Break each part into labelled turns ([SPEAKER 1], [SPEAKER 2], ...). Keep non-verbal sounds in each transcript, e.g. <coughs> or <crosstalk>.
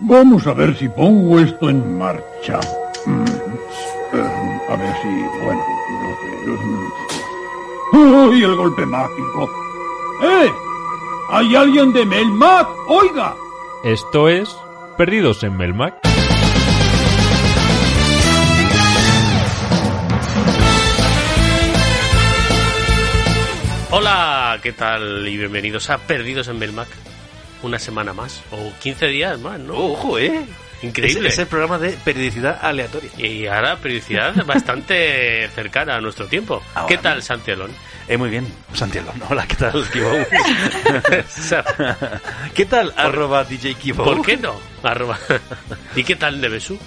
[SPEAKER 1] Vamos a ver si pongo esto en marcha. Mm, eh, A ver si, bueno, no sé. ¡Uy, el golpe mágico! ¡Eh! ¿Hay alguien de Melmac? ¡Oiga!
[SPEAKER 2] Esto es Perdidos en Melmac.
[SPEAKER 3] Hola, ¿qué tal? Y bienvenidos a Perdidos en Belmac. Una semana más, o 15 días más, ¿no?
[SPEAKER 4] Ojo, ¿eh?
[SPEAKER 3] Increíble.
[SPEAKER 4] Es, es el programa de periodicidad aleatoria.
[SPEAKER 3] Y ahora
[SPEAKER 4] <laughs>
[SPEAKER 3] periodicidad bastante cercana a nuestro tiempo.
[SPEAKER 4] Ahora
[SPEAKER 3] ¿Qué tal,
[SPEAKER 4] mismo.
[SPEAKER 3] Santelón?
[SPEAKER 4] Eh, muy bien, Santiago. <laughs> Hola, ¿qué tal?
[SPEAKER 3] Sa-
[SPEAKER 4] ¿Qué tal? Arroba DJ
[SPEAKER 3] <laughs>
[SPEAKER 4] Kibo.
[SPEAKER 3] ¿Por qué no? Arroba. ¿Y qué tal, Nevesu?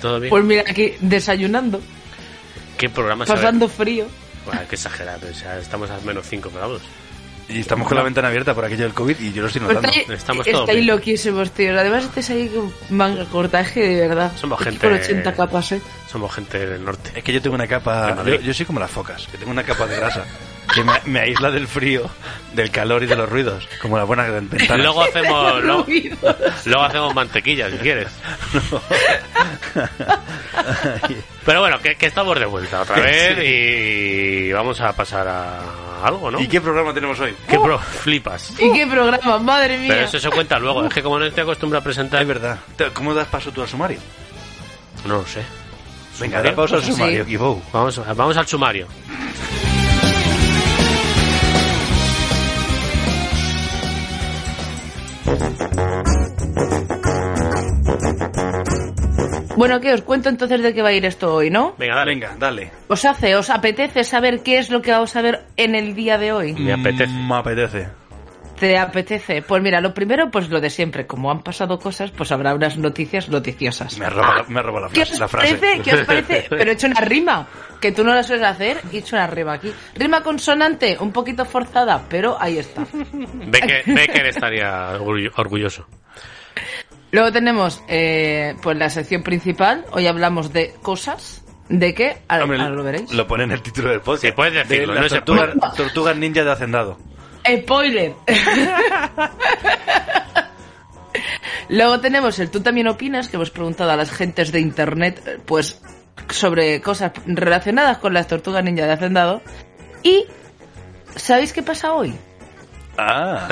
[SPEAKER 3] ¿Todo bien?
[SPEAKER 5] Pues mira, aquí desayunando,
[SPEAKER 3] ¿Qué programa se
[SPEAKER 5] pasando frío.
[SPEAKER 3] Buah, qué exagerado, o sea, estamos a menos 5 grados.
[SPEAKER 4] Y estamos con la ventana abierta por aquello del COVID y yo lo estoy
[SPEAKER 5] Pues
[SPEAKER 4] notando.
[SPEAKER 5] estáis-
[SPEAKER 3] estamos todos
[SPEAKER 5] estáis
[SPEAKER 3] bien.
[SPEAKER 5] loquísimos, tío. Además, estáis ahí con manga cortaje, de verdad.
[SPEAKER 3] Somos
[SPEAKER 5] Aquí
[SPEAKER 3] gente-
[SPEAKER 5] Con 80 capas, ¿eh?
[SPEAKER 3] Somos gente del norte.
[SPEAKER 4] Es que yo tengo una capa...
[SPEAKER 3] En Madrid.
[SPEAKER 4] Yo, yo soy como las focas, que tengo una capa de grasa que me, me aísla del frío, del calor y de los ruidos, como la buena ventana.
[SPEAKER 3] Luego
[SPEAKER 5] <laughs>
[SPEAKER 3] hacemos, lo-
[SPEAKER 5] Ruido.
[SPEAKER 3] luego hacemos mantequilla, si quieres. Pero bueno, que, que estamos de vuelta otra vez y vamos a pasar a algo, ¿no?
[SPEAKER 4] ¿Y qué programa tenemos hoy?
[SPEAKER 3] ¿Qué pro- flipas?
[SPEAKER 5] ¿Y qué programa? Madre mía.
[SPEAKER 3] Pero eso se cuenta luego, es que como no estoy acostumbrado a presentar...
[SPEAKER 4] Es verdad. ¿Cómo das paso tú al sumario?
[SPEAKER 3] No lo sé.
[SPEAKER 4] Venga, da paso al
[SPEAKER 5] Sí.
[SPEAKER 4] sumario, Kibo.
[SPEAKER 3] Vamos, vamos al sumario.
[SPEAKER 5] Bueno, ¿qué os cuento entonces de qué va a ir esto hoy, no?
[SPEAKER 3] Venga, dale.
[SPEAKER 4] Venga, dale.
[SPEAKER 5] ¿Os hace, os apetece saber qué es lo que vamos a ver en el día de hoy?
[SPEAKER 3] Me apetece.
[SPEAKER 4] Mm, Me apetece.
[SPEAKER 5] ¿Te apetece? Pues mira, lo primero, pues lo de siempre. Como han pasado cosas, pues habrá unas noticias noticiosas.
[SPEAKER 4] Me roba, la- me roba la,
[SPEAKER 5] ¿Qué
[SPEAKER 4] frase,
[SPEAKER 5] os
[SPEAKER 4] la frase.
[SPEAKER 5] parece? ¿Qué
[SPEAKER 4] <laughs>
[SPEAKER 5] os parece? Pero he hecho una rima, que tú no la sueles hacer, he hecho una rima aquí. Rima consonante, un poquito forzada, pero ahí está.
[SPEAKER 3] Becker, Becker estaría orgullo- orgulloso.
[SPEAKER 5] Luego tenemos eh, pues la sección principal, hoy hablamos de cosas, de qué, ahora,
[SPEAKER 4] Hombre,
[SPEAKER 5] ahora lo veréis.
[SPEAKER 4] Lo pone en el título del podcast.
[SPEAKER 3] Sí, puedes decirlo,
[SPEAKER 4] De las
[SPEAKER 3] no se
[SPEAKER 4] tortugas, tortugas ninja de hacendado. <laughs>
[SPEAKER 5] Spoiler. Luego tenemos el tú también opinas, que hemos preguntado a las gentes de internet, eh, pues, sobre cosas relacionadas con las tortugas ninja de Hacendado. Y, ¿sabéis qué pasa hoy?
[SPEAKER 4] Ah.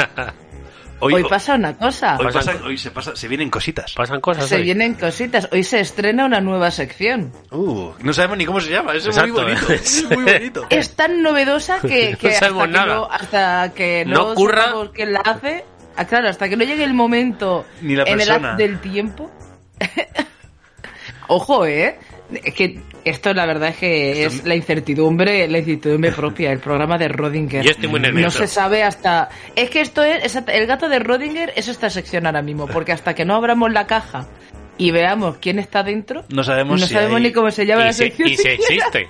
[SPEAKER 5] Hoy, pasa una cosa.
[SPEAKER 4] hoy
[SPEAKER 3] pasan-
[SPEAKER 4] pasa- hoy se pasa, se vienen cositas.
[SPEAKER 3] Pasan cosas. ¿eh?
[SPEAKER 5] se
[SPEAKER 3] hoy.
[SPEAKER 5] vienen cositas. Hoy se estrena una nueva sección.
[SPEAKER 4] Uh, no sabemos ni cómo se llama, eso es muy
[SPEAKER 3] Exacto. ¿eh?
[SPEAKER 4] bonito. Es muy bonito.
[SPEAKER 5] Es tan novedosa que,
[SPEAKER 3] No
[SPEAKER 5] que hasta,
[SPEAKER 3] sabemos
[SPEAKER 5] que
[SPEAKER 3] nada.
[SPEAKER 5] no, hasta que
[SPEAKER 3] No
[SPEAKER 5] no
[SPEAKER 3] ocurra.
[SPEAKER 5] sepamos quién la hace. Ah, claro, hasta que no llegue el momento
[SPEAKER 4] Ni la
[SPEAKER 5] en el
[SPEAKER 4] persona.
[SPEAKER 5] haz del tiempo. <laughs> Ojo, ¿eh? Es que esto la verdad es que es la incertidumbre, la incertidumbre propia, el programa de Rodinger.
[SPEAKER 3] Yo estoy muy nervioso.
[SPEAKER 5] Mm, No se sabe hasta... Es que esto es... es- El gato de Rodinger es esta sección ahora mismo, porque hasta que no abramos la caja y veamos quién está dentro,
[SPEAKER 4] No sabemos
[SPEAKER 5] no
[SPEAKER 4] si
[SPEAKER 5] sabemos
[SPEAKER 4] hay-
[SPEAKER 5] ni cómo se llama
[SPEAKER 3] y,
[SPEAKER 5] la
[SPEAKER 3] si,
[SPEAKER 5] sección. <laughs>
[SPEAKER 3] y si existe.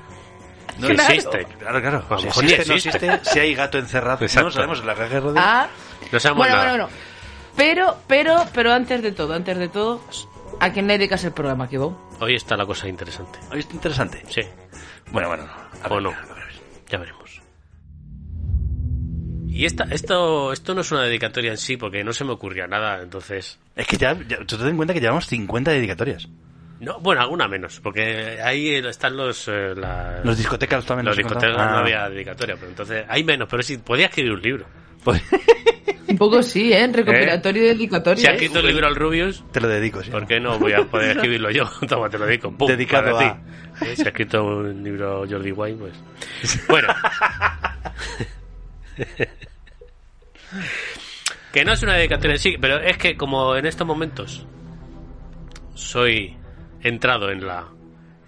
[SPEAKER 3] No
[SPEAKER 5] Claro.
[SPEAKER 3] existe.
[SPEAKER 4] Claro, claro.
[SPEAKER 3] Pues A lo
[SPEAKER 4] Si
[SPEAKER 3] mejor ni
[SPEAKER 4] existe, no
[SPEAKER 3] existe.
[SPEAKER 4] existe, si hay gato encerrado.
[SPEAKER 3] Exacto.
[SPEAKER 4] No sabemos en la caja de rodillas.
[SPEAKER 5] Ah,
[SPEAKER 3] No sabemos
[SPEAKER 5] bueno,
[SPEAKER 3] nada.
[SPEAKER 5] bueno, bueno. Pero, pero, pero antes de todo, antes de todo, ¿a quién le dedicas el programa, Kibo?
[SPEAKER 3] Hoy está la cosa interesante.
[SPEAKER 4] Oye, está interesante.
[SPEAKER 3] Sí,
[SPEAKER 4] Bueno, bueno. a
[SPEAKER 3] O
[SPEAKER 4] ver,
[SPEAKER 3] no.
[SPEAKER 4] a ver.
[SPEAKER 3] ya veremos. Y esta, esto, esto no es una dedicatoria en sí, porque no se me ocurría nada, entonces...
[SPEAKER 4] Es que ya, ya- tú te das cuenta que llevamos 50 dedicatorias.
[SPEAKER 3] No, bueno, alguna menos, porque ahí están los... eh, la-
[SPEAKER 4] Los discotecas también.
[SPEAKER 3] los
[SPEAKER 4] nos hemos
[SPEAKER 3] discotecas
[SPEAKER 4] dado.
[SPEAKER 3] no
[SPEAKER 4] Ah.
[SPEAKER 3] había dedicatoria, pero entonces hay menos, pero sí, podía escribir un libro.
[SPEAKER 4] Pues,
[SPEAKER 5] Un poco sí, ¿eh? Recopilatorio y dedicatorio.
[SPEAKER 3] Si ha
[SPEAKER 5] ¿eh?
[SPEAKER 3] escrito el libro al Rubius,
[SPEAKER 4] te lo dedico, sí.
[SPEAKER 3] ¿por qué no voy a poder escribirlo yo? <laughs> Toma, te lo dedico. ¡Pum!
[SPEAKER 4] Dedicado
[SPEAKER 3] para
[SPEAKER 4] a-
[SPEAKER 3] ti. Eh, Si ha escrito un libro Jordi Wine, pues... Bueno. <laughs> que no es una dedicatoria en sí, pero es que como en estos momentos soy entrado en la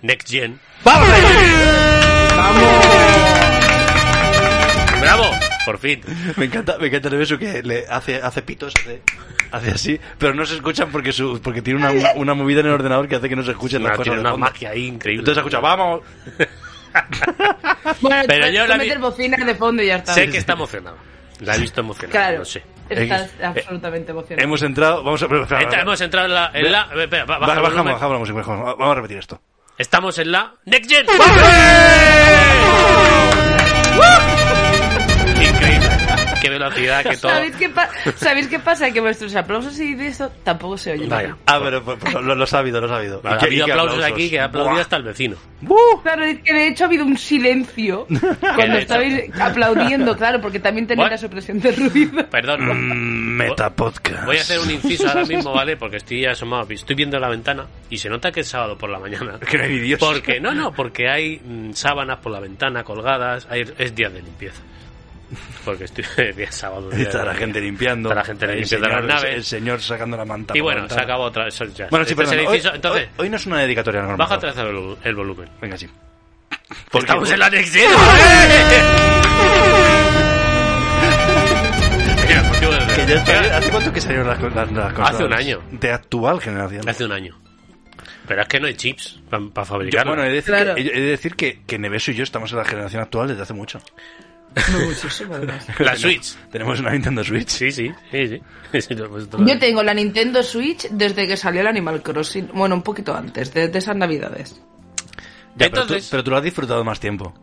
[SPEAKER 3] Next Gen...
[SPEAKER 4] ¡Vamos!
[SPEAKER 3] ¡Bravo! Por fin.
[SPEAKER 4] Me encanta, me encanta el beso que le hace, hace pitos, hace, hace así, pero no se escuchan porque su, porque tiene una, una movida en el ordenador que hace que no se escuchen las
[SPEAKER 3] Una,
[SPEAKER 4] cosas.
[SPEAKER 3] tiene
[SPEAKER 4] de
[SPEAKER 3] una
[SPEAKER 4] fondo.
[SPEAKER 3] magia ahí increíble.
[SPEAKER 4] Entonces se escucha, vamos.
[SPEAKER 5] Bueno,
[SPEAKER 3] Pero
[SPEAKER 5] tú-
[SPEAKER 3] yo
[SPEAKER 5] tú
[SPEAKER 3] la vi-
[SPEAKER 5] metes bocinas de fondo y ya está.
[SPEAKER 3] Sé que está Eh, emocionado. La he visto emocionada,
[SPEAKER 5] Claro.
[SPEAKER 3] no sé.
[SPEAKER 5] Estás
[SPEAKER 4] Es que-
[SPEAKER 5] absolutamente emocionado.
[SPEAKER 4] Hemos entrado, vamos a. pero-
[SPEAKER 3] Entra- hemos entrado en la... en la- espera, ba- baja
[SPEAKER 4] Baja-
[SPEAKER 3] el
[SPEAKER 4] bajamos,
[SPEAKER 3] volumen.
[SPEAKER 4] bajamos la música, bajamos. Va- Vamos a repetir esto.
[SPEAKER 3] Estamos en la Next Gen. Increíble. qué velocidad, que todo.
[SPEAKER 5] ¿Sabéis qué, pa- ¿Sabéis qué pasa? Que vuestros aplausos y de eso tampoco se oyen.
[SPEAKER 3] Vaya.
[SPEAKER 4] Ah, pero pues, pues, lo, lo ha habido, lo ha habido.
[SPEAKER 3] Ha
[SPEAKER 4] ¿Y qué-
[SPEAKER 3] habido
[SPEAKER 4] y qué
[SPEAKER 3] aplausos aquí que ha aplaudido hasta el vecino.
[SPEAKER 5] Claro, es que de hecho ha habido un
[SPEAKER 3] <laughs>
[SPEAKER 5] silencio cuando estabais aplaudiendo, claro, porque también tenéis
[SPEAKER 3] What?
[SPEAKER 5] la supresión de ruido.
[SPEAKER 3] Perdón.
[SPEAKER 4] Mm, Metapodcast.
[SPEAKER 3] Voy a hacer un inciso ahora mismo, ¿vale? Porque estoy asomado, estoy viendo la ventana y se nota que es sábado por la
[SPEAKER 4] <laughs>
[SPEAKER 3] mañana.
[SPEAKER 4] Que no hay ni Dios.
[SPEAKER 3] Porque, no, no, porque hay mm, sábanas por la ventana colgadas, hay- es día de limpieza. Porque estoy <laughs> día sábado. día de
[SPEAKER 4] Está la
[SPEAKER 3] limpieza.
[SPEAKER 4] gente limpiando.
[SPEAKER 3] Está la gente
[SPEAKER 4] el
[SPEAKER 3] limpiando las
[SPEAKER 4] señor-
[SPEAKER 3] naves.
[SPEAKER 4] El señor sacando la manta.
[SPEAKER 3] Y
[SPEAKER 4] por la
[SPEAKER 3] bueno, se
[SPEAKER 4] ventana.
[SPEAKER 3] acaba otra. eso ya.
[SPEAKER 4] Bueno, sí,
[SPEAKER 3] Este es
[SPEAKER 4] perdón.
[SPEAKER 3] el
[SPEAKER 4] Hoy,
[SPEAKER 3] inciso, entonces,
[SPEAKER 4] hoy- hoy no es una dedicatoria normal.
[SPEAKER 3] baja otra vez el volu- el volumen.
[SPEAKER 4] Venga, sí.
[SPEAKER 3] Estamos
[SPEAKER 4] Porque-
[SPEAKER 3] en la anexión. Mira, motivo de-
[SPEAKER 4] Que ya <laughs> está- ¿Hace cuánto que salieron las, las, las consolas?
[SPEAKER 3] Hace un año.
[SPEAKER 4] De actual generación.
[SPEAKER 3] Hace un año. Pero es que no hay chips para
[SPEAKER 4] Yo-
[SPEAKER 3] fabricarlo.
[SPEAKER 4] bueno, he de decir,
[SPEAKER 5] Claro.
[SPEAKER 4] que, he de decir que, que Neveso y yo estamos en la generación actual desde hace mucho.
[SPEAKER 5] muchísimo, además.
[SPEAKER 3] la Switch.
[SPEAKER 4] Tenemos una Nintendo Switch.
[SPEAKER 3] Sí, sí, sí, sí. Sí, <laughs> lo hemos
[SPEAKER 5] Yo
[SPEAKER 3] tocado.
[SPEAKER 5] tengo la Nintendo Switch desde que salió el Animal Crossing. Bueno, un poquito antes, desde esas navidades.
[SPEAKER 4] Ya, pero, tú,
[SPEAKER 3] Entonces-
[SPEAKER 4] pero tú lo has disfrutado más tiempo.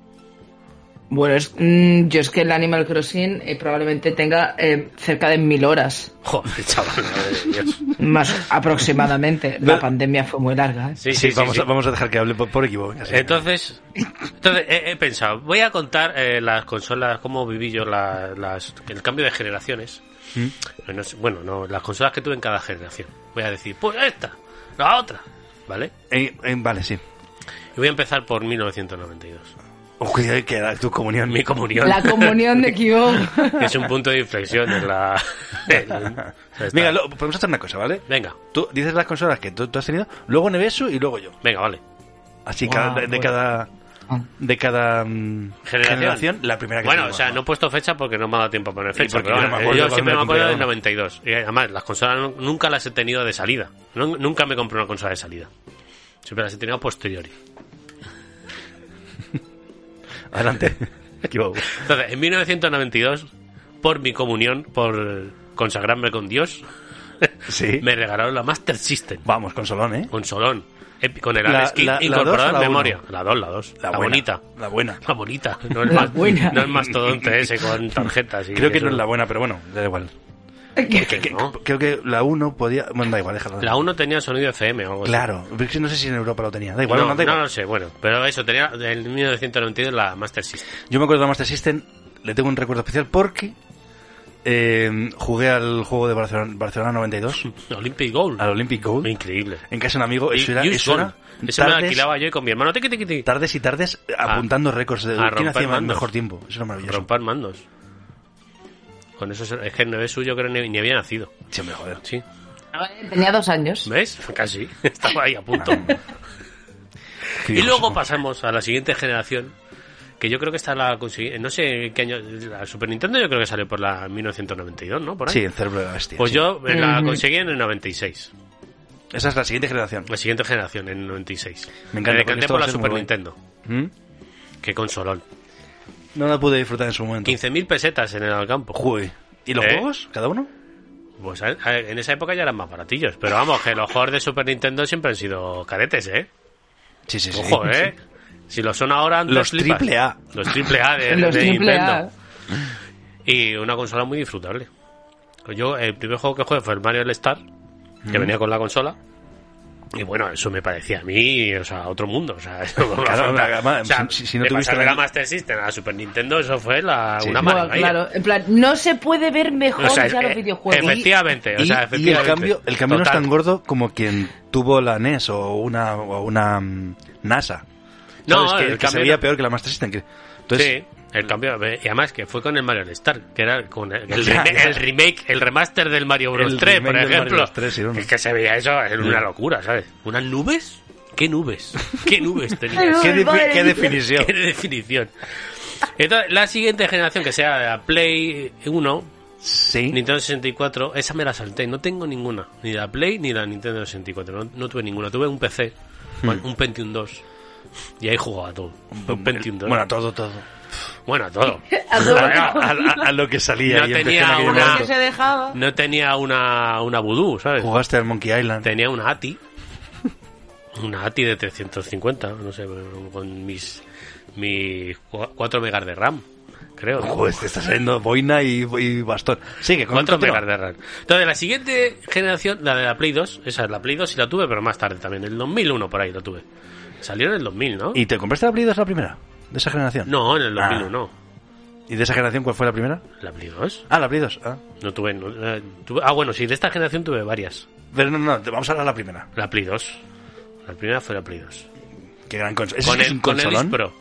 [SPEAKER 5] Bueno, es, mm, yo es que el Animal Crossing eh, probablemente tenga eh, cerca de mil horas,
[SPEAKER 3] Joder, chaval, madre de Dios. <laughs>
[SPEAKER 5] más aproximadamente. La pandemia fue muy larga. ¿eh?
[SPEAKER 3] Sí, sí, sí,
[SPEAKER 4] vamos,
[SPEAKER 3] sí.
[SPEAKER 4] A, vamos a dejar que hable por, por equipo. venga, sí.
[SPEAKER 3] Entonces, entonces he, he pensado, voy a contar eh, las consolas, cómo viví yo la- las, el cambio de generaciones.
[SPEAKER 4] ¿Mm?
[SPEAKER 3] Bueno, es- Bueno, no, las consolas que tuve en cada generación. Voy a decir, pues esta, la otra, ¿vale?
[SPEAKER 4] Eh, eh, vale, sí.
[SPEAKER 3] Y voy a empezar por 1992.
[SPEAKER 4] Ojo, que, que era tu comunión.
[SPEAKER 3] Mi comunión
[SPEAKER 5] La comunión
[SPEAKER 3] <laughs>
[SPEAKER 5] de Kyo.
[SPEAKER 3] es un punto de inflexión en la... <laughs>
[SPEAKER 4] <laughs>
[SPEAKER 3] en- o sea, está-
[SPEAKER 4] Venga, lo- podemos hacer una cosa, ¿vale?
[SPEAKER 3] venga,
[SPEAKER 4] Tú dices las consolas que tú, tú has tenido, luego Nevesu y luego yo.
[SPEAKER 3] venga, vale.
[SPEAKER 4] Así
[SPEAKER 5] Guau,
[SPEAKER 4] cada, de,
[SPEAKER 5] bueno.
[SPEAKER 4] cada
[SPEAKER 5] Ah,
[SPEAKER 4] de cada mm,
[SPEAKER 3] Generación.
[SPEAKER 4] la primera que
[SPEAKER 3] Bueno,
[SPEAKER 4] tengo.
[SPEAKER 3] o sea, no he puesto fecha porque no me ha dado tiempo a poner fecha.
[SPEAKER 4] porque
[SPEAKER 3] pero
[SPEAKER 4] yo
[SPEAKER 3] bueno,
[SPEAKER 4] no me acuerdo
[SPEAKER 3] yo
[SPEAKER 4] cuándo
[SPEAKER 3] siempre
[SPEAKER 4] me
[SPEAKER 3] me acuerdo
[SPEAKER 4] compré
[SPEAKER 3] del
[SPEAKER 4] una.
[SPEAKER 3] 92. Y además, las consolas nu- nunca las he tenido de salida. Nu- Nunca me compré una consola de salida. Siempre las he tenido a posteriori.
[SPEAKER 4] <laughs> Adelante. Yo-
[SPEAKER 3] Entonces, en 1992, por mi comunión, por consagrarme con Dios,
[SPEAKER 4] sí.
[SPEAKER 3] me regalaron la Master System.
[SPEAKER 4] Vamos, consolón, ¿eh?
[SPEAKER 3] Con Solón. epi- Con el
[SPEAKER 4] La-
[SPEAKER 3] Alex Kidd
[SPEAKER 4] la- la dos
[SPEAKER 3] incorporado
[SPEAKER 4] o la
[SPEAKER 3] en
[SPEAKER 4] uno?
[SPEAKER 3] memoria. La 2, la 2. La,
[SPEAKER 4] buena.
[SPEAKER 3] bonita.
[SPEAKER 4] La buena.
[SPEAKER 3] La bonita. No es
[SPEAKER 5] La
[SPEAKER 3] más,
[SPEAKER 5] buena.
[SPEAKER 3] No es mastodonte ese con tarjetas. y
[SPEAKER 4] Creo que
[SPEAKER 3] eso.
[SPEAKER 4] no es la buena, pero bueno, da igual.
[SPEAKER 3] Que no.
[SPEAKER 4] Creo que la 1 podía... Bueno, da igual, déjala.
[SPEAKER 3] La 1 tenía sonido FM o algo así.
[SPEAKER 4] Claro. pero que No sé si en Europa lo tenía. Da igual, no,
[SPEAKER 3] no,
[SPEAKER 4] da igual.
[SPEAKER 3] no lo sé, bueno, pero eso tenía en 1992 la Master System. <laughs>
[SPEAKER 4] Yo me acuerdo de Master System, le tengo un recuerdo especial porque eh, jugué al juego de Barcelona, Barcelona
[SPEAKER 3] <laughs>
[SPEAKER 4] 92,
[SPEAKER 3] Olympic Gold.
[SPEAKER 4] al Olympic Gold,
[SPEAKER 3] Increíble.
[SPEAKER 4] en casa de un amigo. Eso era,
[SPEAKER 3] Y- y un
[SPEAKER 4] Pues eso era
[SPEAKER 3] sol. Eso me lo
[SPEAKER 4] tardes,
[SPEAKER 3] alquilaba yo y con mi hermano. Tiqui, tiqui, tiqui.
[SPEAKER 4] tardes y tardes apuntando récords de
[SPEAKER 3] a
[SPEAKER 4] quién
[SPEAKER 3] romper
[SPEAKER 4] hacía más-
[SPEAKER 3] mandos.
[SPEAKER 4] mejor tiempo. Eso era maravilloso.
[SPEAKER 3] Romper mandos. Con eso se- es que el 9 suyo creo ni, ni había nacido.
[SPEAKER 4] Sí, hombre, joder.
[SPEAKER 3] Sí.
[SPEAKER 5] Tenía dos años.
[SPEAKER 3] ¿Ves? <laughs> Casi. Estaba ahí a punto.
[SPEAKER 4] Ah, Qué
[SPEAKER 3] y luego
[SPEAKER 4] dibujos.
[SPEAKER 3] pasamos a la siguiente generación. Que yo creo que está la consegui- No sé qué año. La Super Nintendo yo creo que sale por la 1992, ¿no? Por ahí.
[SPEAKER 4] Sí, el cerebro de la bestia.
[SPEAKER 3] Pues
[SPEAKER 4] sí.
[SPEAKER 3] yo eh, la
[SPEAKER 5] Ujú.
[SPEAKER 3] conseguí en el 96.
[SPEAKER 4] Esa es la siguiente generación.
[SPEAKER 3] La siguiente generación, en el 96.
[SPEAKER 4] Me encanta,
[SPEAKER 3] Me
[SPEAKER 4] porque
[SPEAKER 3] decanté
[SPEAKER 4] esto
[SPEAKER 3] por
[SPEAKER 4] va a
[SPEAKER 3] la
[SPEAKER 4] ser
[SPEAKER 3] Super
[SPEAKER 4] muy guay.
[SPEAKER 3] Nintendo.
[SPEAKER 4] ¿Mm?
[SPEAKER 3] Qué consolón.
[SPEAKER 4] No la pude disfrutar en su momento.
[SPEAKER 3] 15.000 pesetas en el campo.
[SPEAKER 4] Jugué. ¿Y los
[SPEAKER 3] ¿Eh?
[SPEAKER 4] juegos? ¿Cada uno?
[SPEAKER 3] Pues a- a- en esa época ya eran más baratillos. Pero vamos, que los juegos de Super Nintendo siempre han sido caretes, ¿eh?
[SPEAKER 4] Sí, sí, sí.
[SPEAKER 3] Ojo, ¿eh? Si lo son ahora, antes
[SPEAKER 4] Los
[SPEAKER 3] flipas.
[SPEAKER 4] triple A.
[SPEAKER 3] Los triple A de,
[SPEAKER 5] <laughs> Los
[SPEAKER 3] de
[SPEAKER 5] triple
[SPEAKER 3] Nintendo.
[SPEAKER 5] A.
[SPEAKER 3] Y una consola muy disfrutable. Yo, el primer juego que jugué fue el Mario All Star, que
[SPEAKER 4] Mm.
[SPEAKER 3] venía con la consola. Y bueno, eso me parecía a mí, o sea, otro mundo. O sea, <laughs> eso fue una
[SPEAKER 4] Claro,
[SPEAKER 3] fanta-
[SPEAKER 4] además,
[SPEAKER 3] o sea,
[SPEAKER 4] si- si no
[SPEAKER 3] de
[SPEAKER 4] tuviste
[SPEAKER 3] pasar de
[SPEAKER 4] la-
[SPEAKER 3] la Master System a la Super Nintendo, eso fue la,
[SPEAKER 4] Sí.
[SPEAKER 3] una
[SPEAKER 5] Bueno,
[SPEAKER 3] maravilla.
[SPEAKER 5] claro, en plan, no se puede ver mejor
[SPEAKER 3] O sea,
[SPEAKER 5] ya los
[SPEAKER 3] eh,
[SPEAKER 5] videojuegos.
[SPEAKER 3] Efectivamente, o
[SPEAKER 4] y,
[SPEAKER 3] sea,
[SPEAKER 4] y
[SPEAKER 3] efectivamente.
[SPEAKER 4] el cambio, el cambio no es
[SPEAKER 3] Total.
[SPEAKER 4] tan gordo como quien tuvo la NES o una, o una mm, NASA.
[SPEAKER 3] No,
[SPEAKER 4] ¿Sabes? que,
[SPEAKER 3] el
[SPEAKER 4] que se
[SPEAKER 3] cambio
[SPEAKER 4] veía
[SPEAKER 3] no-
[SPEAKER 4] peor que la Master System. que- Entonces,
[SPEAKER 3] sí, el cambio. eh, Y además que fue con el Mario All Star, que era con el,
[SPEAKER 4] <laughs>
[SPEAKER 3] el
[SPEAKER 4] Ya,
[SPEAKER 3] reme-
[SPEAKER 4] ya.
[SPEAKER 3] el remake, el remaster del Mario Bros.
[SPEAKER 4] El
[SPEAKER 3] 3,
[SPEAKER 4] remake
[SPEAKER 3] por
[SPEAKER 4] del Mario
[SPEAKER 3] ejemplo.
[SPEAKER 4] Bros. 3, sí, vamos.
[SPEAKER 3] Es que se veía eso, era una locura, ¿sabes? ¿Unas nubes? ¿Qué nubes?
[SPEAKER 4] <laughs>
[SPEAKER 3] ¿Qué nubes tenía?
[SPEAKER 5] Ay, no.
[SPEAKER 4] ¿qué,
[SPEAKER 5] Ay,
[SPEAKER 4] defi-
[SPEAKER 5] madre
[SPEAKER 4] qué
[SPEAKER 5] mía.
[SPEAKER 4] definición?
[SPEAKER 3] ¿Qué definición? Entonces, la siguiente generación, que sea la Play 1,
[SPEAKER 4] Sí.
[SPEAKER 3] Nintendo 64, esa me la salté, no tengo ninguna. Ni la Play ni la Nintendo 64, no, no tuve ninguna. Tuve un PC,
[SPEAKER 4] Hmm.
[SPEAKER 3] bueno, un Pentium 2. Y ahí jugaba todo. Un Pentium 2.
[SPEAKER 4] Bueno, todo, todo.
[SPEAKER 3] Bueno, a todo.
[SPEAKER 5] <laughs> A todo.
[SPEAKER 3] Venga,
[SPEAKER 4] A, a- a lo que salía.
[SPEAKER 3] No
[SPEAKER 4] y en
[SPEAKER 3] tenía
[SPEAKER 4] aquel
[SPEAKER 3] una-
[SPEAKER 5] Que
[SPEAKER 4] momento.
[SPEAKER 5] se dejaba.
[SPEAKER 3] No tenía una, una voodoo, ¿sabes?
[SPEAKER 4] Jugaste al Monkey Island.
[SPEAKER 3] Tenía una ATI. Una ATI de 350, no sé, con mis, mis 4 megas de RAM. creo. ¿no?
[SPEAKER 4] Joder, te está saliendo boina y, y bastón. Sigue, con
[SPEAKER 3] Cuatro
[SPEAKER 4] continúa.
[SPEAKER 3] megas de RAM. Entonces, la siguiente generación, la de la Play 2, esa es la Play 2 y la tuve, pero más tarde también, en el 2001 por ahí la tuve. Salió en el 2000, ¿no?
[SPEAKER 4] ¿Y te compraste la Play 2 la primera? ¿De esa generación?
[SPEAKER 3] No, en el
[SPEAKER 4] Ah.
[SPEAKER 3] 2001.
[SPEAKER 4] ¿Y de esa generación cuál fue la primera?
[SPEAKER 3] ¿La Play 2?
[SPEAKER 4] Ah, la Play 2. Ah,
[SPEAKER 3] No tuve, no, eh, tuve- Ah, bueno, sí, de esta generación tuve varias.
[SPEAKER 4] pero no, no, te- vamos a hablar de la primera.
[SPEAKER 3] La Play 2. La primera fue la Play 2.
[SPEAKER 4] Qué gran consola.
[SPEAKER 3] Con
[SPEAKER 4] es
[SPEAKER 3] el,
[SPEAKER 4] un
[SPEAKER 3] con el
[SPEAKER 4] consolón?
[SPEAKER 3] Is Pro.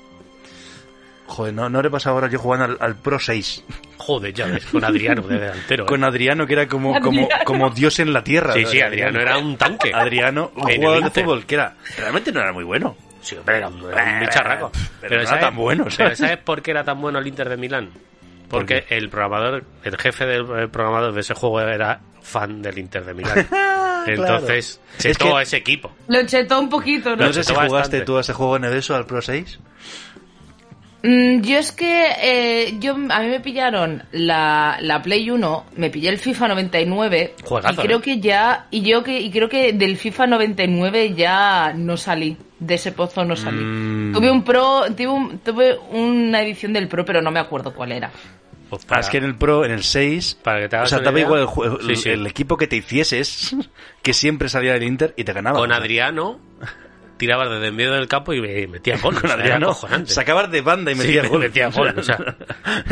[SPEAKER 4] Joder, no, no le pasa ahora yo jugando al, al Pro 6.
[SPEAKER 3] Joder, ya ves, con Adriano de
[SPEAKER 4] <laughs>
[SPEAKER 3] delantero. ¿eh?
[SPEAKER 4] Con Adriano, que era como, como,
[SPEAKER 5] Adriano.
[SPEAKER 4] como Dios en la tierra.
[SPEAKER 3] Sí, sí, Adriano era un tanque.
[SPEAKER 4] <laughs> Adriano, un
[SPEAKER 3] En el
[SPEAKER 4] jugador de
[SPEAKER 3] Inter.
[SPEAKER 4] fútbol que era. Realmente no era muy bueno.
[SPEAKER 3] Sí, hombre, era un, era un bicharraco.
[SPEAKER 4] Pero no era tan bueno, ¿sabes?
[SPEAKER 3] pero ¿sabes por qué era tan bueno el Inter de Milán? Porque el programador, el jefe del el programador de ese juego era fan del Inter de
[SPEAKER 4] <laughs>
[SPEAKER 3] Milán. Ah, Entonces, se
[SPEAKER 4] Es que-
[SPEAKER 3] ese equipo.
[SPEAKER 5] Lo chetó un poquito, ¿no?
[SPEAKER 4] No sé si
[SPEAKER 3] Bastante.
[SPEAKER 4] jugaste tú a ese juego en Edeso, al Pro 6.
[SPEAKER 5] Mm, yo es que eh, yo a mí me pillaron la, la Play 1, me pillé el FIFA 99
[SPEAKER 3] Juegazo,
[SPEAKER 5] y creo
[SPEAKER 3] ¿eh?
[SPEAKER 5] que ya y yo que y creo que del FIFA 99 ya no salí, de ese pozo no salí.
[SPEAKER 3] Mm.
[SPEAKER 5] Tuve un Pro, tuve, un- tuve una edición del Pro, pero no me acuerdo cuál era.
[SPEAKER 3] Pues para-
[SPEAKER 4] Ah, es que en el Pro, en el 6.
[SPEAKER 3] Para que te
[SPEAKER 4] o
[SPEAKER 3] hagas
[SPEAKER 4] sea,
[SPEAKER 3] una
[SPEAKER 4] daba
[SPEAKER 3] idea.
[SPEAKER 4] igual el, ju-
[SPEAKER 3] Sí, sí.
[SPEAKER 4] el equipo que te hicieses, <laughs> que siempre salía del Inter y te ganaba.
[SPEAKER 3] con
[SPEAKER 4] O sea,
[SPEAKER 3] Adriano tirabas desde en medio del campo y me- metía gol.
[SPEAKER 4] Con Adriano. Sacabas de banda y
[SPEAKER 3] Sí,
[SPEAKER 4] metías
[SPEAKER 3] me
[SPEAKER 4] gol.
[SPEAKER 3] metía gol, o sea.
[SPEAKER 4] <laughs>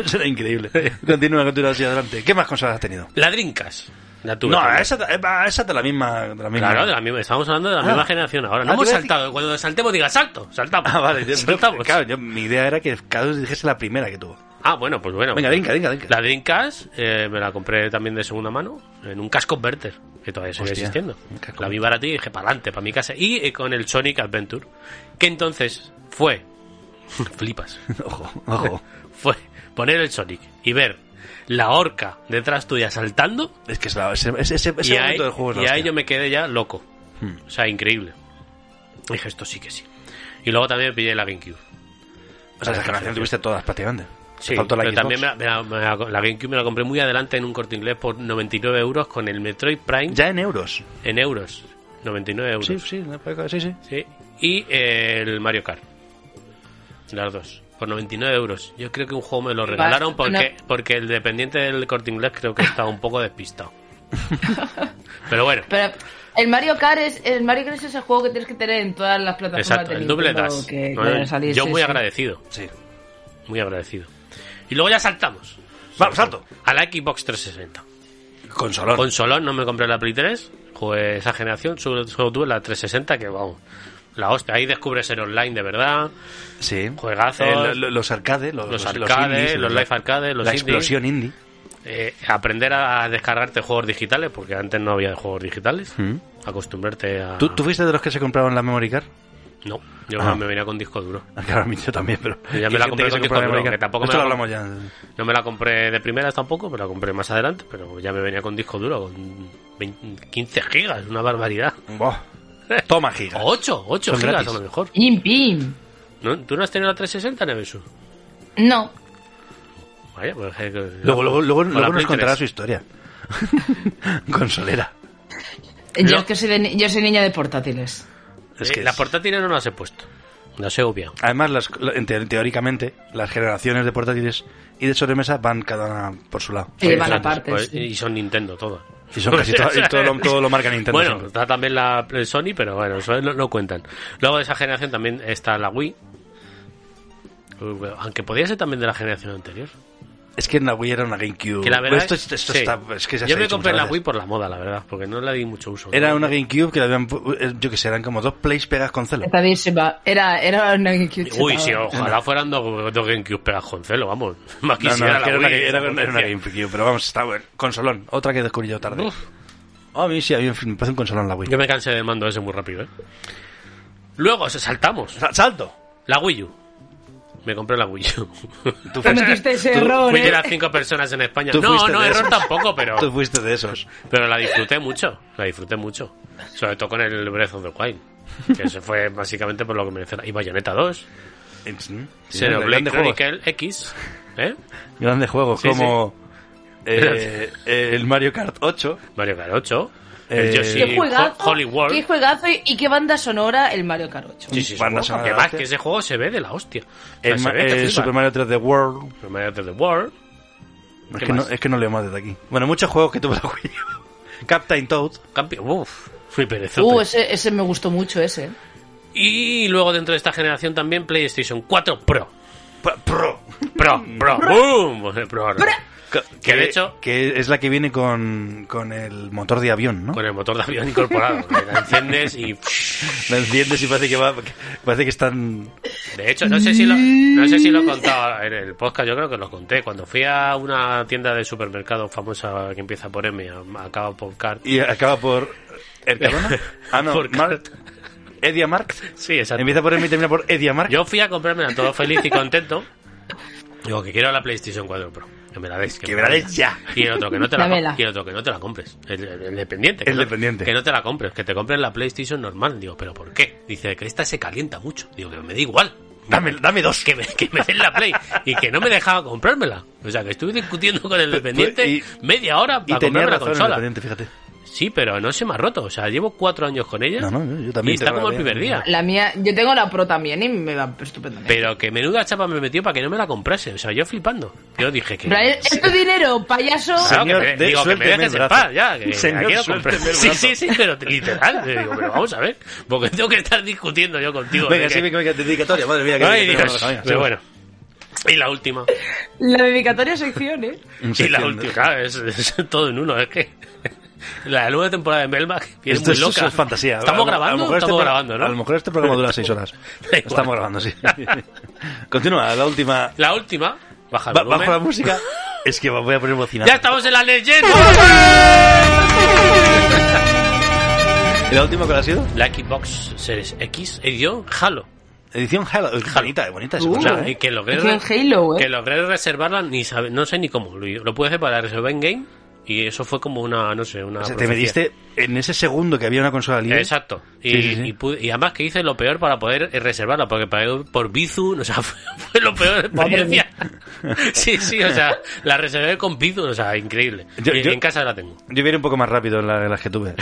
[SPEAKER 4] Eso era increíble. Continúa, continúa así adelante. ¿Qué más consolas has tenido?
[SPEAKER 3] Ladrincas. La tuve
[SPEAKER 4] No,
[SPEAKER 3] también.
[SPEAKER 4] esa, eh, va, esa de la misma. De la misma.
[SPEAKER 3] Claro, de la misma- estamos hablando de la
[SPEAKER 4] Ah.
[SPEAKER 3] misma generación ahora. No
[SPEAKER 4] Ah,
[SPEAKER 3] hemos
[SPEAKER 4] te iba a decir-
[SPEAKER 3] saltado. Cuando saltemos diga salto, saltamos.
[SPEAKER 4] <laughs> Ah,
[SPEAKER 3] <laughs>
[SPEAKER 4] vale. yo- yo-
[SPEAKER 3] saltamos.
[SPEAKER 4] claro, yo- mi idea era que cada uno dijese la primera
[SPEAKER 3] <laughs>
[SPEAKER 4] que tuvo.
[SPEAKER 3] Ah, bueno, pues bueno.
[SPEAKER 4] Venga, venga, venga, venga.
[SPEAKER 3] La Dreamcast eh, me la compré también de segunda mano en un cash converter, que todavía sigue
[SPEAKER 4] Hostia,
[SPEAKER 3] existiendo.
[SPEAKER 4] un cash
[SPEAKER 3] La vi baratilla y dije, para adelante, para mi casa. Y eh, con el Sonic Adventure, que entonces fue... <laughs> flipas.
[SPEAKER 4] Ojo, ojo.
[SPEAKER 3] Fue poner el Sonic y ver la orca detrás tuya saltando.
[SPEAKER 4] Es que es la, ese, ese, ese
[SPEAKER 3] y ahí,
[SPEAKER 4] momento del juego es la
[SPEAKER 3] y ahí
[SPEAKER 4] hostia. Hmm.
[SPEAKER 3] yo me quedé ya loco. O sea, increíble. Dije, esto sí que sí. Y luego también me pillé la GameCube.
[SPEAKER 4] O sea, esa generación tuviste todas prácticamente. Te
[SPEAKER 3] Sí,
[SPEAKER 4] faltó la
[SPEAKER 3] pero
[SPEAKER 4] Xbox.
[SPEAKER 3] también me la, me la- me la- la GameCube me la compré muy adelante en un corte inglés por 99 euros con el Metroid Prime
[SPEAKER 4] Ya en euros.
[SPEAKER 3] en euros. 99 euros.
[SPEAKER 4] Sí, sí, no puede- sí, sí.
[SPEAKER 3] Sí. Y eh, el Mario Kart. Las dos. Por 99 euros. Yo creo que un juego me lo regalaron porque, porque el dependiente del corte inglés creo que estaba un poco despistado. Pero bueno,
[SPEAKER 5] Pero el Mario Kart es el Mario Kart es ese juego que tienes que tener en todas las plataformas
[SPEAKER 3] exacto,
[SPEAKER 5] de
[SPEAKER 3] el doble
[SPEAKER 5] Nintendo
[SPEAKER 3] dash.
[SPEAKER 5] que
[SPEAKER 3] Bueno,
[SPEAKER 5] quieran salir,
[SPEAKER 3] yo
[SPEAKER 5] sí,
[SPEAKER 3] muy
[SPEAKER 5] sí.
[SPEAKER 3] agradecido,
[SPEAKER 4] sí.
[SPEAKER 3] muy agradecido. Y luego ya saltamos.
[SPEAKER 4] Vamos, salto.
[SPEAKER 3] A la Xbox 360.
[SPEAKER 4] Consolón.
[SPEAKER 3] Consolón, no me compré la Play 3. Jugué esa generación, solo, solo tuve la 360, que vamos. La hostia, ahí descubres el online de verdad.
[SPEAKER 4] Sí.
[SPEAKER 3] Juegazos.
[SPEAKER 4] Eh, lo- lo- los arcades. Los,
[SPEAKER 3] Los arcades,
[SPEAKER 4] indies,
[SPEAKER 3] los
[SPEAKER 4] la-
[SPEAKER 3] live arcades, los
[SPEAKER 4] La
[SPEAKER 3] indies.
[SPEAKER 4] explosión indie.
[SPEAKER 3] Eh, aprender a descargarte juegos digitales, porque antes no había juegos digitales.
[SPEAKER 4] Mm.
[SPEAKER 3] Acostumbrarte a.
[SPEAKER 4] ¿Tú, tú fuiste de los que se compraron la memory card? <laughs>
[SPEAKER 3] No, yo
[SPEAKER 4] Ah.
[SPEAKER 3] me venía con disco duro.
[SPEAKER 4] Ah, Claro, a mí yo también, pero...
[SPEAKER 3] Yo ya me
[SPEAKER 4] ¿Qué
[SPEAKER 3] la
[SPEAKER 4] gente
[SPEAKER 3] compré
[SPEAKER 4] que
[SPEAKER 3] con disco
[SPEAKER 4] se compra
[SPEAKER 3] duro,
[SPEAKER 4] memory card?
[SPEAKER 3] que tampoco
[SPEAKER 4] Esto
[SPEAKER 3] me
[SPEAKER 4] lo
[SPEAKER 3] la
[SPEAKER 4] hablamos ya.
[SPEAKER 3] No me la compré de primeras tampoco, me la compré más adelante, pero ya me venía con disco duro, con 20 15 gigas, una barbaridad.
[SPEAKER 4] Buah. <laughs> Toma, giga.
[SPEAKER 3] 8, 8
[SPEAKER 4] Son
[SPEAKER 3] gigas
[SPEAKER 4] gratis.
[SPEAKER 3] a lo mejor.
[SPEAKER 5] Pim, pim.
[SPEAKER 3] ¿No? ¿Tú no has tenido la 360, Nevesu?
[SPEAKER 5] No,
[SPEAKER 3] Vaya, pues, eh, que-
[SPEAKER 4] Luego, luego, luego,
[SPEAKER 3] con la
[SPEAKER 4] luego nos
[SPEAKER 3] Play
[SPEAKER 4] contará
[SPEAKER 3] 3.
[SPEAKER 4] su historia. <laughs> Consolera.
[SPEAKER 5] yo
[SPEAKER 3] No.
[SPEAKER 5] es que soy de ni- yo soy niña de portátiles.
[SPEAKER 4] Es
[SPEAKER 3] Eh,
[SPEAKER 4] que
[SPEAKER 3] las
[SPEAKER 4] es-
[SPEAKER 3] portátiles no las he puesto. Las he obviado.
[SPEAKER 4] Además, las, en te- teóricamente, las generaciones de portátiles y de sobremesa van cada una por su lado.
[SPEAKER 5] Sí, van
[SPEAKER 3] Entonces,
[SPEAKER 5] aparte,
[SPEAKER 3] pues,
[SPEAKER 5] sí.
[SPEAKER 3] Y son Nintendo todas.
[SPEAKER 4] Y son casi todo, y
[SPEAKER 3] <laughs>
[SPEAKER 4] todo, lo, todo lo marca Nintendo.
[SPEAKER 3] Bueno,
[SPEAKER 4] siempre.
[SPEAKER 3] está también la el Sony, pero bueno, eso no, no cuentan. Luego de esa generación también está la Wii. Aunque podía ser también de la generación anterior.
[SPEAKER 4] es que en la Wii era una GameCube.
[SPEAKER 3] Que la verdad
[SPEAKER 4] Pues esto,
[SPEAKER 3] es-
[SPEAKER 4] esto
[SPEAKER 3] sí.
[SPEAKER 4] está, es que ya se
[SPEAKER 3] Yo
[SPEAKER 4] ha
[SPEAKER 3] me
[SPEAKER 4] dicho
[SPEAKER 3] compré la
[SPEAKER 4] muchas
[SPEAKER 3] Wii
[SPEAKER 4] veces.
[SPEAKER 3] por la moda, la verdad, porque no le di mucho uso.
[SPEAKER 4] Era una GameCube que la habían, pu- eh, yo que sé, eran como dos plays pegas con celo.
[SPEAKER 5] Chetadísima. Era, era una GameCube
[SPEAKER 3] Uy,
[SPEAKER 5] chetada.
[SPEAKER 3] sí, ojalá fueran dos, dos GameCube pegas con celo, vamos. <laughs> Más
[SPEAKER 4] No, no,
[SPEAKER 3] quisiera
[SPEAKER 4] es que era, una,
[SPEAKER 3] la Wii, esa
[SPEAKER 4] era una- era una
[SPEAKER 3] potencia.
[SPEAKER 4] GameCube, pero vamos, está bueno. Consolón, otra que descubrí yo tarde.
[SPEAKER 3] Uf.
[SPEAKER 4] A mí sí, a mí me parece un consolón la Wii.
[SPEAKER 3] Yo me cansé del mando ese muy rápido, ¿eh? Luego, se saltamos.
[SPEAKER 4] Sa- ¡Salto!
[SPEAKER 3] La Wii U. Me compré la Wii U.
[SPEAKER 4] Tú
[SPEAKER 5] Cometiste <laughs> ese
[SPEAKER 3] Tú-
[SPEAKER 5] error,
[SPEAKER 3] Fui de
[SPEAKER 5] ¿eh?
[SPEAKER 3] las cinco personas en España.
[SPEAKER 4] Tú
[SPEAKER 3] No,
[SPEAKER 4] fuiste
[SPEAKER 3] no,
[SPEAKER 4] de
[SPEAKER 3] error
[SPEAKER 4] esos.
[SPEAKER 3] tampoco, pero,
[SPEAKER 4] Tú fuiste de esos.
[SPEAKER 3] pero la disfruté mucho. La disfruté mucho. Sobre todo con el Breath of the Wild. Que ese fue básicamente por lo que merecía. Y Bayonetta 2.
[SPEAKER 4] Sí,
[SPEAKER 3] Xenoblade
[SPEAKER 4] grandes juegos.
[SPEAKER 3] Chronicle X. ¿Eh?
[SPEAKER 4] Grandes juegos
[SPEAKER 3] Sí,
[SPEAKER 4] como eh, el Mario Kart 8.
[SPEAKER 3] Mario Kart 8. El
[SPEAKER 4] Eh,
[SPEAKER 3] Yoshi
[SPEAKER 5] ¿Qué juegazo?
[SPEAKER 3] Ho- Holy World.
[SPEAKER 5] ¿Qué juegazo y, y qué banda sonora el Mario Kart 8?
[SPEAKER 3] Sí, sí, sí.
[SPEAKER 4] Banda
[SPEAKER 3] Ojo,
[SPEAKER 4] sonora
[SPEAKER 3] que
[SPEAKER 4] de
[SPEAKER 3] más
[SPEAKER 4] hostia.
[SPEAKER 3] que ese juego se ve de la hostia. O sea,
[SPEAKER 4] El,
[SPEAKER 3] se
[SPEAKER 4] ma-
[SPEAKER 3] ve, te
[SPEAKER 4] eh,
[SPEAKER 3] flipa.
[SPEAKER 4] Super Mario 3D World.
[SPEAKER 3] Super Mario 3D World.
[SPEAKER 4] Es
[SPEAKER 3] ¿Qué
[SPEAKER 4] que, no,
[SPEAKER 3] más?
[SPEAKER 4] es que no leo más desde aquí. Bueno, muchos juegos que tuvo la Wii U. <laughs> Captain Toad.
[SPEAKER 3] Campi- Uf, fui perezote.
[SPEAKER 5] Uh, ese, ese me gustó mucho, ese.
[SPEAKER 3] Y luego dentro de esta generación también PlayStation 4 Pro.
[SPEAKER 4] Pro- Pro.
[SPEAKER 3] Pro, Pro, boom. Pro, no. Que de hecho,
[SPEAKER 4] Que es la que viene con, con el motor de avión, ¿no?
[SPEAKER 3] con el motor de avión incorporado. que La enciendes y. psh.
[SPEAKER 4] La enciendes y parece que, va, que- parece que están...
[SPEAKER 3] De hecho, no sé si lo, no sé si lo he contado en el podcast, yo creo que lo conté. Cuando fui a una tienda de supermercado famosa que empieza por M, a- acaba por Cart.
[SPEAKER 4] Y acaba por...
[SPEAKER 3] <laughs>
[SPEAKER 4] ¿Ercadona? Ah, no.
[SPEAKER 3] Por-
[SPEAKER 4] Mark, Ediamarkt.
[SPEAKER 3] Sí, exacto.
[SPEAKER 4] Empieza por M y termina por Ediamarkt.
[SPEAKER 3] Yo fui a comprármela todo feliz y contento. <laughs> Digo, que quiero la PlayStation 4 Pro. Que me la des.
[SPEAKER 4] Que me la des ya.
[SPEAKER 3] Y el otro que no te la,
[SPEAKER 5] Dámela.
[SPEAKER 3] com- y el otro que no te la compres. El, el- el dependiente. que
[SPEAKER 4] El
[SPEAKER 3] no-
[SPEAKER 4] dependiente.
[SPEAKER 3] Que no te la compres, que te compres la PlayStation normal. Digo, ¿pero por qué? Dice, que esta se calienta mucho. Digo, que me da igual.
[SPEAKER 4] Dame, dame dos.
[SPEAKER 3] Que me, que me den la Play. Y que no me dejaba comprármela. O sea, que estuve discutiendo con el dependiente
[SPEAKER 4] Pues, y-
[SPEAKER 3] media hora
[SPEAKER 4] Y
[SPEAKER 3] para
[SPEAKER 4] tenía
[SPEAKER 3] comprarme la
[SPEAKER 4] razón el
[SPEAKER 3] consola.
[SPEAKER 4] dependiente, fíjate.
[SPEAKER 3] Sí, pero no se me ha roto. O sea, llevo cuatro años con ella.
[SPEAKER 4] No, no, yo
[SPEAKER 3] y
[SPEAKER 4] también
[SPEAKER 3] está
[SPEAKER 4] tengo
[SPEAKER 3] como
[SPEAKER 4] la
[SPEAKER 3] el primer
[SPEAKER 4] mía.
[SPEAKER 3] día.
[SPEAKER 5] La mía, yo tengo la Pro también y me va estupendamente.
[SPEAKER 3] Pero que menuda chapa me metió para que no me la comprase. O sea, yo flipando. Yo dije que.
[SPEAKER 5] En plan, es es tu dinero, payaso.
[SPEAKER 3] Claro, que
[SPEAKER 4] Señor,
[SPEAKER 3] me-
[SPEAKER 4] de-
[SPEAKER 3] digo, que me
[SPEAKER 4] suélteme
[SPEAKER 3] dejes
[SPEAKER 4] el
[SPEAKER 3] en
[SPEAKER 4] brazo.
[SPEAKER 3] paz, ya. Que
[SPEAKER 4] Señor,
[SPEAKER 3] la quiero
[SPEAKER 4] suélteme
[SPEAKER 3] comprar.
[SPEAKER 4] el
[SPEAKER 3] Sí,
[SPEAKER 4] brazo.
[SPEAKER 3] sí, sí, pero literal. Yo digo, pero vamos a ver. Porque tengo que estar discutiendo yo contigo.
[SPEAKER 4] Venga,
[SPEAKER 3] de
[SPEAKER 4] sí,
[SPEAKER 3] que-
[SPEAKER 4] venga, venga, dedicatoria. Madre mía, que
[SPEAKER 3] Ay,
[SPEAKER 4] que
[SPEAKER 3] Dios.
[SPEAKER 4] tenemos la cabina. Sí,
[SPEAKER 3] Pero bueno. Y la última.
[SPEAKER 5] La dedicatoria sección, ¿eh?
[SPEAKER 3] Y la
[SPEAKER 4] Sección de-
[SPEAKER 3] última. Claro, es, es todo en uno. Es que. <laughs> La nueva temporada de Melmac viene
[SPEAKER 4] Esto
[SPEAKER 3] muy
[SPEAKER 4] es,
[SPEAKER 3] loca.
[SPEAKER 4] es fantasía. A lo-
[SPEAKER 3] ¿Estamos
[SPEAKER 4] a lo
[SPEAKER 3] grabando?
[SPEAKER 4] mejor este
[SPEAKER 3] Estamos
[SPEAKER 4] pro-
[SPEAKER 3] grabando, ¿no?
[SPEAKER 4] A lo mejor este programa dura seis
[SPEAKER 3] <laughs>
[SPEAKER 4] horas.
[SPEAKER 3] Da igual.
[SPEAKER 4] Estamos grabando, sí. <laughs> Continúa, la última.
[SPEAKER 3] La última. Baja el
[SPEAKER 4] Ba-
[SPEAKER 3] volumen.
[SPEAKER 4] bajo la música. Es que voy a poner bocina.
[SPEAKER 3] Ya estamos en la leyenda.
[SPEAKER 4] ¿Y la última cuál ha sido?
[SPEAKER 3] La Xbox Series X edición Halo.
[SPEAKER 4] Edición Halo. Es bonita, es bonita. esa
[SPEAKER 5] Uh.
[SPEAKER 3] O
[SPEAKER 4] consola,
[SPEAKER 3] sea,
[SPEAKER 4] ¿eh?
[SPEAKER 3] y que logré,
[SPEAKER 5] Es un Halo,
[SPEAKER 3] que
[SPEAKER 5] ¿eh?
[SPEAKER 3] logré reservarla, ni sabe- no sé ni cómo. Lo, lo pude hacer para reservar en game y eso fue como una, no sé, una.
[SPEAKER 4] O sea, te
[SPEAKER 3] profecía.
[SPEAKER 4] metiste en ese segundo que había una consola libre.
[SPEAKER 3] Exacto. Y,
[SPEAKER 4] Sí, sí, sí.
[SPEAKER 3] y pude- y además que hice lo peor para poder eh, reservarla, porque pagué por Bizu, o sea, <laughs> fue, fue lo peor de experiencia. <laughs> sí, sí, o sea, la reservé con Bizu, o sea, increíble.
[SPEAKER 4] Yo-
[SPEAKER 3] y,
[SPEAKER 4] yo-
[SPEAKER 3] en casa la tengo. <laughs>
[SPEAKER 4] Yo viera un poco más rápido en la- en las que tuve.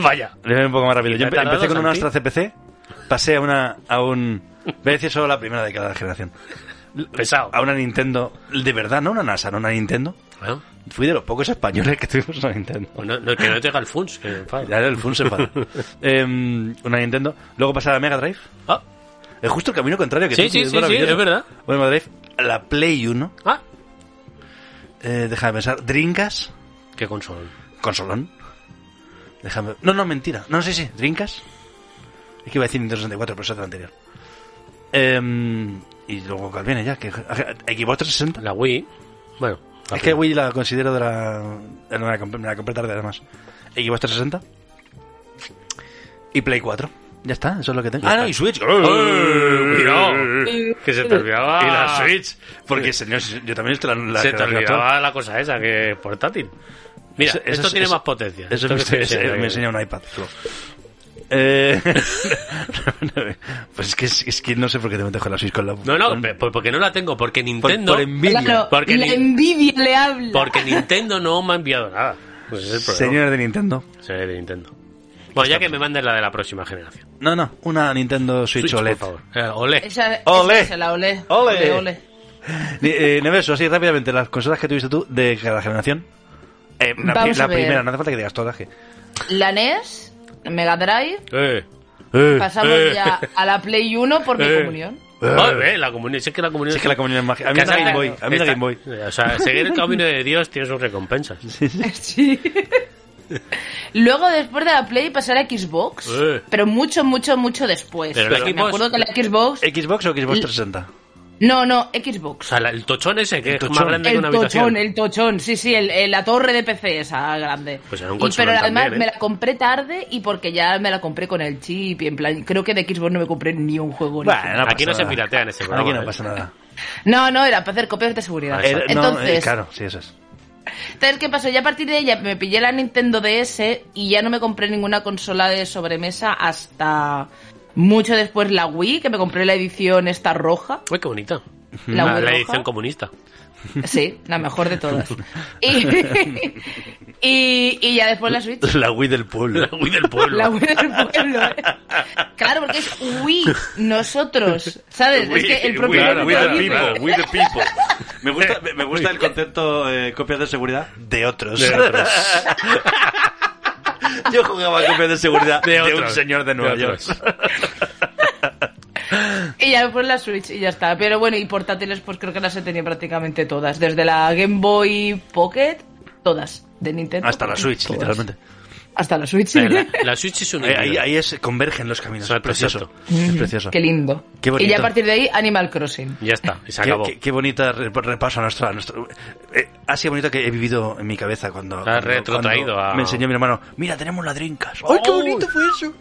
[SPEAKER 3] Vaya.
[SPEAKER 4] Le doy un poco más rápido.
[SPEAKER 3] ¿Y
[SPEAKER 4] Yo
[SPEAKER 3] te ha tardado,
[SPEAKER 4] empecé con una
[SPEAKER 3] Santi?
[SPEAKER 4] Astra CPC, pasé a una a un voy a decir solo la primera de cada generación.
[SPEAKER 3] Pesado.
[SPEAKER 4] A una Nintendo, de verdad, no una NASA, no una Nintendo.
[SPEAKER 3] Bueno,
[SPEAKER 4] Fui de los pocos españoles que tuvimos una Nintendo.
[SPEAKER 3] Ah, pues no- no- que no tenga el FUNS, que me enfado.
[SPEAKER 4] Ya era el Fun se enfada.
[SPEAKER 3] <laughs>
[SPEAKER 4] Em, una Nintendo. Luego pasé a la Mega Drive.
[SPEAKER 3] Ah,
[SPEAKER 4] Es justo el camino contrario que
[SPEAKER 3] Sí,
[SPEAKER 4] tú,
[SPEAKER 3] sí,
[SPEAKER 4] que es
[SPEAKER 3] sí, sí,
[SPEAKER 4] maravilloso.
[SPEAKER 3] es verdad.
[SPEAKER 4] Bueno, Mega Drive, la Play 1,
[SPEAKER 3] ah,
[SPEAKER 4] eh, déjame pensar, Drinkas,
[SPEAKER 3] qué consola.
[SPEAKER 4] consolón. Déjame. No, no, mentira. No, sí, sí, Drinkas. Es que iba a decir Nintendo 64, pero eso es la anterior. Em, y luego cuál viene ya, que Xbox 360.
[SPEAKER 3] La Wii. Bueno. la
[SPEAKER 4] Es que
[SPEAKER 3] Wii.
[SPEAKER 4] Wii la considero de la. de la- Me la compré, me la compré tarde además. Xbox 360. Y Play 4. Ya está, eso es lo que tengo.
[SPEAKER 3] Ya está.
[SPEAKER 4] Switch.
[SPEAKER 3] ¡Eh, ¡Oh, cuidado! Que se te olvidaba.
[SPEAKER 4] Y la Switch. Porque, señor, yo también estoy la, la
[SPEAKER 3] se te
[SPEAKER 4] generación actual.
[SPEAKER 3] olvidaba la cosa esa, que es portátil. Mira,
[SPEAKER 4] Eso-
[SPEAKER 3] esto
[SPEAKER 4] eso-
[SPEAKER 3] tiene
[SPEAKER 4] eso-
[SPEAKER 3] más potencia.
[SPEAKER 4] Eso
[SPEAKER 3] Esto
[SPEAKER 4] me,
[SPEAKER 3] que estoy
[SPEAKER 4] enseña- eso
[SPEAKER 3] enseñando
[SPEAKER 4] eh, me
[SPEAKER 3] aquí.
[SPEAKER 4] enseña un iPad. Pro. Eh, <laughs> pues es que, es, es que no sé por qué te metes con la Switch con la.
[SPEAKER 3] No, no,
[SPEAKER 4] con-
[SPEAKER 3] pe- por- porque no la tengo, porque
[SPEAKER 4] por,
[SPEAKER 3] Nintendo.
[SPEAKER 4] por envidia.
[SPEAKER 5] Claro,
[SPEAKER 3] Porque
[SPEAKER 5] la
[SPEAKER 3] ni-
[SPEAKER 5] envidia le habla.
[SPEAKER 3] Porque Nintendo no me ha enviado nada. Pues ese es el problema.
[SPEAKER 4] Señores de Nintendo.
[SPEAKER 3] Señor de Nintendo. Bueno, ya que me manden la de la próxima generación.
[SPEAKER 4] No, no, una Nintendo Switch, E
[SPEAKER 3] Switch,
[SPEAKER 4] OLED.
[SPEAKER 3] por favor. Eh, ole.
[SPEAKER 5] Esa, esa
[SPEAKER 4] Ole.
[SPEAKER 5] es la ole.
[SPEAKER 4] Ole.
[SPEAKER 5] Ole, ole.
[SPEAKER 4] Ni- Eh, Neveso, así rápidamente, las consolas que tuviste tú de cada generación. Eh, la, pri-
[SPEAKER 5] Vamos
[SPEAKER 4] la
[SPEAKER 5] a ver.
[SPEAKER 4] primera, no hace falta que digas todas. que-
[SPEAKER 5] La NES, Mega Drive,
[SPEAKER 3] Eh.
[SPEAKER 5] pasamos
[SPEAKER 3] eh.
[SPEAKER 5] ya a la Play 1 por mi
[SPEAKER 3] Eh.
[SPEAKER 5] comunión. <laughs>
[SPEAKER 3] Vale, eh, la comunión. Si es que la comunión.
[SPEAKER 4] Si es que la comunión es mágica. A mí es la Game Boy. A mí es la Game Boy.
[SPEAKER 3] O sea, seguir el camino de Dios tiene sus
[SPEAKER 4] <laughs>
[SPEAKER 3] recompensas.
[SPEAKER 5] Sí. Luego, después de la Play, pasar a Xbox.
[SPEAKER 3] Eh.
[SPEAKER 5] Pero mucho, mucho, mucho después.
[SPEAKER 3] Pero la
[SPEAKER 5] me
[SPEAKER 3] Xbox-
[SPEAKER 5] acuerdo que la Xbox.
[SPEAKER 4] ¿Xbox o Xbox 360?
[SPEAKER 5] No, no,
[SPEAKER 3] O
[SPEAKER 5] Xbox.
[SPEAKER 3] sea, la- el tochón ese que
[SPEAKER 4] El
[SPEAKER 3] es
[SPEAKER 4] tochón.
[SPEAKER 3] más grande que
[SPEAKER 5] El
[SPEAKER 3] una
[SPEAKER 5] tochón,
[SPEAKER 3] habitación.
[SPEAKER 5] el tochón, sí, sí, el- el- la torre de PC esa grande.
[SPEAKER 3] Pues era un
[SPEAKER 5] Y-
[SPEAKER 3] consolón
[SPEAKER 5] pero además
[SPEAKER 3] también, ¿eh?
[SPEAKER 5] me la compré tarde y porque ya me la compré con el chip y en plan, creo que de Xbox no me compré ni un juego. ni nada.
[SPEAKER 4] Bueno,
[SPEAKER 3] Aquí
[SPEAKER 4] pasa
[SPEAKER 3] no se
[SPEAKER 4] nada.
[SPEAKER 3] piratea en ese
[SPEAKER 4] Aquí
[SPEAKER 3] programa,
[SPEAKER 4] no
[SPEAKER 3] ¿eh?
[SPEAKER 4] pasa nada.
[SPEAKER 5] No, no, era para hacer copias de seguridad.
[SPEAKER 3] Ah,
[SPEAKER 4] Eh, no, eh,
[SPEAKER 5] Entonces,
[SPEAKER 4] claro, sí, eso es.
[SPEAKER 5] Entonces, ¿qué pasó? Ya a partir de ella me pillé la Nintendo DS y ya no me compré ninguna consola de sobremesa hasta mucho después la Wii, que me compré la edición esta roja.
[SPEAKER 3] Uy, qué bonita. La,
[SPEAKER 5] La Wii
[SPEAKER 3] la
[SPEAKER 5] roja.
[SPEAKER 3] <laughs> edición comunista.
[SPEAKER 5] Sí, la mejor de todas. Y, <laughs> Y, y ya después la Switch.
[SPEAKER 4] La Wii del <laughs>
[SPEAKER 3] <laughs>
[SPEAKER 4] pueblo.
[SPEAKER 3] La Wii del pueblo.
[SPEAKER 5] <laughs> La Wii del pueblo, ¿eh? Claro, porque es Wii, nosotros, ¿sabes? es que el
[SPEAKER 3] Wii,
[SPEAKER 5] propio...
[SPEAKER 3] Wii,
[SPEAKER 5] nombre
[SPEAKER 4] Claro,
[SPEAKER 3] Wii
[SPEAKER 5] lo
[SPEAKER 3] del
[SPEAKER 4] claro,
[SPEAKER 5] dice.
[SPEAKER 3] people, Wii del
[SPEAKER 4] claro.
[SPEAKER 3] people.
[SPEAKER 4] Me gusta, me- me gusta el concepto eh, copias de seguridad de otros.
[SPEAKER 3] De otros.
[SPEAKER 4] <laughs> Yo jugaba a copias de seguridad de, un
[SPEAKER 3] otros.
[SPEAKER 4] señor de Nueva York.
[SPEAKER 3] otros.
[SPEAKER 5] Y ya después la Switch y ya está. Pero bueno, y portátiles pues creo que las he tenido prácticamente todas. Desde la Game Boy Pocket, todas. De Nintendo.
[SPEAKER 4] Hasta la Switch,
[SPEAKER 5] todas.
[SPEAKER 4] literalmente.
[SPEAKER 5] Hasta la Switch.
[SPEAKER 3] La,
[SPEAKER 5] <laughs>
[SPEAKER 3] la Switch es un
[SPEAKER 4] Ahí, ahí- ahí es, convergen los caminos.
[SPEAKER 3] Exacto,
[SPEAKER 4] es precioso.
[SPEAKER 5] Ujú.
[SPEAKER 4] Es precioso.
[SPEAKER 5] Qué lindo.
[SPEAKER 4] Qué bonito.
[SPEAKER 5] y ya a partir de ahí, Animal Crossing. <laughs>
[SPEAKER 3] Ya está, y se
[SPEAKER 4] Qué,
[SPEAKER 3] acabó.
[SPEAKER 4] qué- qué bonita re- repaso a nuestra. a nuestro- eh, ha sido bonito que he vivido en mi cabeza cuando.
[SPEAKER 3] Te has
[SPEAKER 4] cuando-
[SPEAKER 3] retrotraído
[SPEAKER 4] cuando
[SPEAKER 3] a-
[SPEAKER 4] Me enseñó mi hermano. Mira, tenemos ladrincas. ¡Ay, qué
[SPEAKER 3] ¡Oh!
[SPEAKER 4] bonito fue eso!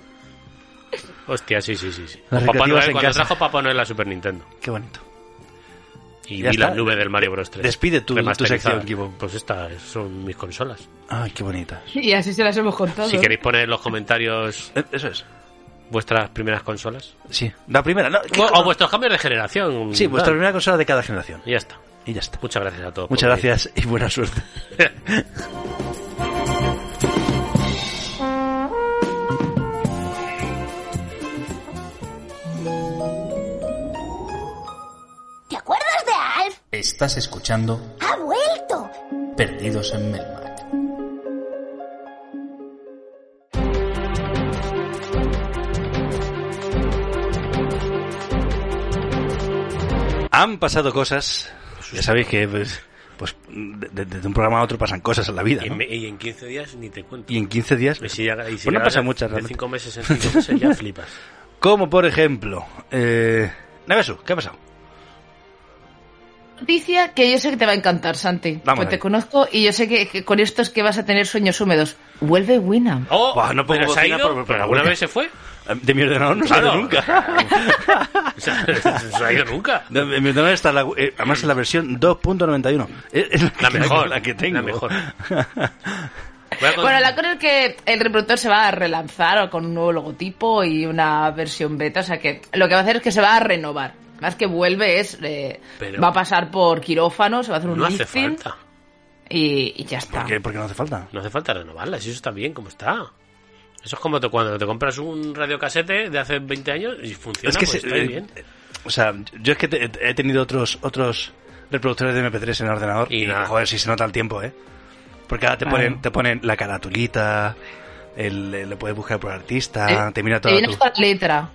[SPEAKER 3] Hostia, sí, sí, sí. sí.
[SPEAKER 4] Las
[SPEAKER 3] O Papá
[SPEAKER 4] recreativas
[SPEAKER 3] Noel,
[SPEAKER 4] en
[SPEAKER 3] cuando
[SPEAKER 4] casa.
[SPEAKER 3] trajo Papá Noel la Super Nintendo.
[SPEAKER 4] Qué bonito.
[SPEAKER 3] Y
[SPEAKER 4] Ya
[SPEAKER 3] vi
[SPEAKER 4] está.
[SPEAKER 3] la nube del Mario Bros 3.
[SPEAKER 4] Despide tu- tu
[SPEAKER 3] Remasterizada.
[SPEAKER 4] sección, Kibo.
[SPEAKER 3] Pues estas son mis consolas.
[SPEAKER 4] ¡Ay, qué bonitas!
[SPEAKER 5] Y así se las hemos contado.
[SPEAKER 3] Si queréis poner en los comentarios
[SPEAKER 4] Eh, Eso es.
[SPEAKER 3] vuestras primeras consolas.
[SPEAKER 4] Sí. La primera, ¿no? ¿Qué
[SPEAKER 3] O,
[SPEAKER 4] cosa?
[SPEAKER 3] o vuestros cambios de generación.
[SPEAKER 4] Sí, vuestra
[SPEAKER 3] Tal.
[SPEAKER 4] primera consola de cada generación.
[SPEAKER 3] Y ya está.
[SPEAKER 4] Y ya está.
[SPEAKER 3] Muchas gracias a todos.
[SPEAKER 4] Muchas
[SPEAKER 3] por venir.
[SPEAKER 4] gracias y buena suerte.
[SPEAKER 6] ¿Te acuerdas de Alf?
[SPEAKER 7] Estás escuchando
[SPEAKER 6] ¡Ha vuelto!
[SPEAKER 7] Perdidos en Melmac.
[SPEAKER 4] Han pasado cosas. Ya sabéis que, pues, pues, de- de- desde un programa a otro pasan cosas en la vida.
[SPEAKER 3] Y,
[SPEAKER 4] ¿no?
[SPEAKER 3] me- y en 15 días ni te cuento.
[SPEAKER 4] Y en 15 días.
[SPEAKER 3] Y si llega- y si
[SPEAKER 4] Pues no
[SPEAKER 3] llega
[SPEAKER 4] pasa
[SPEAKER 3] de-
[SPEAKER 4] muchas,
[SPEAKER 3] De
[SPEAKER 4] realmente.
[SPEAKER 3] 5 meses en 5 meses
[SPEAKER 4] <laughs>
[SPEAKER 3] ya flipas.
[SPEAKER 4] Como por ejemplo. Eh... Nagasu, ¿qué ha pasado?
[SPEAKER 5] Noticia que yo sé que te va a encantar, Santi.
[SPEAKER 4] Vamos
[SPEAKER 5] pues
[SPEAKER 4] ahí.
[SPEAKER 5] te conozco y yo sé que, que con esto es que vas a tener sueños húmedos. Vuelve Winamp.
[SPEAKER 3] Oh,
[SPEAKER 4] Buah, no pongo
[SPEAKER 3] ¿pero se ha
[SPEAKER 4] bocina
[SPEAKER 3] ido?
[SPEAKER 4] por- por
[SPEAKER 3] ¿Pero
[SPEAKER 4] la
[SPEAKER 3] alguna
[SPEAKER 4] huelga.
[SPEAKER 3] vez se
[SPEAKER 4] <laughs>
[SPEAKER 3] fue?
[SPEAKER 4] Eh, De mi ordenador no sale
[SPEAKER 3] Claro.
[SPEAKER 4] nunca.
[SPEAKER 3] <laughs> O sea, no se ha ido nunca.
[SPEAKER 4] De- de mi ordenador está, la- eh, además, en la versión 2.91. Es, es
[SPEAKER 3] La
[SPEAKER 4] que-
[SPEAKER 3] mejor,
[SPEAKER 4] La que tengo.
[SPEAKER 3] la
[SPEAKER 4] <laughs>
[SPEAKER 3] mejor. Voy a con-
[SPEAKER 5] Bueno, la cosa es que el reproductor se va a relanzar o con un nuevo logotipo y una versión beta, o sea que lo que va a hacer es que se va a renovar. Más que vuelve es... eh,
[SPEAKER 3] Pero-
[SPEAKER 5] va a pasar por quirófano, se va a hacer un
[SPEAKER 3] No hace
[SPEAKER 5] lifting
[SPEAKER 3] falta.
[SPEAKER 5] Y, y ya está.
[SPEAKER 4] ¿Por qué? Porque no hace falta.
[SPEAKER 3] No hace falta renovarla, si eso está bien como está. Eso es como te- cuando te compras un radiocasete de hace 20 años y funciona, pues
[SPEAKER 4] se-
[SPEAKER 3] está
[SPEAKER 4] eh,
[SPEAKER 3] bien.
[SPEAKER 4] O sea, yo es que te- he tenido otros otros reproductores de MP3 en el ordenador
[SPEAKER 3] Y
[SPEAKER 4] y,
[SPEAKER 3] nada.
[SPEAKER 4] joder, si se nota el tiempo, ¿eh? Porque ahora te
[SPEAKER 5] Claro.
[SPEAKER 4] ponen te ponen la caratulita, el, el- lo puedes buscar por artista,
[SPEAKER 5] Eh,
[SPEAKER 4] ah, te mira
[SPEAKER 5] Te
[SPEAKER 4] toda
[SPEAKER 5] viene
[SPEAKER 4] tu...
[SPEAKER 5] con letra.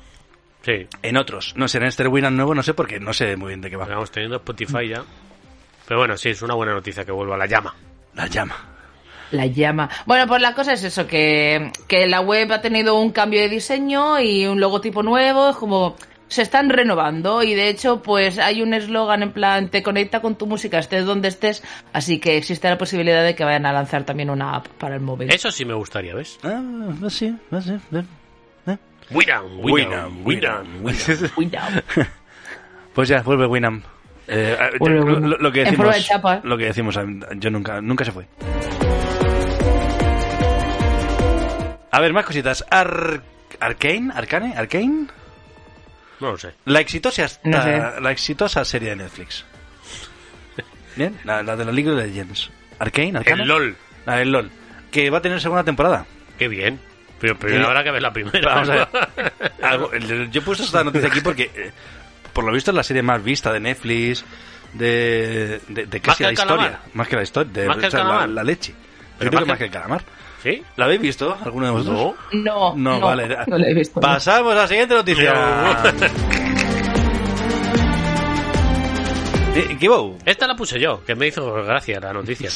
[SPEAKER 3] Sí,
[SPEAKER 4] En otros, no sé, en este Winamp nuevo no sé porque no sé muy bien de qué va.
[SPEAKER 3] vamos teniendo Spotify ya. Pero bueno, sí, es una buena noticia que vuelva la llama.
[SPEAKER 4] La llama.
[SPEAKER 5] La llama. Bueno, pues la cosa es eso, que, que la web ha tenido un cambio de diseño y un logotipo nuevo, es como se están renovando y de hecho pues hay un eslogan en plan te conecta con tu música, estés donde estés, así que existe la posibilidad de que vayan a lanzar también una app para el móvil.
[SPEAKER 3] Eso sí me gustaría, ¿ves?
[SPEAKER 4] Ah, no sé, no sé. no- ¿eh?
[SPEAKER 3] Winam, Winam, Winam, Winam.
[SPEAKER 5] Cuidado.
[SPEAKER 4] Pues ya, vuelve Winamp. Eh, eh,
[SPEAKER 5] Vuelve
[SPEAKER 4] lo-
[SPEAKER 5] Winamp.
[SPEAKER 4] Lo, lo que
[SPEAKER 5] En forma
[SPEAKER 4] decimos,
[SPEAKER 5] de chapa, ¿eh?
[SPEAKER 4] lo que decimos, yo nunca, nunca se fue. A ver, más cositas. Ar- Arcane, Arcane, Arcane.
[SPEAKER 3] No lo sé.
[SPEAKER 4] La exitosa,
[SPEAKER 5] No sé.
[SPEAKER 4] la, la exitosa serie de
[SPEAKER 5] <laughs>
[SPEAKER 4] Netflix. Bien, la, la de la League of Legends. Arcane, Arcane.
[SPEAKER 3] El LOL,
[SPEAKER 4] La del LOL. Que va a tener segunda temporada.
[SPEAKER 3] qué bien. Pero primero
[SPEAKER 4] El-
[SPEAKER 3] habrá que ver la primera.
[SPEAKER 4] Vamos a ver. Algo- el- yo he puesto esta noticia aquí porque, eh, por lo visto, es la serie más vista de Netflix, de, de, de casi
[SPEAKER 3] que
[SPEAKER 4] la
[SPEAKER 3] el
[SPEAKER 4] historia.
[SPEAKER 3] calamar.
[SPEAKER 4] Más que la historia, de
[SPEAKER 3] Más que el
[SPEAKER 4] o sea, la,
[SPEAKER 3] calamar.
[SPEAKER 4] la leche.
[SPEAKER 3] Pero
[SPEAKER 4] Yo
[SPEAKER 3] más
[SPEAKER 4] creo que
[SPEAKER 3] que-
[SPEAKER 4] más que el calamar.
[SPEAKER 3] <laughs> ¿Sí?
[SPEAKER 4] ¿La habéis visto? ¿Alguno de vosotros?
[SPEAKER 3] No.
[SPEAKER 5] No,
[SPEAKER 4] No, vale.
[SPEAKER 5] No lo he visto.
[SPEAKER 4] Pasamos a la siguiente noticia. <laughs> Eh, Kibo.
[SPEAKER 3] Esta la puse yo, que me hizo gracia la noticia.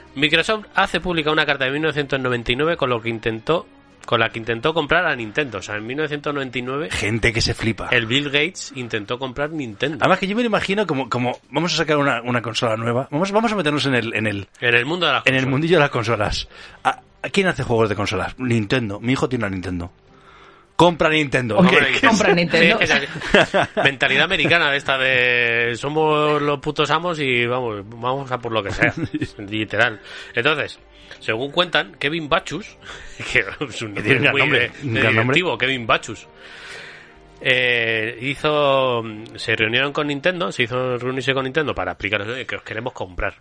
[SPEAKER 4] <laughs>
[SPEAKER 3] Microsoft hace pública una carta de 1999 con lo que intentó con la que intentó comprar a Nintendo. O sea, en 1999
[SPEAKER 4] Gente que se flipa.
[SPEAKER 3] el Bill Gates intentó comprar Nintendo.
[SPEAKER 4] Además que yo me lo imagino como, como vamos a sacar una, una consola nueva. Vamos, vamos a meternos en el, en el,
[SPEAKER 3] En el mundo de las
[SPEAKER 4] en el
[SPEAKER 3] consolas.
[SPEAKER 4] mundillo de las consolas. ¿A, a quién hace juegos de consolas? Nintendo. Mi hijo tiene una Nintendo. Compra Nintendo.
[SPEAKER 3] Compra
[SPEAKER 4] ¿Qué- qué
[SPEAKER 3] Nintendo.
[SPEAKER 5] Compra Nintendo.
[SPEAKER 3] Sí, es que la- mentalidad americana de esta de somos los putos amos y vamos, vamos a por lo que
[SPEAKER 4] <laughs>
[SPEAKER 3] sea. Literal. Entonces, según cuentan, Kevin Bachus, <laughs> que es un
[SPEAKER 4] Tiene un gran
[SPEAKER 3] muy
[SPEAKER 4] nombre,
[SPEAKER 3] de-
[SPEAKER 4] un
[SPEAKER 3] de
[SPEAKER 4] gran nombre.
[SPEAKER 3] directivo, Kevin Bachus. eh, hizo se reunieron con Nintendo se hizo reunirse con Nintendo para explicarles "Oye, que os queremos comprar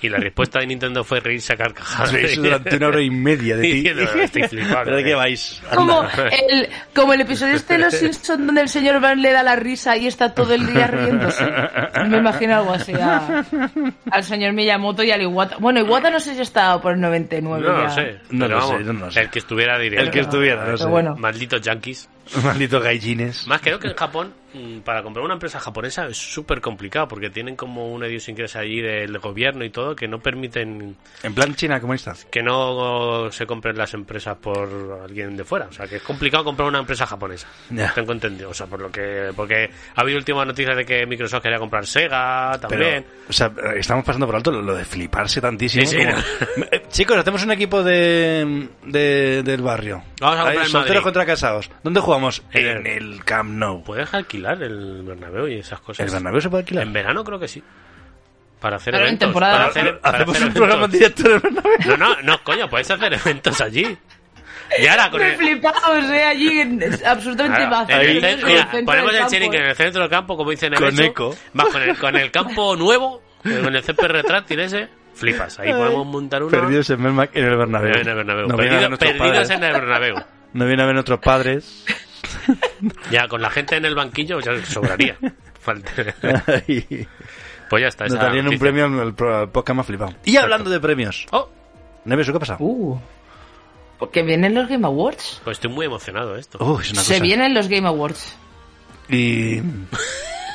[SPEAKER 3] Y la respuesta de Nintendo fue reírse a carcajadas.
[SPEAKER 4] Eso durante una
[SPEAKER 3] <laughs>
[SPEAKER 4] hora y media de ti.
[SPEAKER 3] Diciendo, estoy flipando.
[SPEAKER 4] ¿Verdad que vais?
[SPEAKER 5] Como
[SPEAKER 4] Anda.
[SPEAKER 5] el, como el episodio este de Los Simpsons donde el señor Van le da la risa y está todo el día riéndose. Me imagino algo así a- al señor Miyamoto y al Iwata. Bueno, Iwata no sé si está por el 99
[SPEAKER 3] No
[SPEAKER 5] ya.
[SPEAKER 3] lo sé.
[SPEAKER 4] No
[SPEAKER 3] pero
[SPEAKER 4] lo sé,
[SPEAKER 3] vamos,
[SPEAKER 4] yo no lo sé.
[SPEAKER 3] El que estuviera diría.
[SPEAKER 4] El que estuviera, no
[SPEAKER 5] Pero
[SPEAKER 4] sé.
[SPEAKER 5] bueno.
[SPEAKER 3] Malditos yankees.
[SPEAKER 4] Malditos gallines.
[SPEAKER 3] Más creo que en Japón, mm, para comprar una empresa japonesa es súper complicado porque tienen como una idiosincrasia allí del gobierno y todo que no permiten
[SPEAKER 4] En plan China comunista.
[SPEAKER 3] que no se compren las empresas por alguien de fuera. O sea, que es complicado comprar una empresa japonesa.
[SPEAKER 4] Ya.
[SPEAKER 3] Tengo entendido. O sea, por lo que. Porque ha habido últimas noticias de que Microsoft quería comprar Sega también.
[SPEAKER 4] Pero, o sea, estamos pasando por alto lo, lo de fliparse tantísimo.
[SPEAKER 3] Sí, sí,
[SPEAKER 4] <laughs> Eh, Chicos, hacemos un equipo de, de- del barrio.
[SPEAKER 3] Vamos a
[SPEAKER 4] Ahí,
[SPEAKER 3] comprar el
[SPEAKER 4] solteros
[SPEAKER 3] Madrid.
[SPEAKER 4] contra casados. ¿Dónde jugamos?
[SPEAKER 3] En
[SPEAKER 4] En
[SPEAKER 3] el- Pues,
[SPEAKER 4] el Camp Nou.
[SPEAKER 3] ¿Puedes alquilar el Bernabéu y esas cosas?
[SPEAKER 4] ¿El Bernabéu se puede alquilar?
[SPEAKER 3] En verano creo que sí. Para hacer
[SPEAKER 5] Pero en
[SPEAKER 3] eventos.
[SPEAKER 5] temporada.
[SPEAKER 3] Para hacer, para
[SPEAKER 4] Hacemos
[SPEAKER 3] hacer
[SPEAKER 4] un programa en
[SPEAKER 3] eventos.
[SPEAKER 4] directo del
[SPEAKER 3] No,
[SPEAKER 4] Bernabéu.
[SPEAKER 3] no, no, coño, podéis hacer eventos allí. Y ahora con
[SPEAKER 5] Me
[SPEAKER 3] el...
[SPEAKER 5] flipamos, eh, allí en- absolutamente
[SPEAKER 3] Claro,
[SPEAKER 5] vacío.
[SPEAKER 3] en el
[SPEAKER 5] ¿no?
[SPEAKER 3] centro-
[SPEAKER 5] Con ¿eh? el
[SPEAKER 3] mira,
[SPEAKER 5] centro
[SPEAKER 3] ponemos
[SPEAKER 5] del
[SPEAKER 3] el
[SPEAKER 5] campo, ¿eh?
[SPEAKER 3] chiringuito en el centro del campo, como dicen en
[SPEAKER 4] Con
[SPEAKER 3] el hecho.
[SPEAKER 4] eco.
[SPEAKER 3] Vas con el, con el
[SPEAKER 5] <laughs>
[SPEAKER 3] campo nuevo, con el césped retráctil ese, flipas. Ahí podemos montar uno
[SPEAKER 4] Perdidos en, Melmac, en el Bernabéu.
[SPEAKER 3] en el Bernabéu.
[SPEAKER 4] No vienen a ver
[SPEAKER 3] Perdido-
[SPEAKER 4] nuestros
[SPEAKER 3] perdidos
[SPEAKER 4] padres.
[SPEAKER 3] en el Bernabéu.
[SPEAKER 4] No vienen a ver
[SPEAKER 3] <laughs>
[SPEAKER 4] nuestros padres.
[SPEAKER 3] Ya, con la gente en el banquillo ya
[SPEAKER 4] <laughs>
[SPEAKER 3] sobraría. Falta- <laughs>
[SPEAKER 4] Ay,
[SPEAKER 3] pues ya está.
[SPEAKER 4] Nos
[SPEAKER 3] esa
[SPEAKER 4] darían un
[SPEAKER 3] noticia.
[SPEAKER 4] premio en el pro- podcast más flipado. Y hablando de premios.
[SPEAKER 3] Oh,
[SPEAKER 4] Neves, ¿qué ha pasado?
[SPEAKER 5] Uh, porque vienen los Game Awards.
[SPEAKER 3] pues estoy muy emocionado de esto.
[SPEAKER 4] Uh, es una
[SPEAKER 5] Se
[SPEAKER 4] cosa.
[SPEAKER 5] vienen los Game Awards.
[SPEAKER 4] Y...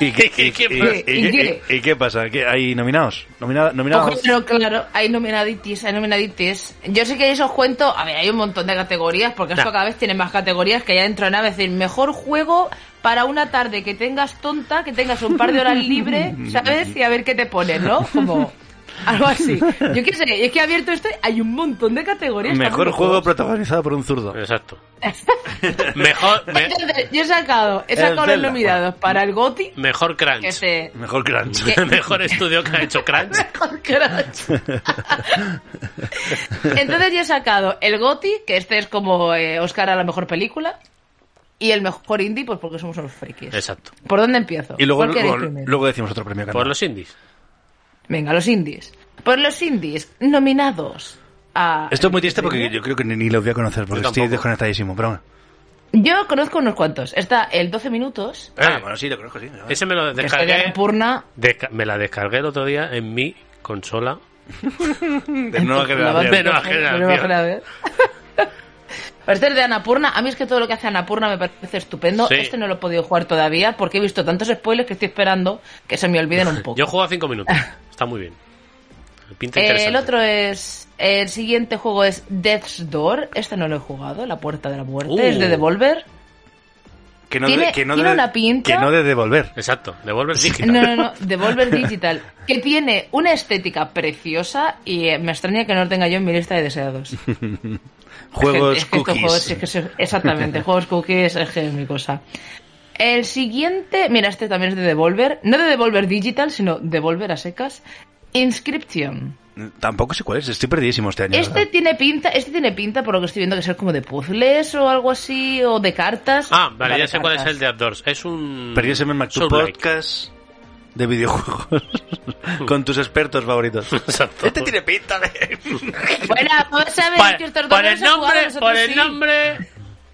[SPEAKER 4] ¿Y qué, y- y-
[SPEAKER 3] <laughs> ¿Qué-
[SPEAKER 4] y-
[SPEAKER 5] qué-
[SPEAKER 4] y-
[SPEAKER 5] qué?
[SPEAKER 4] y- y qué pasa? ¿Qué- ¿Hay nominados? ¿Nominada- ¿Nominados?
[SPEAKER 5] Ojo, pero claro, hay nominaditis, hay nominaditis. Yo sé que eso os cuento, a ver, hay un montón de categorías, porque
[SPEAKER 3] Nah.
[SPEAKER 5] esto cada vez tiene más categorías que ya dentro de nada. Es decir, mejor juego para una tarde que tengas tonta, que tengas un par de
[SPEAKER 4] <laughs>
[SPEAKER 5] horas libre, ¿sabes? Y a ver qué te ponen, ¿no? Como algo así. Yo qué sé, es que he abierto esto, y hay un montón de categorías.
[SPEAKER 4] Mejor
[SPEAKER 5] tampoco
[SPEAKER 4] juego
[SPEAKER 5] juegos.
[SPEAKER 4] protagonizado por un zurdo.
[SPEAKER 5] <laughs>
[SPEAKER 3] Exacto. Mejor, me-
[SPEAKER 5] Entonces, yo he sacado, he
[SPEAKER 4] El
[SPEAKER 5] sacado los
[SPEAKER 4] Zelda. Mm.
[SPEAKER 5] nominados para el GOTI,
[SPEAKER 3] mejor crunch.
[SPEAKER 5] que se...
[SPEAKER 4] Mejor crunch.
[SPEAKER 5] ¿Qué?
[SPEAKER 3] <laughs> Mejor estudio que ha hecho crunch.
[SPEAKER 5] Crash. Entonces yo he sacado el GOTI, que este es como eh, Oscar a la mejor película, y el mejor indie, pues porque somos unos frikis.
[SPEAKER 3] Exacto.
[SPEAKER 5] ¿Por dónde empiezo?
[SPEAKER 4] Y luego,
[SPEAKER 5] ¿Cuál queréis
[SPEAKER 4] luego,
[SPEAKER 5] primero?
[SPEAKER 4] luego decimos otro premio. que
[SPEAKER 3] Por
[SPEAKER 4] no.
[SPEAKER 3] los indies.
[SPEAKER 5] Venga, los indies. Por los indies, nominados a...
[SPEAKER 4] Esto es muy triste porque yo creo que ni, ni los voy a conocer porque
[SPEAKER 3] Yo
[SPEAKER 4] estoy
[SPEAKER 3] tampoco.
[SPEAKER 4] desconectadísimo. Pero bueno.
[SPEAKER 5] Yo conozco unos cuantos. Está el 12 minutos,
[SPEAKER 3] Ah,
[SPEAKER 4] bueno, sí, lo conozco, sí. pero bueno.
[SPEAKER 3] Ese me lo
[SPEAKER 5] que sería
[SPEAKER 3] descargué.
[SPEAKER 5] la purna...
[SPEAKER 3] desca- me la descargué el otro día en mi consola.
[SPEAKER 4] De nueva
[SPEAKER 5] La
[SPEAKER 4] generación.
[SPEAKER 5] banda
[SPEAKER 3] De nueva
[SPEAKER 5] coger,
[SPEAKER 3] generación.
[SPEAKER 5] de nueva generación. <laughs> Pero este es de Anapurna. A mí es que todo lo que hace Anapurna me parece estupendo.
[SPEAKER 3] Sí.
[SPEAKER 5] Este no lo he podido jugar todavía porque he visto tantos spoilers que estoy esperando que se me
[SPEAKER 3] <laughs>
[SPEAKER 5] olviden un poco.
[SPEAKER 3] Yo juego a 5
[SPEAKER 5] <laughs>
[SPEAKER 3] minutos. Está muy bien. Pinta
[SPEAKER 5] Eh,
[SPEAKER 3] interesante.
[SPEAKER 5] el otro es. El siguiente juego es Death's Door. Este no lo he jugado, La Puerta de la Muerte.
[SPEAKER 3] Uh.
[SPEAKER 5] Es de Devolver.
[SPEAKER 4] Que no,
[SPEAKER 5] Tiene- tiene
[SPEAKER 4] de-
[SPEAKER 5] una pinta.
[SPEAKER 4] Que no de
[SPEAKER 5] <laughs>
[SPEAKER 4] devolver.
[SPEAKER 3] Exacto. Devolver digital.
[SPEAKER 5] No,
[SPEAKER 3] <laughs>
[SPEAKER 5] no, no. Devolver Digital. Que tiene una estética preciosa y eh, me extraña que no lo tenga yo en mi lista de deseados.
[SPEAKER 4] Juegos
[SPEAKER 5] Es que <laughs> estos
[SPEAKER 4] cookies.
[SPEAKER 5] juegos- es Este que se-
[SPEAKER 3] <laughs>
[SPEAKER 5] exactamente, juegos cookies es que es mi cosa. El siguiente, mira, este también es de Devolver, no de Devolver Digital, sino Devolver a secas. Inscription.
[SPEAKER 4] Tampoco sé cuál es. Estoy perdidísimo este año.
[SPEAKER 5] Este
[SPEAKER 4] ¿verdad?
[SPEAKER 5] tiene pinta, este tiene pinta por lo que estoy viendo que ser como de puzzles o algo así o de cartas.
[SPEAKER 3] Ah, vale,
[SPEAKER 5] Vale,
[SPEAKER 3] ya sé cuál es
[SPEAKER 5] cartas.
[SPEAKER 3] el de Outdoors. Es un.
[SPEAKER 4] Perdidos en el Mac, tu
[SPEAKER 3] Soul-like.
[SPEAKER 4] podcast de
[SPEAKER 5] <laughs>
[SPEAKER 4] videojuegos con tus expertos
[SPEAKER 3] <laughs>
[SPEAKER 4] favoritos.
[SPEAKER 3] Exacto.
[SPEAKER 4] <laughs> Este tiene pinta de...
[SPEAKER 5] Bueno, vamos a ver
[SPEAKER 3] Por,
[SPEAKER 5] que estos dos
[SPEAKER 3] por
[SPEAKER 5] no
[SPEAKER 3] el
[SPEAKER 5] los han jugado,
[SPEAKER 3] nombre,
[SPEAKER 5] nosotros
[SPEAKER 3] por el
[SPEAKER 5] sí.
[SPEAKER 3] nombre.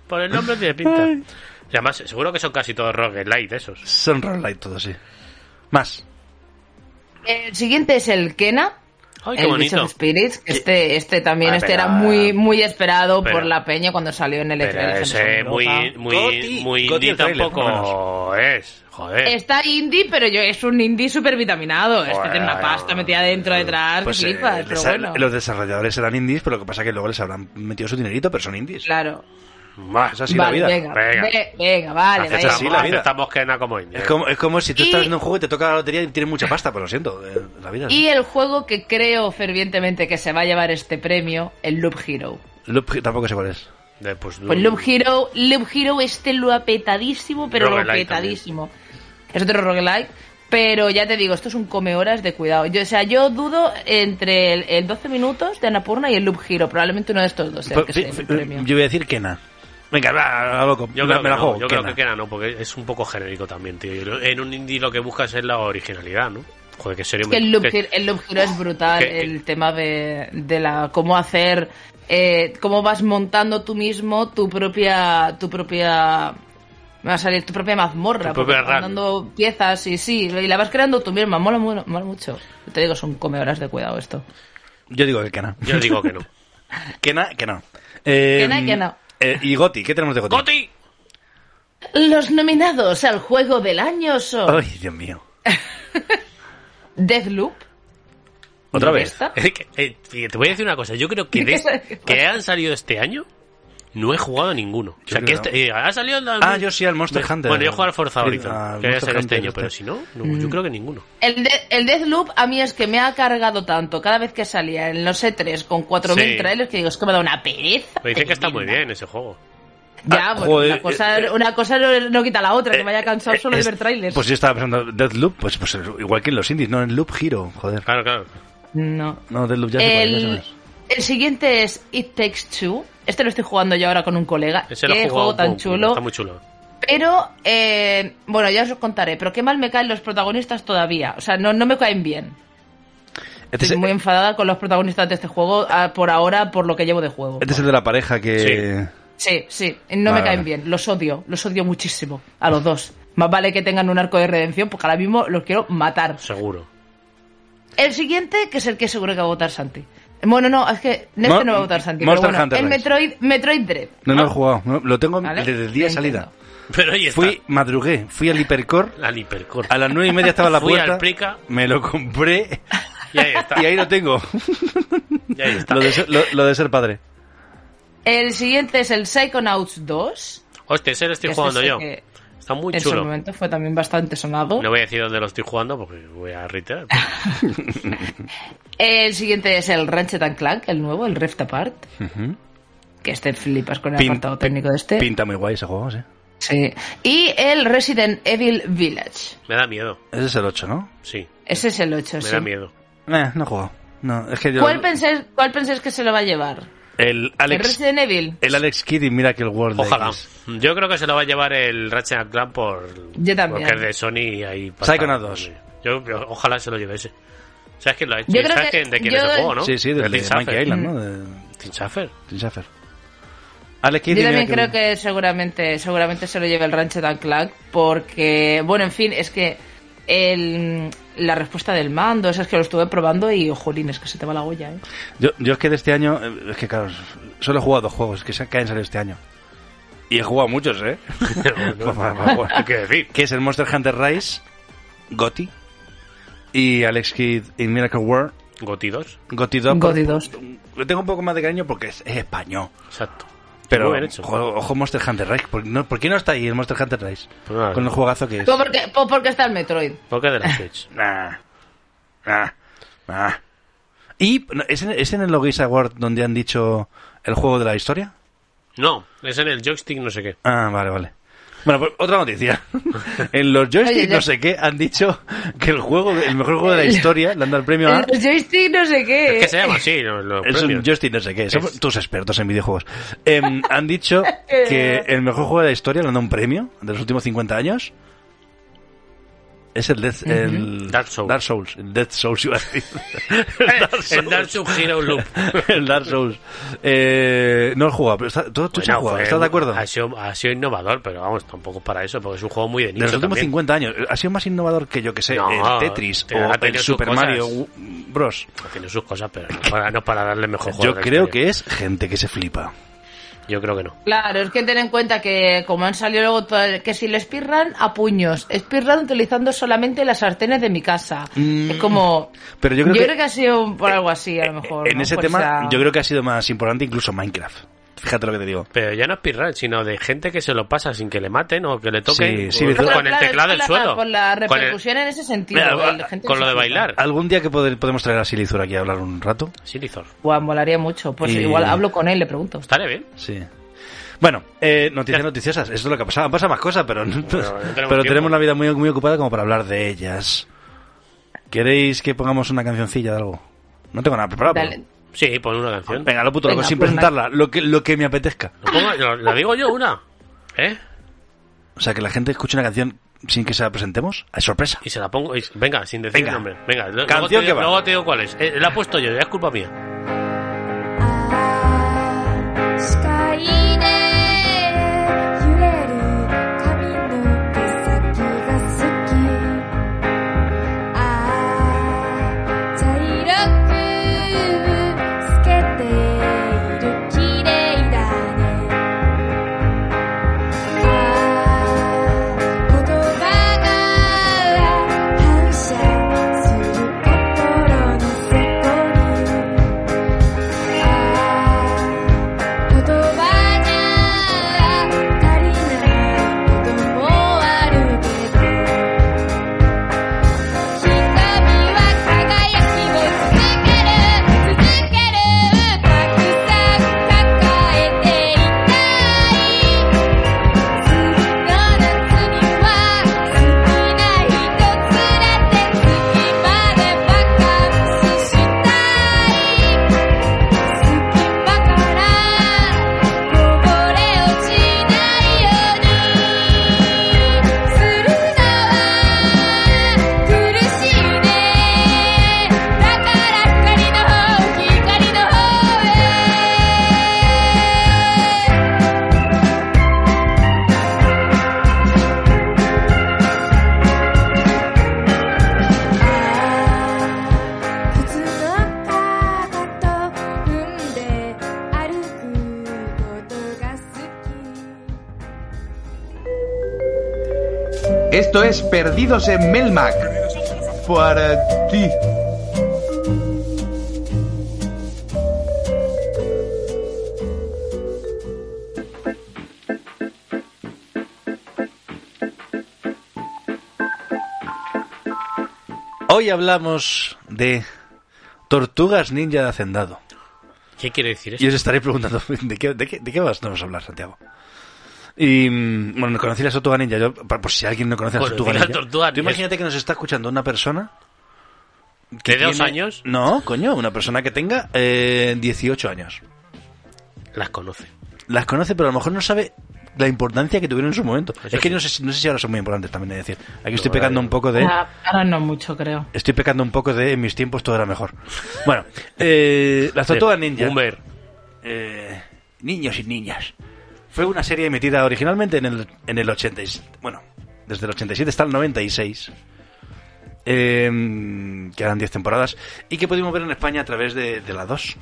[SPEAKER 3] Por el nombre tiene pinta. Y además, seguro que son casi todos roguelite esos.
[SPEAKER 4] Son roguelite todos, sí. Más.
[SPEAKER 5] El siguiente es el Kena.
[SPEAKER 3] Ay,
[SPEAKER 5] el
[SPEAKER 3] qué
[SPEAKER 5] Bridge
[SPEAKER 3] bonito.
[SPEAKER 5] of Spirits, que este, este también,
[SPEAKER 4] Ah,
[SPEAKER 5] este
[SPEAKER 4] pero-
[SPEAKER 5] era muy, muy esperado
[SPEAKER 3] pero-
[SPEAKER 5] por la peña cuando salió en el E3,
[SPEAKER 3] Pero
[SPEAKER 5] la
[SPEAKER 3] ese
[SPEAKER 5] gente se
[SPEAKER 3] muy,
[SPEAKER 5] loca.
[SPEAKER 3] muy,
[SPEAKER 4] Goti,
[SPEAKER 3] muy
[SPEAKER 4] Goti
[SPEAKER 3] indie
[SPEAKER 4] el trailer,
[SPEAKER 3] tampoco es. Joder.
[SPEAKER 4] Eh.
[SPEAKER 5] Está indie, pero yo es un indie súper vitaminado. Este
[SPEAKER 3] Bueno,
[SPEAKER 5] tiene una pasta metida dentro, detrás,
[SPEAKER 4] Pues,
[SPEAKER 5] que
[SPEAKER 4] eh,
[SPEAKER 5] flipas, pero
[SPEAKER 4] les ha-
[SPEAKER 5] bueno.
[SPEAKER 4] Los desarrolladores eran indies, pero lo que pasa es que luego les habrán metido su dinerito, pero son indies. Ah,
[SPEAKER 5] Claro.
[SPEAKER 3] Más.
[SPEAKER 4] Es así la
[SPEAKER 5] vale,
[SPEAKER 4] vida.
[SPEAKER 5] venga,
[SPEAKER 3] Venga.
[SPEAKER 5] ve- venga, vale.
[SPEAKER 4] Haces
[SPEAKER 5] venga.
[SPEAKER 4] así la vida.
[SPEAKER 3] Estamos que nada como indie.
[SPEAKER 4] Es como, es como si tú estás
[SPEAKER 5] Y-
[SPEAKER 4] en un juego y te toca la lotería y tienes mucha pasta, pues lo siento, eh, la vida. es
[SPEAKER 5] Y el juego que creo fervientemente que se va a llevar este premio, el Loop Hero.
[SPEAKER 4] Loop- tampoco sé cuál es.
[SPEAKER 3] De, pues,
[SPEAKER 5] Pues Loop Hero, Loop Hero este lo ha petadísimo, pero lo ha
[SPEAKER 3] Roguelike
[SPEAKER 5] petadísimo. Es otro roguelike, pero ya te digo, esto es un come horas de cuidado. Yo, o sea, yo dudo entre el, el 12 minutos de Anapurna y el Loop Hero, probablemente uno de estos dos sea el
[SPEAKER 4] Pero,
[SPEAKER 5] que
[SPEAKER 4] fi-
[SPEAKER 5] sea
[SPEAKER 4] fi-
[SPEAKER 5] el premio.
[SPEAKER 4] yo voy a decir Kena. Venga, va, a loco.
[SPEAKER 3] Yo
[SPEAKER 4] me,
[SPEAKER 3] creo,
[SPEAKER 4] me
[SPEAKER 3] que
[SPEAKER 4] la
[SPEAKER 3] no,
[SPEAKER 4] juego.
[SPEAKER 3] yo creo
[SPEAKER 4] Kena.
[SPEAKER 3] que Kena no, porque es un poco genérico también, tío. En un indie lo que buscas es la originalidad, ¿no? Joder, que serio.
[SPEAKER 5] Que el loop,
[SPEAKER 3] que-
[SPEAKER 5] hero- el loop hero es brutal,
[SPEAKER 3] que- que-
[SPEAKER 5] el tema de, de la cómo hacer, eh, cómo vas montando tú mismo tu propia, tu propia, me va a salir tu propia mazmorra,
[SPEAKER 3] Tu propia
[SPEAKER 5] porque
[SPEAKER 3] run.
[SPEAKER 5] vas dando piezas y sí, y la vas creando tú misma, mola, mola, mola mucho. Te digo, son comedoras de cuidado esto.
[SPEAKER 4] Yo digo que que no.
[SPEAKER 3] Yo digo que
[SPEAKER 4] <laughs>
[SPEAKER 3] no.
[SPEAKER 4] Que na, que no. Eh,
[SPEAKER 5] Que na, que no.
[SPEAKER 4] eh, y Goti, ¿qué tenemos de Goti?
[SPEAKER 3] ¡Goti!
[SPEAKER 5] Los nominados al juego del año son
[SPEAKER 4] Ay, Dios mío.
[SPEAKER 5] Deathloop,
[SPEAKER 4] ¿Otra
[SPEAKER 5] ¿Ya
[SPEAKER 4] vez?
[SPEAKER 5] está?
[SPEAKER 3] Eh, que- eh, te voy a decir una cosa. Yo
[SPEAKER 5] <laughs>
[SPEAKER 3] creo que de-
[SPEAKER 5] ¿Qué
[SPEAKER 3] que han salido este año no he jugado a ninguno. O
[SPEAKER 4] Yo
[SPEAKER 3] sea, que
[SPEAKER 4] creo que
[SPEAKER 3] este- eh, ha salido el-
[SPEAKER 4] Ah, yo sí, al Monster
[SPEAKER 3] Bueno,
[SPEAKER 4] Hunter.
[SPEAKER 3] Bueno, yo he jugado al Forza
[SPEAKER 4] Sí,
[SPEAKER 3] Horizon,
[SPEAKER 4] al
[SPEAKER 3] que debe
[SPEAKER 4] Monster
[SPEAKER 3] ser este
[SPEAKER 4] Hunter
[SPEAKER 3] año,
[SPEAKER 4] este.
[SPEAKER 3] pero si no, no,
[SPEAKER 5] Mm.
[SPEAKER 3] yo creo que ninguno.
[SPEAKER 5] El, de, el Deathloop a mí es que me ha cargado tanto cada vez que salía en los E3 con 4.000
[SPEAKER 3] Sí.
[SPEAKER 5] trailers que digo, es que me da una pereza.
[SPEAKER 3] Me dicen que está muy
[SPEAKER 5] tremenda.
[SPEAKER 3] bien ese juego.
[SPEAKER 5] Ya,
[SPEAKER 4] Ah,
[SPEAKER 5] pues
[SPEAKER 4] joder,
[SPEAKER 5] una cosa, una cosa no, no quita la otra, que me haya cansado solo
[SPEAKER 4] Es-
[SPEAKER 5] de ver trailers.
[SPEAKER 4] Pues yo estaba pensando Deathloop, pues, pues igual que en los indies, no en Loop Hero, joder.
[SPEAKER 3] Claro, claro.
[SPEAKER 5] no.
[SPEAKER 4] No, Deathloop ya se parece,
[SPEAKER 5] El,
[SPEAKER 4] ¿sabes? Este
[SPEAKER 5] el siguiente es It Takes Two. Este lo estoy jugando yo ahora con un colega.
[SPEAKER 3] Ese lo he
[SPEAKER 5] Qué
[SPEAKER 3] jugado.
[SPEAKER 5] juego tan
[SPEAKER 3] wow,
[SPEAKER 5] chulo.
[SPEAKER 3] Está muy chulo.
[SPEAKER 5] Pero, eh, bueno, ya os lo contaré. Pero qué mal me caen los protagonistas todavía. O sea, no, no me caen bien.
[SPEAKER 4] Este es,
[SPEAKER 5] Estoy muy enfadada con los protagonistas de este juego ah, por ahora, por lo que llevo de juego.
[SPEAKER 4] este es el de la pareja que...
[SPEAKER 5] Sí, sí, no
[SPEAKER 4] Vale,
[SPEAKER 5] me caen
[SPEAKER 4] vale.
[SPEAKER 5] bien, los odio, los odio muchísimo, a los dos. Más vale que tengan un arco de redención, porque ahora mismo los quiero matar.
[SPEAKER 3] Seguro.
[SPEAKER 5] El siguiente, que es el que seguro que va a votar Santi. Bueno, no, es que
[SPEAKER 4] Mo-
[SPEAKER 5] Néstor no va a votar Santi, pero
[SPEAKER 4] Monster
[SPEAKER 5] bueno,
[SPEAKER 4] Hunter
[SPEAKER 5] el
[SPEAKER 4] Rise.
[SPEAKER 5] Metroid, Metroid Dread.
[SPEAKER 4] No,
[SPEAKER 3] Ah.
[SPEAKER 4] no he jugado. no, lo tengo
[SPEAKER 5] ¿Vale?
[SPEAKER 4] desde el día de
[SPEAKER 5] Ya
[SPEAKER 4] salida.
[SPEAKER 3] Pero ahí está.
[SPEAKER 4] Fui, madrugué, fui al hipercore,
[SPEAKER 3] al hipercore.
[SPEAKER 4] a las nueve y media estaba la
[SPEAKER 3] Fui al
[SPEAKER 4] puerta,
[SPEAKER 3] Prica.
[SPEAKER 4] me lo compré
[SPEAKER 3] <laughs> Y ahí está.
[SPEAKER 4] <laughs> y ahí lo tengo.
[SPEAKER 3] y ahí está.
[SPEAKER 4] Lo de ser, lo- lo de ser padre.
[SPEAKER 5] El siguiente es el Psychonauts 2.
[SPEAKER 3] Hostia, ese lo estoy
[SPEAKER 5] Este
[SPEAKER 3] jugando
[SPEAKER 5] sí
[SPEAKER 3] yo.
[SPEAKER 5] que
[SPEAKER 3] Está muy
[SPEAKER 5] En su
[SPEAKER 3] chulo.
[SPEAKER 5] momento fue también bastante sonado.
[SPEAKER 3] No voy a decir dónde lo estoy jugando porque voy a reiterar.
[SPEAKER 5] El siguiente es el Ratchet and Clank, el nuevo, el Rift Apart. Que este flipas con el
[SPEAKER 4] Pin-
[SPEAKER 5] apartado técnico de este.
[SPEAKER 4] Pinta muy guay ese juego, sí.
[SPEAKER 5] Sí. Y el Resident Evil Village.
[SPEAKER 3] Me da miedo,
[SPEAKER 4] Ese es el 8, ¿no?
[SPEAKER 3] sí.
[SPEAKER 5] Ese es el 8,
[SPEAKER 3] Me
[SPEAKER 5] sí.
[SPEAKER 3] da miedo.
[SPEAKER 4] Eh, no he jugado. No, es que yo...
[SPEAKER 5] ¿Cuál pensáis, ¿Cuál pensáis que se lo va a llevar?
[SPEAKER 4] El
[SPEAKER 5] ¿El
[SPEAKER 4] Alex,
[SPEAKER 5] Resident Evil?
[SPEAKER 4] el Alex Kidd y Miracle World.
[SPEAKER 3] Ojalá.
[SPEAKER 4] X.
[SPEAKER 3] Yo creo que se lo va a llevar el Ratchet and Clank por.
[SPEAKER 5] Yo también.
[SPEAKER 3] Porque es de Sony y ahí. pasa.
[SPEAKER 4] Psychonauts 2.
[SPEAKER 3] Yo, yo- ojalá se lo lleve ese. ¿Sabes quién lo ha hecho?
[SPEAKER 5] Yo creo
[SPEAKER 3] ¿Sabes
[SPEAKER 5] que-
[SPEAKER 3] quién- de quién
[SPEAKER 5] yo-
[SPEAKER 3] es el juego, no?
[SPEAKER 4] Sí, sí, del
[SPEAKER 3] Tim
[SPEAKER 4] de Monkey
[SPEAKER 3] Schafer.
[SPEAKER 4] Island, ¿no? De
[SPEAKER 3] Tim Schafer.
[SPEAKER 4] Tim Schafer. Alex Kidd
[SPEAKER 5] Mm. Yo
[SPEAKER 4] y
[SPEAKER 5] también
[SPEAKER 4] Miracle
[SPEAKER 5] creo que seguramente, seguramente se lo lleve el Ratchet and Clank porque, bueno, en fin, es que el, la respuesta del mando, eso es que lo estuve probando y, jolín, es que se te va la olla, ¿eh?
[SPEAKER 4] Yo, yo es que de este año, eh, es que claro, solo he jugado dos juegos que se que han salido este año. Y he jugado muchos, <laughs> ¿eh? Por favor.
[SPEAKER 3] Hay que Pues, decir.
[SPEAKER 4] que es el Monster Hunter Rise, Gotti, y Alex Kidd in Miracle World,
[SPEAKER 3] Goti 2.
[SPEAKER 4] Gotti 2.
[SPEAKER 5] God y dos.
[SPEAKER 4] pues- Lo tengo un poco más de cariño porque es, es español.
[SPEAKER 3] Exacto.
[SPEAKER 4] Pero
[SPEAKER 3] Muy bien hecho.
[SPEAKER 4] ojo, ojo Monster Hunter Rise. ¿Por, no, por qué no está ahí el Monster Hunter Rise?
[SPEAKER 3] Pues nada.
[SPEAKER 4] Con el juegazo que es.
[SPEAKER 5] Pues porque, pues porque está el Metroid.
[SPEAKER 3] Porque es de la Switch.
[SPEAKER 4] Nah, nah, nah. ¿Y no, ¿es, en, es en el Logic Award donde han dicho el juego de la historia?
[SPEAKER 3] No, es en el joystick, no sé qué.
[SPEAKER 4] Ah, vale, vale. Bueno, pues otra noticia. en los joysticks
[SPEAKER 5] Oye,
[SPEAKER 4] no
[SPEAKER 5] yo-
[SPEAKER 4] sé qué han dicho que el juego, el mejor juego de la historia, le han dado el premio a...
[SPEAKER 5] El joystick no sé qué.
[SPEAKER 3] Es
[SPEAKER 5] ¿eh?
[SPEAKER 3] que se llama así, los, los
[SPEAKER 4] Es un
[SPEAKER 3] premios. <laughs>
[SPEAKER 4] joystick no sé qué, somos tus expertos en videojuegos. Em, han dicho
[SPEAKER 3] Eh.
[SPEAKER 4] que el mejor juego de la historia le han dado un premio de los últimos 50 años. Es el, Death, el-
[SPEAKER 3] Dark Souls.
[SPEAKER 4] Dark Souls. El Death Souls iba a decir. <laughs>
[SPEAKER 3] el Dark Souls Hero Loop.
[SPEAKER 4] el Dark Souls. Eh, no lo he jugado, pero está, tú, tú sí has
[SPEAKER 3] Bueno, pues, ah,
[SPEAKER 4] jugado,
[SPEAKER 3] fue-
[SPEAKER 4] ¿estás de acuerdo?
[SPEAKER 3] Ha sido, ha sido innovador, pero vamos, tampoco para eso, porque es un juego muy de
[SPEAKER 4] De los
[SPEAKER 3] nicho
[SPEAKER 4] últimos
[SPEAKER 3] también.
[SPEAKER 4] 50 años. Ha sido más innovador que yo que sé,
[SPEAKER 3] No,
[SPEAKER 4] el Tetris
[SPEAKER 3] te- ha
[SPEAKER 4] o el
[SPEAKER 3] tenido sus
[SPEAKER 4] Super
[SPEAKER 3] cosas.
[SPEAKER 4] Mario U- Bros.
[SPEAKER 3] Pues Tiene sus cosas, pero no para, no para darle mejor juego.
[SPEAKER 4] Yo
[SPEAKER 3] a la
[SPEAKER 4] creo
[SPEAKER 3] historia.
[SPEAKER 4] que es gente que se flipa.
[SPEAKER 3] Yo creo que no.
[SPEAKER 5] Claro, es que ten en cuenta que como han salido luego todas- que si le espirran a puños, espirran utilizando solamente las sartenes de mi casa.
[SPEAKER 4] Mm.
[SPEAKER 5] Es como
[SPEAKER 4] Pero yo creo que- eh,
[SPEAKER 5] ha sido por algo así a lo mejor.
[SPEAKER 4] en
[SPEAKER 5] ¿no? Pues
[SPEAKER 4] ese
[SPEAKER 5] Por
[SPEAKER 4] tema,
[SPEAKER 5] esa-
[SPEAKER 4] yo creo que ha sido más importante incluso Minecraft. Fíjate lo que te digo.
[SPEAKER 3] Pero ya no es pirral, sino de gente que se lo pasa sin que le maten o que le toquen
[SPEAKER 4] Sí, sí,
[SPEAKER 3] con,
[SPEAKER 4] Vicente.
[SPEAKER 5] Claro,
[SPEAKER 3] con el
[SPEAKER 5] claro,
[SPEAKER 3] teclado del
[SPEAKER 5] es que la-
[SPEAKER 3] suelo.
[SPEAKER 5] Por la
[SPEAKER 3] Con el-
[SPEAKER 5] repercusión en ese sentido.
[SPEAKER 4] Mira,
[SPEAKER 5] el-
[SPEAKER 3] con,
[SPEAKER 5] gente
[SPEAKER 3] lo de
[SPEAKER 5] se flipa.
[SPEAKER 3] bailar.
[SPEAKER 4] Algún día que poder- podemos traer a Silizur aquí a hablar un rato.
[SPEAKER 3] Sí, Lizor.
[SPEAKER 5] Buah, molaría mucho. Pues
[SPEAKER 4] Y-
[SPEAKER 5] igual hablo con él, le pregunto.
[SPEAKER 3] Estaré bien.
[SPEAKER 4] Sí. Bueno, eh, noticias noticiosas. Eso es lo que ha pasado. Han pasado más cosas, pero, <laughs> pero
[SPEAKER 3] tiempo.
[SPEAKER 4] tenemos una vida muy, muy ocupada como para hablar de ellas. ¿Queréis que pongamos una cancioncilla de algo? No tengo nada preparado.
[SPEAKER 5] Dale.
[SPEAKER 4] pero-
[SPEAKER 3] Sí, pon una canción.
[SPEAKER 4] Ah, Venga, lo puto loco,
[SPEAKER 5] Venga,
[SPEAKER 4] sin
[SPEAKER 5] pues,
[SPEAKER 4] presentarla. Lo que, lo que me apetezca.
[SPEAKER 3] Lo pongo- lo- la digo yo una. ¿Eh?
[SPEAKER 4] O sea, que la gente escuche una canción sin que se la presentemos? Es sorpresa.
[SPEAKER 3] Y se la pongo. y- venga, sin decir
[SPEAKER 4] Venga.
[SPEAKER 3] el nombre. Venga, lo-
[SPEAKER 4] Canción
[SPEAKER 3] luego te,
[SPEAKER 4] que va.
[SPEAKER 3] luego te digo cuál es. Eh, la he puesto yo, ya es culpa mía.
[SPEAKER 8] 「視界で揺れる髪の毛先が好き」「ああ茶色く透けている綺麗だね」「ああ言葉が反射する心の底に」「言葉じゃ足りない」「こともあるけど」「瞳は輝きを続ける続ける」「たくさん抱えていたい」「次の夏には好きな人連れて月までバカンスしたい」隙間からこぼれ落ちないようにするのは苦しいねだから光の方光の方へ「ああ靴のかかと踏んで歩くことが好き」
[SPEAKER 9] Esto es Perdidos en Melmac. Para ti.
[SPEAKER 4] Hoy hablamos de tortugas ninja de hacendado.
[SPEAKER 3] ¿Qué quiere decir eso?
[SPEAKER 4] Y os estaré preguntando, <laughs> ¿de qué, de qué, de qué vas? No vas a hablar, Santiago. Y mm, bueno, conocí la Sotuga Ninja. Yo, pa- por si alguien no conoce la
[SPEAKER 3] Conocí
[SPEAKER 4] Sotuga
[SPEAKER 3] la
[SPEAKER 4] Ninja.
[SPEAKER 3] Tortuga
[SPEAKER 4] Tú
[SPEAKER 3] Ninja.
[SPEAKER 4] imagínate que nos está escuchando una persona.
[SPEAKER 3] ¿De dos
[SPEAKER 4] tiene-
[SPEAKER 3] años?
[SPEAKER 4] No, coño, una persona que tenga eh, 18 años.
[SPEAKER 3] Las conoce.
[SPEAKER 4] Las conoce, pero a lo mejor no sabe la importancia que tuvieron en su momento.
[SPEAKER 3] Eso
[SPEAKER 4] es que
[SPEAKER 3] sí.
[SPEAKER 4] no, sé, si- no sé si ahora son muy importantes también, es decir. Aquí estoy
[SPEAKER 3] No,
[SPEAKER 4] pecando
[SPEAKER 3] ahora-
[SPEAKER 4] un poco de.
[SPEAKER 5] Ahora- Ah, Ahora no mucho, creo.
[SPEAKER 4] Estoy pecando un poco de en mis tiempos todo era mejor. Bueno, eh, las Tortugas Ninja.
[SPEAKER 3] Boomer.
[SPEAKER 4] eh, niños y niñas. Fue una serie emitida originalmente en el, en el 86. Bueno, desde el 87 hasta el 96. Eh, que eran 10 temporadas. Y que pudimos ver en España a través de, de la 2.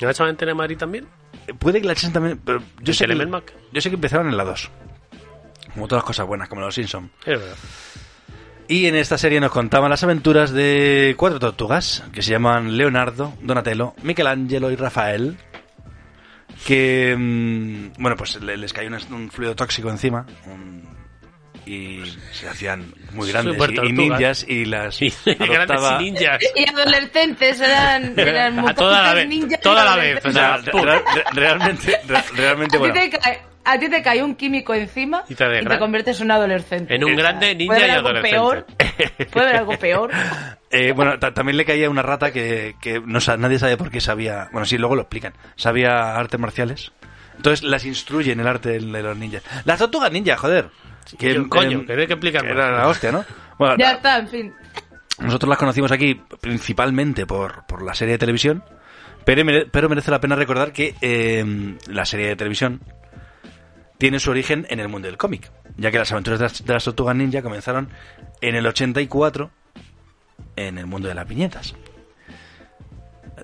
[SPEAKER 3] ¿No echaban en Telemadrid también?
[SPEAKER 4] Eh, Puede que la echasen también. Pero yo,
[SPEAKER 3] ¿En
[SPEAKER 4] sé que,
[SPEAKER 3] Telemelmac?
[SPEAKER 4] yo sé que empezaron en la 2. Como todas las cosas buenas, como los Simpsons.
[SPEAKER 3] Es verdad.
[SPEAKER 4] Y en esta serie nos contaban las aventuras de cuatro tortugas que se llaman Leonardo, Donatello, Michelangelo y Rafael. Que, mm, bueno, pues le- les cayó un, un fluido tóxico encima un- y se hacían muy grandes
[SPEAKER 3] Super
[SPEAKER 4] y, y
[SPEAKER 3] tortugas.
[SPEAKER 4] ninjas y
[SPEAKER 3] <laughs>
[SPEAKER 4] las
[SPEAKER 3] Sí, grandes
[SPEAKER 4] adoptaba-
[SPEAKER 3] ninjas.
[SPEAKER 5] Y adolescentes eran, <laughs> eran
[SPEAKER 3] <laughs> A toda la
[SPEAKER 5] mutantes
[SPEAKER 3] vez,
[SPEAKER 5] ninjas
[SPEAKER 3] toda la
[SPEAKER 5] adolescentes.
[SPEAKER 3] vez,
[SPEAKER 4] O sea, re- re- re- realmente, re- realmente,
[SPEAKER 5] A ti
[SPEAKER 4] bueno.
[SPEAKER 5] te cae- A ti te cae un químico encima
[SPEAKER 3] Y
[SPEAKER 5] y
[SPEAKER 3] te
[SPEAKER 5] te,
[SPEAKER 3] degra-
[SPEAKER 5] conviertes en un adolescente.
[SPEAKER 3] En un
[SPEAKER 5] O sea,
[SPEAKER 3] grande ninja
[SPEAKER 5] ¿puede haber
[SPEAKER 3] y
[SPEAKER 5] algo
[SPEAKER 3] adolescente. <laughs>
[SPEAKER 5] Peor? ¿Puede haber algo peor?
[SPEAKER 4] Eh, bueno, ta- también le caía una rata que, que no sa- nadie sabe por qué sabía. Bueno, sí, luego lo explican. Sabía artes marciales. Entonces las instruye en el arte del- de, los ninjas. Las tortugas ninja, joder.
[SPEAKER 3] Que, coño,
[SPEAKER 4] em,
[SPEAKER 3] que no hay que explicar
[SPEAKER 4] que
[SPEAKER 3] más.
[SPEAKER 4] era la hostia, ¿no? Bueno,
[SPEAKER 5] ya está, en fin.
[SPEAKER 4] nosotros las conocimos aquí principalmente por, por la serie de televisión, pero, mere- pero merece la pena recordar que eh, la serie de televisión tiene su origen en el mundo del cómic, ya que las aventuras de las, de las tortugas ninja comenzaron en el 84 en el mundo de las viñetas.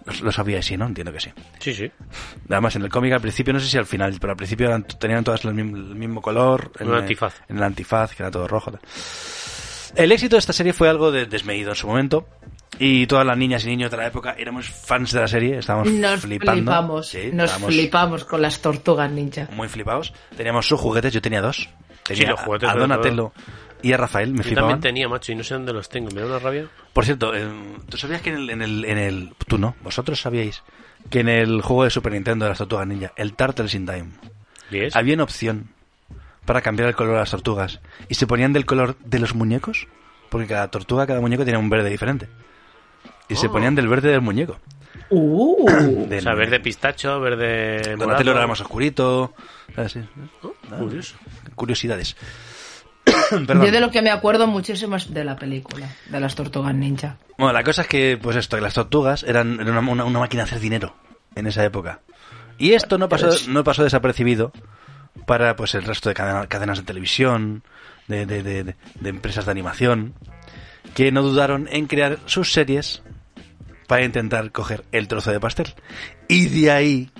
[SPEAKER 4] Lo, lo sabía sí, ¿no? Entiendo que sí.
[SPEAKER 3] Sí, sí.
[SPEAKER 4] Además, en el cómic al principio, no sé si al final, pero al principio eran- tenían todas el mismo, el mismo color.
[SPEAKER 3] Un
[SPEAKER 4] en el-
[SPEAKER 3] antifaz.
[SPEAKER 4] En el antifaz, que era todo rojo. tal. El éxito de esta serie fue algo de- desmedido en su momento. Y todas las niñas y niños de la época éramos fans de la serie, estábamos
[SPEAKER 5] Nos
[SPEAKER 4] flipando.
[SPEAKER 5] flipamos.
[SPEAKER 4] Sí,
[SPEAKER 5] nos
[SPEAKER 4] estábamos
[SPEAKER 5] flipamos con las tortugas ninja.
[SPEAKER 4] Muy flipados. Teníamos sus juguetes, yo tenía dos. Tenía
[SPEAKER 3] los juguetes,
[SPEAKER 4] a
[SPEAKER 3] sobre
[SPEAKER 4] Donatello y a Rafael, me
[SPEAKER 3] Yo también
[SPEAKER 4] flipaban.
[SPEAKER 3] tenía, macho, y no sé dónde los tengo. Me da una rabia.
[SPEAKER 4] Por cierto, eh, ¿tú sabías que en el, en, el, en el- Tú no, vosotros sabíais que en el juego de Super Nintendo de las Tortugas Ninja, el Turtles in Time,
[SPEAKER 3] ¿Diez?
[SPEAKER 4] Había una opción para cambiar el color a las tortugas. Y se ponían del color de los muñecos, porque cada tortuga, cada muñeco tenía un verde diferente. Y se ponían del verde del muñeco.
[SPEAKER 5] Uh,
[SPEAKER 4] Del-
[SPEAKER 3] Oh.
[SPEAKER 4] este
[SPEAKER 3] O sea, verde pistacho, verde.
[SPEAKER 4] Donatello
[SPEAKER 3] morado.
[SPEAKER 4] Ah, era más oscurito. ¿sabes? Sí.
[SPEAKER 3] Oh, Curioso.
[SPEAKER 4] Curiosidades. <coughs> Perdón.
[SPEAKER 5] Yo de lo que me acuerdo muchísimo es de la película, de las tortugas <laughs> ninja.
[SPEAKER 4] Bueno, la cosa es que, pues esto, que las tortugas eran, eran una, una- una máquina de hacer dinero en esa época. Y esto no pasó, no pasó desapercibido para pues el resto de cadena- cadenas de televisión, de, de- de- de- de empresas de animación, que no dudaron en crear sus series para intentar coger el trozo de pastel. Y de ahí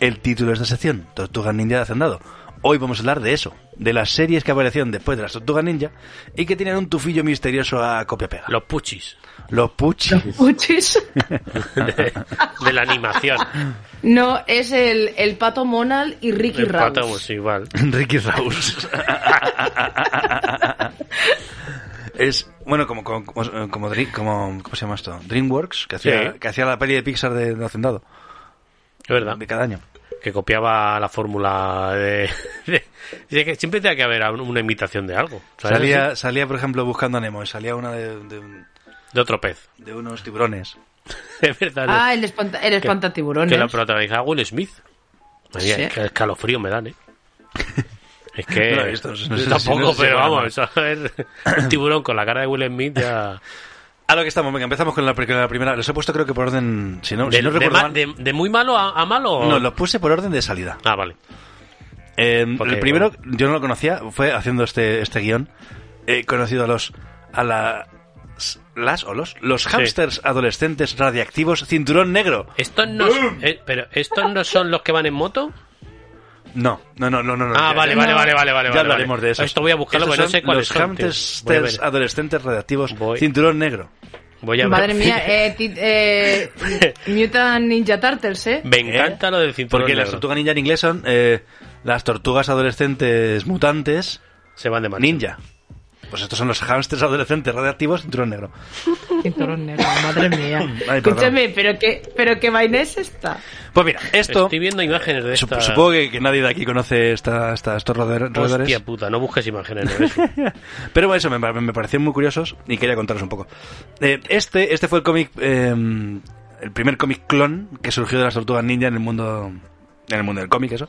[SPEAKER 4] el título de esta sección, Tortugas Ninja de Hacendado. Hoy vamos a hablar de eso, de las series que aparecieron después de las Tortugas Ninja y que tenían un tufillo misterioso a copia-pega.
[SPEAKER 3] Los puchis
[SPEAKER 4] Los puchis.
[SPEAKER 5] Uchis.
[SPEAKER 3] de, de la animación.
[SPEAKER 5] No, es el, el pato Monal <laughs> y Ricky
[SPEAKER 3] El
[SPEAKER 5] Raus.
[SPEAKER 3] Patamos pues, igual.
[SPEAKER 4] Ricky Raus. <laughs> es, bueno, como, como, como, como Dream- como- ¿cómo se llama esto? DreamWorks, que hacía,
[SPEAKER 3] Sí.
[SPEAKER 4] que hacía la peli de Pixar de, de Hacendado,
[SPEAKER 3] Es verdad.
[SPEAKER 4] de cada año.
[SPEAKER 3] Que copiaba la fórmula de. <laughs> de- de que siempre tenía que haber un- una imitación de algo. ¿sabes?
[SPEAKER 4] Salía, salía, por ejemplo, buscando a Nemo y salía una de, de un-
[SPEAKER 3] De otro pez. <laughs>
[SPEAKER 4] de unos tiburones.
[SPEAKER 3] Es verdad.
[SPEAKER 5] Ah, el, espanta, el espantatiburones.
[SPEAKER 3] Que la protagonizaba Will Smith. María,
[SPEAKER 5] Sí.
[SPEAKER 3] es que escalofrío me dan, ¿eh? Es que.
[SPEAKER 4] <laughs> No lo he visto, no sé- no sé si-
[SPEAKER 3] tampoco,
[SPEAKER 4] no sé si
[SPEAKER 3] pero
[SPEAKER 4] lo harán.
[SPEAKER 3] vamos, a ver. Un tiburón con la cara de Will Smith
[SPEAKER 4] <laughs>
[SPEAKER 3] ya.
[SPEAKER 4] A lo que estamos, venga, empezamos con la, pri- con la primera. Los he puesto creo que por orden, si no,
[SPEAKER 3] de,
[SPEAKER 4] si no
[SPEAKER 3] de
[SPEAKER 4] recuerdo
[SPEAKER 3] ma-
[SPEAKER 4] mal.
[SPEAKER 3] de- de muy malo a, a malo.
[SPEAKER 4] No, los puse por orden de salida.
[SPEAKER 3] Ah, vale.
[SPEAKER 4] Eh,
[SPEAKER 3] Porque,
[SPEAKER 4] el primero, yo no lo conocía, fue haciendo este, este guión. He conocido a los. a la. las o los. los hamsters adolescentes radiactivos cinturón negro.
[SPEAKER 3] Estos no, eh, pero estos no son los que van en moto.
[SPEAKER 4] No, no, no, no, no. no,
[SPEAKER 3] Ah,
[SPEAKER 4] ya-
[SPEAKER 3] vale,
[SPEAKER 4] ya-
[SPEAKER 3] vale, vale, vale, vale.
[SPEAKER 4] Ya
[SPEAKER 3] vale.
[SPEAKER 4] hablaremos de eso.
[SPEAKER 3] Esto voy a buscarlo,
[SPEAKER 4] Estos
[SPEAKER 3] porque no
[SPEAKER 4] son
[SPEAKER 3] sé cuáles
[SPEAKER 4] Los
[SPEAKER 3] son. tío. Voy a
[SPEAKER 4] hamsters
[SPEAKER 3] ver.
[SPEAKER 4] adolescentes radiactivos
[SPEAKER 3] Voy.
[SPEAKER 4] cinturón negro.
[SPEAKER 3] Voy a ver.
[SPEAKER 5] Madre mía,
[SPEAKER 3] <laughs>
[SPEAKER 5] eh, ti- eh, Mutant Ninja Turtles, ¿eh?
[SPEAKER 3] Me encanta
[SPEAKER 4] ¿Eh?
[SPEAKER 3] lo del cinturón
[SPEAKER 4] Porque las
[SPEAKER 3] negro.
[SPEAKER 4] tortugas ninja en inglés son. eh, las tortugas adolescentes mutantes
[SPEAKER 3] se van de marcha.
[SPEAKER 4] ninja. Pues estos son los hamsters adolescentes radiactivos cinturón negro.
[SPEAKER 5] Cinturón negro, madre mía.
[SPEAKER 4] Ay, perdón.
[SPEAKER 5] Escúchame, ¿pero qué, pero qué vaina es esta?
[SPEAKER 4] Pues mira, esto.
[SPEAKER 3] Estoy viendo imágenes de
[SPEAKER 4] Sup-
[SPEAKER 3] esta.
[SPEAKER 4] pues, Supongo que, que nadie de aquí conoce esta, esta- estos roedores.
[SPEAKER 3] Hostia puta, no busques imágenes de
[SPEAKER 5] <laughs>
[SPEAKER 3] eso.
[SPEAKER 4] Pero bueno, eso me, me parecieron muy curiosos y quería contaros un poco. Eh, este, este fue el cómic, eh, el primer cómic clon que surgió de las tortugas ninja en el mundo en el mundo del cómic, eso.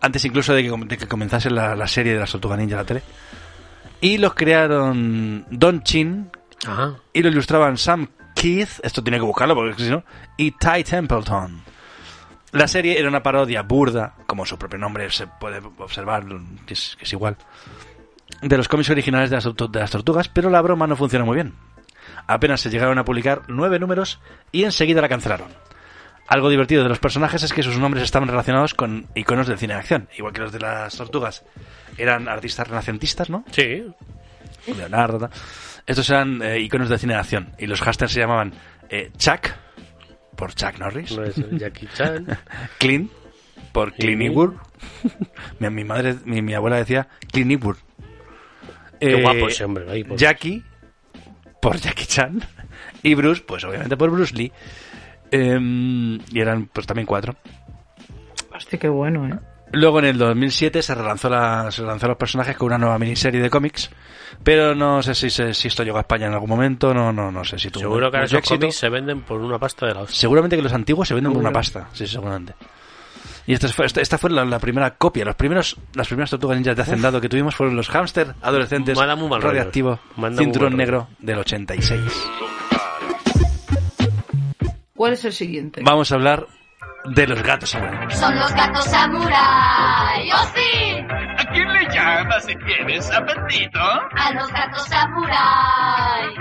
[SPEAKER 4] Antes incluso de que, com- de que comenzase la, la serie de las tortugas ninja en la tele. Y los crearon Don Chin
[SPEAKER 3] Ajá.
[SPEAKER 4] y lo ilustraban Sam Keith, esto tiene que buscarlo porque si no, y Ty Templeton. La serie era una parodia burda, como su propio nombre se puede observar, que es, que es igual, de los cómics originales de las, tortu- de las tortugas, pero la broma no funcionó muy bien. Apenas se llegaron a publicar nueve números y enseguida la cancelaron. Algo divertido de los personajes es que sus nombres estaban relacionados con iconos del cine de acción, igual que los de las tortugas. Eran artistas renacentistas, ¿no?
[SPEAKER 3] Sí.
[SPEAKER 4] Leonardo. tal. Estos eran eh, iconos de cine de acción. Y los hashtags se llamaban eh, Chuck, por Chuck Norris.
[SPEAKER 3] No es Jackie
[SPEAKER 4] Eh,
[SPEAKER 3] Chan.
[SPEAKER 4] Clint, por Clint
[SPEAKER 3] Y- <laughs>
[SPEAKER 4] Eastwood. mi, mi madre, mi, mi abuela decía Clint Eastwood.
[SPEAKER 3] Qué
[SPEAKER 4] Eh,
[SPEAKER 3] guapo ese hombre. pues. ahí, por-
[SPEAKER 4] Jackie, por Jackie Chan. Y Bruce, pues obviamente por Bruce Lee. Em, y eran pues también cuatro.
[SPEAKER 5] Hostia, qué bueno, ¿eh?
[SPEAKER 4] Luego en el 2007 se relanzó, la, se relanzó los personajes con una nueva miniserie de cómics, pero no sé si, se- si esto llegó a España en algún momento, no no no sé si tuvo
[SPEAKER 3] Seguro que ahora
[SPEAKER 4] mucho
[SPEAKER 3] esos cómics se venden por una pasta de la hostia.
[SPEAKER 4] Seguramente que los antiguos se venden por una pasta, sí, seguramente. Y esta fue, esta, esta fue la, la primera copia, los primeros las primeras tortugas ninjas de hacendado que tuvimos fueron los hamster adolescentes
[SPEAKER 3] Me ha dado muy mal rollo.
[SPEAKER 4] radioactivo
[SPEAKER 3] Me han dado muy
[SPEAKER 4] cinturón
[SPEAKER 3] mal rollo.
[SPEAKER 4] negro del 86.
[SPEAKER 5] ¿Cuál es el siguiente?
[SPEAKER 4] Vamos a hablar de los gatos samurai.
[SPEAKER 8] Son los gatos samurai, ¡oh sí!
[SPEAKER 9] ¿A quién le llamas si tienes apetito?
[SPEAKER 8] A los gatos samurai.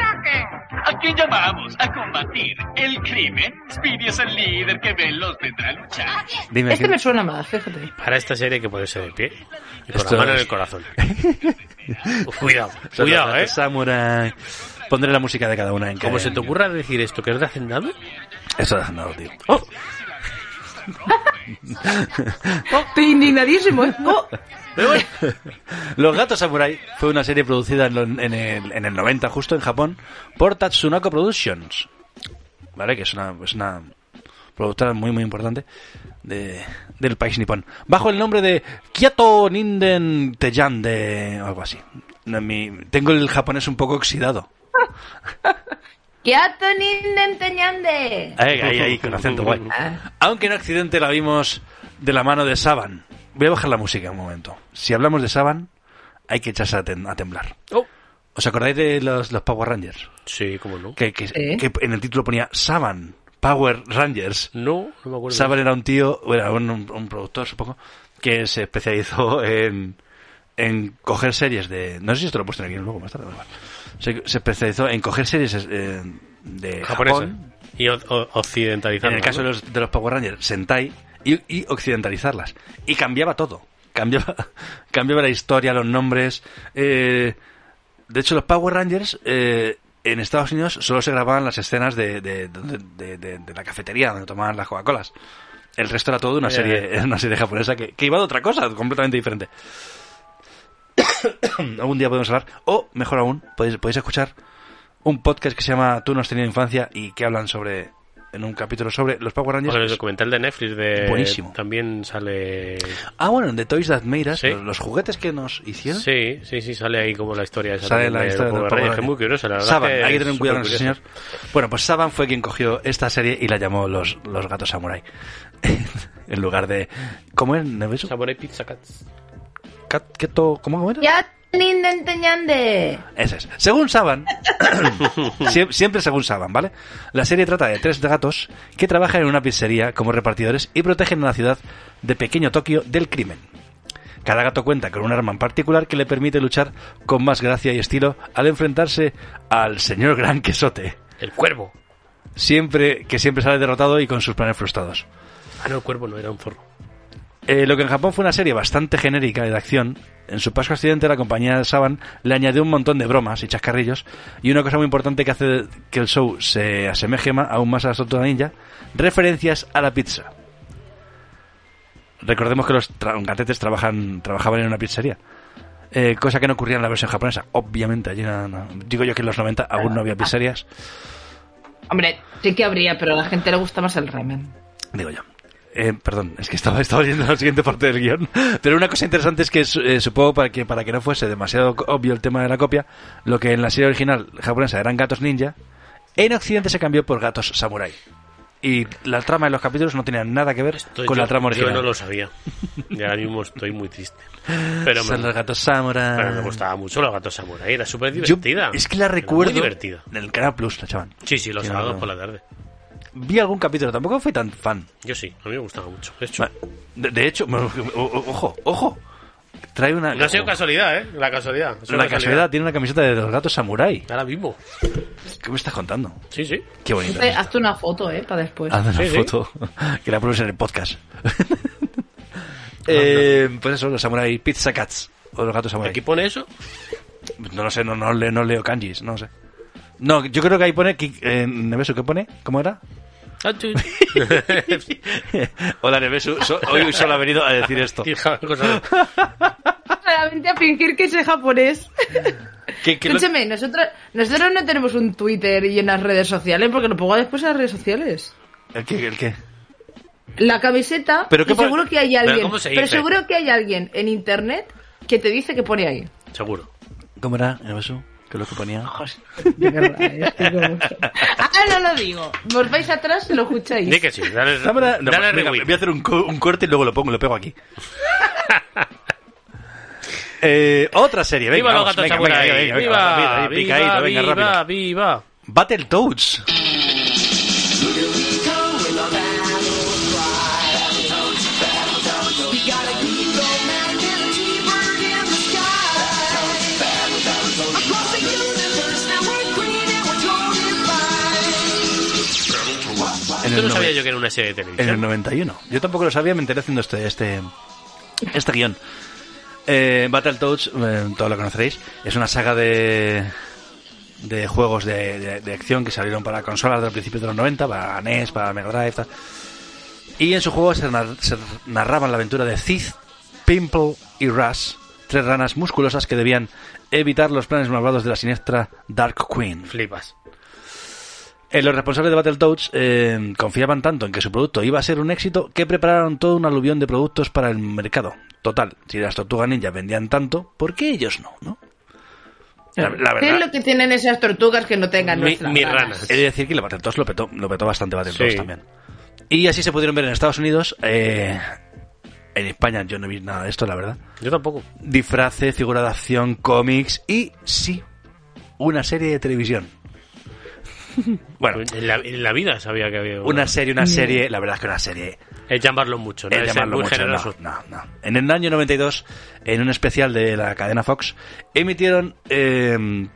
[SPEAKER 9] ¿A quién llamamos a combatir el crimen? Speedy es el líder que velos tendrá a luchar.
[SPEAKER 4] Dime
[SPEAKER 5] este
[SPEAKER 4] ¿qué-
[SPEAKER 5] me suena más, fíjate.
[SPEAKER 3] Para esta serie hay que ponerse de pie. Y con
[SPEAKER 4] Esto
[SPEAKER 3] la mano en
[SPEAKER 4] es-
[SPEAKER 3] el
[SPEAKER 4] <laughs>
[SPEAKER 3] corazón. Uf, cuidado,
[SPEAKER 4] son los
[SPEAKER 3] cuidado, eh.
[SPEAKER 4] gatos samurai. Pondré la música de cada una en
[SPEAKER 3] Como
[SPEAKER 4] cada-
[SPEAKER 3] se te ocurra decir esto, que es de hacendado.
[SPEAKER 4] Eso de hacendado, tío.
[SPEAKER 3] ¡Oh!
[SPEAKER 5] Estoy indignadísimo, ¿eh? Oh,
[SPEAKER 4] Los Gatos Samurai fue una serie producida en, lo- en el, en el 90, justo en Japón, por Tatsunoko Productions. ¿Vale? Que es una, es una productora muy, muy importante de- del país nipón. Bajo el nombre de Kyoto Ninden Tejan de. o algo así. No, mi- tengo el japonés un poco oxidado.
[SPEAKER 6] ¡Kiato ninden teñande!
[SPEAKER 4] Ahí, ahí, ahí,
[SPEAKER 3] <laughs>
[SPEAKER 4] con acento guay.
[SPEAKER 3] ¿Eh?
[SPEAKER 4] Aunque en Occidente la vimos de la mano de Saban. Voy a bajar la música un momento. Si hablamos de Saban, hay que echarse a, tem- a temblar.
[SPEAKER 3] Oh.
[SPEAKER 4] ¿Os acordáis de los, los Power Rangers?
[SPEAKER 3] Sí, cómo no.
[SPEAKER 4] Que, que-
[SPEAKER 3] ¿Eh?
[SPEAKER 5] Sí.
[SPEAKER 4] que en el título ponía Saban Power Rangers.
[SPEAKER 3] No, no me acuerdo.
[SPEAKER 4] Saban era un tío, era un, un- un productor, supongo, que se especializó en, en coger series de. No sé si esto lo he puesto en el guión luego más tarde. da igual. Se, se especializó en coger series eh, de
[SPEAKER 3] Japonesa.
[SPEAKER 4] Japón.
[SPEAKER 3] Y o- o- occidentalizando.
[SPEAKER 4] En el caso
[SPEAKER 3] ¿no?
[SPEAKER 4] de los, de los Power Rangers, Sentai, y, y occidentalizarlas. Y cambiaba todo. Cambiaba, <laughs> cambiaba la historia, los nombres. eh, de hecho, los Power Rangers eh, en Estados Unidos solo se grababan las escenas de, de- de- de- de- de la cafetería donde tomaban las Coca-Colas. El resto era todo de una
[SPEAKER 3] Ya,
[SPEAKER 4] serie, <laughs> era una serie japonesa que, que iba de otra cosa, completamente diferente. <coughs> Algún día podemos hablar, o mejor aún, podéis, podéis escuchar un podcast que se llama Tú no has tenido infancia y que hablan sobre, en un capítulo sobre los Power
[SPEAKER 3] Porque en el
[SPEAKER 4] Rangers.
[SPEAKER 3] documental de Netflix de...
[SPEAKER 4] Buenísimo.
[SPEAKER 3] También sale...
[SPEAKER 4] Ah, bueno, de Toys That Made Us,
[SPEAKER 3] Sí.
[SPEAKER 4] los, los juguetes que nos hicieron.
[SPEAKER 3] Sí, sí, sí, sale ahí como la historia esa
[SPEAKER 4] Sale
[SPEAKER 3] también
[SPEAKER 4] la
[SPEAKER 3] de
[SPEAKER 4] historia
[SPEAKER 3] Power
[SPEAKER 4] del
[SPEAKER 3] Rangers,
[SPEAKER 4] Power
[SPEAKER 3] que es muy curiosa, la verdad.
[SPEAKER 4] Saban,
[SPEAKER 3] que
[SPEAKER 4] hay que
[SPEAKER 3] es
[SPEAKER 4] tener un cuidado con ese
[SPEAKER 3] supercuriosa.
[SPEAKER 4] señor. Bueno, pues Saban fue quien cogió esta serie y la llamó Los, los Gatos Samurai. <laughs> en lugar de. ¿Cómo es? ¿Nevesu?
[SPEAKER 3] Samurai Pizza Cats.
[SPEAKER 4] Cat- Keto- ¿Cómo era?
[SPEAKER 6] Ya ninden teñande.
[SPEAKER 4] Ese es. Según Saban, sie- siempre según Saban, ¿vale? La serie trata de tres gatos que trabajan en una pizzería como repartidores y protegen a la ciudad de pequeño Tokio del crimen. Cada gato cuenta con un arma en particular que le permite luchar con más gracia y estilo al enfrentarse al señor Gran Quesote,
[SPEAKER 3] El cuervo.
[SPEAKER 4] siempre que siempre sale derrotado y con sus planes frustrados.
[SPEAKER 3] Ah, no, el cuervo no, era un zorro.
[SPEAKER 4] Eh, lo que en Japón fue una serie bastante genérica y de acción, en su paso accidente la compañía de Saban le añadió un montón de bromas y chascarrillos y una cosa muy importante que hace que el show se asemeje ma- aún más a la Tortuga Ninja, referencias a la pizza. Recordemos que los tra- gatetes trabajan, trabajaban en una pizzería. eh, cosa que no ocurría en la versión japonesa. Obviamente, allí no- no- digo yo que en los 90 aún no había pizzerías.
[SPEAKER 5] Hombre, sí que habría, pero a la gente le gusta más el ramen.
[SPEAKER 4] Digo yo. Eh, perdón, es que estaba, estaba leyendo la siguiente parte del guión. Pero una cosa interesante es que su- eh, supongo para que, para que no fuese demasiado co- obvio el tema de la copia, lo que en la serie original japonesa eran gatos ninja, en Occidente se cambió por gatos samurai. Y la trama de los capítulos no tenía nada que ver
[SPEAKER 3] Esto
[SPEAKER 4] con
[SPEAKER 3] yo-
[SPEAKER 4] la trama original.
[SPEAKER 3] Yo no lo
[SPEAKER 4] <laughs>
[SPEAKER 3] sabía. Y ahora mismo estoy muy triste. Pero me,
[SPEAKER 4] Son los gatos samurai.
[SPEAKER 3] pero me gustaba mucho los gatos samurai. Era súper
[SPEAKER 4] Yo-
[SPEAKER 3] divertida.
[SPEAKER 4] es que la recuerdo
[SPEAKER 3] Muy divertida.
[SPEAKER 4] en el Canal Plus, la chaval.
[SPEAKER 3] Sí, sí, los
[SPEAKER 4] Sí,
[SPEAKER 3] sábados
[SPEAKER 4] no.
[SPEAKER 3] por la tarde.
[SPEAKER 4] Vi algún capítulo, tampoco fui tan fan.
[SPEAKER 3] Yo sí, a mí me gustaba mucho. De hecho,
[SPEAKER 4] Va- De, de hecho, me- o- o- ojo, ojo. Trae una...
[SPEAKER 3] no ha sido casualidad, ¿eh? La casualidad. Es una
[SPEAKER 4] La casualidad tiene una camiseta de los gatos samurai.
[SPEAKER 3] Ahora mismo.
[SPEAKER 4] ¿Qué me estás contando?
[SPEAKER 3] Sí, sí.
[SPEAKER 4] Qué bonito. <laughs>
[SPEAKER 5] Hazte, hazte una foto, ¿eh? Para después. <laughs>
[SPEAKER 4] Haz una
[SPEAKER 3] Sí, sí.
[SPEAKER 4] foto <laughs> que la pones en el podcast. <laughs> Eh, pues eso, los samurai pizza cats o los gatos samurai.
[SPEAKER 3] Aquí pone eso.
[SPEAKER 4] No lo sé, no, no, le- no leo kanjis, no sé. No, yo creo que ahí pone ki- eh, Nevesu, ¿qué pone? ¿Cómo era?
[SPEAKER 3] Ah, sí.
[SPEAKER 4] <laughs> Hola Nevesu, so- hoy solo ha venido a decir esto.
[SPEAKER 3] Fija, cosa-
[SPEAKER 5] Solamente a fingir que soy japonés.
[SPEAKER 4] ¿Qué- qué lo-
[SPEAKER 5] Escúchame, nosotros, nosotros no tenemos un Twitter y en las redes sociales porque lo pongo después en las redes sociales.
[SPEAKER 4] ¿El qué? el qué?
[SPEAKER 5] La camiseta,
[SPEAKER 4] Pero
[SPEAKER 5] y
[SPEAKER 4] qué pon-
[SPEAKER 5] seguro que hay
[SPEAKER 3] Pero
[SPEAKER 5] alguien.
[SPEAKER 3] ¿cómo se
[SPEAKER 5] pero
[SPEAKER 3] dice?
[SPEAKER 5] seguro que hay alguien en internet que te dice que pone ahí.
[SPEAKER 3] Seguro.
[SPEAKER 4] ¿Cómo era Nevesu? ¿Qué es lo que ponía?
[SPEAKER 5] De verdad, ¿eh? Es que como- Ahora no lo digo. Os vais atrás y lo escucháis.
[SPEAKER 3] Di que sí. Dale,
[SPEAKER 4] Cámara- no,
[SPEAKER 3] dale
[SPEAKER 4] venga,
[SPEAKER 3] rewind.
[SPEAKER 4] voy a hacer un, co- un corte y luego lo pongo, lo pego aquí. <laughs> Eh, otra serie, venga.
[SPEAKER 3] ¡Viva los
[SPEAKER 4] vamos,
[SPEAKER 3] gatos
[SPEAKER 4] venga,
[SPEAKER 3] samurai!
[SPEAKER 4] venga, venga, venga,
[SPEAKER 3] ¡Viva!
[SPEAKER 4] rápido, picadito,
[SPEAKER 3] ¡Viva!
[SPEAKER 4] venga, rápido.
[SPEAKER 3] ¡Viva! ¡Viva!
[SPEAKER 4] Battletoads. En
[SPEAKER 3] Esto
[SPEAKER 4] el,
[SPEAKER 3] no sabía
[SPEAKER 4] noven-
[SPEAKER 3] yo que era una serie de
[SPEAKER 4] en el
[SPEAKER 3] televisión.
[SPEAKER 4] 91. Yo tampoco lo sabía, me enteré haciendo este, este, este guión. Eh, Battletoads, eh, todos lo conoceréis, es una saga de, de juegos de, de- de acción que salieron para consolas del principio de los 90, para NES, para Mega Drive, tal. Y en su juego se, nar- se narraban la aventura de Thief, Pimple y Rush, tres ranas musculosas que debían evitar los planes malvados de la siniestra Dark Queen.
[SPEAKER 3] Flipas.
[SPEAKER 4] Eh, los responsables de Battletoads eh, confiaban tanto en que su producto iba a ser un éxito que prepararon todo un aluvión de productos para el mercado. Total, si las tortugas ninja vendían tanto, ¿por qué ellos no? no? La, la
[SPEAKER 5] ¿Qué es
[SPEAKER 4] verdad.
[SPEAKER 5] lo que tienen esas tortugas que no tengan
[SPEAKER 3] Mi,
[SPEAKER 5] nuestras
[SPEAKER 3] mi
[SPEAKER 5] ranas?
[SPEAKER 3] rana.
[SPEAKER 4] He de decir que el Battletoads lo petó, lo petó bastante Battletoads
[SPEAKER 3] Sí.
[SPEAKER 4] también. Y así se pudieron ver en Estados Unidos eh, En España yo no vi nada de esto, la verdad.
[SPEAKER 3] Yo tampoco.
[SPEAKER 4] Disfraces, figura de acción, cómics y sí, una serie de televisión. bueno,
[SPEAKER 3] En la, en la vida sabía que había
[SPEAKER 4] una serie, una serie, la verdad es que una serie
[SPEAKER 3] Es llamarlo mucho, ¿no?
[SPEAKER 4] es
[SPEAKER 3] Es ser
[SPEAKER 4] llamarlo
[SPEAKER 3] muy
[SPEAKER 4] mucho,
[SPEAKER 3] generoso.
[SPEAKER 4] No, no, no. En el año 92, en un especial de la cadena Fox, emitieron eh,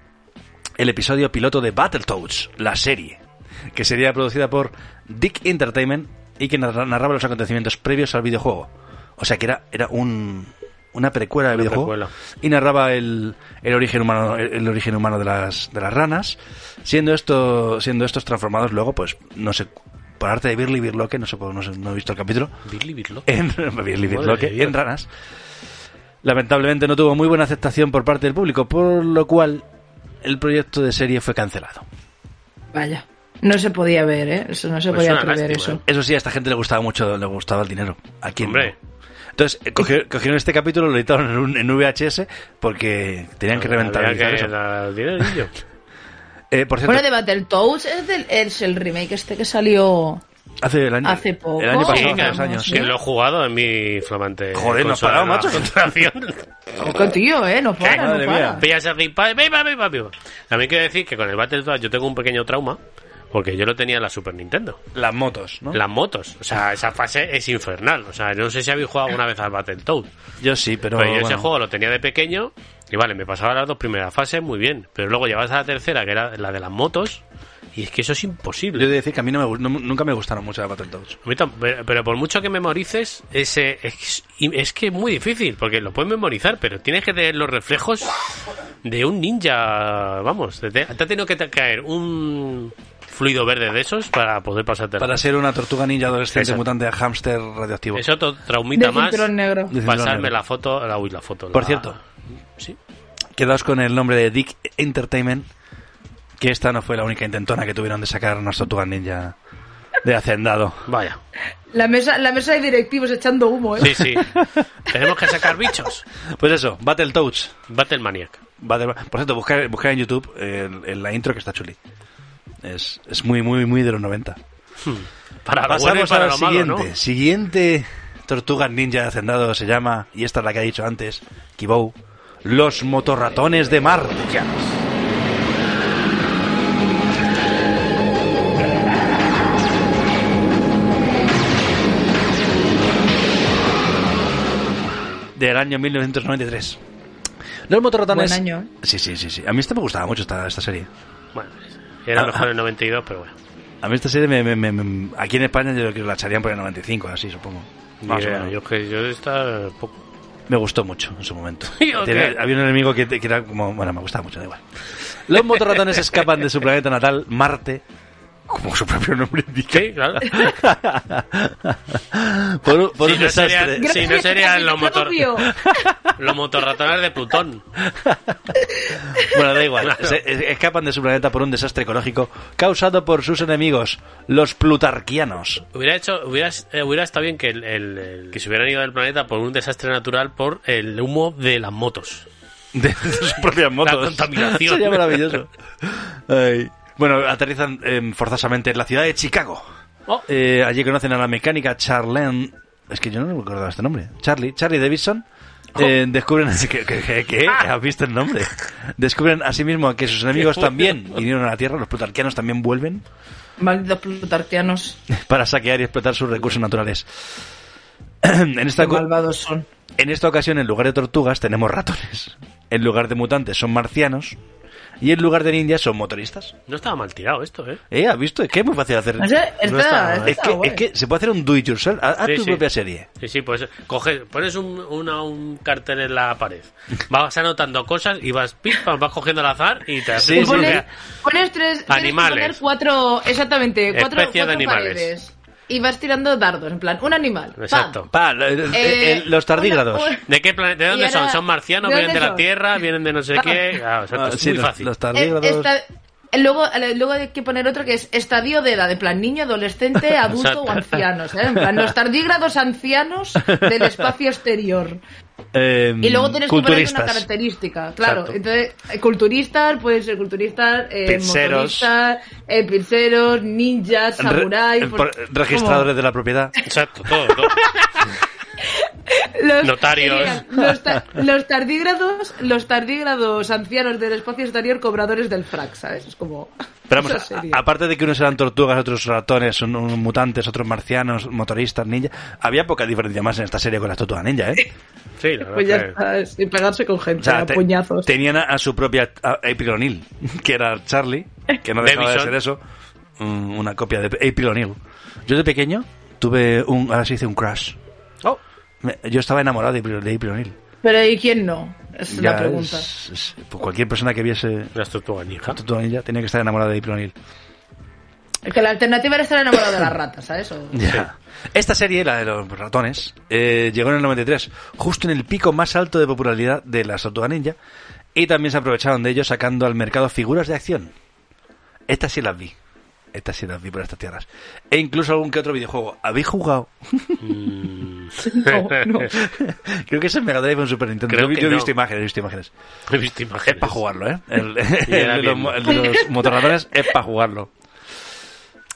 [SPEAKER 4] el episodio piloto de Battletoads, la serie, que sería producida por Dick Entertainment y que narra- narraba los acontecimientos previos al videojuego. O sea que era, era un, una precuela del
[SPEAKER 3] Una
[SPEAKER 4] videojuego
[SPEAKER 3] precuela.
[SPEAKER 4] y narraba el, el origen humano el, el origen humano de las, de las ranas, siendo esto siendo estos transformados luego, pues no sé, por arte de Birly Birloque, no sé, por- no sé, no he visto el capítulo,
[SPEAKER 3] Birli, birlo.
[SPEAKER 4] en, <laughs> Billy
[SPEAKER 3] Madre
[SPEAKER 4] Birloque,
[SPEAKER 3] de Dios.
[SPEAKER 4] en ranas. Lamentablemente no tuvo muy buena aceptación por parte del público, por lo cual el proyecto de serie fue cancelado.
[SPEAKER 5] Vaya. No se podía ver, ¿eh? Eso no se
[SPEAKER 3] Pues
[SPEAKER 5] podía
[SPEAKER 3] una
[SPEAKER 5] prever
[SPEAKER 3] lástima,
[SPEAKER 5] eso.
[SPEAKER 4] Eso sí, a esta gente le gustaba mucho, le gustaba el dinero. ¿A quién no?
[SPEAKER 3] Hombre.
[SPEAKER 4] Entonces, eh, cogió- cogieron, este capítulo, lo editaron en, un- en VHS porque tenían que reventar
[SPEAKER 3] Había
[SPEAKER 4] el
[SPEAKER 3] que
[SPEAKER 4] eso.
[SPEAKER 3] dar dinerillo.
[SPEAKER 4] Eh, por cierto,
[SPEAKER 5] Bueno, de Battletoads es, del- es el remake este que salió...
[SPEAKER 4] hace el año,
[SPEAKER 5] hace poco,
[SPEAKER 4] el año
[SPEAKER 3] Sí,
[SPEAKER 4] pasado, hace
[SPEAKER 3] que,
[SPEAKER 5] Vamos,
[SPEAKER 4] dos años.
[SPEAKER 5] ¿sí?
[SPEAKER 3] Oh, que lo he jugado en mi flamante.
[SPEAKER 4] Joder, no has
[SPEAKER 3] consola
[SPEAKER 4] parado,
[SPEAKER 3] de la
[SPEAKER 4] macho.
[SPEAKER 3] Contracción.
[SPEAKER 5] Qué tío, ¿eh? No para,
[SPEAKER 4] Madre
[SPEAKER 5] no
[SPEAKER 4] mía.
[SPEAKER 5] para.
[SPEAKER 3] Pillas a flipar, viva, viva, viva. También quiero decir que con el Battletoads yo tengo un pequeño trauma. Porque yo lo tenía en la Super Nintendo.
[SPEAKER 4] Las motos, ¿no?
[SPEAKER 3] Las motos. O sea, esa fase es infernal. O sea, yo no sé si habéis jugado alguna vez al Battletoads.
[SPEAKER 4] Yo sí, pero.
[SPEAKER 3] Pero yo ese
[SPEAKER 4] bueno.
[SPEAKER 3] juego lo tenía de pequeño y vale, me pasaba las dos primeras fases muy bien, pero luego llegabas a la tercera, que era la de las motos, y es que eso es
[SPEAKER 4] Yo he
[SPEAKER 3] imposible.
[SPEAKER 4] de decir que a mí no me gu- no- nunca me gustaron mucho las Battletoads.
[SPEAKER 3] A mí tam- pero- Pero por mucho que memorices, ese es, es que es muy difícil, porque lo puedes memorizar, pero tienes que tener los reflejos de un ninja, vamos, te, te ha tenido que ta- caer un fluido verde de esos para poder pasarte.
[SPEAKER 4] Para ser una tortuga ninja adolescente
[SPEAKER 3] Exacto.
[SPEAKER 4] mutante a hámster radioactivo.
[SPEAKER 3] Es otro traumita
[SPEAKER 5] De
[SPEAKER 3] más,
[SPEAKER 5] cinturón negro.
[SPEAKER 4] De cinturón
[SPEAKER 3] pasarme
[SPEAKER 4] negro.
[SPEAKER 3] la foto, la, uy, la foto.
[SPEAKER 4] Por
[SPEAKER 3] la-
[SPEAKER 4] cierto,
[SPEAKER 3] Sí.
[SPEAKER 4] quedaos con el nombre de Dick Entertainment, que esta no fue la única intentona que tuvieron de sacar unas tortugas ninja de hacendado.
[SPEAKER 3] Vaya.
[SPEAKER 5] La mesa, la mesa de directivos echando humo, ¿eh?
[SPEAKER 3] Sí,
[SPEAKER 4] <laughs>
[SPEAKER 3] sí. Tenemos que sacar bichos.
[SPEAKER 4] Pues eso, Battletoads.
[SPEAKER 3] Battle Maniac.
[SPEAKER 4] Battle- Por cierto, buscar, buscar en YouTube el- el- la intro que está chuli. Es, es muy, muy, muy de los 90.
[SPEAKER 3] Para lo bueno y
[SPEAKER 4] Pasamos a
[SPEAKER 3] para
[SPEAKER 4] la
[SPEAKER 3] lo malo,
[SPEAKER 4] siguiente.
[SPEAKER 3] ¿no?
[SPEAKER 4] Siguiente tortugas ninja de hacendado se llama, y esta es la que ha dicho antes, Kibou, Los motorratones de mar. del año 1993. Los motorratones.
[SPEAKER 5] Buen año.
[SPEAKER 4] Sí, sí, sí, sí. A mí esta me gustaba mucho esta, esta serie.
[SPEAKER 3] Bueno, era
[SPEAKER 4] Ah,
[SPEAKER 3] mejor en el 92, pero bueno.
[SPEAKER 4] A mí esta serie me, me- me- me- aquí en España yo creo que la echarían por el 95, así supongo. Más
[SPEAKER 3] Ni
[SPEAKER 4] o
[SPEAKER 3] idea,
[SPEAKER 4] menos.
[SPEAKER 3] Yo que yo estaba poco.
[SPEAKER 4] Me gustó mucho en su <laughs> momento.
[SPEAKER 3] Sí, ok.
[SPEAKER 4] Tenía- había un enemigo que, que era como... Bueno, me gustaba mucho, da igual. <laughs> Los motorratones escapan de su planeta natal, Marte, como su propio nombre indica,
[SPEAKER 3] Sí, claro.
[SPEAKER 4] por, un- por
[SPEAKER 3] Sí,
[SPEAKER 4] un
[SPEAKER 3] no sería-
[SPEAKER 4] <laughs> desastre.
[SPEAKER 3] Sí, no serían los motor- <laughs>
[SPEAKER 5] Obvio.
[SPEAKER 3] Los motorratones de Plutón.
[SPEAKER 4] Bueno, da igual. Se- se- escapan de su planeta por un desastre ecológico causado por sus enemigos, los plutarquianos.
[SPEAKER 3] Hubiera hecho, hubiera, eh, hubiera estado bien que, el, el- el- que se hubieran ido del planeta por un desastre natural por el humo de las motos.
[SPEAKER 4] <laughs> de, de sus propias motos.
[SPEAKER 3] La contaminación. <laughs>
[SPEAKER 4] Sería maravilloso. Ay. Bueno, aterrizan em, forzosamente en la ciudad de Chicago.
[SPEAKER 3] Oh.
[SPEAKER 4] Eh, allí conocen a la mecánica Charlene. Es que yo no me acordaba este nombre. Charlie, Charlie Davidson.
[SPEAKER 3] Oh.
[SPEAKER 4] Eh, descubren <laughs> que, que- que- que-
[SPEAKER 3] Ah.
[SPEAKER 4] has visto el nombre descubren asimismo que sus enemigos
[SPEAKER 3] <laughs>
[SPEAKER 4] también vinieron a la tierra los plutarquianos también vuelven
[SPEAKER 5] Malditos plutarquianos.
[SPEAKER 4] para saquear y explotar sus recursos naturales <clears throat> en esta
[SPEAKER 5] Qué
[SPEAKER 4] co-
[SPEAKER 5] malvados son.
[SPEAKER 4] en esta ocasión, en lugar de tortugas, tenemos ratones. En lugar de mutantes, son marcianos. Y en lugar de ninjas, son motoristas.
[SPEAKER 3] No estaba mal tirado esto, ¿eh?
[SPEAKER 4] ¿Eh? ¿Has visto? Es que es muy fácil hacer.
[SPEAKER 5] No sé, está,
[SPEAKER 3] está-
[SPEAKER 5] está
[SPEAKER 4] es, que,
[SPEAKER 5] guay.
[SPEAKER 4] es que se puede hacer un do it yourself. Haz haz
[SPEAKER 3] Sí,
[SPEAKER 4] tu
[SPEAKER 3] sí.
[SPEAKER 4] propia serie.
[SPEAKER 3] Sí, sí, pues coges, pones un, una- un cartel en la pared, vas anotando cosas y vas, pim, pam, vas cogiendo al azar y te haces
[SPEAKER 4] Sí,
[SPEAKER 5] Y
[SPEAKER 3] un-
[SPEAKER 4] sí,
[SPEAKER 5] pones, pones Pues tres. tienes que
[SPEAKER 3] Animales.
[SPEAKER 5] poner cuatro. Exactamente, cuatro,
[SPEAKER 3] Especies de
[SPEAKER 5] cuatro
[SPEAKER 3] animales.
[SPEAKER 5] paredes. Y vas tirando dardos, en plan, un animal. ¡pam!
[SPEAKER 3] Exacto.
[SPEAKER 4] Pa, lo- el-
[SPEAKER 5] Eh,
[SPEAKER 4] el- los tardígrados.
[SPEAKER 5] una-
[SPEAKER 3] ¿De qué planeta? ¿De
[SPEAKER 5] Y
[SPEAKER 3] dónde
[SPEAKER 5] ahora-
[SPEAKER 3] son? ¿Son marcianos?
[SPEAKER 5] ¿de
[SPEAKER 3] ¿Vienen de
[SPEAKER 5] dónde
[SPEAKER 3] la
[SPEAKER 5] son?
[SPEAKER 3] Tierra? ¿Vienen de no sé qué? Ah, o sea,
[SPEAKER 4] Ah,
[SPEAKER 3] es
[SPEAKER 4] sí,
[SPEAKER 3] muy
[SPEAKER 4] los,
[SPEAKER 3] fácil.
[SPEAKER 4] los
[SPEAKER 5] Eh,
[SPEAKER 4] tardígrados.
[SPEAKER 5] esta- Luego, eh, luego hay que poner otro que es estadio de edad, en plan niño,
[SPEAKER 4] <laughs>
[SPEAKER 5] adolescente, adulto o
[SPEAKER 3] Exacto.
[SPEAKER 5] ancianos. ¿eh? En plan, los tardígrados ancianos del espacio exterior.
[SPEAKER 4] eh,
[SPEAKER 5] Y luego tienes que poner una
[SPEAKER 4] culturistas.
[SPEAKER 5] característica, claro.
[SPEAKER 3] Exacto.
[SPEAKER 5] Entonces, eh, culturistas, pueden ser culturistas, eh,
[SPEAKER 4] Pizzeros.
[SPEAKER 5] motoristas, eh, pizzeros, ninjas,
[SPEAKER 4] Re-
[SPEAKER 5] samuráis... pues,
[SPEAKER 4] por- registradores de la propiedad.
[SPEAKER 3] Exacto, todo, todo.
[SPEAKER 5] <laughs> Los,
[SPEAKER 3] Notarios.
[SPEAKER 5] Los, ta- los tardígrados, los tardígrados ancianos del espacio exterior cobradores del frac, ¿sabes? Es como...
[SPEAKER 4] Pero vamos,
[SPEAKER 5] <laughs> eso sería.
[SPEAKER 4] a- aparte de que unos eran tortugas, otros ratones, un- unos mutantes, otros marcianos, motoristas, ninja, había poca diferencia más en esta serie con las tortugas ninja, ¿eh?
[SPEAKER 3] Sí, la verdad
[SPEAKER 5] Pues ya
[SPEAKER 3] que-
[SPEAKER 5] está, sin pegarse con gente,
[SPEAKER 4] O sea,
[SPEAKER 5] a
[SPEAKER 4] te-
[SPEAKER 5] puñazos.
[SPEAKER 4] tenían a, a su propia a April O'Neil, que era Charlie, que no dejaba de
[SPEAKER 3] Davison.
[SPEAKER 4] ser eso, un- una copia de April O'Neil. Yo de pequeño tuve un, ahora se dice un crush.
[SPEAKER 3] Oh,
[SPEAKER 4] Me- Yo estaba enamorado de April, de April O'Neil.
[SPEAKER 5] Pero ¿y quién no? Es
[SPEAKER 4] Ya
[SPEAKER 5] la pregunta.
[SPEAKER 4] es- es- pues cualquier persona que viese
[SPEAKER 3] las tortugas ninja.
[SPEAKER 4] Tortuga Ninja tenía que estar enamorada de April O'Neil.
[SPEAKER 5] Es que la alternativa era estar enamorado de las ratas, ¿sabes?
[SPEAKER 4] <laughs>
[SPEAKER 5] O-
[SPEAKER 4] Ya. Esta serie, la de los ratones, eh, llegó en el 93, justo en el pico más alto de popularidad de las Tortugas Ninja, y también se aprovecharon de ello sacando al mercado figuras de acción. Estas sí las vi. Estas sí las vi por estas tierras. E incluso algún que otro videojuego. ¿Habéis jugado?
[SPEAKER 5] No, no.
[SPEAKER 4] Creo que es el Mega Drive o en Super Nintendo.
[SPEAKER 3] Creo
[SPEAKER 4] yo vi-
[SPEAKER 3] que
[SPEAKER 4] yo he
[SPEAKER 3] no.
[SPEAKER 4] visto imágenes, he visto imágenes.
[SPEAKER 3] <laughs> He visto
[SPEAKER 4] Es
[SPEAKER 3] imágenes.
[SPEAKER 4] para jugarlo, <laughs> ¿eh? El,
[SPEAKER 3] Y era
[SPEAKER 4] el de los,
[SPEAKER 3] bien.
[SPEAKER 4] el de los motorratones es para jugarlo.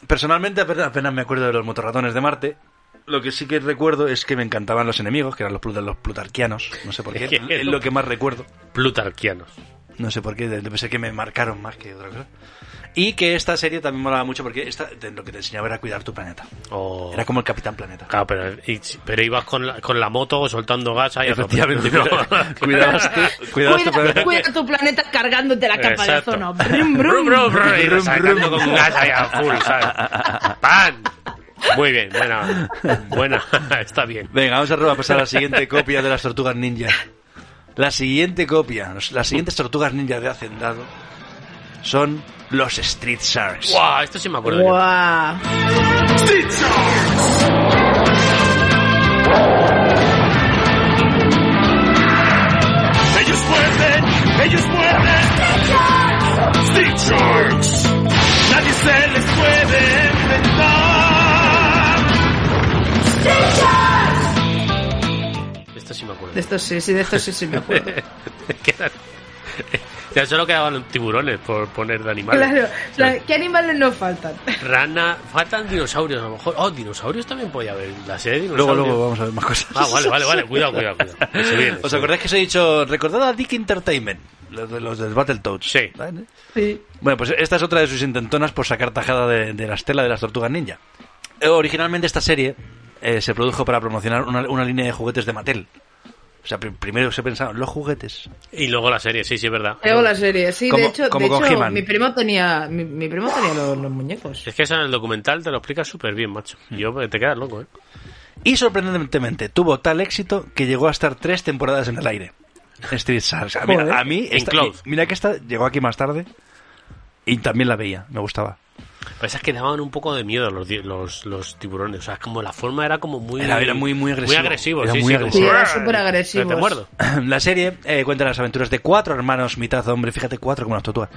[SPEAKER 4] Personalmente apenas, apenas me acuerdo de los motorratones de Marte. Lo que sí que recuerdo es que me encantaban los enemigos, que eran los, plut- los plutarquianos. No sé por <laughs> qué. es lo que más recuerdo.
[SPEAKER 3] Plutarquianos.
[SPEAKER 4] No sé por qué. Debe ser que me marcaron más que otra cosa. Y que esta serie también molaba mucho porque esta, te- lo que te enseñaba era cuidar tu planeta.
[SPEAKER 3] O...
[SPEAKER 4] Era como el Capitán Planeta.
[SPEAKER 3] Claro, pero, y- pero ibas con la, con la moto soltando gas ahí a tope. <laughs>
[SPEAKER 4] <laughs> Efectivamente,
[SPEAKER 3] No.
[SPEAKER 4] <laughs> cuidabas, cuidabas tu, cuidabas tu
[SPEAKER 5] Cuida,
[SPEAKER 4] planeta.
[SPEAKER 5] cuida tu planeta cargándote la capa
[SPEAKER 3] Exacto.
[SPEAKER 4] <laughs>
[SPEAKER 5] de ozono. Brum, brum.
[SPEAKER 3] Brum, brum, brum, y
[SPEAKER 4] Brum,
[SPEAKER 3] sacando
[SPEAKER 4] brum.
[SPEAKER 3] con gas ahí a full, ¿sabes? ¡Pan! Muy bien, buena. Buena, <laughs> está bien.
[SPEAKER 4] Venga, vamos a robar- pasar a la siguiente copia de las tortugas ninja. La siguiente copia, los- las siguientes tortugas ninja de Hacendado son los Street Sharks.
[SPEAKER 3] ¡Guau! Esto sí me acuerdo yo.
[SPEAKER 5] Guau.
[SPEAKER 9] ¡Ellos vuelven! ¡Ellos vuelven! ¡Street Sharks! ¡Nadie se les puede enfrentar!
[SPEAKER 3] Esto sí me acuerdo.
[SPEAKER 5] De esto sí, sí, de esto sí, sí
[SPEAKER 4] <laughs>
[SPEAKER 5] me acuerdo.
[SPEAKER 3] Quedan- Ya solo quedaban los tiburones por poner de animales.
[SPEAKER 5] Claro,
[SPEAKER 3] O
[SPEAKER 5] o
[SPEAKER 3] sea,
[SPEAKER 5] sea, ¿qué animales no faltan? <laughs>
[SPEAKER 3] Rana, faltan dinosaurios a lo mejor. Oh, dinosaurios también podía haber. La serie de
[SPEAKER 4] Luego,
[SPEAKER 3] dinosaurios.
[SPEAKER 4] luego vamos a ver más cosas.
[SPEAKER 3] Ah, vale, vale, vale. Cuidado, cuidado,
[SPEAKER 4] <laughs>
[SPEAKER 3] cuidado. Que se viene,
[SPEAKER 4] ¿Os
[SPEAKER 3] se
[SPEAKER 4] acordáis que os he dicho, recordad a Dick Entertainment, los de los del Battletoads?
[SPEAKER 3] Sí.
[SPEAKER 4] ¿Vale?
[SPEAKER 5] Sí.
[SPEAKER 4] Bueno, pues esta es otra de sus intentonas por sacar tajada de, de la estela de las tortugas ninja. Eh, Originalmente esta serie eh, se produjo para promocionar una, una línea de juguetes de Mattel. O sea, pri- primero se pensaron los juguetes,
[SPEAKER 3] Y luego la serie, sí, sí, es verdad.
[SPEAKER 5] Luego la serie, sí,
[SPEAKER 4] Como-
[SPEAKER 5] de hecho,
[SPEAKER 4] como
[SPEAKER 5] de
[SPEAKER 4] con
[SPEAKER 5] hecho
[SPEAKER 4] He-Man.
[SPEAKER 5] mi primo tenía, mi, mi primo tenía los,
[SPEAKER 4] <laughs>
[SPEAKER 5] los muñecos.
[SPEAKER 3] Es que esa en el documental te lo explica súper bien, macho.
[SPEAKER 4] Hmm.
[SPEAKER 3] Yo te quedas loco, ¿eh?
[SPEAKER 4] Y sorprendentemente tuvo tal éxito que llegó a estar tres temporadas en el aire. Street Sharks. Ah, Mira,
[SPEAKER 5] Joder.
[SPEAKER 4] a mí,
[SPEAKER 3] En
[SPEAKER 4] esta-
[SPEAKER 3] cloud.
[SPEAKER 4] mira que esta llegó aquí más tarde y también la veía, me gustaba. <clears throat>
[SPEAKER 3] Pero esas que daban un poco de miedo los, di- los, los tiburones. O sea, como la forma era como muy.
[SPEAKER 4] Era- era muy- muy agresivo.
[SPEAKER 3] Muy agresivo,
[SPEAKER 4] Era
[SPEAKER 3] sí,
[SPEAKER 4] muy
[SPEAKER 3] sí, como-
[SPEAKER 5] Sí,
[SPEAKER 4] agresivo.
[SPEAKER 5] eran súper agresivos.
[SPEAKER 3] Pero te muerdo.
[SPEAKER 4] La serie eh, cuenta las aventuras de cuatro hermanos, mitad hombre, fíjate, cuatro como las tortugas.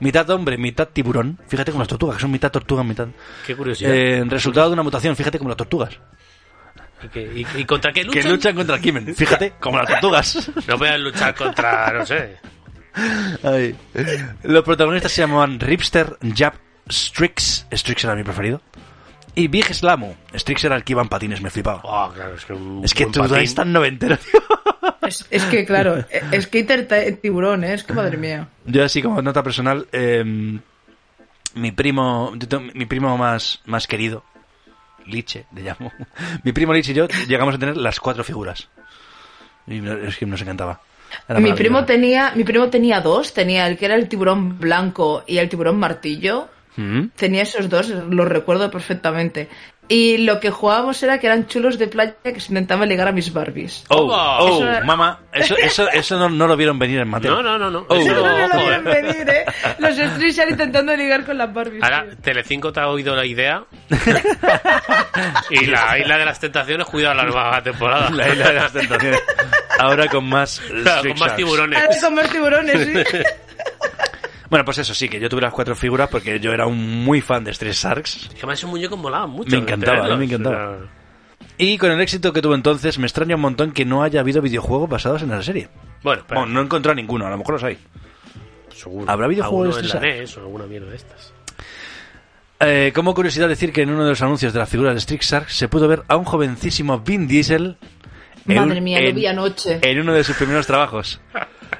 [SPEAKER 4] Mitad hombre, mitad tiburón, fíjate como las tortugas, que son mitad tortuga, mitad.
[SPEAKER 3] Qué curiosidad.
[SPEAKER 4] Eh, resultado de una mutación, fíjate como las tortugas.
[SPEAKER 3] ¿Y, que- y- y contra qué luchan?
[SPEAKER 4] Que luchan contra el crimen, fíjate como las <laughs> tortugas.
[SPEAKER 3] No pueden luchar contra, no sé.
[SPEAKER 4] Ay. Los protagonistas se llamaban Ripster, Jab, Strix, Strix era mi preferido, y Big Slamo. Strix era el que iba en patines, me flipaba.
[SPEAKER 3] Oh, claro, es que un.
[SPEAKER 4] es que
[SPEAKER 3] buen
[SPEAKER 4] tú
[SPEAKER 3] patín.
[SPEAKER 4] es tan noventero, tío.
[SPEAKER 5] Es, es que, claro, es que interta- tiburón, ¿eh? es que madre mía.
[SPEAKER 4] Yo así como nota personal, eh, mi primo, yo tengo- mi primo más, más querido, Liche, le llamo. Mi primo Liche y yo llegamos a tener las cuatro figuras. Y no- es que nos encantaba. Era
[SPEAKER 5] Mi
[SPEAKER 4] maravilloso.
[SPEAKER 5] primo, tenía, mi primo tenía dos, tenía el que era el tiburón blanco y el tiburón martillo.
[SPEAKER 4] ¿Mm?
[SPEAKER 5] Tenía esos dos, los recuerdo perfectamente. Y lo que jugábamos era que eran chulos de playa que se intentaban ligar a mis
[SPEAKER 4] <laughs>
[SPEAKER 5] Barbies. <laughs>
[SPEAKER 4] Oh,
[SPEAKER 3] Opa.
[SPEAKER 4] oh,
[SPEAKER 5] Eso-
[SPEAKER 4] mamá, eso, eso, eso no, no lo vieron venir en materia.
[SPEAKER 3] No, no, no, no.
[SPEAKER 4] Oh.
[SPEAKER 3] Eso,
[SPEAKER 5] No, no lo
[SPEAKER 3] ojo,
[SPEAKER 5] vieron
[SPEAKER 3] eh.
[SPEAKER 5] venir, ¿eh? Los Street intentando ligar con las Barbies.
[SPEAKER 3] Ahora,
[SPEAKER 5] tío.
[SPEAKER 3] Telecinco te ha oído la
[SPEAKER 4] <laughs>
[SPEAKER 3] idea. y la Isla de las Tentaciones, cuidado la nueva temporada.
[SPEAKER 4] La isla
[SPEAKER 3] <laughs>
[SPEAKER 4] de las tentaciones. Ahora con más, eh,
[SPEAKER 3] Claro,
[SPEAKER 4] Strix
[SPEAKER 3] <laughs> con más
[SPEAKER 4] Sharks.
[SPEAKER 5] Ahora de
[SPEAKER 3] tiburones.
[SPEAKER 5] comer tiburones, ¿eh? sí.
[SPEAKER 4] <laughs> Bueno, pues eso sí, que yo tuve las cuatro figuras porque yo era un muy fan de Street Sharks.
[SPEAKER 3] Que además esos muñecos molaban mucho.
[SPEAKER 4] Me encantaba,
[SPEAKER 3] tenerlos.
[SPEAKER 4] me encantaba.
[SPEAKER 3] O sea,
[SPEAKER 4] Y con el éxito que tuvo entonces, me extraña un montón que no haya habido videojuegos basados en la serie.
[SPEAKER 3] Bueno, pero
[SPEAKER 4] Bueno, no he encontrado ninguno, a lo mejor los hay.
[SPEAKER 3] seguro.
[SPEAKER 4] ¿habrá videojuegos
[SPEAKER 3] Alguno
[SPEAKER 4] de
[SPEAKER 3] en la
[SPEAKER 4] esas?
[SPEAKER 3] NES o alguna mierda de estas.
[SPEAKER 4] Eh, como curiosidad decir que en uno de los anuncios de la figura de Strixar se pudo ver a un jovencísimo Vin Diesel
[SPEAKER 5] Madre
[SPEAKER 4] un-
[SPEAKER 5] mía, lo vi anoche.
[SPEAKER 4] En uno de sus primeros trabajos.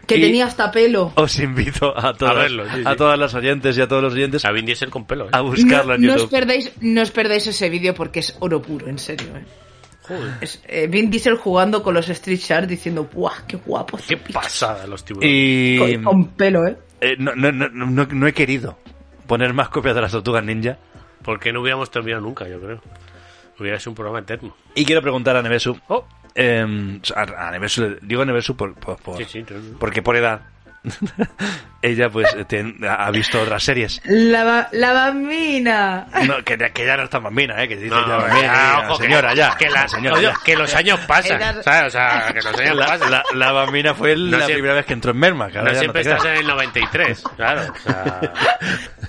[SPEAKER 5] que
[SPEAKER 4] y-
[SPEAKER 5] tenía hasta pelo.
[SPEAKER 4] Os invito a todas,
[SPEAKER 3] A verlo, sí,
[SPEAKER 4] a
[SPEAKER 3] sí.
[SPEAKER 4] todas las oyentes y a todos los oyentes
[SPEAKER 3] A Vin Diesel con pelo. ¿eh?
[SPEAKER 4] a buscarlo
[SPEAKER 5] no,
[SPEAKER 4] en
[SPEAKER 5] no os
[SPEAKER 4] YouTube.
[SPEAKER 5] perdáis, no os perdáis ese vídeo porque es oro puro, en serio. ¿eh? Es, eh, Vin Diesel jugando con los Street Sharks diciendo, ¡buah, qué guapo! este
[SPEAKER 3] Qué pasada los tiburones.
[SPEAKER 4] y
[SPEAKER 5] Con, con pelo, ¿eh?
[SPEAKER 4] eh, no, no- no- no- no he querido poner más copias de las tortugas ninja.
[SPEAKER 3] Porque no hubiéramos terminado nunca, yo creo. Hubiera sido un programa eterno.
[SPEAKER 4] Y quiero preguntar a Nevesu.
[SPEAKER 3] Oh,
[SPEAKER 4] em, a, a Nevesu le- digo Nevesu por, por- por-
[SPEAKER 3] sí, sí. no, no.
[SPEAKER 4] porque por edad. <laughs> ella pues ten- ha visto otras series.
[SPEAKER 5] La, ba- la bambina.
[SPEAKER 4] No, que, que ya no está bambina, ¿eh? Que dice
[SPEAKER 3] No,
[SPEAKER 4] ya
[SPEAKER 3] eh,
[SPEAKER 4] bambina,
[SPEAKER 3] ah, ojo, que-
[SPEAKER 4] señora, ya.
[SPEAKER 3] Que, la-
[SPEAKER 4] señora,
[SPEAKER 3] oye,
[SPEAKER 4] ya.
[SPEAKER 3] que los años pasan.
[SPEAKER 5] Era-
[SPEAKER 3] ¿sabes? O sea, que los años
[SPEAKER 4] La,
[SPEAKER 3] pasan.
[SPEAKER 4] la- la bambina fue la
[SPEAKER 3] siempre-
[SPEAKER 4] primera vez que entró en Merma.
[SPEAKER 3] no siempre estás en el 93, claro. O sea,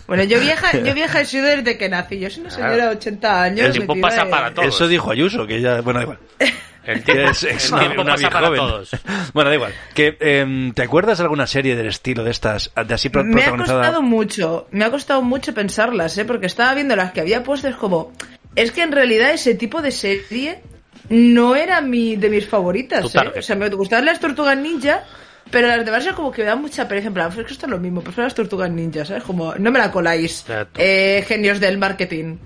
[SPEAKER 5] Bueno, yo vieja, yo vieja he sido desde que nací. Yo soy una
[SPEAKER 3] Claro.
[SPEAKER 5] señora de 80 años.
[SPEAKER 3] Ah. El tiempo
[SPEAKER 5] metida
[SPEAKER 3] pasa
[SPEAKER 5] en-
[SPEAKER 3] para todos.
[SPEAKER 4] Eso dijo Ayuso, que ya... Bueno, da igual.
[SPEAKER 3] el tiempo,
[SPEAKER 4] Que es, es
[SPEAKER 3] el
[SPEAKER 4] una,
[SPEAKER 3] tiempo
[SPEAKER 4] una
[SPEAKER 3] pasa
[SPEAKER 4] vieja
[SPEAKER 3] para
[SPEAKER 4] joven.
[SPEAKER 3] todos.
[SPEAKER 4] Bueno, da igual. Que, em, ¿Te acuerdas de alguna serie del estilo de estas, de así pro-
[SPEAKER 5] Me ha costado
[SPEAKER 4] protagonizada?
[SPEAKER 5] mucho, me ha costado mucho pensarlas, ¿eh? Porque estaba viendo las que había puesto, es como, es que en realidad ese tipo de serie no era mi, de mis
[SPEAKER 3] Tu
[SPEAKER 5] favoritas, ¿eh?
[SPEAKER 3] target.
[SPEAKER 5] O sea, me gustaban las tortugas ninja, pero las demás era como que me dan mucha pereza, en plan, es que esto es lo mismo, prefiero las tortugas ninja, ¿sabes? Como, no me la coláis,
[SPEAKER 3] Exacto.
[SPEAKER 5] eh, genios del marketing.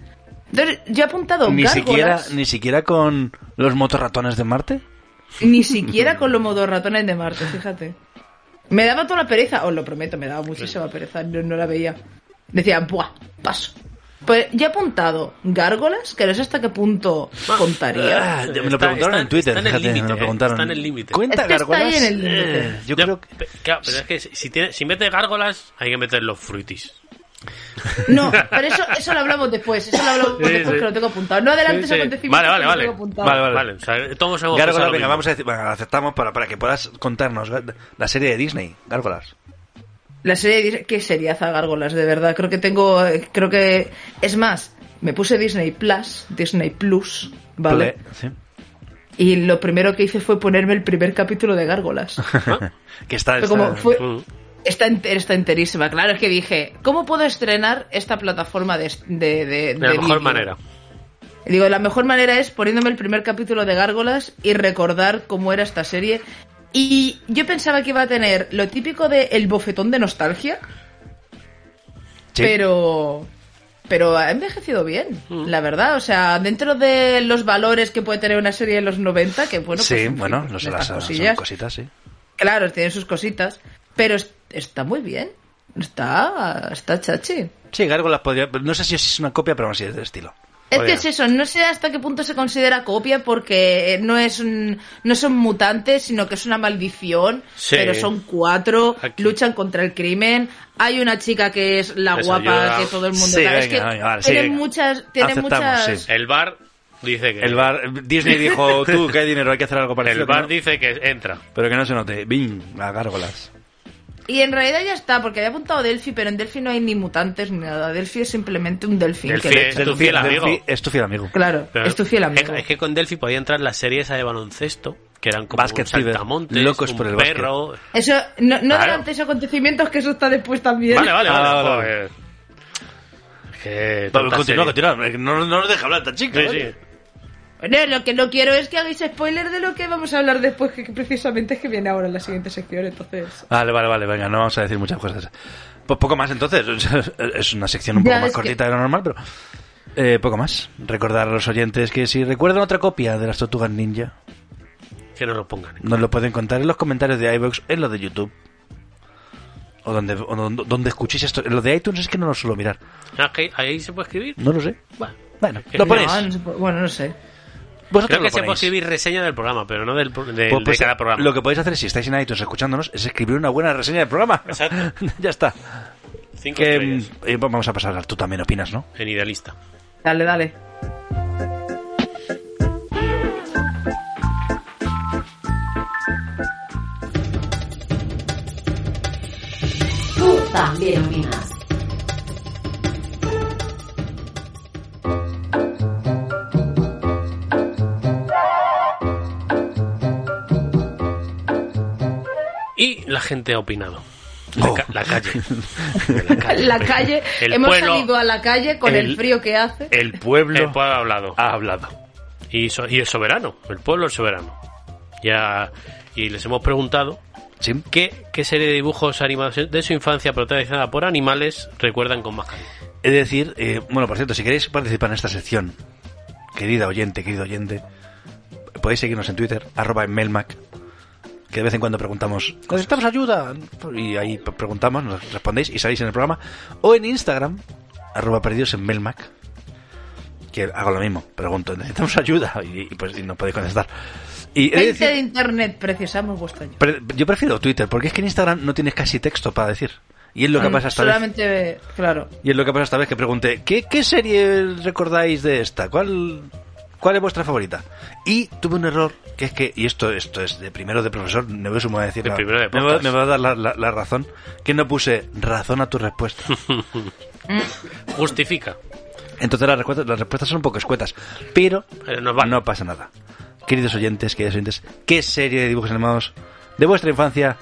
[SPEAKER 5] Entonces, yo he apuntado
[SPEAKER 4] Ni siquiera,
[SPEAKER 5] gárgolas,
[SPEAKER 4] ni siquiera con los motorratones de Marte.
[SPEAKER 5] ni siquiera con los modos ratones de Marte, fíjate. Me daba toda la pereza, os lo prometo, me daba muchísima pereza, no, no la veía. Decía, buah, paso. Pues ya he apuntado gárgolas, que no sé hasta qué punto contaría.
[SPEAKER 4] Ah, me lo
[SPEAKER 3] Está-
[SPEAKER 4] preguntaron
[SPEAKER 3] está-
[SPEAKER 4] en eh, Twitter,
[SPEAKER 3] está en el
[SPEAKER 4] fíjate, me
[SPEAKER 3] límite,
[SPEAKER 4] lo preguntaron.
[SPEAKER 3] está en el límite.
[SPEAKER 4] ¿Cuenta
[SPEAKER 5] Es que está ahí
[SPEAKER 4] gárgolas?
[SPEAKER 5] en el límite.
[SPEAKER 4] Eh, <clears throat> yo
[SPEAKER 3] Ya,
[SPEAKER 4] creo que...
[SPEAKER 3] pe- Claro, pero es que si, si tiene, si metes gárgolas, hay que meter los fruitis.
[SPEAKER 5] No, pero eso, eso lo hablamos después, eso lo hablamos
[SPEAKER 3] Sí,
[SPEAKER 5] después
[SPEAKER 3] sí.
[SPEAKER 5] que lo tengo apuntado. No adelantes
[SPEAKER 3] Sí, sí.
[SPEAKER 5] acontecimientos
[SPEAKER 3] Vale, vale,
[SPEAKER 5] que lo
[SPEAKER 3] vale.
[SPEAKER 5] tengo apuntado.
[SPEAKER 4] Vale, vale.
[SPEAKER 3] o sea, todos hemos pensado
[SPEAKER 4] Gárgolas,
[SPEAKER 3] lo
[SPEAKER 4] venga,
[SPEAKER 3] mismo.
[SPEAKER 4] vamos a decir... Bueno, la aceptamos para, para que puedas contarnos gá- la serie de Disney, Gárgolas.
[SPEAKER 5] La serie de Dis- qué sería Zagárgolas, de verdad. Creo que tengo, eh, creo que es más, me puse Disney Plus, Disney Plus, vale.
[SPEAKER 4] Play, sí.
[SPEAKER 5] Y lo primero que hice fue ponerme el primer capítulo de Gárgolas.
[SPEAKER 4] que está...
[SPEAKER 5] Fue
[SPEAKER 4] está-
[SPEAKER 5] como, fue-
[SPEAKER 3] Mm.
[SPEAKER 5] está, enter- está enterísima. Claro, es que dije, ¿cómo puedo estrenar esta plataforma de... de, de-
[SPEAKER 3] De
[SPEAKER 5] de
[SPEAKER 3] la mejor
[SPEAKER 5] vídeo?
[SPEAKER 3] manera.
[SPEAKER 5] Y Digo, la mejor manera es poniéndome el primer capítulo de Gárgolas y recordar cómo era esta serie. Y yo pensaba que iba a tener lo típico de el bofetón de nostalgia,
[SPEAKER 4] Sí.
[SPEAKER 5] pero... Pero ha envejecido bien,
[SPEAKER 4] Mm.
[SPEAKER 5] la verdad. O sea, dentro de los valores que puede tener una serie de los 90, que bueno, pues
[SPEAKER 4] sí,
[SPEAKER 5] en fin,
[SPEAKER 4] bueno, no sé,
[SPEAKER 5] estas
[SPEAKER 4] las son
[SPEAKER 5] cosillas.
[SPEAKER 4] cositas, sí.
[SPEAKER 5] Claro, tiene sus cositas, pero es- está muy bien. Está, está chachi.
[SPEAKER 4] Sí, Gárgolas podría... No sé si es una copia, pero aún así es de estilo.
[SPEAKER 5] Es
[SPEAKER 3] Oye.
[SPEAKER 5] que es eso, no sé hasta qué punto se considera copia porque eh, no es un- no son mutantes, sino que es una maldición,
[SPEAKER 3] Sí.
[SPEAKER 5] pero son cuatro,
[SPEAKER 3] Aquí.
[SPEAKER 5] luchan contra el crimen, hay una chica que es la
[SPEAKER 3] Les
[SPEAKER 5] guapa
[SPEAKER 3] ayuda.
[SPEAKER 5] que todo el mundo
[SPEAKER 4] Sí,
[SPEAKER 5] tal. es
[SPEAKER 4] venga,
[SPEAKER 5] que
[SPEAKER 4] venga, vale, sí,
[SPEAKER 5] tienen
[SPEAKER 4] venga.
[SPEAKER 5] muchas, tienen
[SPEAKER 4] Aceptamos,
[SPEAKER 5] muchas
[SPEAKER 4] sí.
[SPEAKER 3] El bar dice que.
[SPEAKER 4] El bar... Disney <laughs> dijo, tú, que hay dinero, hay que hacer algo parecido.
[SPEAKER 3] el bar
[SPEAKER 4] ¿no?
[SPEAKER 3] dice que entra.
[SPEAKER 4] Pero que no se note. Bing, a gárgolas.
[SPEAKER 5] y en realidad ya está, porque había apuntado Delphi, pero en Delphi no hay ni mutantes ni nada, Delphi es simplemente un delfín
[SPEAKER 3] Delphi
[SPEAKER 5] que
[SPEAKER 3] es- tu fiel amigo.
[SPEAKER 4] es tu fiel amigo.
[SPEAKER 5] claro, es tu fiel amigo.
[SPEAKER 3] Es, es que con Delphi podía entrar la serie esa de baloncesto, que eran como
[SPEAKER 4] Basket
[SPEAKER 3] un
[SPEAKER 4] Fever,
[SPEAKER 3] saltamontes,
[SPEAKER 4] locos
[SPEAKER 3] un
[SPEAKER 4] por el básquet.
[SPEAKER 3] perro.
[SPEAKER 5] Eso, no, no
[SPEAKER 3] Claro.
[SPEAKER 5] adelantes esos acontecimientos que eso está después también.
[SPEAKER 3] Vale, vale, vale.
[SPEAKER 4] Ah, vale,
[SPEAKER 3] joder. Es Que
[SPEAKER 4] Vamos,
[SPEAKER 3] tanta
[SPEAKER 4] continúa,
[SPEAKER 3] serie.
[SPEAKER 4] continúa. No, no nos deja hablar tan chico.
[SPEAKER 3] Sí,
[SPEAKER 4] ¿eh?
[SPEAKER 3] sí.
[SPEAKER 5] Bueno, lo que no quiero es que hagáis spoiler de lo que vamos a hablar después, que que precisamente es que viene ahora en la siguiente sección, entonces...
[SPEAKER 4] Vale, vale, vale. Venga, no vamos a decir muchas cosas. Pues poco más entonces. <laughs> Es una sección un poco
[SPEAKER 5] Ya,
[SPEAKER 4] más
[SPEAKER 5] es
[SPEAKER 4] cortita de lo normal, pero. eh, poco más. Recordar a los oyentes que si recuerdan otra copia de las Tortugas Ninja,
[SPEAKER 3] Que no lo pongan. ¿eh?
[SPEAKER 4] nos lo pueden contar en los comentarios de iVoox, en los de YouTube. O donde, o donde, donde escuchéis esto. En los de iTunes es que no lo suelo mirar.
[SPEAKER 3] Ah, que ahí se puede escribir.
[SPEAKER 4] No lo sé.
[SPEAKER 3] Bueno.
[SPEAKER 4] Bueno,
[SPEAKER 3] Eh,
[SPEAKER 4] lo
[SPEAKER 3] no,
[SPEAKER 4] ponéis.
[SPEAKER 5] No, no se puede- bueno, no sé.
[SPEAKER 4] Vosotros
[SPEAKER 3] Creo que
[SPEAKER 4] lo
[SPEAKER 3] se puede
[SPEAKER 4] ponéis.
[SPEAKER 3] escribir reseña del programa, pero no del, pro- del-
[SPEAKER 4] Pues, pues,
[SPEAKER 3] de cada programa.
[SPEAKER 4] Lo que podéis hacer si estáis en iTunes escuchándonos es escribir una buena reseña del programa.
[SPEAKER 3] Exacto.
[SPEAKER 4] <laughs> ya está.
[SPEAKER 3] Cinco
[SPEAKER 4] Que,
[SPEAKER 3] estrellas.
[SPEAKER 4] mm, eh, vamos a pasar al tú también opinas, ¿no?
[SPEAKER 3] En idealista.
[SPEAKER 5] Dale, dale.
[SPEAKER 8] Tú también opinas.
[SPEAKER 3] Y la gente ha opinado. La,
[SPEAKER 4] Oh.
[SPEAKER 3] ca- la
[SPEAKER 4] <laughs>
[SPEAKER 3] calle. la calle.
[SPEAKER 5] La calle,
[SPEAKER 3] El
[SPEAKER 5] hemos
[SPEAKER 3] pueblo-
[SPEAKER 5] salido a la calle con el,
[SPEAKER 4] el-
[SPEAKER 5] frío que hace.
[SPEAKER 4] El pueblo
[SPEAKER 3] El pueblo ha hablado.
[SPEAKER 4] ha hablado.
[SPEAKER 3] Y, so- y el soberano. El pueblo es soberano. Ya, y les hemos preguntado
[SPEAKER 4] Sí.
[SPEAKER 3] qué, qué serie de dibujos animados de su infancia protagonizada por animales recuerdan con más cariño.
[SPEAKER 4] Es decir, eh, bueno, por cierto, si queréis participar en esta sección, querida oyente, querido oyente, podéis seguirnos en Twitter, arroba en Melmac, que de vez en cuando preguntamos, Pues necesitamos ayuda, y ahí p- preguntamos, nos respondéis y salís en el programa, o en Instagram, arroba perdidos en Melmac, que hago lo mismo, pregunto, <laughs> necesitamos ayuda, y, y pues y nos podéis contestar. Y he de
[SPEAKER 5] Gente de
[SPEAKER 4] decir,
[SPEAKER 5] internet, preciosamos vuestra ayuda.
[SPEAKER 4] pre- yo prefiero Twitter, porque es que en Instagram no tienes casi texto para decir, y es lo que pasa esta vez.
[SPEAKER 5] Solamente, claro.
[SPEAKER 4] Y es lo que pasa esta vez que pregunté, ¿qué, qué serie recordáis de esta? ¿Cuál, ¿Cuál es vuestra favorita? Y tuve un error, que es que, y esto, esto es de primero de profesor, me voy a decir,
[SPEAKER 3] De
[SPEAKER 4] la-
[SPEAKER 3] primero de
[SPEAKER 4] me, va,
[SPEAKER 3] podcast.
[SPEAKER 4] me va a dar la, la- la razón, que no puse razón a
[SPEAKER 3] <laughs>
[SPEAKER 4] tu respuesta.
[SPEAKER 3] Justifica.
[SPEAKER 4] Entonces las respuestas, las respuestas son un poco escuetas, pero
[SPEAKER 3] Pero Eh, nos Ah, vale.
[SPEAKER 4] no pasa nada. Queridos oyentes, queridos oyentes, ¿qué serie de dibujos animados de vuestra infancia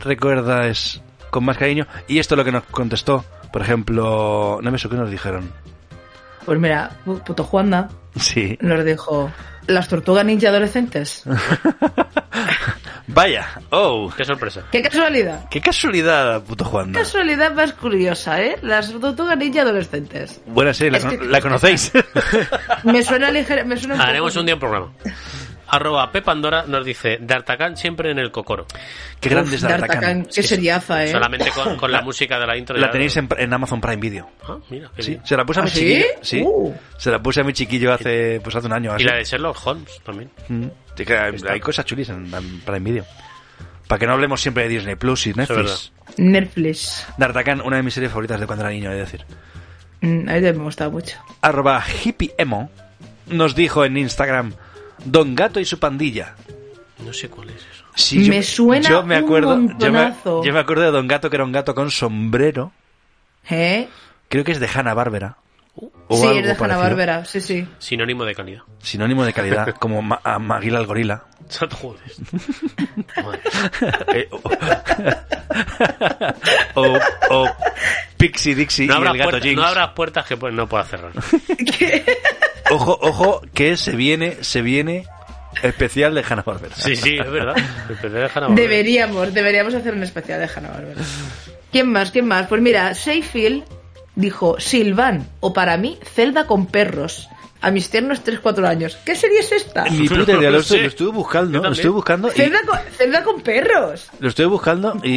[SPEAKER 4] recuerdas con más cariño? Y esto es lo que nos contestó, por ejemplo, no me sé qué nos dijeron.
[SPEAKER 5] Pues mira, pu- puto Juanda
[SPEAKER 4] Sí.
[SPEAKER 5] nos dijo, las tortugas ninja adolescentes.
[SPEAKER 4] <laughs> Ah. Vaya, oh,
[SPEAKER 3] Qué sorpresa.
[SPEAKER 5] ¡Qué casualidad!
[SPEAKER 4] qué casualidad, puto Juan.
[SPEAKER 5] ¡Qué casualidad más curiosa, eh! Las tortugas ninja adolescentes.
[SPEAKER 4] Buena serie, la,
[SPEAKER 5] Es
[SPEAKER 4] cono-
[SPEAKER 5] que-
[SPEAKER 4] la
[SPEAKER 5] <laughs>
[SPEAKER 4] conocéis.
[SPEAKER 5] Me suena ligera, me suena un poco-
[SPEAKER 3] Haremos un día un programa. Arroba P. Pandora nos dice D'Artagnan siempre en el cocoro.
[SPEAKER 4] qué grande es
[SPEAKER 5] D'Artagnan,
[SPEAKER 4] D'Artagnan.
[SPEAKER 5] ¡Qué seriaza, eh!
[SPEAKER 3] Solamente con, con la música de la intro.
[SPEAKER 4] La
[SPEAKER 3] ya-
[SPEAKER 4] tenéis en, en Amazon Prime Video.
[SPEAKER 3] Ah, mira, qué
[SPEAKER 4] Sí,
[SPEAKER 3] bien.
[SPEAKER 4] se la puse a
[SPEAKER 5] ¿Ah,
[SPEAKER 4] mi
[SPEAKER 5] sí?
[SPEAKER 4] chiquillo. Sí.
[SPEAKER 5] Uh.
[SPEAKER 4] Se la puse a mi chiquillo hace, pues hace un año. o
[SPEAKER 3] Y
[SPEAKER 4] Así.
[SPEAKER 3] la de Sherlock Holmes también.
[SPEAKER 4] Mm. Sí, que hay, hay cosas chulis en, en Prime Video. Para que no hablemos siempre de Disney Plus y Netflix.
[SPEAKER 5] Netflix.
[SPEAKER 4] D'Artagnan, una de mis series favoritas de cuando era niño, es decir.
[SPEAKER 5] Mm, a mí también me gustaba mucho.
[SPEAKER 4] arroba hippiemo, nos dijo en Instagram Don Gato y su pandilla.
[SPEAKER 3] No sé cuál es eso.
[SPEAKER 4] Sí,
[SPEAKER 5] Me suena un
[SPEAKER 4] yo me,
[SPEAKER 5] montonazo.
[SPEAKER 4] yo me acuerdo de Don Gato, que era un gato con sombrero.
[SPEAKER 5] ¿Eh?
[SPEAKER 4] Creo que es de Hanna Barbera.
[SPEAKER 5] sí, es de Hanna-Barbera, sí, sí.
[SPEAKER 3] Sinónimo de calidad. <laughs>
[SPEAKER 4] Sinónimo de
[SPEAKER 5] <laughs>
[SPEAKER 4] calidad, como ma a Maguila el gorila.
[SPEAKER 3] Joder. <laughs> Madre.
[SPEAKER 4] Eh, o, o-
[SPEAKER 5] <laughs>
[SPEAKER 4] o Pixie Dixie
[SPEAKER 3] No
[SPEAKER 4] y
[SPEAKER 3] habrá,
[SPEAKER 4] el gato
[SPEAKER 3] puerta-
[SPEAKER 4] Jinx.
[SPEAKER 3] no habrá puertas que pu- no pueda
[SPEAKER 4] <laughs>
[SPEAKER 3] cerrar.
[SPEAKER 4] Ojo, ojo, que se viene, se viene especial de Hanna Barbera.
[SPEAKER 3] Sí, sí, es verdad. Empecé a dejar a-
[SPEAKER 5] Deberíamos, deberíamos hacer un especial de Hanna-Barbera. ¿Quién más? ¿Quién más? Pues mira, Seyfield dijo Silván, o para mí, Zelda con perros. A mis tiernos 3-4 años. ¿Qué serie es esta?
[SPEAKER 4] Ni puta idea, lo,
[SPEAKER 3] No sé.
[SPEAKER 4] estu- lo estuve buscando,
[SPEAKER 3] Yo
[SPEAKER 4] lo
[SPEAKER 3] también.
[SPEAKER 4] estuve buscando y,
[SPEAKER 5] Zelda con, Zelda con perros.
[SPEAKER 4] lo estuve buscando y,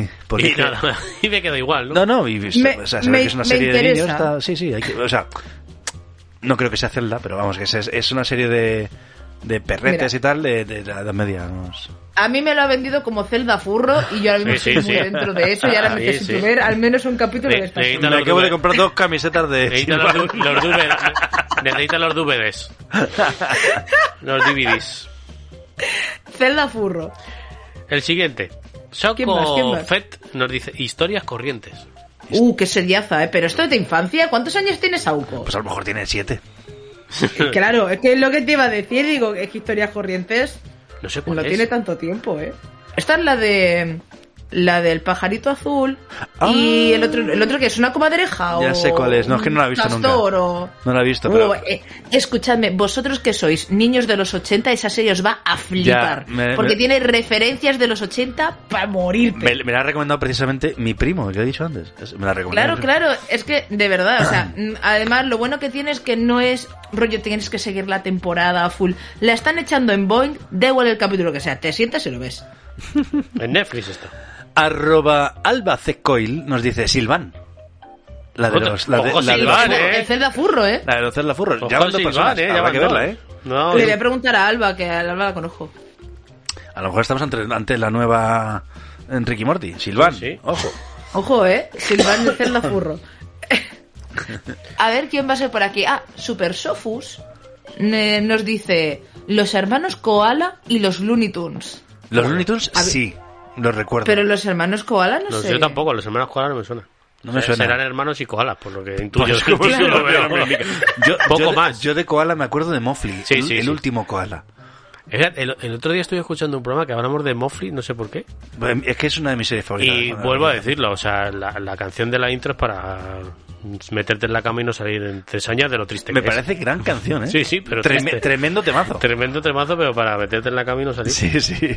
[SPEAKER 4] y porque
[SPEAKER 3] Y nada, <laughs> y me quedo igual, ¿no?
[SPEAKER 4] no, no, y, se-
[SPEAKER 5] Me-
[SPEAKER 4] o sea, se
[SPEAKER 5] me-
[SPEAKER 4] ve que es una
[SPEAKER 5] me
[SPEAKER 4] serie de niños,
[SPEAKER 5] interesa.
[SPEAKER 4] está- sí, sí, hay que- o sea, no creo que sea Zelda, pero vamos, que es, es una serie de, de perretes
[SPEAKER 5] Mira.
[SPEAKER 4] y tal de, de la Edad Media. vamos.
[SPEAKER 5] A mí me lo ha vendido como Zelda furro y yo ahora mismo
[SPEAKER 3] Sí, sí,
[SPEAKER 5] estoy muy
[SPEAKER 3] sí.
[SPEAKER 5] dentro de eso y ahora
[SPEAKER 3] Sí,
[SPEAKER 5] necesito
[SPEAKER 3] sí.
[SPEAKER 5] ver al menos un capítulo
[SPEAKER 3] Le-
[SPEAKER 5] de esta
[SPEAKER 3] le-
[SPEAKER 5] serie.
[SPEAKER 3] Necesitan los DVDs.
[SPEAKER 4] dos camisetas de
[SPEAKER 3] Necesita los, du- los DVDs. Necesita los DVDs. Los DVDs.
[SPEAKER 5] Zelda furro.
[SPEAKER 3] El siguiente.
[SPEAKER 5] ¿Quién más? ¿Quién
[SPEAKER 3] Choco
[SPEAKER 5] más?
[SPEAKER 3] Fett nos dice historias corrientes.
[SPEAKER 5] Uh, qué seriaza, ¿eh? Pero esto es de infancia. ¿Cuántos años tienes, Auco?
[SPEAKER 4] Pues a lo mejor tiene siete.
[SPEAKER 5] <laughs> Claro, es que es lo que te iba a decir. Digo, es que historias corrientes
[SPEAKER 3] No sé cuál
[SPEAKER 5] No
[SPEAKER 3] es.
[SPEAKER 5] tiene tanto tiempo, ¿eh? Esta es la de. La del pajarito azul.
[SPEAKER 4] Ah.
[SPEAKER 5] Y el otro, el otro que es una comadreja o.
[SPEAKER 4] Ya sé cuál es. No, es que no la he visto
[SPEAKER 5] un
[SPEAKER 4] nunca.
[SPEAKER 5] castor o-
[SPEAKER 4] No la he visto, pero-
[SPEAKER 5] Uh, eh, escuchadme, vosotros que sois niños de los 80, esa serie os va a flipar.
[SPEAKER 4] me-
[SPEAKER 5] porque
[SPEAKER 4] me-
[SPEAKER 5] tiene referencias de los 80 para morirte.
[SPEAKER 4] Me, me la ha recomendado precisamente mi primo, que he dicho antes. Es- Me la recomendó.
[SPEAKER 5] Claro, claro, es que de verdad, o sea, <clears throat> mm, además lo bueno que tiene es que no es rollo tienes que seguir la temporada a full. La están echando en Boeing, da igual el capítulo que sea, te sientas y lo ves.
[SPEAKER 3] En Netflix está.
[SPEAKER 4] Arroba Alba C. Coil nos dice Silván. La de
[SPEAKER 3] Otra-
[SPEAKER 4] los, la de,
[SPEAKER 3] Ojo,
[SPEAKER 4] la de los-
[SPEAKER 3] Silván, eh.
[SPEAKER 5] El Zelda furro, ¿eh?
[SPEAKER 4] la de los Zelda Furros. Ya van
[SPEAKER 3] Ojo,
[SPEAKER 4] dos
[SPEAKER 3] Silván,
[SPEAKER 4] personas.
[SPEAKER 3] eh, ya
[SPEAKER 4] Habrá
[SPEAKER 3] van
[SPEAKER 4] que
[SPEAKER 3] dos.
[SPEAKER 4] verla, eh.
[SPEAKER 3] No,
[SPEAKER 5] Le voy a preguntar a Alba, que a Alba la conozco.
[SPEAKER 4] A lo mejor estamos ante, ante la nueva Enrique Morty. Silván,
[SPEAKER 3] Sí.
[SPEAKER 4] ojo.
[SPEAKER 5] Ojo, ¿eh? Silván de
[SPEAKER 3] <laughs>
[SPEAKER 5] Zelda Furro. a ver quién va a ser por aquí. Ah, Super Sofus eh, nos dice los hermanos Koala y los Looney Tunes.
[SPEAKER 4] Los Looney Tunes,
[SPEAKER 5] A ver.
[SPEAKER 4] sí. Los recuerdo.
[SPEAKER 5] Pero los hermanos Koala no,
[SPEAKER 3] los-
[SPEAKER 5] sé.
[SPEAKER 3] yo tampoco, los hermanos Koala no me suena.
[SPEAKER 4] No me
[SPEAKER 3] O sea,
[SPEAKER 4] suena.
[SPEAKER 3] Serán hermanos y koalas, por lo
[SPEAKER 4] <laughs>
[SPEAKER 3] que intuyo.
[SPEAKER 4] Pues,
[SPEAKER 3] <laughs>
[SPEAKER 4] ¿cómo
[SPEAKER 3] Intuyo
[SPEAKER 4] se lo
[SPEAKER 3] lo veo.
[SPEAKER 4] veo? yo,
[SPEAKER 3] Poco
[SPEAKER 4] yo de-
[SPEAKER 3] más.
[SPEAKER 4] Yo de Koala me acuerdo de Mofli.
[SPEAKER 3] Sí,
[SPEAKER 4] el,
[SPEAKER 3] sí,
[SPEAKER 4] el
[SPEAKER 3] sí.
[SPEAKER 4] último Koala.
[SPEAKER 3] Era- El, el otro día estuve escuchando un programa que hablamos de Mofli, no sé por qué.
[SPEAKER 4] Em, Es que es una de mis series favoritas.
[SPEAKER 3] Y
[SPEAKER 4] Bueno,
[SPEAKER 3] vuelvo a decirlo, o sea, la, la canción de la intro es para meterte en la cama y no salir en tres años de lo triste
[SPEAKER 4] Me
[SPEAKER 3] que es.
[SPEAKER 4] parece gran canción, ¿eh?
[SPEAKER 3] Sí, sí, pero
[SPEAKER 4] Treme-
[SPEAKER 3] triste.
[SPEAKER 4] Tremendo temazo.
[SPEAKER 3] Tremendo tremazo, pero para meterte en la cama y no salir.
[SPEAKER 4] Sí, sí.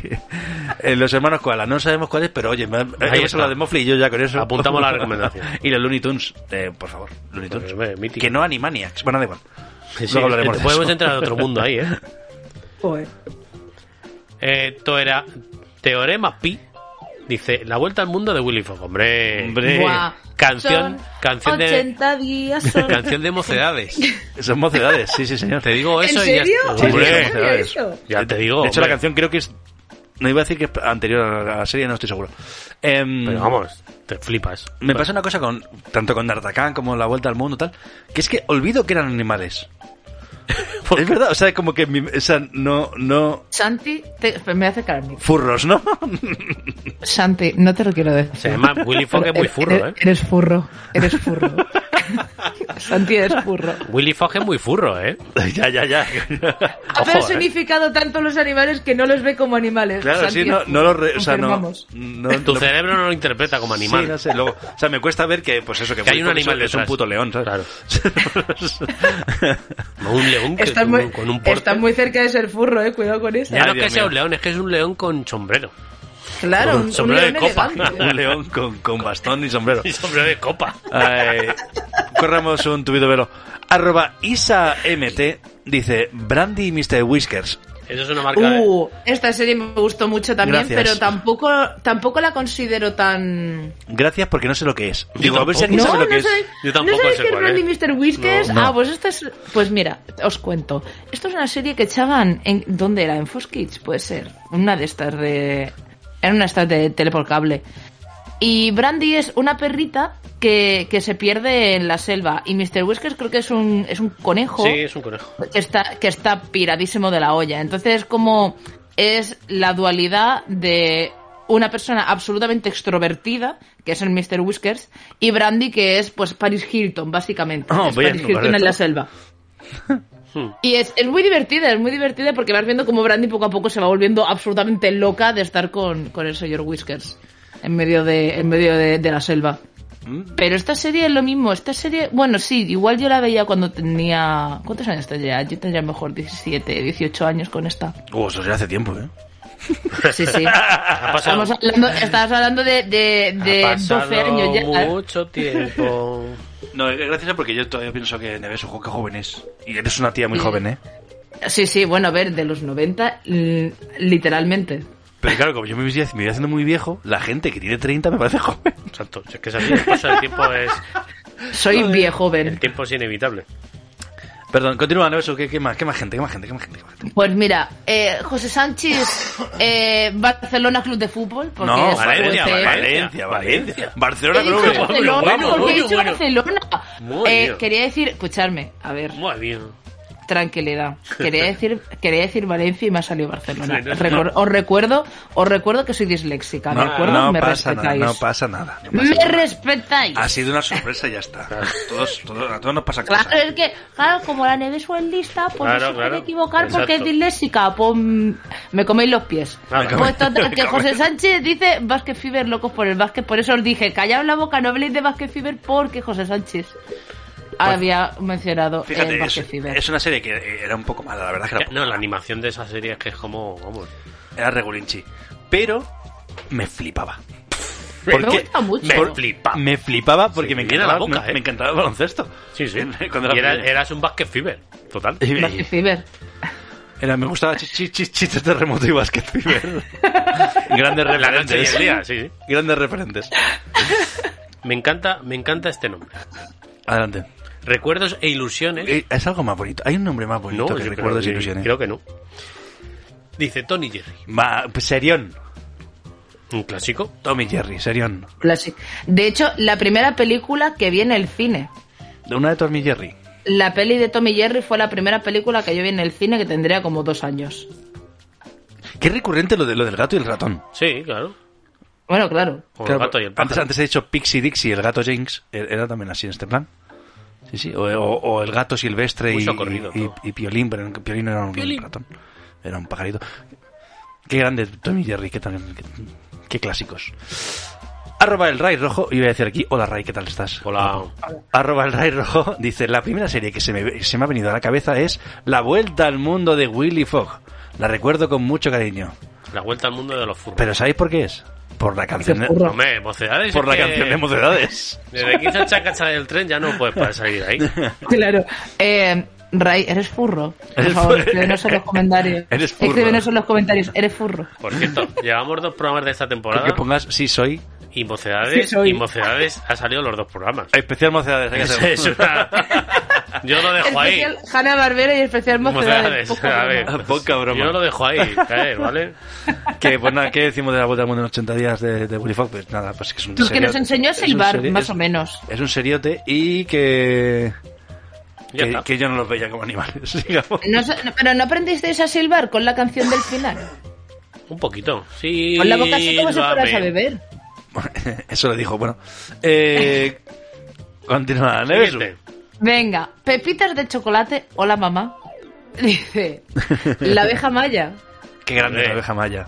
[SPEAKER 4] Eh, los hermanos Koala, no sabemos cuál es, pero oye, me,
[SPEAKER 3] Ahí
[SPEAKER 4] eso
[SPEAKER 3] está.
[SPEAKER 4] lo de Mofli y yo ya con eso.
[SPEAKER 3] Apuntamos la recomendación.
[SPEAKER 4] <laughs> y los Looney Tunes, eh, por favor, Looney Tunes.
[SPEAKER 3] Pues, eh, mítico.
[SPEAKER 4] que no Animaniacs, bueno, da igual.
[SPEAKER 3] Sí,
[SPEAKER 4] Luego hablaremos de
[SPEAKER 3] Podemos
[SPEAKER 4] eso.
[SPEAKER 3] entrar en otro mundo ahí, ¿eh?
[SPEAKER 6] Joder.
[SPEAKER 3] Eh, Esto era Teorema Pi. Dice, La Vuelta al Mundo de Willy Fogg. Hombre, eh,
[SPEAKER 6] Buah.
[SPEAKER 3] canción,
[SPEAKER 6] Son
[SPEAKER 3] canción de,
[SPEAKER 6] 80
[SPEAKER 3] <laughs>
[SPEAKER 6] días son-
[SPEAKER 3] canción de mocedades.
[SPEAKER 4] <laughs> Son mocedades, sí, sí, señor.
[SPEAKER 3] Te digo
[SPEAKER 6] ¿En
[SPEAKER 3] eso y ya,
[SPEAKER 6] serio?
[SPEAKER 4] Sí,
[SPEAKER 6] Oye, no
[SPEAKER 4] sí,
[SPEAKER 3] hombre,
[SPEAKER 4] sí,
[SPEAKER 6] sabía
[SPEAKER 4] mocedades.
[SPEAKER 6] eso.
[SPEAKER 3] ya te digo.
[SPEAKER 4] De hecho, la
[SPEAKER 3] hombre.
[SPEAKER 4] canción creo que es. No iba a decir que es anterior a la serie, no estoy seguro. Em,
[SPEAKER 3] Pero vamos, te flipas.
[SPEAKER 4] Me pasa una cosa con tanto con D'Artagnan como La Vuelta al Mundo tal, que es que olvido que
[SPEAKER 3] <laughs>
[SPEAKER 4] eran animales. es verdad, o sea, como que mi- o sea, no, no
[SPEAKER 5] Santi, te- pues me hace carmín.
[SPEAKER 4] furros, ¿no? <laughs>
[SPEAKER 5] Santi, no te lo quiero decir.
[SPEAKER 3] Se llama Willy Fogg
[SPEAKER 5] <laughs>
[SPEAKER 3] es muy furro, ¿eh?
[SPEAKER 5] Eres, eres furro, eres
[SPEAKER 3] <laughs>
[SPEAKER 5] furro. Santi, eres furro.
[SPEAKER 3] Willy Fogg es muy furro, ¿eh?
[SPEAKER 4] ya, ya, ya.
[SPEAKER 5] Ha
[SPEAKER 3] Ojo, ¿eh?
[SPEAKER 5] personificado tanto los animales que no los ve como animales.
[SPEAKER 4] Claro,
[SPEAKER 5] Santi
[SPEAKER 4] sí, no,
[SPEAKER 5] es
[SPEAKER 4] no lo, re- o sea, no,
[SPEAKER 5] confirmamos.
[SPEAKER 4] no
[SPEAKER 3] Tu
[SPEAKER 4] no-
[SPEAKER 3] cerebro no lo interpreta como animal.
[SPEAKER 4] Sí, no sé, luego, o sea, me cuesta ver que pues eso que,
[SPEAKER 3] Que hay
[SPEAKER 4] Willy
[SPEAKER 3] un
[SPEAKER 4] Fox es-
[SPEAKER 3] animal
[SPEAKER 4] es un
[SPEAKER 3] detrás.
[SPEAKER 4] puto león, ¿sabes? <laughs>
[SPEAKER 3] Claro. No, un león que-
[SPEAKER 5] Estás
[SPEAKER 3] con,
[SPEAKER 5] muy,
[SPEAKER 3] con un porte.
[SPEAKER 5] estás muy cerca de ser furro, eh. Cuidado con eso.
[SPEAKER 3] Ya no
[SPEAKER 4] Ay,
[SPEAKER 3] es que
[SPEAKER 4] Dios
[SPEAKER 3] sea
[SPEAKER 4] mío.
[SPEAKER 3] un león, es que es un león con sombrero.
[SPEAKER 5] Claro, un, un
[SPEAKER 3] sombrero de
[SPEAKER 5] león
[SPEAKER 3] copa.
[SPEAKER 5] elegante.
[SPEAKER 4] un león con, con bastón y sombrero.
[SPEAKER 3] <laughs> Y sombrero de copa.
[SPEAKER 4] Ay, corramos un tubido velo. Arroba IsaMT dice Brandy y Mr. Whiskers.
[SPEAKER 3] Eso es una marca.
[SPEAKER 5] Uh, esta serie me gustó mucho también,
[SPEAKER 4] Gracias.
[SPEAKER 5] pero tampoco, tampoco la considero tan.
[SPEAKER 4] Gracias porque no sé lo que es. Digo, a ver si
[SPEAKER 3] tampoco.
[SPEAKER 4] alguien
[SPEAKER 5] No,
[SPEAKER 4] sabe
[SPEAKER 5] no
[SPEAKER 4] lo que es.
[SPEAKER 5] sabéis-
[SPEAKER 3] Yo tampoco
[SPEAKER 5] ¿no sabéis
[SPEAKER 3] sé
[SPEAKER 5] qué es
[SPEAKER 3] cuál,
[SPEAKER 5] Brandy
[SPEAKER 3] ¿eh?
[SPEAKER 5] Mr. Whiskers?
[SPEAKER 4] No, no.
[SPEAKER 5] Ah, pues esta es. Pues mira, os cuento. Esto es una serie que echaban. En, ¿Dónde era? ¿En Fox Kids? Puede ser. Una de estas de. Era una de estas de tele por cable. Y Brandy es una perrita que, que se pierde en la selva. Y Mr. Whiskers creo que es un, es un conejo
[SPEAKER 3] Sí, es un conejo.
[SPEAKER 5] que está, que está piradísimo de la olla. Entonces, como es la dualidad de una persona absolutamente extrovertida, que es el Mr. Whiskers, y Brandy, que es pues Paris Hilton, básicamente.
[SPEAKER 4] Oh,
[SPEAKER 5] es
[SPEAKER 4] bien,
[SPEAKER 5] Paris Hilton
[SPEAKER 4] vale.
[SPEAKER 5] en la selva. Y es, es muy divertida, es muy divertida porque vas viendo cómo Brandy poco a poco se va volviendo absolutamente loca de estar con, con el señor Whiskers en medio de, en medio de, de la selva. Pero esta serie es lo mismo. Esta serie, bueno, sí, igual yo la veía cuando tenía. ¿Cuántos años tendría? Yo tendría a lo mejor 17, 18 años con esta.
[SPEAKER 4] Oh, eso ya hace tiempo, ¿eh?
[SPEAKER 5] Sí,
[SPEAKER 3] <laughs>
[SPEAKER 5] sí.
[SPEAKER 3] Ha pasado,
[SPEAKER 5] Estamos hablando, estabas hablando de, de, de
[SPEAKER 3] ha pasado
[SPEAKER 5] 12 años ya.
[SPEAKER 3] mucho
[SPEAKER 5] <laughs>
[SPEAKER 3] tiempo.
[SPEAKER 4] No, es gracioso porque yo todavía pienso que Neves, ojo, que joven es. Y eres una tía muy joven, ¿eh?
[SPEAKER 5] Sí, sí, bueno, a ver, de los 90, l- literalmente.
[SPEAKER 4] Pero claro, como yo me voy, me voy haciendo muy viejo, la gente que tiene 30 me parece joven.
[SPEAKER 3] Exacto, si es que es así. El paso del tiempo es,
[SPEAKER 5] Soy viejo,
[SPEAKER 3] el
[SPEAKER 5] ven.
[SPEAKER 3] tiempo es inevitable.
[SPEAKER 4] Perdón, continúa, Neves, ¿qué, qué más? ¿Qué más gente? ¿Qué más gente? ¿Qué más gente? ¿Qué más gente?
[SPEAKER 5] Pues mira, eh, José Sánchez, eh, Barcelona Club de Fútbol. Porque
[SPEAKER 4] No,
[SPEAKER 5] es
[SPEAKER 4] Valencia,
[SPEAKER 5] UCF.
[SPEAKER 4] Valencia, Valencia. Barcelona
[SPEAKER 5] He dicho
[SPEAKER 4] Club.
[SPEAKER 5] Barcelona,
[SPEAKER 3] bueno,
[SPEAKER 5] porque he
[SPEAKER 3] bueno,
[SPEAKER 5] dicho
[SPEAKER 3] bueno.
[SPEAKER 5] Barcelona.
[SPEAKER 3] Muy
[SPEAKER 5] Eh,
[SPEAKER 3] bien.
[SPEAKER 5] quería decir, escucharme, a ver,
[SPEAKER 3] Muy bien.
[SPEAKER 5] tranquilidad.
[SPEAKER 4] <laughs>
[SPEAKER 5] Quería decir, quería decir Valencia y me ha salido Barcelona.
[SPEAKER 3] Sí, no,
[SPEAKER 5] Recor- Os recuerdo, os recuerdo que soy disléxica, ¿de acuerdo?
[SPEAKER 4] no
[SPEAKER 5] me
[SPEAKER 4] pasa nada,
[SPEAKER 5] respetáis.
[SPEAKER 4] no pasa nada. no pasa
[SPEAKER 5] me
[SPEAKER 4] nada.
[SPEAKER 5] respetáis.
[SPEAKER 4] Ha sido una sorpresa y ya está. Todos, todos- a todos nos pasa
[SPEAKER 5] Claro,
[SPEAKER 4] cosas.
[SPEAKER 5] es que, claro, como la Neves es lista, pues
[SPEAKER 3] Claro,
[SPEAKER 5] no se
[SPEAKER 3] claro.
[SPEAKER 5] puede equivocar porque es
[SPEAKER 3] Exacto.
[SPEAKER 5] disléxica. Pues mm, me coméis los pies.
[SPEAKER 3] Ah, me
[SPEAKER 5] pues
[SPEAKER 4] coméis- <laughs>
[SPEAKER 5] total, que
[SPEAKER 4] me coméis.
[SPEAKER 5] José Sánchez dice Basket Fever, locos por el básquet. Por eso os dije, callaos la boca, no habléis de Basket Fever porque José Sánchez había mencionado el
[SPEAKER 4] Pues Fíjate, es,
[SPEAKER 5] Basket Fever.
[SPEAKER 4] es una serie que eh, era un poco mala, la verdad es que era, un
[SPEAKER 3] No, la animación de esa serie es que es como, vamos,
[SPEAKER 4] poco- era regulinchi. Pero me flipaba.
[SPEAKER 5] Me gusta mucho.
[SPEAKER 3] me
[SPEAKER 5] Por-
[SPEAKER 3] flipa.
[SPEAKER 4] Me flipaba porque
[SPEAKER 3] Sí,
[SPEAKER 4] me,
[SPEAKER 3] llena
[SPEAKER 4] encantaba,
[SPEAKER 3] la boca,
[SPEAKER 4] me,
[SPEAKER 3] ¿eh?
[SPEAKER 4] me encantaba el baloncesto.
[SPEAKER 3] Sí, <laughs> sí.
[SPEAKER 4] <laughs> Cuando era
[SPEAKER 3] Y era-
[SPEAKER 4] pequeño.
[SPEAKER 3] eras un basket fever, <laughs> total.
[SPEAKER 5] Basket Fever.
[SPEAKER 4] Era- me gustaba chi- chi- chi- chistes de terremoto y basket
[SPEAKER 3] <laughs>
[SPEAKER 4] fever. Grandes
[SPEAKER 3] La noche y el
[SPEAKER 4] referentes.
[SPEAKER 3] día, sí, sí.
[SPEAKER 4] Grandes referentes.
[SPEAKER 3] Me encanta, me encanta este nombre.
[SPEAKER 4] Adelante.
[SPEAKER 3] Recuerdos e ilusiones.
[SPEAKER 4] Eh, Es algo más bonito. Hay un nombre más bonito que
[SPEAKER 3] yo creo
[SPEAKER 4] recuerdos
[SPEAKER 3] que- e
[SPEAKER 4] y ilusiones.
[SPEAKER 3] Creo que no. Dice Tony Jerry.
[SPEAKER 4] Ma- pues, Serión.
[SPEAKER 3] Un clásico.
[SPEAKER 4] Tommy Jerry, Serión.
[SPEAKER 5] Classic. De hecho, la primera película que vi en el cine.
[SPEAKER 4] De una de Tommy Jerry.
[SPEAKER 5] La peli de Tommy Jerry fue la primera película que yo vi en el cine que tendría como dos años.
[SPEAKER 4] Qué recurrente lo, de, lo del gato y el ratón.
[SPEAKER 3] Sí, claro.
[SPEAKER 5] Bueno, claro.
[SPEAKER 3] Como
[SPEAKER 4] Claro,
[SPEAKER 3] el gato y el
[SPEAKER 4] antes,
[SPEAKER 3] pájaro.
[SPEAKER 4] antes he dicho Pixie Dixie, el gato Jinx. e- Era también así en este plan. Sí, sí. O, o- o el gato silvestre
[SPEAKER 3] Muy
[SPEAKER 4] y,
[SPEAKER 3] socorrido,
[SPEAKER 4] y,
[SPEAKER 3] todo.
[SPEAKER 4] y Piolín, pero no- Piolín no era un
[SPEAKER 3] Piolín.
[SPEAKER 4] ratón. Era un pajarito. Qué grande Tommy Jerry, qué, tan- qué, qué clásicos. Arroba el Ray Rojo, y voy a decir aquí, hola Ray, ¿qué tal estás?
[SPEAKER 3] Hola.
[SPEAKER 4] Arroba el Ray Rojo, dice, la primera serie que se me, se me ha venido a la cabeza es La Vuelta al Mundo de Willy Fogg. La recuerdo con mucho cariño.
[SPEAKER 3] La vuelta al mundo de los furros.
[SPEAKER 4] Pero ¿sabéis por qué es? Por la canción de,
[SPEAKER 3] No me, <laughs> mocedades.
[SPEAKER 4] por
[SPEAKER 3] es
[SPEAKER 4] la
[SPEAKER 3] que
[SPEAKER 4] canción de mocedades.
[SPEAKER 3] Desde que hizo chacacha del tren ya no puedes para salir
[SPEAKER 4] <laughs>
[SPEAKER 3] ahí.
[SPEAKER 5] Claro. Eh, Ray, eres furro. Por
[SPEAKER 4] Eres
[SPEAKER 5] favor,
[SPEAKER 4] furro.
[SPEAKER 5] escríbenos en los comentarios.
[SPEAKER 4] <laughs> Eres furro.
[SPEAKER 5] Escríbenos en los comentarios. Eres furro.
[SPEAKER 3] Por cierto, llevamos dos programas de esta temporada
[SPEAKER 4] Que pongas Sí Soy,
[SPEAKER 3] y mocedades
[SPEAKER 5] Sí, soy.
[SPEAKER 3] y mocedades ha salido los dos programas.
[SPEAKER 4] especial mocedades. hay que
[SPEAKER 3] Eso <laughs>
[SPEAKER 4] hacer-
[SPEAKER 3] es una- <laughs> Yo lo dejo ahí.
[SPEAKER 5] Especial Hanna Barbera y especial
[SPEAKER 3] Mocedades,
[SPEAKER 5] Mocedades. Poco
[SPEAKER 3] a
[SPEAKER 5] broma.
[SPEAKER 3] ver.
[SPEAKER 4] Ah, Poca broma.
[SPEAKER 3] Yo lo dejo ahí, caer, ¿vale?
[SPEAKER 4] que, pues nada, ¿qué decimos de la vuelta al mundo en 80 días de, de Willy Fogg? Pues nada, pues que es un
[SPEAKER 5] Lo que nos
[SPEAKER 4] seriote.
[SPEAKER 5] enseñó a
[SPEAKER 4] Es un
[SPEAKER 5] silbar,
[SPEAKER 4] seri-
[SPEAKER 5] más
[SPEAKER 4] es-
[SPEAKER 5] o menos.
[SPEAKER 4] Es un seriote y que,
[SPEAKER 3] Ya
[SPEAKER 4] que,
[SPEAKER 3] está.
[SPEAKER 4] que yo no los veía como animales, <laughs> digamos.
[SPEAKER 5] No sé- no- pero no aprendisteis a silbar con la canción
[SPEAKER 4] <laughs>
[SPEAKER 5] del final.
[SPEAKER 3] Un poquito. Sí.
[SPEAKER 5] Con la boca así como si fueras a
[SPEAKER 3] sílvame.
[SPEAKER 5] beber.
[SPEAKER 4] Eso lo dijo, bueno. Eh,
[SPEAKER 3] <laughs>
[SPEAKER 4] continúa, Nevesu.
[SPEAKER 3] Siguiente.
[SPEAKER 5] Venga, pepitas de chocolate. Hola, mamá. <laughs> Dice, la abeja maya.
[SPEAKER 4] Qué grande es
[SPEAKER 3] Hombre.
[SPEAKER 4] la abeja maya.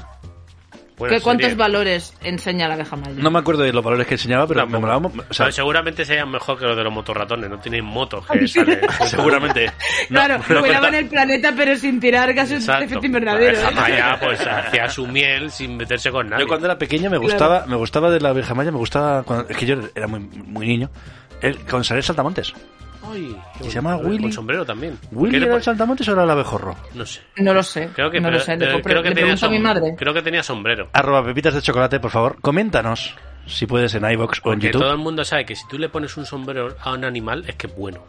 [SPEAKER 3] Buena
[SPEAKER 5] ¿Qué cuántos
[SPEAKER 3] serie.
[SPEAKER 5] valores enseña la abeja maya?
[SPEAKER 4] No me acuerdo de los valores que enseñaba, pero me
[SPEAKER 3] Tampoco.
[SPEAKER 4] molaba. mu- O sea,
[SPEAKER 3] Pero seguramente serían mejor que los de los motorratones. No tienen motos que
[SPEAKER 5] <laughs>
[SPEAKER 3] salen.
[SPEAKER 4] seguramente. no,
[SPEAKER 5] claro,
[SPEAKER 4] no
[SPEAKER 5] cuidaban
[SPEAKER 4] cuenta-
[SPEAKER 5] el planeta pero sin tirar gas un efecto invernadero.
[SPEAKER 3] La abeja
[SPEAKER 5] ¿eh?
[SPEAKER 3] maya, pues hacía su miel sin meterse con nadie.
[SPEAKER 4] Yo cuando era pequeño me gustaba, me gustaba de la abeja maya, me gustaba. cuando- es que yo era muy, muy niño. El, con Saler Saltamontes.
[SPEAKER 3] Ay, qué
[SPEAKER 4] Y se llama
[SPEAKER 3] bonito.
[SPEAKER 4] Willy.
[SPEAKER 3] Con sombrero también. ¿Qué
[SPEAKER 4] ¿Willy
[SPEAKER 3] le
[SPEAKER 4] era el
[SPEAKER 3] pon-
[SPEAKER 4] Saltamontes o era el abejorro?
[SPEAKER 3] No sé.
[SPEAKER 5] No lo sé.
[SPEAKER 3] Creo que,
[SPEAKER 5] no lo
[SPEAKER 3] pero-
[SPEAKER 5] sé. Le,
[SPEAKER 3] pero
[SPEAKER 5] compre-
[SPEAKER 3] creo que
[SPEAKER 5] le
[SPEAKER 3] tenía
[SPEAKER 5] pregunto a mi
[SPEAKER 3] som-
[SPEAKER 5] madre.
[SPEAKER 3] Creo que tenía sombrero.
[SPEAKER 4] Arroba pepitas de chocolate, por favor. Coméntanos, si puedes, en iBox o en
[SPEAKER 3] Porque
[SPEAKER 4] YouTube.
[SPEAKER 3] todo el mundo sabe que si tú le pones un sombrero a un animal es que es
[SPEAKER 5] <laughs>
[SPEAKER 3] bueno.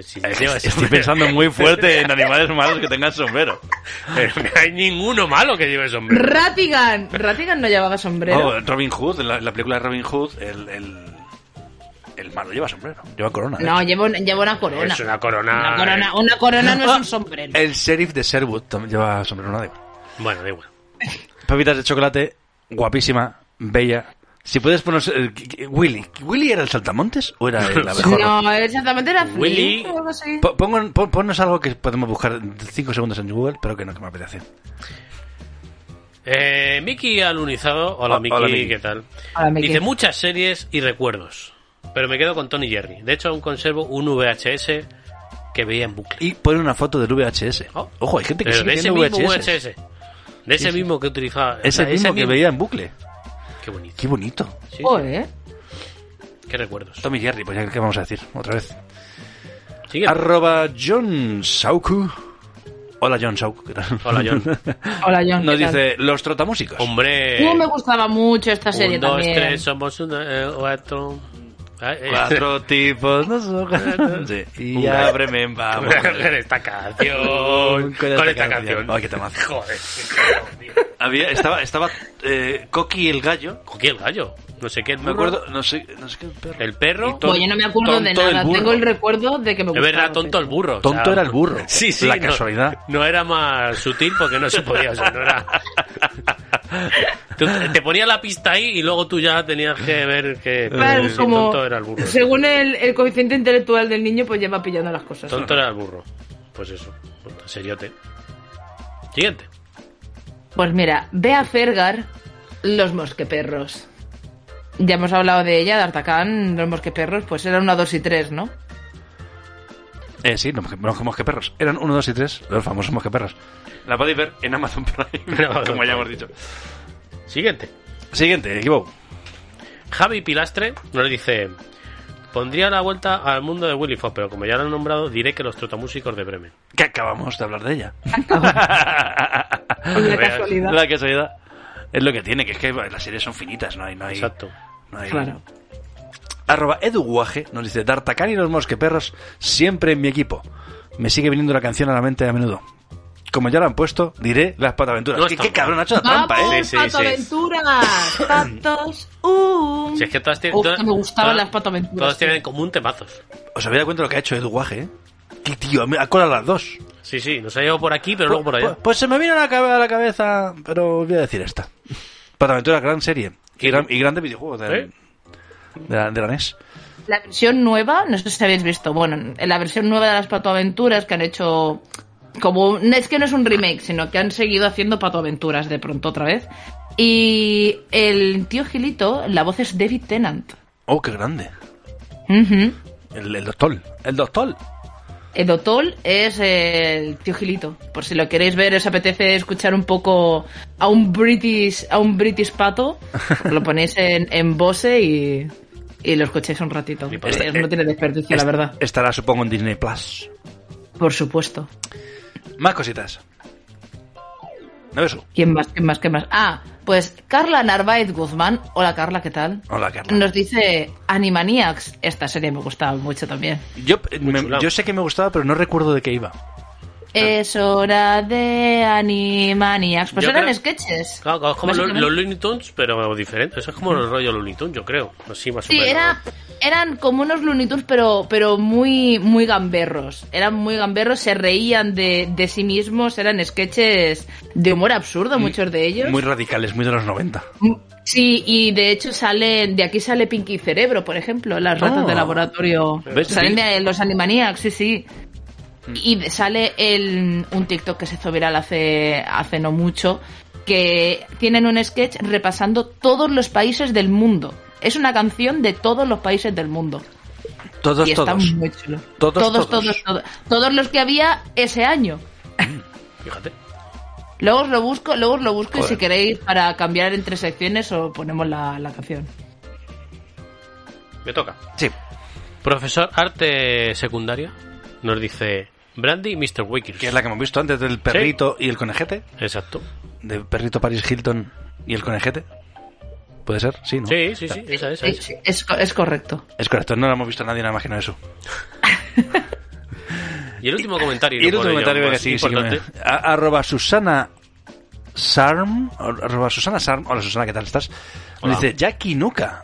[SPEAKER 3] Si le llevas
[SPEAKER 4] <laughs> Estoy
[SPEAKER 3] sombrero- <laughs>
[SPEAKER 4] pensando muy fuerte en animales malos que tengan sombrero.
[SPEAKER 3] Pero no hay ninguno malo que Ah, lleve sombrero.
[SPEAKER 5] Ratigan. Ratigan no llevaba sombrero.
[SPEAKER 4] Oh, Robin Hood, en la, en la película de Robin Hood, el, el, el malo lleva sombrero, lleva corona. ¿eh?
[SPEAKER 5] no, lleva una, lleva una corona.
[SPEAKER 3] Es una corona. eh,
[SPEAKER 5] Una corona, una corona no es un sombrero.
[SPEAKER 4] El sheriff de Sherwood también lleva sombrero, no da igual.
[SPEAKER 3] Bueno, da igual.
[SPEAKER 4] Papitas de chocolate, guapísima, bella. Si puedes poner... eh, qu- qu- Willy. ¿Willy era el saltamontes o
[SPEAKER 5] <laughs>
[SPEAKER 4] era el abejorro?
[SPEAKER 5] No, exactamente era
[SPEAKER 3] Willy-
[SPEAKER 5] Flip o algo así.
[SPEAKER 4] Po- pongo- pon- ponnos algo que podemos buscar 5 segundos en Google, pero que no que me apetece.
[SPEAKER 3] Eh, Miki alunizado. Hola,
[SPEAKER 4] Ho-
[SPEAKER 3] Miki,
[SPEAKER 4] hola, Miki.
[SPEAKER 3] ¿qué tal?
[SPEAKER 5] Hola, Miki.
[SPEAKER 3] Dice muchas series y recuerdos. Pero me quedo con Tony Jerry. De hecho, aún conservo un VHS que veía en bucle.
[SPEAKER 4] Y pone una foto del VHS.
[SPEAKER 3] Oh.
[SPEAKER 4] Ojo, hay gente que
[SPEAKER 3] Pero de
[SPEAKER 4] sigue
[SPEAKER 3] ese
[SPEAKER 4] viendo
[SPEAKER 3] mismo
[SPEAKER 4] VHS.
[SPEAKER 3] VHS. De ese mismo que utilizaba.
[SPEAKER 4] Ese
[SPEAKER 3] o sea,
[SPEAKER 4] mismo que veía en bucle.
[SPEAKER 3] Qué bonito.
[SPEAKER 4] Qué bonito.
[SPEAKER 3] Sí,
[SPEAKER 5] Oh, ¿eh?
[SPEAKER 3] Qué recuerdos.
[SPEAKER 4] Tommy Jerry, pues ya qué vamos a decir otra vez.
[SPEAKER 3] Siguiente.
[SPEAKER 4] Arroba John Sauku. Hola John Sauku, ¿qué tal?
[SPEAKER 3] Hola,
[SPEAKER 4] <laughs>
[SPEAKER 3] John.
[SPEAKER 5] Hola, John.
[SPEAKER 4] Nos
[SPEAKER 5] ¿qué tal?
[SPEAKER 4] dice los trotamúsicos.
[SPEAKER 3] Hombre.
[SPEAKER 5] Uh, me gustaba mucho esta serie
[SPEAKER 3] un, dos,
[SPEAKER 5] también.
[SPEAKER 3] tres, somos uno, eh, cuatro. Ah, eh.
[SPEAKER 4] Cuatro tipos, no
[SPEAKER 3] <laughs>
[SPEAKER 4] son- Sí. Y ábreme, <laughs> vamos.
[SPEAKER 3] con esta canción.
[SPEAKER 4] Con
[SPEAKER 3] con
[SPEAKER 4] esta
[SPEAKER 3] esta,
[SPEAKER 4] canción.
[SPEAKER 3] canción.
[SPEAKER 4] Ay, qué temazo.
[SPEAKER 3] Joder, qué cabrón, tío.
[SPEAKER 4] Había, estaba estaba eh, Coqui el gallo.
[SPEAKER 3] Coqui el gallo. No sé qué. el
[SPEAKER 4] Me
[SPEAKER 3] burro,
[SPEAKER 4] acuerdo, no sé, no sé qué perro.
[SPEAKER 3] El perro.
[SPEAKER 4] Y Tom-
[SPEAKER 5] Pues yo no me acuerdo de
[SPEAKER 4] Tonto el
[SPEAKER 5] nada.
[SPEAKER 4] burro.
[SPEAKER 5] Tengo el recuerdo de que me
[SPEAKER 3] es
[SPEAKER 5] gustaba.
[SPEAKER 3] verdad, tonto el
[SPEAKER 5] sí.
[SPEAKER 3] burro. o
[SPEAKER 4] Tonto
[SPEAKER 3] sea,
[SPEAKER 4] era el burro.
[SPEAKER 3] <laughs> Sí, sí.
[SPEAKER 4] La
[SPEAKER 3] no-
[SPEAKER 4] casualidad.
[SPEAKER 3] No era más sutil porque no se podía. o sea, no era...
[SPEAKER 4] <laughs>
[SPEAKER 3] Tú- te ponía la pista ahí y luego tú ya tenías que ver
[SPEAKER 4] Eh,
[SPEAKER 3] que
[SPEAKER 5] Claro, es
[SPEAKER 3] Eh, sí,
[SPEAKER 5] como.
[SPEAKER 3] tonto era el burro.
[SPEAKER 5] Según el, el coeficiente intelectual del niño, pues ya va pillando las cosas.
[SPEAKER 3] Tonto era el burro. Pues eso. Seriote. Siguiente.
[SPEAKER 5] Pues mira, ve a Fergar los mosqueperros. Ya hemos hablado de ella, de Artacán, los mosqueperros, pues eran una, dos y tres, ¿no?
[SPEAKER 4] Eh, sí, los mosque- los mosqueperros. Eran uno, dos y tres, los famosos mosqueperros. La podéis ver <laughs> en Amazon Prime,
[SPEAKER 3] No,
[SPEAKER 4] como ya
[SPEAKER 3] no.
[SPEAKER 4] hemos dicho.
[SPEAKER 3] Siguiente.
[SPEAKER 4] Siguiente, equivoco.
[SPEAKER 3] Javi Pilastre nos dice: Pondría la vuelta al mundo de Willy Fox, pero como ya lo han nombrado, diré que los trotamúsicos de Bremen.
[SPEAKER 4] Que acabamos de hablar de ella.
[SPEAKER 3] Ah,
[SPEAKER 5] Una casualidad.
[SPEAKER 4] La casualidad. Es lo que tiene, que es que las series son finitas, no hay... No hay
[SPEAKER 3] Exacto.
[SPEAKER 4] no hay-
[SPEAKER 5] Claro.
[SPEAKER 4] Arroba eduguaje nos dice, D'Artacán y los mosqueperros siempre en mi equipo. Me sigue viniendo la canción a la mente a menudo. Como ya la han puesto, diré las pataventuras.
[SPEAKER 3] No
[SPEAKER 4] ¿Qué,
[SPEAKER 3] está
[SPEAKER 4] qué
[SPEAKER 3] mal.
[SPEAKER 4] cabrón, ha hecho una trampa, ¿eh?
[SPEAKER 5] ¡Vamos,
[SPEAKER 3] Sí, sí, sí.
[SPEAKER 5] patoaventuras! ¡Patos! ¡Uh!
[SPEAKER 3] Si es que todas tienen.
[SPEAKER 5] Uf,
[SPEAKER 3] todas-
[SPEAKER 5] que me gustaban
[SPEAKER 3] todas-
[SPEAKER 5] las patoaventuras,
[SPEAKER 3] Todas
[SPEAKER 5] tío.
[SPEAKER 3] tienen en común temazos.
[SPEAKER 4] Os habéis dado cuenta de lo que ha hecho eduguaje, ¿eh? Qué tío, me- ha colado las dos.
[SPEAKER 3] Sí, sí, nos ha llegado por aquí, pero luego por
[SPEAKER 4] Pues,
[SPEAKER 3] allá.
[SPEAKER 4] pues se me vino a la, cabe- a la cabeza, pero os voy a decir esta. Pataventura, gran serie. Y, gran- y grande videojuego de,
[SPEAKER 3] ¿Eh?
[SPEAKER 4] de la, E de la NES.
[SPEAKER 5] La versión nueva, no sé si habéis visto, bueno, en la versión nueva de las patoaventuras que han hecho como un- es que no es un remake, sino que han seguido haciendo patoaventuras de pronto otra vez. Y el tío Gilito, la voz es David Tennant.
[SPEAKER 4] Oh, qué grande.
[SPEAKER 5] Ujú.
[SPEAKER 4] El, el doctor. El doctor.
[SPEAKER 5] El Dotol es el tío Gilito. Por si lo queréis ver, os apetece escuchar un poco a un British, a un British <laughs> pato, lo ponéis en, en Bose y, y lo escucháis un ratito.
[SPEAKER 4] padre.
[SPEAKER 5] Es- no tiene desperdicio, la
[SPEAKER 4] Est-
[SPEAKER 5] verdad.
[SPEAKER 4] Estará, supongo, en Disney Plus.
[SPEAKER 5] Este- Por supuesto.
[SPEAKER 4] Más cositas. ¿No ves?
[SPEAKER 5] ¿Quién más? ¿Quién más? ¿Quién más? Ah, pues Carla Narváez Guzmán. Hola Carla, ¿qué tal?
[SPEAKER 4] Hola, Carla.
[SPEAKER 5] Nos dice Animaniacs. Esta serie me gustaba mucho también.
[SPEAKER 3] Ah.
[SPEAKER 4] Yo, me-
[SPEAKER 3] chulado.
[SPEAKER 4] yo sé que me gustaba, pero no recuerdo de qué iba.
[SPEAKER 5] Es hora de Animaniacs. Pues
[SPEAKER 3] Yo
[SPEAKER 5] eran
[SPEAKER 3] creo-
[SPEAKER 5] sketches.
[SPEAKER 3] Claro, claro, es como lo-
[SPEAKER 5] Básicamente.
[SPEAKER 3] los Looney Tunes, pero diferente. Eso es como el rollo Looney Tunes, yo creo. Así más o
[SPEAKER 5] Sí,
[SPEAKER 3] menos.
[SPEAKER 5] era, eran como unos Looney Tunes, pero, pero muy, muy gamberros. Eran muy gamberros, se reían de, de sí mismos, eran sketches de humor
[SPEAKER 3] Mm,
[SPEAKER 5] absurdo, muchos de ellos.
[SPEAKER 4] Muy radicales, muy de los 90.
[SPEAKER 5] Mm, Sí, y de hecho salen, de aquí sale Pinky Cerebro, por ejemplo, las ratas de laboratorio.
[SPEAKER 4] ¿Ves?
[SPEAKER 5] Salen
[SPEAKER 4] Sí. Mm.
[SPEAKER 5] de los Animaniacs, sí, sí. Y de- sale el, un TikTok que se hizo viral hace, hace no mucho, que tienen un sketch repasando todos los países del mundo. Es una canción de todos los países del mundo.
[SPEAKER 4] Todos,
[SPEAKER 5] y está
[SPEAKER 4] todos.
[SPEAKER 5] muy chulo.
[SPEAKER 4] Todos, todos.
[SPEAKER 5] todos, todos, todos. Todos los que había ese año.
[SPEAKER 3] Fíjate.
[SPEAKER 5] Luego os lo busco, luego os lo busco y
[SPEAKER 4] Joder.
[SPEAKER 5] si queréis para cambiar entre secciones o ponemos la, la canción.
[SPEAKER 3] Me toca.
[SPEAKER 4] Sí.
[SPEAKER 3] Profesor Arte Secundaria nos dice Brandy y Mr. Wickers.
[SPEAKER 4] Que es la que hemos visto antes del perrito y el conejete.
[SPEAKER 3] Exacto.
[SPEAKER 4] De perrito Paris Hilton y el conejete. ¿Puede ser? Sí, ¿no?
[SPEAKER 3] Sí, sí, sí, esa, esa, esa.
[SPEAKER 5] Es, Eh, es co- es correcto.
[SPEAKER 4] Es correcto, no lo hemos visto a nadie nada más que no eso.
[SPEAKER 3] Y el último comentario.
[SPEAKER 4] Y el
[SPEAKER 3] no por ello
[SPEAKER 4] último comentario que
[SPEAKER 3] más
[SPEAKER 4] sí, sí que me-
[SPEAKER 3] importante.
[SPEAKER 4] A- Arroba Susana Sarm. ar- Arroba Susana Sarm. Hola Susana, ¿qué tal estás?
[SPEAKER 3] Hola.
[SPEAKER 4] Nos dice Jackie Nuka.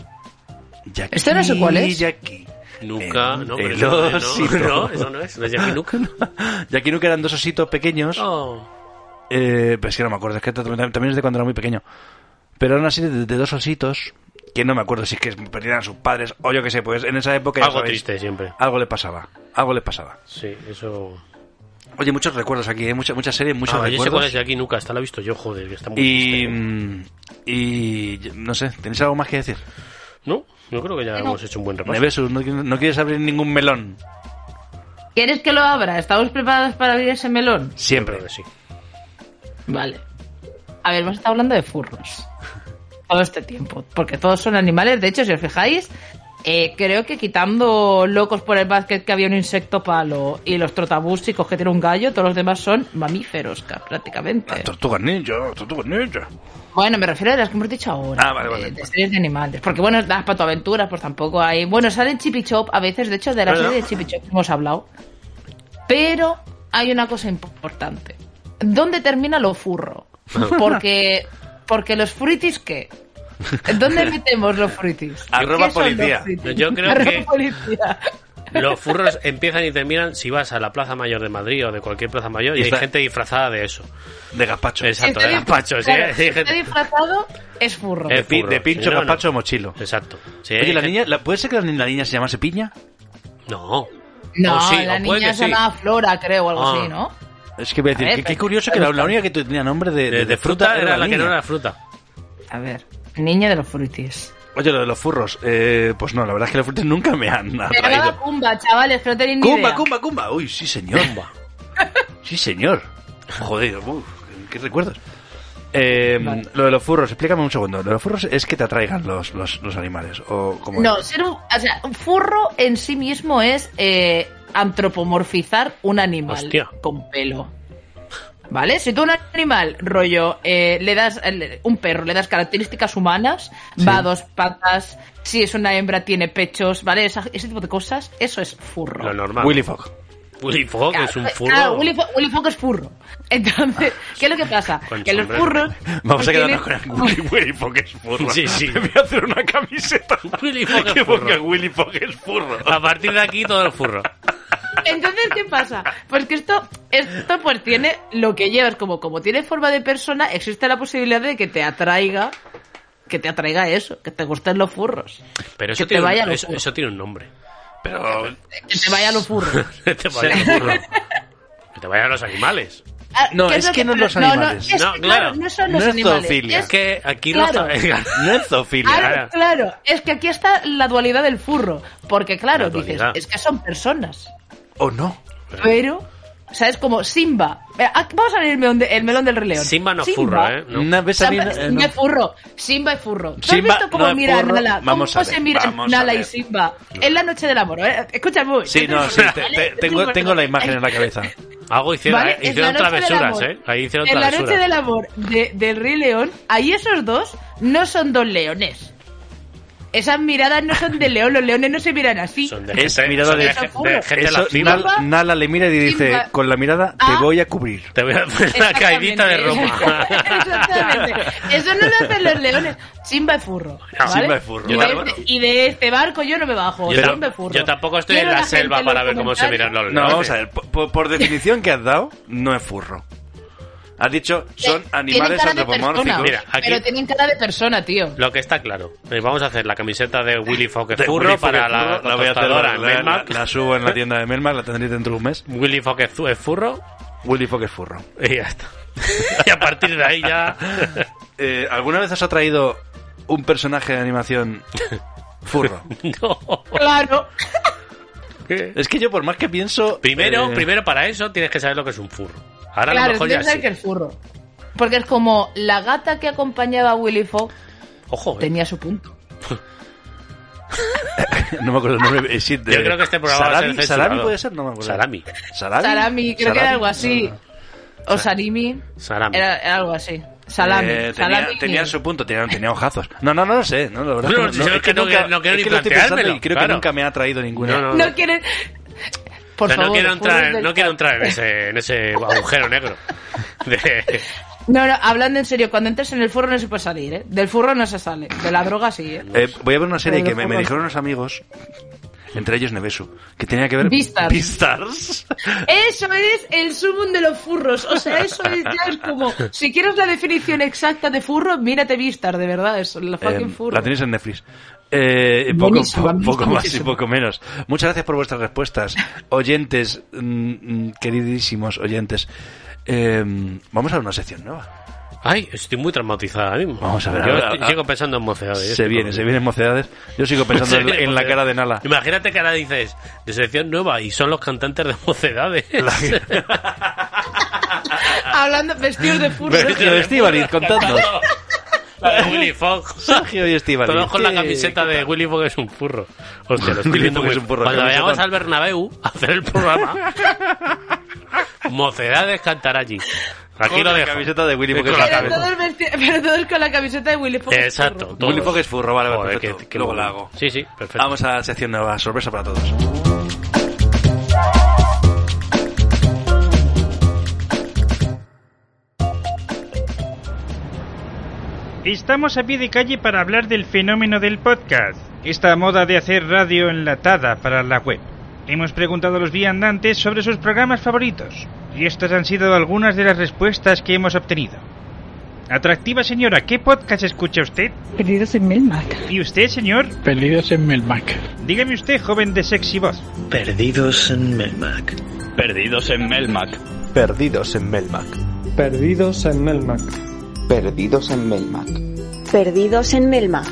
[SPEAKER 4] Jackie,
[SPEAKER 5] ¿Este no sé cuál es?
[SPEAKER 4] Jackie. Eh,
[SPEAKER 3] Nunca,
[SPEAKER 4] El-
[SPEAKER 3] no, pero
[SPEAKER 4] el
[SPEAKER 3] eso <laughs> no, es,
[SPEAKER 4] osito.
[SPEAKER 3] no, no, eso no es, no es Jackie Nuka.
[SPEAKER 4] <laughs> Jackie Nuka eran dos ositos pequeños.
[SPEAKER 3] No.
[SPEAKER 4] Eh, pues que no me acuerdo, es que también también es de cuando era muy pequeño. Pero era una serie de, de dos ositos que no me acuerdo si es que perdieron a sus padres o yo qué sé, pues en esa época ya
[SPEAKER 3] Algo
[SPEAKER 4] sabéis,
[SPEAKER 3] triste siempre.
[SPEAKER 4] algo le pasaba, algo le pasaba.
[SPEAKER 3] Sí, eso.
[SPEAKER 4] Oye, muchos recuerdos aquí, ¿eh? muchas muchas series, muchos
[SPEAKER 3] Ah, yo sé cuál
[SPEAKER 4] recuerdos.
[SPEAKER 3] es Jackie Nuka, hasta la he visto yo, joder, que está muy
[SPEAKER 4] y
[SPEAKER 3] triste.
[SPEAKER 4] mm, y no sé, ¿tenéis algo más que decir?
[SPEAKER 3] No, yo creo que ya hemos hecho un buen repaso.
[SPEAKER 4] Nevesus, no, no quieres abrir ningún melón,
[SPEAKER 5] ¿Quieres que lo abra? ¿Estamos preparados para abrir ese melón?
[SPEAKER 3] Yo
[SPEAKER 4] siempre.
[SPEAKER 3] creo que sí.
[SPEAKER 5] Vale. A ver, hemos estado hablando de furros. Todo este tiempo. Porque todos son animales. De hecho, si os fijáis, eh, creo que quitando locos por el básquet que había un insecto palo y los trotabúsicos que tiene un gallo, todos los demás son mamíferos, ca- prácticamente.
[SPEAKER 4] Tortugas ninja, tortugas ninja.
[SPEAKER 5] Bueno, me refiero a las que hemos dicho ahora.
[SPEAKER 4] Ah, vale, vale.
[SPEAKER 5] De, de series de animales. Porque bueno, las patoaventuras, pues tampoco hay. Bueno, salen Chip y Chop a veces, de hecho, de la
[SPEAKER 3] ¿Verdad?
[SPEAKER 5] serie de Chip y Chop hemos hablado. Pero hay una cosa importante. ¿Dónde termina
[SPEAKER 3] <laughs>
[SPEAKER 5] lo furro? Porque, porque los fruitis, ¿qué? ¿Dónde metemos
[SPEAKER 3] <laughs>
[SPEAKER 5] los fruitis?
[SPEAKER 4] Arroba
[SPEAKER 5] ¿Qué son los
[SPEAKER 4] policía.
[SPEAKER 5] fruitis?
[SPEAKER 3] Yo creo
[SPEAKER 5] Arroba
[SPEAKER 3] que- <laughs>
[SPEAKER 5] policía.
[SPEAKER 3] Los furros empiezan y terminan si vas a la Plaza Mayor de Madrid o de cualquier Plaza Mayor y,
[SPEAKER 4] Y
[SPEAKER 3] hay
[SPEAKER 4] está-
[SPEAKER 3] gente disfrazada de eso.
[SPEAKER 4] De gazpacho.
[SPEAKER 3] Exacto,
[SPEAKER 5] Si
[SPEAKER 3] de
[SPEAKER 5] está
[SPEAKER 3] <laughs> gazpacho, sí. ¿eh?
[SPEAKER 5] claro, si
[SPEAKER 3] hay
[SPEAKER 5] está
[SPEAKER 3] gente-
[SPEAKER 5] disfrazado, es furro.
[SPEAKER 4] De,
[SPEAKER 3] Eh,
[SPEAKER 4] pi- de
[SPEAKER 3] furro.
[SPEAKER 4] pincho,
[SPEAKER 3] Sí, no, no.
[SPEAKER 4] gazpacho o mochilo.
[SPEAKER 3] Exacto. Sí, hay
[SPEAKER 4] Oye, la
[SPEAKER 3] gente-
[SPEAKER 4] niña, la- ¿puede ser que la ni- la niña se llamase Piña?
[SPEAKER 3] No.
[SPEAKER 5] No,
[SPEAKER 3] O sí,
[SPEAKER 5] la
[SPEAKER 3] o puede
[SPEAKER 5] niña
[SPEAKER 3] que
[SPEAKER 5] se
[SPEAKER 3] sí.
[SPEAKER 5] llama Flora, creo, o algo
[SPEAKER 3] Ah.
[SPEAKER 5] así, ¿no?
[SPEAKER 4] Es que voy a decir,
[SPEAKER 5] A ver,
[SPEAKER 4] que- qué
[SPEAKER 5] pero-
[SPEAKER 4] curioso que la, la única que tenía nombre de,
[SPEAKER 3] De, de fruta era la que no era fruta.
[SPEAKER 5] A ver, niña de los frutis.
[SPEAKER 4] Oye, lo de los furros, eh, pues no, la verdad es que los frutos nunca me han
[SPEAKER 5] Pegaba
[SPEAKER 4] atraído.
[SPEAKER 5] Cumba, chavales, pero no tenéis ni
[SPEAKER 4] Cumba,
[SPEAKER 5] idea.
[SPEAKER 4] cumba, cumba. Uy, sí señor. <laughs> sí señor. Joder, uf, qué recuerdos. Eh, Lo de los furros, explícame un segundo. Lo de los furros es que te atraigan los, los, los animales. O como
[SPEAKER 5] No, ser un, o sea, un furro en sí mismo es eh, antropomorfizar un animal
[SPEAKER 3] Hostia.
[SPEAKER 5] con pelo. ¿Vale? Si tú a un animal, rollo, eh, le das eh, un perro, le das características humanas, va a dos patas, si es una hembra tiene pechos, ¿vale? Esa- ese tipo de cosas, eso es furro.
[SPEAKER 3] Lo normal.
[SPEAKER 4] Willy Fogg.
[SPEAKER 3] Willy Fogg es un
[SPEAKER 5] Claro,
[SPEAKER 3] furro.
[SPEAKER 5] claro, Willy, Fo- Willy Fogg es furro. <laughs> Entonces, ¿qué es lo que pasa?
[SPEAKER 3] Con
[SPEAKER 5] que los
[SPEAKER 3] sombrero.
[SPEAKER 5] furros... pues
[SPEAKER 4] Vamos a
[SPEAKER 5] tienen-
[SPEAKER 4] quedarnos con el Willy, Willy Fogg es furro.
[SPEAKER 3] Sí,
[SPEAKER 4] <laughs>
[SPEAKER 3] sí.
[SPEAKER 4] Voy a hacer una camiseta
[SPEAKER 3] Willy Fogg es
[SPEAKER 4] que
[SPEAKER 3] furro.
[SPEAKER 4] ponga Willy Fogg es furro.
[SPEAKER 3] A partir de aquí todo el furro.
[SPEAKER 5] Entonces, ¿qué pasa? Pues que esto, esto pues tiene lo que llevas, como, como tiene forma de persona, existe la posibilidad de que te atraiga, que te atraiga eso, que te gusten los furros.
[SPEAKER 3] Pero
[SPEAKER 5] Que
[SPEAKER 3] eso,
[SPEAKER 5] te
[SPEAKER 3] tiene,
[SPEAKER 5] vaya
[SPEAKER 3] un,
[SPEAKER 5] los
[SPEAKER 3] eso,
[SPEAKER 5] furros.
[SPEAKER 3] eso tiene un nombre.
[SPEAKER 4] Pero
[SPEAKER 3] <laughs>
[SPEAKER 5] Que te vayan los furros.
[SPEAKER 4] <laughs>
[SPEAKER 3] que te vayan los furros. Que te vayan los animales.
[SPEAKER 5] Ah,
[SPEAKER 4] No,
[SPEAKER 5] ¿qué
[SPEAKER 4] es
[SPEAKER 5] lo
[SPEAKER 4] que no los
[SPEAKER 5] No,
[SPEAKER 4] animales.
[SPEAKER 5] es
[SPEAKER 3] No,
[SPEAKER 5] que,
[SPEAKER 3] claro.
[SPEAKER 5] claro, no son los
[SPEAKER 4] No es
[SPEAKER 5] animales.
[SPEAKER 4] zoofilia.
[SPEAKER 5] es-
[SPEAKER 3] Que aquí
[SPEAKER 5] Claro.
[SPEAKER 3] <laughs> no
[SPEAKER 4] No es zoofilia.
[SPEAKER 5] Claro, claro, es que aquí está la dualidad del furro. Porque,
[SPEAKER 3] La
[SPEAKER 5] claro, dices,
[SPEAKER 3] dualidad.
[SPEAKER 5] es que son personas.
[SPEAKER 3] ¿eh?
[SPEAKER 4] ¿O no?
[SPEAKER 5] Pero, o sea, es como Simba. Eh, ah, Vamos a ver el melón, de- el melón del Rey León.
[SPEAKER 3] Simba no furro, ¿eh? No.
[SPEAKER 4] Una vez a mí,
[SPEAKER 5] Simba,
[SPEAKER 4] eh,
[SPEAKER 5] Simba
[SPEAKER 4] no.
[SPEAKER 5] es furro. Simba es furro. ¿Tú has
[SPEAKER 4] Simba
[SPEAKER 5] visto cómo
[SPEAKER 4] no es
[SPEAKER 5] mira a
[SPEAKER 4] furro.
[SPEAKER 5] Nala?
[SPEAKER 4] Vamos
[SPEAKER 5] ¿Cómo
[SPEAKER 4] a
[SPEAKER 5] se
[SPEAKER 4] ver,
[SPEAKER 5] mira
[SPEAKER 4] vamos a
[SPEAKER 5] Nala y
[SPEAKER 4] ver.
[SPEAKER 5] Simba? Es la noche del amor. ¿eh? Escúchame.
[SPEAKER 4] Sí, no, sí, te- te-
[SPEAKER 5] ¿eh? Tú
[SPEAKER 4] tengo,
[SPEAKER 5] me-
[SPEAKER 4] tengo la imagen en la cabeza.
[SPEAKER 3] Algo hicieron,
[SPEAKER 5] Vale,
[SPEAKER 3] eh,
[SPEAKER 5] es
[SPEAKER 3] hicieron
[SPEAKER 5] la noche del
[SPEAKER 3] travesuras,
[SPEAKER 5] amor.
[SPEAKER 3] ¿eh? Ahí hicieron
[SPEAKER 5] En la noche
[SPEAKER 3] travesuras.
[SPEAKER 5] del amor de, del Rey León, ahí esos dos no son dos leones. Esas miradas no son de león, los leones no se miran así.
[SPEAKER 3] Son de gente,
[SPEAKER 4] Es mirada
[SPEAKER 3] son
[SPEAKER 4] de-
[SPEAKER 3] de, ge-
[SPEAKER 5] Eso-
[SPEAKER 3] de gente
[SPEAKER 4] Eso,
[SPEAKER 3] lasciva.
[SPEAKER 4] Nala, Nala le mira y dice,
[SPEAKER 5] Simba.
[SPEAKER 4] con la mirada te
[SPEAKER 5] Ah.
[SPEAKER 4] voy a cubrir.
[SPEAKER 3] Te voy a <laughs> poner la
[SPEAKER 5] Exactamente.
[SPEAKER 3] caidita de Roma.
[SPEAKER 5] <laughs> Exactamente. Eso no lo hacen los leones. Simba es furro.
[SPEAKER 3] No,
[SPEAKER 5] ¿vale?
[SPEAKER 4] Simba es furro.
[SPEAKER 5] Y
[SPEAKER 3] Yo
[SPEAKER 5] de,
[SPEAKER 3] tampoco-
[SPEAKER 5] este, y de este barco yo no me bajo.
[SPEAKER 3] Yo,
[SPEAKER 5] Simba es
[SPEAKER 3] tam-
[SPEAKER 5] furro.
[SPEAKER 3] yo tampoco estoy
[SPEAKER 5] Quiero
[SPEAKER 3] en la
[SPEAKER 5] gente
[SPEAKER 3] selva
[SPEAKER 5] en
[SPEAKER 3] para
[SPEAKER 5] los
[SPEAKER 3] ver cómo se
[SPEAKER 5] comentarios.
[SPEAKER 3] miran los
[SPEAKER 4] No,
[SPEAKER 3] leones.
[SPEAKER 4] vamos a ver, po- po- por definición que has dado, no es furro. Has dicho, son
[SPEAKER 5] Tienen
[SPEAKER 4] animales
[SPEAKER 5] cara de persona,
[SPEAKER 4] antropomórficos.
[SPEAKER 3] Mira, aquí-
[SPEAKER 5] Pero tienen cara de persona, tío.
[SPEAKER 3] Lo que está claro. eh, Vamos a hacer la camiseta de Willy Fox
[SPEAKER 4] De
[SPEAKER 3] Furro
[SPEAKER 4] Willy
[SPEAKER 3] para
[SPEAKER 4] Fox
[SPEAKER 3] la,
[SPEAKER 4] Furro, la voy a hacer,
[SPEAKER 3] tostadora
[SPEAKER 4] la,
[SPEAKER 3] en
[SPEAKER 4] la-
[SPEAKER 3] Benmac.
[SPEAKER 4] la subo en la tienda de Melmac, la tendré dentro de un mes.
[SPEAKER 3] Willy Fox es Furro
[SPEAKER 4] Willy Fox es furro.
[SPEAKER 3] y ya está. <laughs> Y a partir de ahí ya...
[SPEAKER 4] Eh, ¿Alguna vez has atraído un personaje de animación <laughs> furro?
[SPEAKER 3] No.
[SPEAKER 5] Claro.
[SPEAKER 4] es que yo por más que pienso...
[SPEAKER 3] Primero,
[SPEAKER 4] eh,
[SPEAKER 3] primero para eso tienes que saber lo que es un furro. Ahora a lo
[SPEAKER 5] Claro,
[SPEAKER 3] mejor ya
[SPEAKER 5] tienes
[SPEAKER 3] sí.
[SPEAKER 5] que el furro. Porque es como la gata que acompañaba a Willy Fox
[SPEAKER 3] Ojo, eh.
[SPEAKER 5] tenía su punto.
[SPEAKER 4] <laughs> No me acuerdo el nombre. eh, sí, de-
[SPEAKER 3] Yo creo que este programa va a ser
[SPEAKER 4] Salami,
[SPEAKER 3] censurado.
[SPEAKER 4] Salami puede ser, no me acuerdo.
[SPEAKER 3] Salami.
[SPEAKER 4] Salami.
[SPEAKER 5] Salami, creo que era algo así. O Sarimi.
[SPEAKER 3] Salami.
[SPEAKER 5] Era, era algo así. Salami.
[SPEAKER 4] Eh, tenía,
[SPEAKER 5] salami.
[SPEAKER 4] tenía su punto, tenía, tenía hojazos. No, no, no lo sé. No, la verdad
[SPEAKER 3] No,
[SPEAKER 4] es que
[SPEAKER 3] yo es que no quiero- no quiero
[SPEAKER 4] es
[SPEAKER 3] ni
[SPEAKER 4] que lo estoy pensando
[SPEAKER 3] planteármelo,
[SPEAKER 4] y creo que
[SPEAKER 3] claro.
[SPEAKER 4] nunca me ha traído ninguna.
[SPEAKER 3] No,
[SPEAKER 5] No quieren. Por
[SPEAKER 3] Pero
[SPEAKER 5] favor.
[SPEAKER 3] no quiero entrar,
[SPEAKER 5] furros del-
[SPEAKER 3] no quiero entrar en ese, en ese agujero negro. De-
[SPEAKER 5] No, no, hablando en serio, cuando entres en el furro no se puede salir, ¿eh? Del furro no se sale. De la droga sí, ¿eh?
[SPEAKER 4] Eh, voy a ver una serie
[SPEAKER 5] Pero
[SPEAKER 4] que me,
[SPEAKER 5] los
[SPEAKER 4] me
[SPEAKER 5] furros.
[SPEAKER 4] dijeron unos amigos, entre ellos Nevesu, que tenía que ver...
[SPEAKER 5] Beastars. <laughs>
[SPEAKER 4] Beastars.
[SPEAKER 5] Eso es el sumum de los furros. O sea, eso es, ya es como. Si quieres la definición exacta de furro, mírate Vistar, de verdad. Es la fucking
[SPEAKER 4] Eh,
[SPEAKER 5] furro.
[SPEAKER 4] la tenéis en Netflix. Eh, poco,
[SPEAKER 5] Buenísimo,
[SPEAKER 4] po- poco más y
[SPEAKER 5] buenísimo.
[SPEAKER 4] poco menos. Muchas gracias por vuestras respuestas, oyentes, mm, mm, queridísimos oyentes. Eh, vamos a una sección nueva.
[SPEAKER 3] Ay, estoy muy traumatizada ahora mismo.
[SPEAKER 4] Vamos a ver,
[SPEAKER 3] Yo
[SPEAKER 4] ahora-
[SPEAKER 3] estoy-
[SPEAKER 4] ah,
[SPEAKER 3] sigo pensando en mocedades.
[SPEAKER 4] Se viene,
[SPEAKER 3] <laughs>
[SPEAKER 4] se vienen mocedades. Yo sigo pensando
[SPEAKER 3] Se
[SPEAKER 4] en,
[SPEAKER 3] viene
[SPEAKER 4] en la
[SPEAKER 3] mocedades.
[SPEAKER 4] cara de Nala.
[SPEAKER 3] Imagínate que ahora dices, de selección nueva, y son los cantantes de mocedades. <laughs>
[SPEAKER 5] Hablando vestidos de furro.
[SPEAKER 4] Sergio de Estíbaliz,
[SPEAKER 3] <laughs>
[SPEAKER 4] contadnos.
[SPEAKER 3] La de Willy Fox.
[SPEAKER 4] Sergio y Estíbaliz.
[SPEAKER 3] Todos con la
[SPEAKER 4] ¿qué-
[SPEAKER 3] camiseta de Willy Fox es un furro. Hostia,
[SPEAKER 4] <laughs>
[SPEAKER 3] lo estoy
[SPEAKER 4] Willy
[SPEAKER 3] viendo
[SPEAKER 4] Fox
[SPEAKER 3] muy-
[SPEAKER 4] es un furro,
[SPEAKER 3] Cuando
[SPEAKER 4] camiseta.
[SPEAKER 3] vayamos al Bernabéu a hacer el programa,
[SPEAKER 4] <laughs>
[SPEAKER 3] mocedades cantará allí. Aquí
[SPEAKER 4] Con
[SPEAKER 3] lo
[SPEAKER 4] la
[SPEAKER 3] dejo.
[SPEAKER 4] camiseta de Willy
[SPEAKER 3] Es
[SPEAKER 4] Fox
[SPEAKER 3] con
[SPEAKER 4] es
[SPEAKER 3] la
[SPEAKER 4] un
[SPEAKER 5] Pero
[SPEAKER 3] cabeza.
[SPEAKER 4] furro.
[SPEAKER 5] todos, vesti- pero todos con la camiseta de Willy Fox.
[SPEAKER 3] Exacto.
[SPEAKER 4] Willy
[SPEAKER 3] todos.
[SPEAKER 4] Fox es furro, vale, vale,
[SPEAKER 3] Joder,
[SPEAKER 4] perfecto.
[SPEAKER 3] qué- qué
[SPEAKER 4] Luego la
[SPEAKER 3] bueno.
[SPEAKER 4] hago.
[SPEAKER 3] Sí, sí, perfecto.
[SPEAKER 4] Vamos a la sección nueva, sorpresa para todos.
[SPEAKER 10] Estamos a pie de calle para hablar del fenómeno del podcast, esta moda de hacer radio enlatada para la web. Hemos preguntado a los viandantes sobre sus programas favoritos, y estas han sido algunas de las respuestas que hemos obtenido. Atractiva señora, ¿qué podcast escucha usted?
[SPEAKER 8] Perdidos en Melmac.
[SPEAKER 10] ¿Y usted, señor?
[SPEAKER 11] Perdidos en Melmac.
[SPEAKER 10] Dígame usted, joven de sexy voz.
[SPEAKER 12] Perdidos en Melmac. Perdidos en Melmac.
[SPEAKER 13] Perdidos en Melmac. Perdidos en Melmac. Perdidos en Melmac.
[SPEAKER 8] Perdidos en Melmac.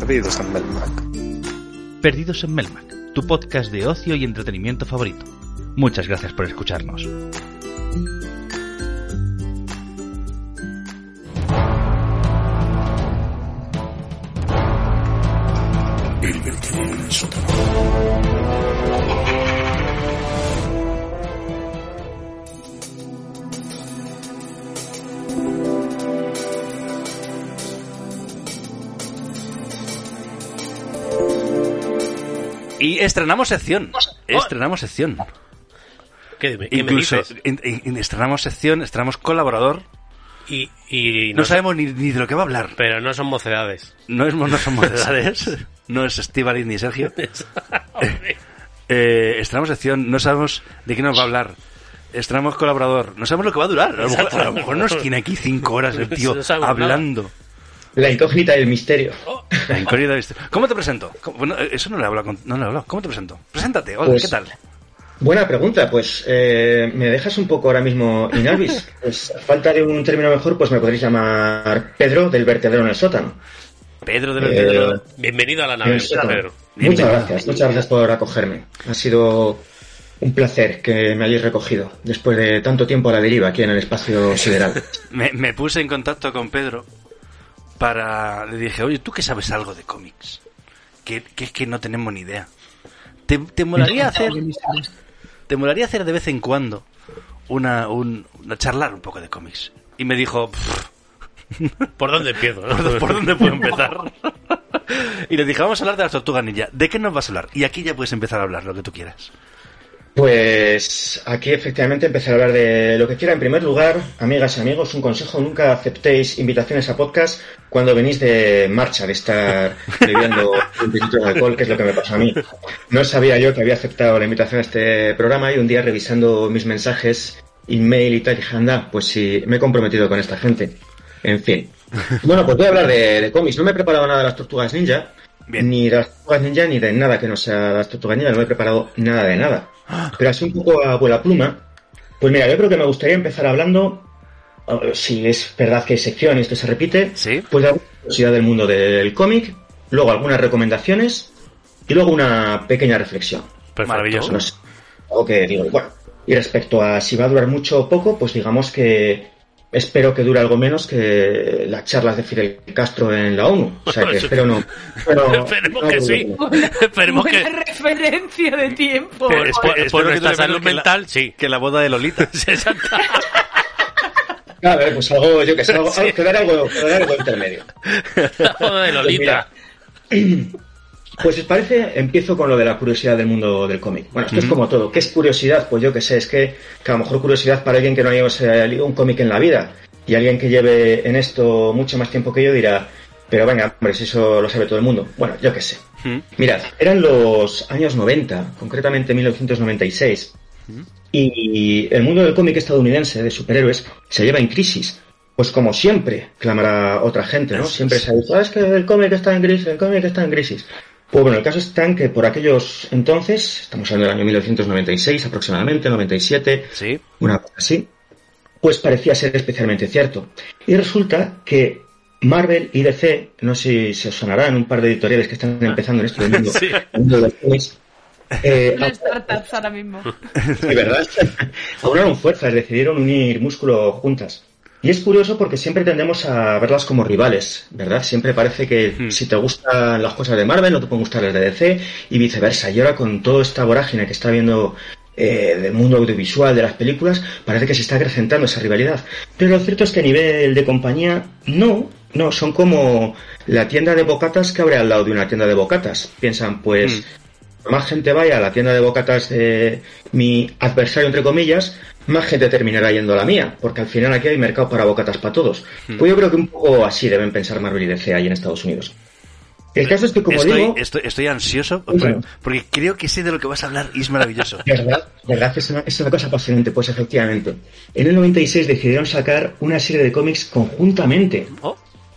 [SPEAKER 13] Perdidos en Melmac.
[SPEAKER 10] Perdidos en Melmac, tu podcast de ocio y entretenimiento favorito. Muchas gracias por escucharnos.
[SPEAKER 4] Y estrenamos sección. Estrenamos sección.
[SPEAKER 3] ¿Qué, dime- qué me
[SPEAKER 4] Incluso
[SPEAKER 3] dices?
[SPEAKER 4] en- en- en- estrenamos sección, estrenamos colaborador.
[SPEAKER 3] Y, y
[SPEAKER 4] No, sabemos ni, ni de lo que va a hablar.
[SPEAKER 3] Pero no son
[SPEAKER 4] <laughs>
[SPEAKER 3] mocedades.
[SPEAKER 4] No, es, no
[SPEAKER 3] <laughs>
[SPEAKER 4] somos de edades. No es Estíbaliz ni Sergio. Eh, estrenamos sección, no sabemos de qué nos va a hablar. Estrenamos colaborador, no sabemos lo que va a durar. A lo mejor, a lo mejor nos tiene aquí cinco
[SPEAKER 3] <laughs>
[SPEAKER 4] horas el tío
[SPEAKER 3] No sabemos
[SPEAKER 4] hablando.
[SPEAKER 13] La incógnita y el misterio.
[SPEAKER 4] La este. incógnita de- ¿Cómo te presento? ¿Cómo- bueno, eso no lo he hablado. con- no lo he hablado. ¿Cómo te presento? Preséntate, hola,
[SPEAKER 13] Pues-
[SPEAKER 4] ¿qué tal?
[SPEAKER 13] Buena pregunta, pues eh, me dejas un poco ahora mismo
[SPEAKER 4] <laughs>
[SPEAKER 13] inalvis. Pues, a falta de un término mejor, pues me podréis llamar Pedro del vertedero en el sótano.
[SPEAKER 3] Pedro
[SPEAKER 13] del Vertedero.
[SPEAKER 3] Bienvenido a la
[SPEAKER 13] En
[SPEAKER 3] nave,
[SPEAKER 13] el sótano.
[SPEAKER 3] Pedro.
[SPEAKER 13] Muchas gracias, muchas gracias por acogerme. Ha sido un placer que me hayáis recogido después de tanto tiempo a la deriva aquí en el
[SPEAKER 4] <laughs>
[SPEAKER 13] espacio sideral.
[SPEAKER 4] Me, me puse en contacto con Pedro para. Le dije, oye, ¿tú que sabes algo de cómics? Que, que es que no tenemos ni idea. ¿Te, te molaría hacer, te molaría hacer de vez en cuando una, un- una- charlar un poco de cómics? Y me dijo, "Pff,
[SPEAKER 3] ¿Por dónde empiezo? no?
[SPEAKER 4] <laughs> ¿por, por dónde puedo
[SPEAKER 3] <laughs>
[SPEAKER 4] empezar? <laughs> y le dije, vamos a hablar de las tortugas ninja. ¿De qué nos vas a hablar? Y aquí ya puedes empezar a hablar lo que tú quieras.
[SPEAKER 13] Pues aquí efectivamente empecé a hablar de lo que quiera. En primer lugar, amigas y amigos, un consejo, nunca aceptéis invitaciones a podcast cuando venís de marcha, de estar bebiendo un litro de alcohol, que es lo que me pasó a mí. No sabía yo que había aceptado la invitación a este programa y un día revisando mis mensajes, email y tal, dije, anda, pues sí, me he comprometido con esta gente. En fin. Bueno, pues voy a hablar de, de cómics. No me he preparado nada de las tortugas ninja. Ni de las tortugas ninja, ni de nada que no sea las tortugas ninja. No me he preparado nada de nada. Pero así un poco a vuela pluma. Pues mira, yo creo que me gustaría empezar hablando, eh, si es verdad que hay sección y esto se repite, pues de alguna curiosidad del mundo del cómic, luego algunas recomendaciones y luego una pequeña reflexión.
[SPEAKER 3] Pues
[SPEAKER 4] Maravilloso.
[SPEAKER 13] No sé, algo que digo, bueno. Y respecto a si va a durar mucho o poco, pues digamos que espero que dure algo menos que las charlas de Fidel Castro en la ONU. O sea que espero
[SPEAKER 3] <laughs>
[SPEAKER 13] no. pero-
[SPEAKER 3] Esperemos
[SPEAKER 13] <laughs> no
[SPEAKER 3] que
[SPEAKER 13] dure
[SPEAKER 3] sí.
[SPEAKER 13] mucho.
[SPEAKER 3] <laughs> Esperemos que.
[SPEAKER 6] referencia de tiempo.
[SPEAKER 3] Por, por- por nuestra salud mental, sí. <laughs>
[SPEAKER 4] Que la boda de <laughs> Lolita.
[SPEAKER 13] Claro, eh, pues algo, yo que sé, algo,
[SPEAKER 3] <laughs> Sí.
[SPEAKER 13] algo- quedar algo, quedar algo intermedio.
[SPEAKER 3] La boda de Lolita.
[SPEAKER 13] <clears throat> Pues os parece, empiezo con lo de la curiosidad del mundo del cómic. Bueno, esto es como todo. ¿Qué es curiosidad? Pues yo que sé, es que, que a lo mejor curiosidad para alguien que no haya eh, leído un cómic en la vida. Y alguien que lleve en esto mucho más tiempo que yo dirá, pero venga, hombre, si eso lo sabe todo el mundo. Bueno, yo que sé. Mirad, eran los años 90, concretamente 1996, y el mundo del cómic estadounidense de superhéroes se lleva en crisis. Pues como siempre, clamará otra gente, ¿no? Siempre se ha dicho, "Ah, es que el cómic está en crisis, el cómic está en crisis. Pues bueno, el caso está en que por aquellos entonces, estamos hablando del año 1996 aproximadamente, 97, una cosa así, pues parecía ser especialmente cierto. Y resulta que Marvel y DC, no sé si se os sonarán un par de editoriales que están empezando en este mundo,
[SPEAKER 6] Sí.
[SPEAKER 13] el mundo de los cómics, eh,
[SPEAKER 6] Las startups ahora mismo.
[SPEAKER 13] Sí, ¿verdad? <laughs> Aunaron fuerzas, decidieron unir músculo juntas. Y es curioso porque siempre tendemos a verlas como rivales, ¿verdad? Siempre parece que si te gustan las cosas de Marvel, no te pueden gustar las de DC y viceversa. Y ahora con toda esta vorágine que está habiendo eh, del mundo audiovisual, de las películas, parece que se está acrecentando esa rivalidad. Pero lo cierto es que a nivel de compañía, no, no, son como la tienda de bocatas que abre al lado de una tienda de bocatas. Piensan, pues, más gente vaya a la tienda de bocatas de mi adversario, entre comillas, más gente terminará yendo a la mía, porque al final aquí hay mercado para bocatas para todos. Pues yo creo que un poco así deben pensar Marvel y DC ahí en Estados Unidos. El caso es que, como
[SPEAKER 4] estoy,
[SPEAKER 13] digo, Pues
[SPEAKER 4] estoy, estoy ansioso
[SPEAKER 13] Sí, sí.
[SPEAKER 4] porque, porque creo que sé de lo que vas a hablar y es maravilloso.
[SPEAKER 13] ¿Verdad? ¿Verdad? Es una, es una cosa apasionante, pues efectivamente. En el 96 decidieron sacar una serie de cómics conjuntamente.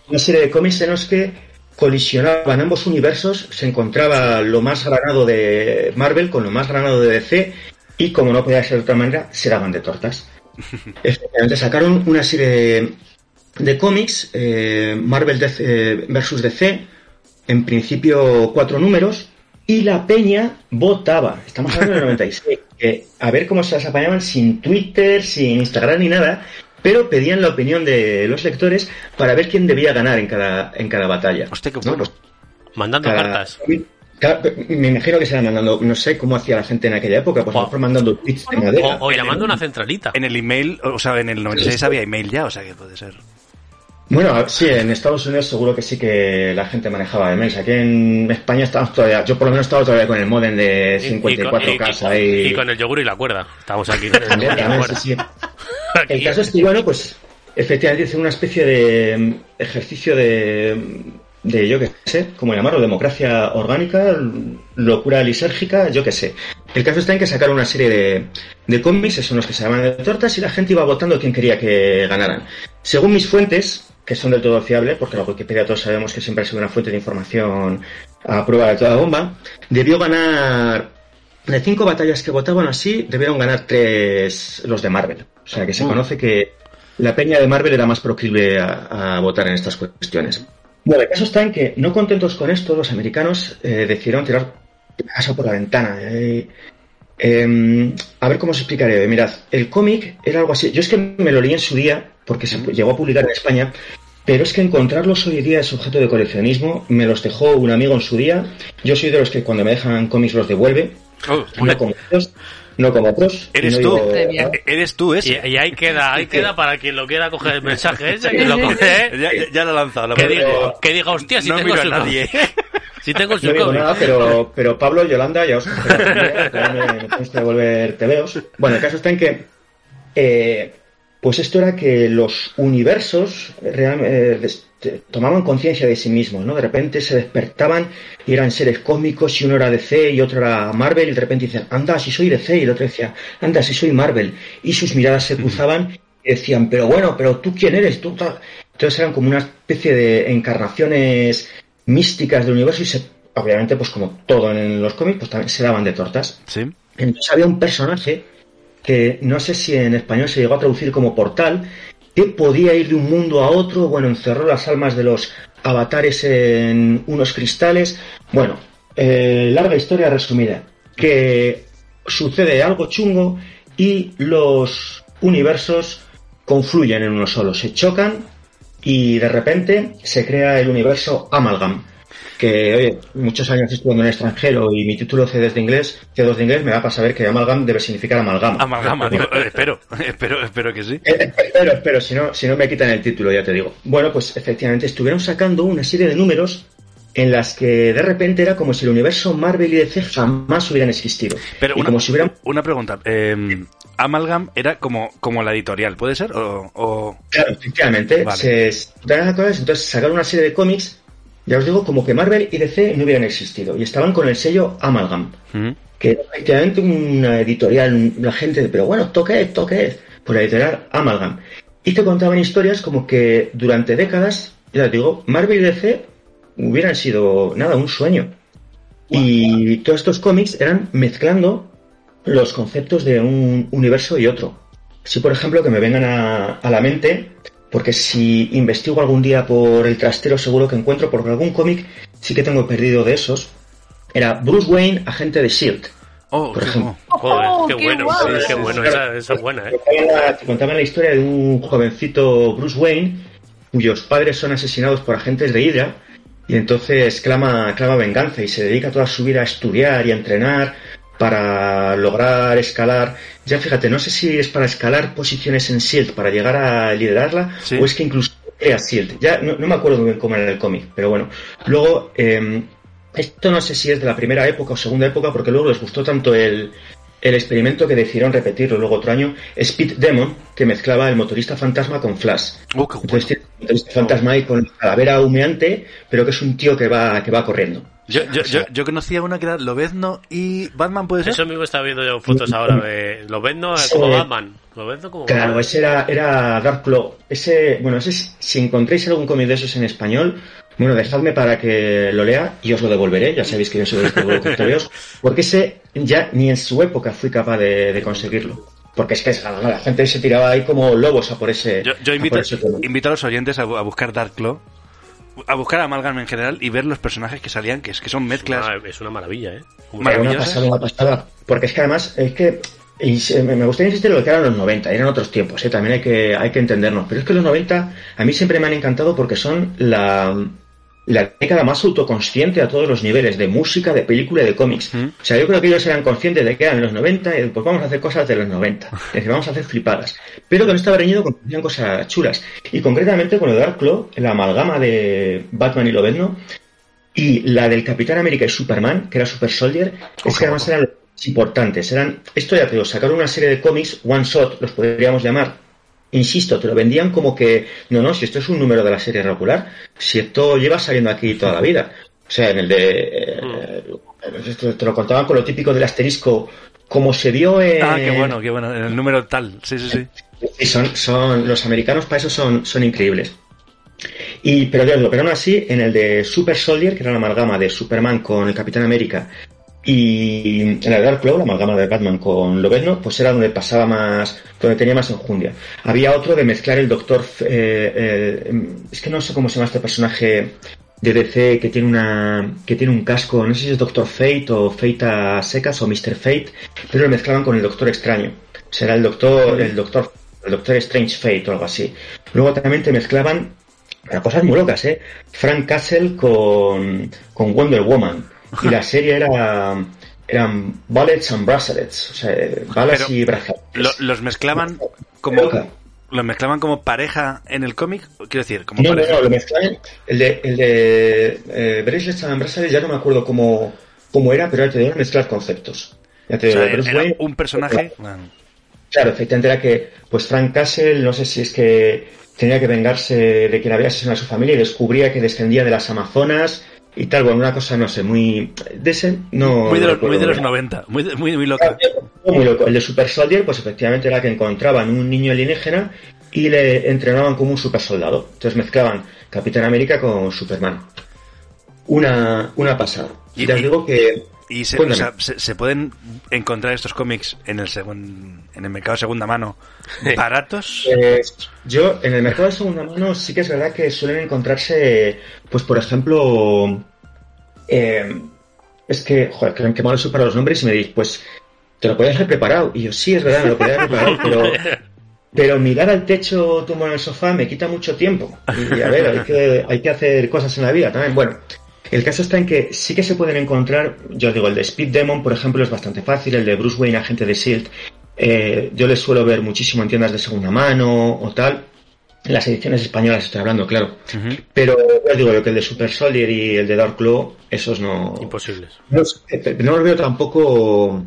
[SPEAKER 13] Una serie de cómics en los que colisionaban ambos universos, se encontraba lo más granado de Marvel con lo más granado de DC y como no podía ser de otra manera, se daban de tortas. Efectivamente, sacaron una serie de, de cómics, eh, Marvel DC, eh, versus DC, en principio cuatro números, y la peña votaba. Estamos hablando del 96. que a ver cómo se las apañaban sin Twitter, sin Instagram ni nada, pero pedían la opinión de los lectores para ver quién debía ganar en cada, en cada batalla. Pues
[SPEAKER 4] qué
[SPEAKER 3] Mandando
[SPEAKER 13] Cada-
[SPEAKER 3] cartas.
[SPEAKER 13] Claro, me imagino que se la mandando, no sé cómo hacía la gente en aquella época, pues a lo mejor mandando tweets de madera.
[SPEAKER 3] O, o llamando a una centralita.
[SPEAKER 4] En el email, o sea, en el 96 había email ya, o sea que puede ser.
[SPEAKER 13] Bueno, sí, en Estados Unidos seguro que sí que la gente manejaba emails. Aquí en España estábamos todavía, yo por lo menos estaba todavía con el modem de
[SPEAKER 3] Y- y con-
[SPEAKER 13] 54K
[SPEAKER 3] y-
[SPEAKER 13] ahí.
[SPEAKER 3] y con el yogur y la cuerda. Estamos aquí con el yogur y la
[SPEAKER 13] También,
[SPEAKER 3] cuerda.
[SPEAKER 13] sí, sí. El caso es que, bueno, pues efectivamente hice una especie de mm, ejercicio de, mm, de yo qué sé, como llamarlo, democracia orgánica, l- locura lisérgica, yo qué sé. El caso está en que sacaron una serie de, de cómics, esos son los que se llaman de tortas, y la gente iba votando quién quería que ganaran. Según mis fuentes, que son del todo fiables, porque la Wikipedia todos sabemos que siempre ha sido una fuente de información a prueba de toda bomba, debió ganar de cinco batallas que votaban así, debieron ganar tres los de Marvel. O sea, que se
[SPEAKER 14] Mm.
[SPEAKER 13] conoce que la peña de Marvel era más proclive a, a votar en estas cuestiones. Bueno, el caso está en que, no contentos con esto, los americanos eh, decidieron tirar casa por la ventana. eh. Em, a ver cómo os explicaré. Mirad, el cómic era algo así. Yo es que me lo leí en su día, porque se llegó a publicar en España, pero es que encontrarlos hoy día es objeto de coleccionismo. Me los dejó un amigo en su día. Yo soy de los que cuando me dejan cómics los devuelve. no como otros. No como otros.
[SPEAKER 4] Oh, Eres
[SPEAKER 13] No
[SPEAKER 4] tú.
[SPEAKER 13] digo-
[SPEAKER 4] E- Eres tú ese.
[SPEAKER 3] Y, y ahí queda, ahí queda para quien lo quiera coger el mensaje ese, que lo coge, ¿eh?
[SPEAKER 4] Ya, ya- ya lo ha lanzado. lo
[SPEAKER 3] Que
[SPEAKER 4] puedo-
[SPEAKER 3] diga, que diga, hostia, <laughs> si
[SPEAKER 4] no
[SPEAKER 3] tengo
[SPEAKER 4] miro a
[SPEAKER 3] su
[SPEAKER 4] nadie. <laughs>
[SPEAKER 3] Si tengo
[SPEAKER 13] No
[SPEAKER 3] su
[SPEAKER 13] digo
[SPEAKER 3] cómic.
[SPEAKER 13] nada, pero, pero Pablo, Yolanda, ya os cogeré el día, que me, me tenéis que devolver tebeos. Bueno, el caso está en que, eh, pues esto era que los universos real- eh, des- te- tomaban conciencia de sí mismos, ¿no? De repente se despertaban y eran seres cósmicos y uno era DC y otro era Marvel y de repente dicen, anda, si soy DC y el otro decía, anda, si soy Marvel. Y sus miradas se cruzaban y decían, pero bueno, pero tú quién eres, tú tal. Entonces eran como una especie de encarnaciones místicas del universo y se, obviamente, pues como todo en los cómics, pues también se daban de tortas. Entonces había un personaje que no sé si en español se llegó a traducir como portal, que podía ir de un mundo a otro, bueno, encerró las almas de los avatares en unos cristales. Bueno, eh, larga historia resumida, que sucede algo chungo y los universos confluyen en uno solo, se chocan y de repente se crea el universo Amalgam. Que, oye, muchos años estudiando en el extranjero y mi título C2 de inglés, C2 de inglés me da para saber que Amalgam debe significar amalgama. eh,
[SPEAKER 4] Amalgama, digo, eh, espero, <laughs> espero, espero que sí.
[SPEAKER 13] Espero, espero, si no, si no me quitan el título, ya te digo. Bueno, pues efectivamente estuvieron sacando una serie de números en las que de repente era como si el universo Marvel y DC jamás hubieran existido.
[SPEAKER 4] Pero
[SPEAKER 13] Y
[SPEAKER 4] una,
[SPEAKER 13] como si hubieran...
[SPEAKER 4] una pregunta. eh, Amalgam era como, como la editorial, ¿puede ser? O, o-
[SPEAKER 13] Claro, efectivamente,
[SPEAKER 4] Vale.
[SPEAKER 13] se juntaron las cosas, entonces sacaron una serie de cómics, ya os digo, como que Marvel y DC no hubieran existido, y estaban con el sello Amalgam.
[SPEAKER 3] Mm.
[SPEAKER 13] que era efectivamente una editorial, la gente, pero bueno, ¿esto qué es? ¿Esto qué es? Pues la editorial Amalgam. Y te contaban historias como que durante décadas, ya te digo, Marvel y DC hubieran sido nada, un sueño. Y todos estos cómics eran mezclando los conceptos de un universo y otro. Si, por ejemplo, que me vengan a, a la mente, porque si investigo algún día por el trastero, seguro que encuentro, porque algún cómic sí que tengo perdido de esos, era Bruce Wayne, agente de Shield. por ejemplo.
[SPEAKER 3] Joder,
[SPEAKER 13] Oh,
[SPEAKER 3] qué
[SPEAKER 13] qué
[SPEAKER 3] bueno,
[SPEAKER 13] guapo.
[SPEAKER 3] joder, qué bueno, esa, esa es buena, ¿eh?
[SPEAKER 13] Era- te contaban la historia de un jovencito Bruce Wayne cuyos padres son asesinados por agentes de Hydra y entonces clama, clama venganza y se dedica toda su vida a estudiar y a entrenar para lograr escalar. Ya fíjate, no sé si es para escalar posiciones en Shield E para llegar a liderarla o es que incluso crea Shield. E Ya no, no me acuerdo muy bien cómo era el cómic, pero bueno. Luego, eh, esto no sé si es de la primera época o segunda época porque luego les gustó tanto el, el experimento que decidieron repetirlo luego otro año, Speed Demon, que mezclaba el motorista fantasma con Flash.
[SPEAKER 4] oh,
[SPEAKER 13] Entonces tiene el motorista este, fantasma ahí con la calavera humeante, pero que es un tío que va, que va corriendo.
[SPEAKER 4] Yo, yo, yo, yo conocía una que era Lobezno y Batman, ¿puede ser?
[SPEAKER 3] Eso mismo estaba viendo yo fotos ahora de... Lo vendo eh,
[SPEAKER 13] Sí.
[SPEAKER 3] como Batman. Lo vendo como
[SPEAKER 13] Claro,
[SPEAKER 3] Batman.
[SPEAKER 13] ese era, era Dark Claw. Ese, bueno, ese, es- si encontráis algún cómic de esos en español, bueno, dejadme para que lo lea y os lo devolveré. Ya sabéis que yo soy de los que devuelvo custodios, porque ese ya ni en su época fui capaz de, de conseguirlo. Porque es que es- la gente se tiraba ahí como lobos a por ese.
[SPEAKER 4] Yo, yo
[SPEAKER 13] a
[SPEAKER 4] invito,
[SPEAKER 13] Ah, por ese cómic.
[SPEAKER 4] invito a los oyentes a, bu- a buscar Dark Claw, a buscar Amalgam en general y ver los personajes que salían, que, es, que son mezclas.
[SPEAKER 3] Ah, es una maravilla, ¿eh?
[SPEAKER 13] Una pasada, una pasada. Porque es que además, es que. y se- me me gustaría insistir en lo que eran los 90, eran otros tiempos, ¿eh? también hay que, hay que entendernos. Pero es que los 90 a mí siempre me han encantado porque son la, la década más autoconsciente a todos los niveles, de música, de película y de cómics. O sea, yo creo que ellos eran conscientes de que eran los 90 y pues vamos a hacer cosas de los 90, es decir, vamos a hacer flipadas. Pero que no estaba reñido con que hacían cosas chulas. Y concretamente con lo de Dark Claw, la amalgama de Batman y Lobezno, y la del Capitán América y Superman, que era Super Soldier, es que además eran los más importantes. Eran, esto ya te digo, sacaron una serie de cómics, one shot, los podríamos llamar. Insisto, te lo vendían como que, no, no, si esto es un número de la serie regular, si esto lleva saliendo aquí toda la vida. O sea, en el de. eh,
[SPEAKER 4] Mm.
[SPEAKER 13] esto te lo contaban con lo típico del asterisco, como se vio en.
[SPEAKER 4] Ah, qué bueno, qué bueno. El número tal. Sí, sí, sí.
[SPEAKER 13] Y son, son, los americanos para eso son, son increíbles. Y, pero ya os digo, pero aún así, en el de Super Soldier, que era la amalgama de Superman con el Capitán América Y en el Dark Claw, la amalgama de Batman con Lobezno, pues era donde pasaba más, donde tenía más enjundia. Había otro de mezclar el Doctor, eh, eh, es que no sé cómo se llama este personaje de DC que tiene una, que tiene un casco, no sé si es Doctor Fate o Fate a secas o Mr. Fate, pero lo mezclaban con el Doctor Extraño. Será el Doctor, el Doctor, el Doctor Strange Fate o algo así. Luego también te mezclaban pero cosas muy locas, ¿eh? Frank Castle con, con Wonder Woman.
[SPEAKER 4] <laughs>
[SPEAKER 13] Y la serie era. Eran ballets and bracelets. O sea, eh, balas
[SPEAKER 4] Pero
[SPEAKER 13] y brazaletes.
[SPEAKER 4] Lo- los mezclaban como los mezclaban como pareja en el cómic, quiero decir, como
[SPEAKER 13] No, no,
[SPEAKER 4] pareja.
[SPEAKER 13] no, lo mezclaban. El de, el de eh, bracelets and bracelets ya no me acuerdo cómo, cómo era, pero era tener mezclar conceptos. Ya te
[SPEAKER 4] O sea,
[SPEAKER 13] digo, Bruce
[SPEAKER 4] era
[SPEAKER 13] Wayne-
[SPEAKER 4] un personaje. bueno,
[SPEAKER 13] Claro, efectivamente era que, pues Frank Castle, no sé si es que tenía que vengarse de quien había asesinado a su familia y descubría que descendía de las Amazonas y tal, bueno, una cosa, no sé, muy... De ese, no...
[SPEAKER 4] muy, de
[SPEAKER 13] no
[SPEAKER 4] los,
[SPEAKER 13] recuerdo
[SPEAKER 4] muy de los
[SPEAKER 13] bien. Ah,
[SPEAKER 4] 90,
[SPEAKER 13] pues,
[SPEAKER 4] muy, de- muy, muy loca.
[SPEAKER 13] Muy loco. El de Super Soldier, pues efectivamente era que encontraban un niño alienígena y le entrenaban como un super soldado. Entonces mezclaban Capitán América con Superman. Una, una pasada. Y, les digo que...
[SPEAKER 4] Y se,
[SPEAKER 13] Cuéntame.
[SPEAKER 4] o sea, se, se pueden encontrar estos cómics en el segun- en el mercado de segunda mano
[SPEAKER 13] <laughs>
[SPEAKER 4] baratos.
[SPEAKER 13] Pues, yo, en el mercado de segunda mano, sí que es verdad que suelen encontrarse, pues por ejemplo, eh, es que, joder, que, que malo soy para los nombres y me dices, pues, te lo podías haber preparado. Y yo, sí, es verdad, me lo podías haber preparado, pero, pero mirar al techo tumbo en el sofá me quita mucho tiempo. Y a ver, hay que, hay que hacer cosas en la vida también. Bueno, el caso está en que sí que se pueden encontrar, yo os digo, el de Speed Demon, por ejemplo, es bastante fácil, el de Bruce Wayne, agente de Shield, E eh, yo les suelo ver muchísimo en tiendas de segunda mano o tal. En las ediciones españolas estoy hablando, claro. Pero ya os digo yo que el de Super Soldier y el de Dark Claw, esos no.
[SPEAKER 3] Imposibles.
[SPEAKER 13] No, los- eh, no los veo tampoco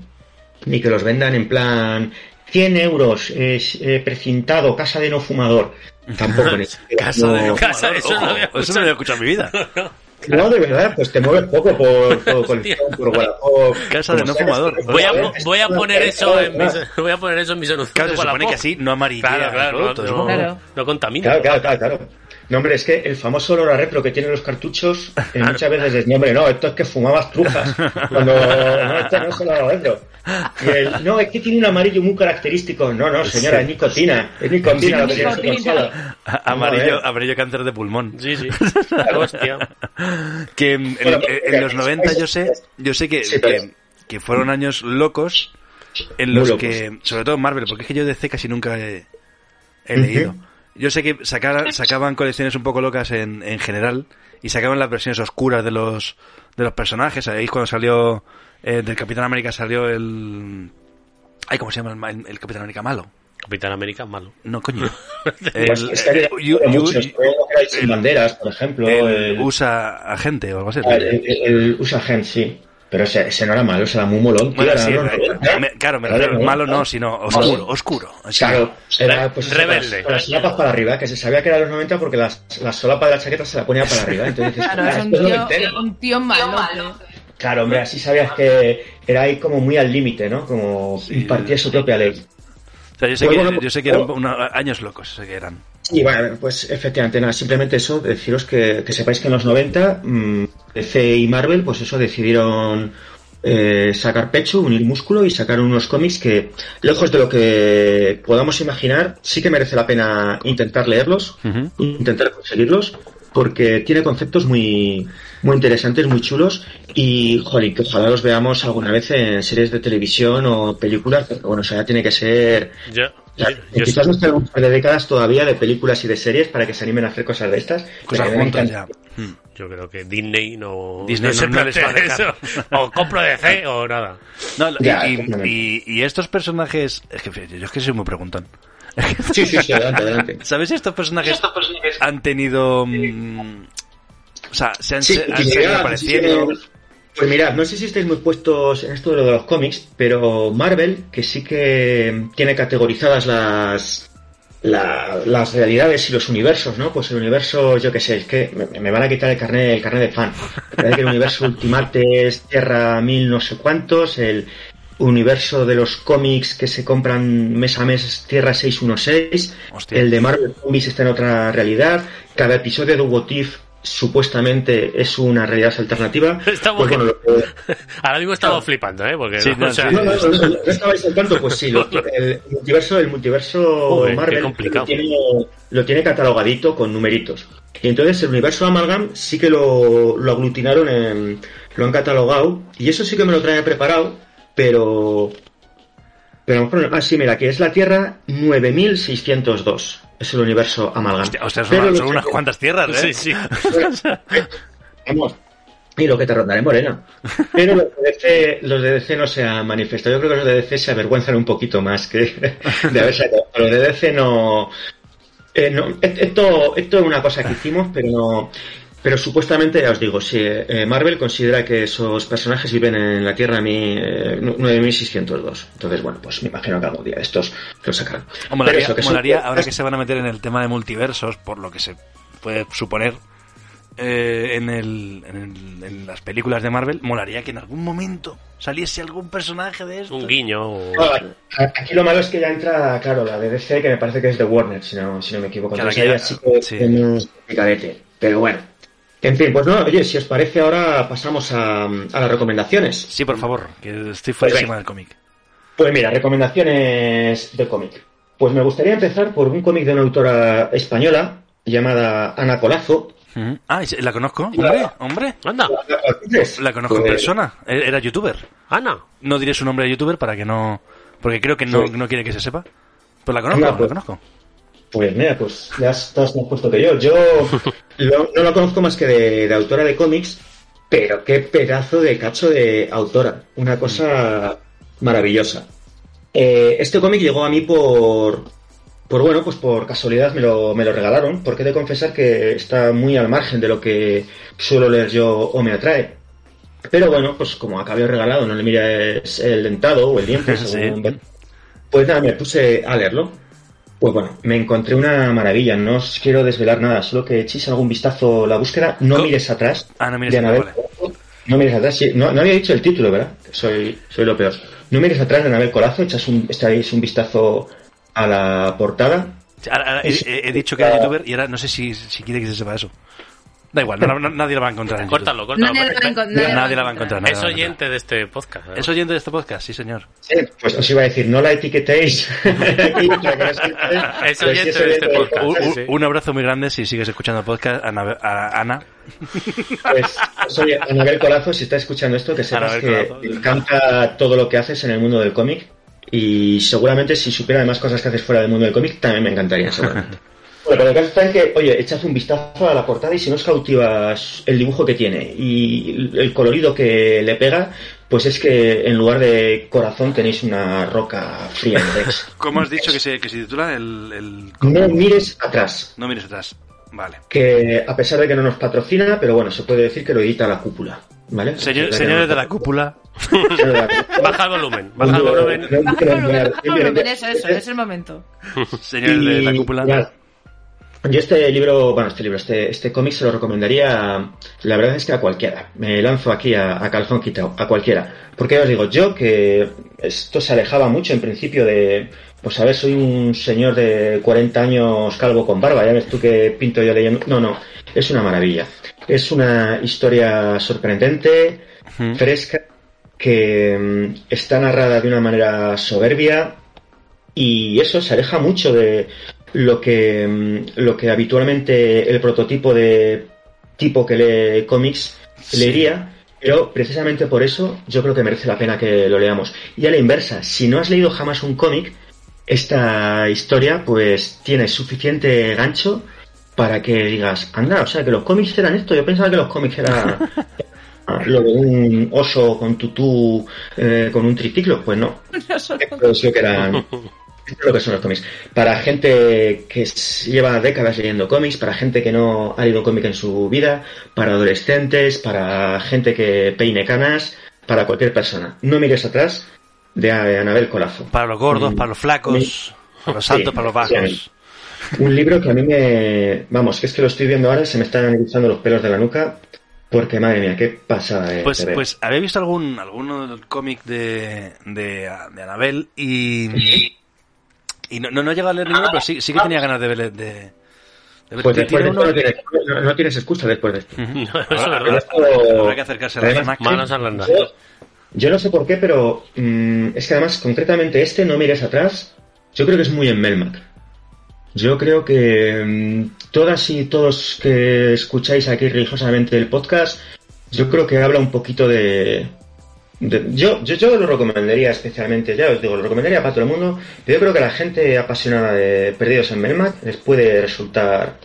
[SPEAKER 13] ni que los vendan en plan 100 euros eh, eh, precintado, casa de no fumador. Tampoco
[SPEAKER 3] <laughs>
[SPEAKER 13] en ese-
[SPEAKER 4] Casa de
[SPEAKER 13] no.
[SPEAKER 4] Casa, eso no lo había
[SPEAKER 3] escuchado.
[SPEAKER 4] escuchado en mi vida.
[SPEAKER 13] No, de verdad, pues te mueves poco por,
[SPEAKER 3] <laughs>
[SPEAKER 13] por, por, por Wallapop,
[SPEAKER 4] Casa de
[SPEAKER 13] como
[SPEAKER 4] no
[SPEAKER 13] sea,
[SPEAKER 4] fumador.
[SPEAKER 3] Voy a, po- voy a poner eso en mis, <laughs> voy a poner eso en mis anuncios.
[SPEAKER 4] Claro,
[SPEAKER 3] de
[SPEAKER 4] se supone
[SPEAKER 3] Wallapop.
[SPEAKER 4] que así no amarilla
[SPEAKER 3] Claro, claro,
[SPEAKER 4] el producto,
[SPEAKER 3] no,
[SPEAKER 4] supongo.
[SPEAKER 3] no, no contamina.
[SPEAKER 13] Claro, claro, claro, claro. No, hombre, es que el famoso olor a repro que tienen los cartuchos,
[SPEAKER 4] <laughs>
[SPEAKER 13] eh, muchas veces es, no, hombre, no, esto es que fumabas trujas. Cuando, no, esto no es olor a repro. Y el, no, es que tiene un amarillo muy característico. No, no, señora, es nicotina. Es nicotina lo que tiene en su consola.
[SPEAKER 4] A- Amarillo,
[SPEAKER 13] Joder.
[SPEAKER 4] amarillo cáncer de pulmón.
[SPEAKER 3] Sí,
[SPEAKER 13] <laughs>
[SPEAKER 3] sí.
[SPEAKER 4] Que en,
[SPEAKER 13] Bueno,
[SPEAKER 4] en- en
[SPEAKER 13] mira,
[SPEAKER 4] los 90 yo sé, yo sé que,
[SPEAKER 13] Sí, pero-
[SPEAKER 4] que, que fueron años locos en
[SPEAKER 13] Muy
[SPEAKER 4] los
[SPEAKER 13] locos.
[SPEAKER 4] que, sobre todo en Marvel, porque es que yo de C casi nunca he, he leído. Yo sé que sacara- sacaban colecciones un poco locas en, en general y sacaban las versiones oscuras de los de los personajes. Ahí es cuando salió eh, del Capitán América salió el ay cómo se llama el ma- el, el Capitán América malo.
[SPEAKER 3] Capitán América malo.
[SPEAKER 4] No
[SPEAKER 13] <laughs>
[SPEAKER 4] coño.
[SPEAKER 13] Pues
[SPEAKER 4] El-
[SPEAKER 13] es que había
[SPEAKER 4] eh, you-
[SPEAKER 13] muchos,
[SPEAKER 4] you-
[SPEAKER 13] pero que hay sin banderas, por ejemplo.
[SPEAKER 4] el
[SPEAKER 13] El, Ah,
[SPEAKER 4] usa agente o algo así.
[SPEAKER 13] el, el USA Gen, sí. Pero ese, ese no era malo, ese era muy molón. tío,
[SPEAKER 4] Bueno,
[SPEAKER 13] era
[SPEAKER 4] sí, eh,
[SPEAKER 13] no, no,
[SPEAKER 4] me- me- claro, me refiero,
[SPEAKER 13] Claro,
[SPEAKER 4] malo
[SPEAKER 13] claro.
[SPEAKER 4] no, sino oscuro,
[SPEAKER 13] Malo.
[SPEAKER 4] oscuro. Así.
[SPEAKER 13] Claro, era pues eso,
[SPEAKER 4] Rebelde.
[SPEAKER 13] con las- Con las solapas para arriba, que se sabía que era los 90 porque las, la solapa de la chaqueta se la ponía para arriba.
[SPEAKER 5] <laughs>
[SPEAKER 13] Entonces, dices,
[SPEAKER 5] Claro,
[SPEAKER 13] "Mira,
[SPEAKER 5] es un
[SPEAKER 13] esto es
[SPEAKER 5] tío,
[SPEAKER 13] noventero".
[SPEAKER 5] un tío malo.
[SPEAKER 13] Claro, hombre, así sabías que era ahí como muy al límite, ¿no? Como impartía su propia ley.
[SPEAKER 4] O sea, yo sé
[SPEAKER 13] Pues
[SPEAKER 4] que,
[SPEAKER 13] bueno,
[SPEAKER 4] yo sé que eran una- años locos, sé que eran.
[SPEAKER 13] Y bueno, pues efectivamente, nada, simplemente eso, deciros que, que sepáis que en los 90 mm, DC y Marvel, pues eso, decidieron eh, sacar pecho, unir músculo y sacar unos cómics que, lejos de lo que podamos imaginar, sí que merece la pena intentar leerlos, intentar conseguirlos, porque tiene conceptos muy, muy interesantes, muy chulos, y jolín, que ojalá los veamos alguna vez en series de televisión o películas, pero bueno, o sea, ya tiene que ser
[SPEAKER 3] Yo,
[SPEAKER 13] o
[SPEAKER 4] Eh,
[SPEAKER 13] sea, quizás nos quedan un par de décadas todavía de películas y de series para que se animen a hacer cosas de estas.
[SPEAKER 4] Cosas
[SPEAKER 13] Pero Pues me
[SPEAKER 4] juntas
[SPEAKER 13] encanta.
[SPEAKER 4] ya.
[SPEAKER 3] yo creo que Disney no,
[SPEAKER 4] Disney
[SPEAKER 3] no se
[SPEAKER 4] no- no les va a
[SPEAKER 3] plantea
[SPEAKER 4] dejar.
[SPEAKER 3] eso. O compro DC o nada.
[SPEAKER 4] No, y-
[SPEAKER 3] Ya,
[SPEAKER 4] y,
[SPEAKER 3] efectivamente.
[SPEAKER 4] y- y estos personajes. Es que fíjate, yo es que soy muy preguntón.
[SPEAKER 13] Sí, sí, sí,
[SPEAKER 4] <laughs>
[SPEAKER 13] adelante, adelante.
[SPEAKER 4] ¿Sabéis si estos personajes, han tenido. mm, o sea, se han,
[SPEAKER 13] Sí,
[SPEAKER 4] se- han
[SPEAKER 13] y
[SPEAKER 4] seguido
[SPEAKER 13] mirad,
[SPEAKER 4] apareciendo.
[SPEAKER 13] sí, Pues mirad, no sé si estáis muy puestos en esto de lo de los cómics, pero Marvel, que sí que tiene categorizadas las, la- las realidades y los universos, ¿no? Pues el universo, yo qué sé, es que me, me van a quitar el carnet, el carnet de fan. Parece que el universo Ultimate es Tierra mil no sé cuántos, el universo de los cómics que se compran mes a mes es Tierra 616, el de Marvel Comics está en otra realidad, cada episodio de What If supuestamente es una realidad alternativa.
[SPEAKER 3] Estamos
[SPEAKER 13] pues bueno, lo que-
[SPEAKER 3] Ahora mismo estamos flipando, ¿eh? Porque,
[SPEAKER 13] Sí,
[SPEAKER 3] o sea,
[SPEAKER 13] no, no, no, no, no estabais al tanto, pues sí, lo- el multiverso, el multiverso
[SPEAKER 3] Joder, qué
[SPEAKER 13] Marvel
[SPEAKER 3] complicado.
[SPEAKER 13] lo tiene, lo tiene catalogadito con numeritos. Y entonces el universo Amalgam sí que lo, lo aglutinaron, en, lo han catalogado, y eso sí que me lo trae preparado, pero... Pero a lo mejor, ah, sí, mira, que es la Tierra 9602. Es el universo Amalgam.
[SPEAKER 4] Hostia, son,
[SPEAKER 13] Pero
[SPEAKER 4] una-
[SPEAKER 13] los-
[SPEAKER 4] son unas cuantas tierras, ¿eh?
[SPEAKER 13] Sí, <laughs> Vamos. Y lo que te rondaré, Morena. Pero los de, DC, los de DC no se han manifestado. Yo creo que los de DC se avergüenzan un poquito más que <laughs> de haber sacado. Los de DC no. eh, no. Esto, esto es una cosa que hicimos, pero no. Pero supuestamente, ya os digo, si eh, Marvel considera que esos personajes viven en la Tierra mi- eh, 9602. Entonces, bueno, pues me imagino que algún día estos lo sacarán.
[SPEAKER 4] O molaría-
[SPEAKER 13] Pero eso, que son-
[SPEAKER 4] molaría, ahora que se van a meter en el tema de multiversos, por lo que se puede suponer eh, en, el- en el- en las películas de Marvel, molaría que en algún momento saliese algún personaje de esto.
[SPEAKER 3] un guiño. o-
[SPEAKER 13] Ahora, Aquí lo malo es que ya entra, claro, la de DC, que me parece que es de Warner, si no, si no me equivoco.
[SPEAKER 4] Claro,
[SPEAKER 13] Entonces
[SPEAKER 4] que
[SPEAKER 13] ahí
[SPEAKER 4] ya-
[SPEAKER 13] así que tenemos picadete. Pero bueno. En fin, pues no, oye, si os parece, ahora pasamos a, a las recomendaciones.
[SPEAKER 4] Sí, por favor, que estoy
[SPEAKER 13] fuertísima
[SPEAKER 4] fuerísima del cómic.
[SPEAKER 13] Pues mira, recomendaciones de cómic. Pues me gustaría empezar por un cómic de una autora española llamada Ana Colazo.
[SPEAKER 4] Ujú. Ah, ¿y se- la conozco, hombre, hombre.
[SPEAKER 3] Anda.
[SPEAKER 4] La conozco en
[SPEAKER 13] Pues-
[SPEAKER 4] persona, e- era youtuber.
[SPEAKER 3] Ana.
[SPEAKER 4] No diré su nombre de youtuber para que no... Porque creo que no,
[SPEAKER 13] Sí.
[SPEAKER 4] no quiere que se sepa. Pues la conozco,
[SPEAKER 13] Anda,
[SPEAKER 4] la
[SPEAKER 13] pues.
[SPEAKER 4] conozco.
[SPEAKER 13] Pues mira, pues ya estás más puesto que yo. Yo
[SPEAKER 4] <laughs>
[SPEAKER 13] lo- no la conozco más que de, de autora de cómics, pero qué pedazo de cacho de autora. Una cosa maravillosa. Eh, este cómic llegó a mí por. Por bueno, pues por casualidad me lo, me lo regalaron, porque he de confesar que está muy al margen de lo que suelo leer yo o me atrae. Pero bueno, pues como acabé regalado, no le mires el dentado o el diente,
[SPEAKER 4] Sí.
[SPEAKER 13] según ven. Pues nada, me puse a leerlo. Pues bueno, me encontré una maravilla. No os quiero desvelar nada, solo que echéis algún vistazo a la búsqueda. No mires atrás.
[SPEAKER 4] Ah, no mires
[SPEAKER 13] de
[SPEAKER 4] atrás,
[SPEAKER 13] Anabel Corazzo. No mires atrás. sí. No, no había dicho el título, ¿verdad? Soy, soy lo peor. No mires atrás de Anabel Corazo. Echáis un, echáis un vistazo a la portada.
[SPEAKER 4] Ahora- ahora he, he- he dicho que era youtuber y ahora no sé si, si quiere que se sepa eso. Da igual, no la- no- nadie la va a encontrar. En
[SPEAKER 3] Córtalo,
[SPEAKER 4] YouTube.
[SPEAKER 3] córtalo. Nadie la va a
[SPEAKER 4] Nadie,
[SPEAKER 3] encontrar.
[SPEAKER 4] la va a encontrar. nadie
[SPEAKER 3] Es
[SPEAKER 4] la va a encontrar.
[SPEAKER 3] oyente de este podcast. además.
[SPEAKER 4] Es oyente de este podcast, sí, señor.
[SPEAKER 13] Sí, pues os iba a decir, no la etiquetéis. <laughs> Aquí, para que no se entere.
[SPEAKER 3] Es
[SPEAKER 13] Pero sí
[SPEAKER 3] oyente
[SPEAKER 13] es
[SPEAKER 3] de este
[SPEAKER 13] oyente del
[SPEAKER 3] podcast,
[SPEAKER 4] Un,
[SPEAKER 3] sí,
[SPEAKER 4] un-
[SPEAKER 3] sí.
[SPEAKER 4] un abrazo muy grande si sigues escuchando el podcast, Ana. a- Ana.
[SPEAKER 13] Pues, pues, oye, Anabel Corazzo, si está escuchando esto, que sepas
[SPEAKER 4] Anabel
[SPEAKER 13] que
[SPEAKER 4] Corazzo.
[SPEAKER 13] te encanta todo lo que haces en el mundo del cómic. Y seguramente si supiera además cosas que haces fuera del mundo del cómic, también me
[SPEAKER 4] <laughs>
[SPEAKER 13] encantaría, seguramente. Bueno, pero el caso está en que, oye, echad un vistazo a la portada y si no os cautivas el dibujo que tiene y el colorido que le pega, pues es que en lugar de corazón tenéis una roca fría en el pecho.
[SPEAKER 4] ¿Cómo has dicho que se, que se titula el, el-
[SPEAKER 13] No mires atrás,
[SPEAKER 4] No mires atrás. Vale.
[SPEAKER 13] que a pesar de que no nos patrocina, pero bueno, se puede decir que lo edita la cúpula, ¿vale?
[SPEAKER 4] Señor-
[SPEAKER 13] O sea, que
[SPEAKER 4] señores de
[SPEAKER 13] no-
[SPEAKER 4] la cúpula.
[SPEAKER 3] Baja el volumen. Baja el volumen.
[SPEAKER 6] volumen, eso, eso, es el momento. <laughs>
[SPEAKER 4] Señores de la
[SPEAKER 13] Y,
[SPEAKER 4] cúpula.
[SPEAKER 13] mirad, Yo este libro, bueno, este libro, este, este cómic se lo recomendaría, la verdad es que a cualquiera. Me lanzo aquí a, a calzón quitado, a cualquiera. Porque ya os digo, yo que esto se alejaba mucho en principio de, pues a ver, soy un señor de 40 años calvo con barba, ya ves tú que pinto yo leyendo. No, no, es una maravilla. Es una historia sorprendente, fresca, que mm, está narrada de una manera soberbia, y eso se aleja mucho de lo que mm, lo que habitualmente el prototipo de tipo que lee cómics leería pero precisamente por eso yo creo que merece la pena que lo leamos y a la inversa si no has leído jamás un cómic esta historia pues tiene suficiente gancho para que digas anda o sea que los cómics eran esto yo pensaba que los cómics eran lo de un oso con tutú eh, con un triciclo pues no pero sí que
[SPEAKER 4] <laughs>
[SPEAKER 13] eran esto es lo que son los cómics. Para gente que s- lleva décadas leyendo cómics, para gente que no ha leído cómic en su vida, para adolescentes, para gente que peine canas, para cualquier persona. No mires atrás de A- Anabel Colazo.
[SPEAKER 4] Para los gordos, para los flacos, para los altos,
[SPEAKER 13] Mm. Sí,
[SPEAKER 4] para los
[SPEAKER 13] efectivamente.
[SPEAKER 4] bajos.
[SPEAKER 13] Un libro que a mí me... Vamos, que es que lo estoy viendo ahora, se me están erizando los pelos de la nuca, porque madre mía, qué pasada de
[SPEAKER 4] Pues,
[SPEAKER 13] de ver.
[SPEAKER 4] pues había visto algún alguno del cómic de, de, de Anabel y, y no, no, no he llegado a leer ninguno, pero sí, sí que tenía ganas de, este verle- de,
[SPEAKER 13] Pues después de esto no tienes, no- no tienes excusa después de esto.
[SPEAKER 4] <laughs>
[SPEAKER 13] Ahora, pero esto-
[SPEAKER 4] Habrá que acercarse a la
[SPEAKER 13] además,
[SPEAKER 4] Mac.
[SPEAKER 13] yo, yo no sé por qué, pero mm, es que además, concretamente este, no mires atrás, yo creo que es muy en Melmac. Yo creo que mm, todas y todos que escucháis aquí religiosamente el podcast, yo creo que habla un poquito de... de- yo, yo, yo lo recomendaría especialmente, ya os digo, lo recomendaría para todo el mundo, pero yo creo que a la gente apasionada de Perdidos en Melmac les puede resultar...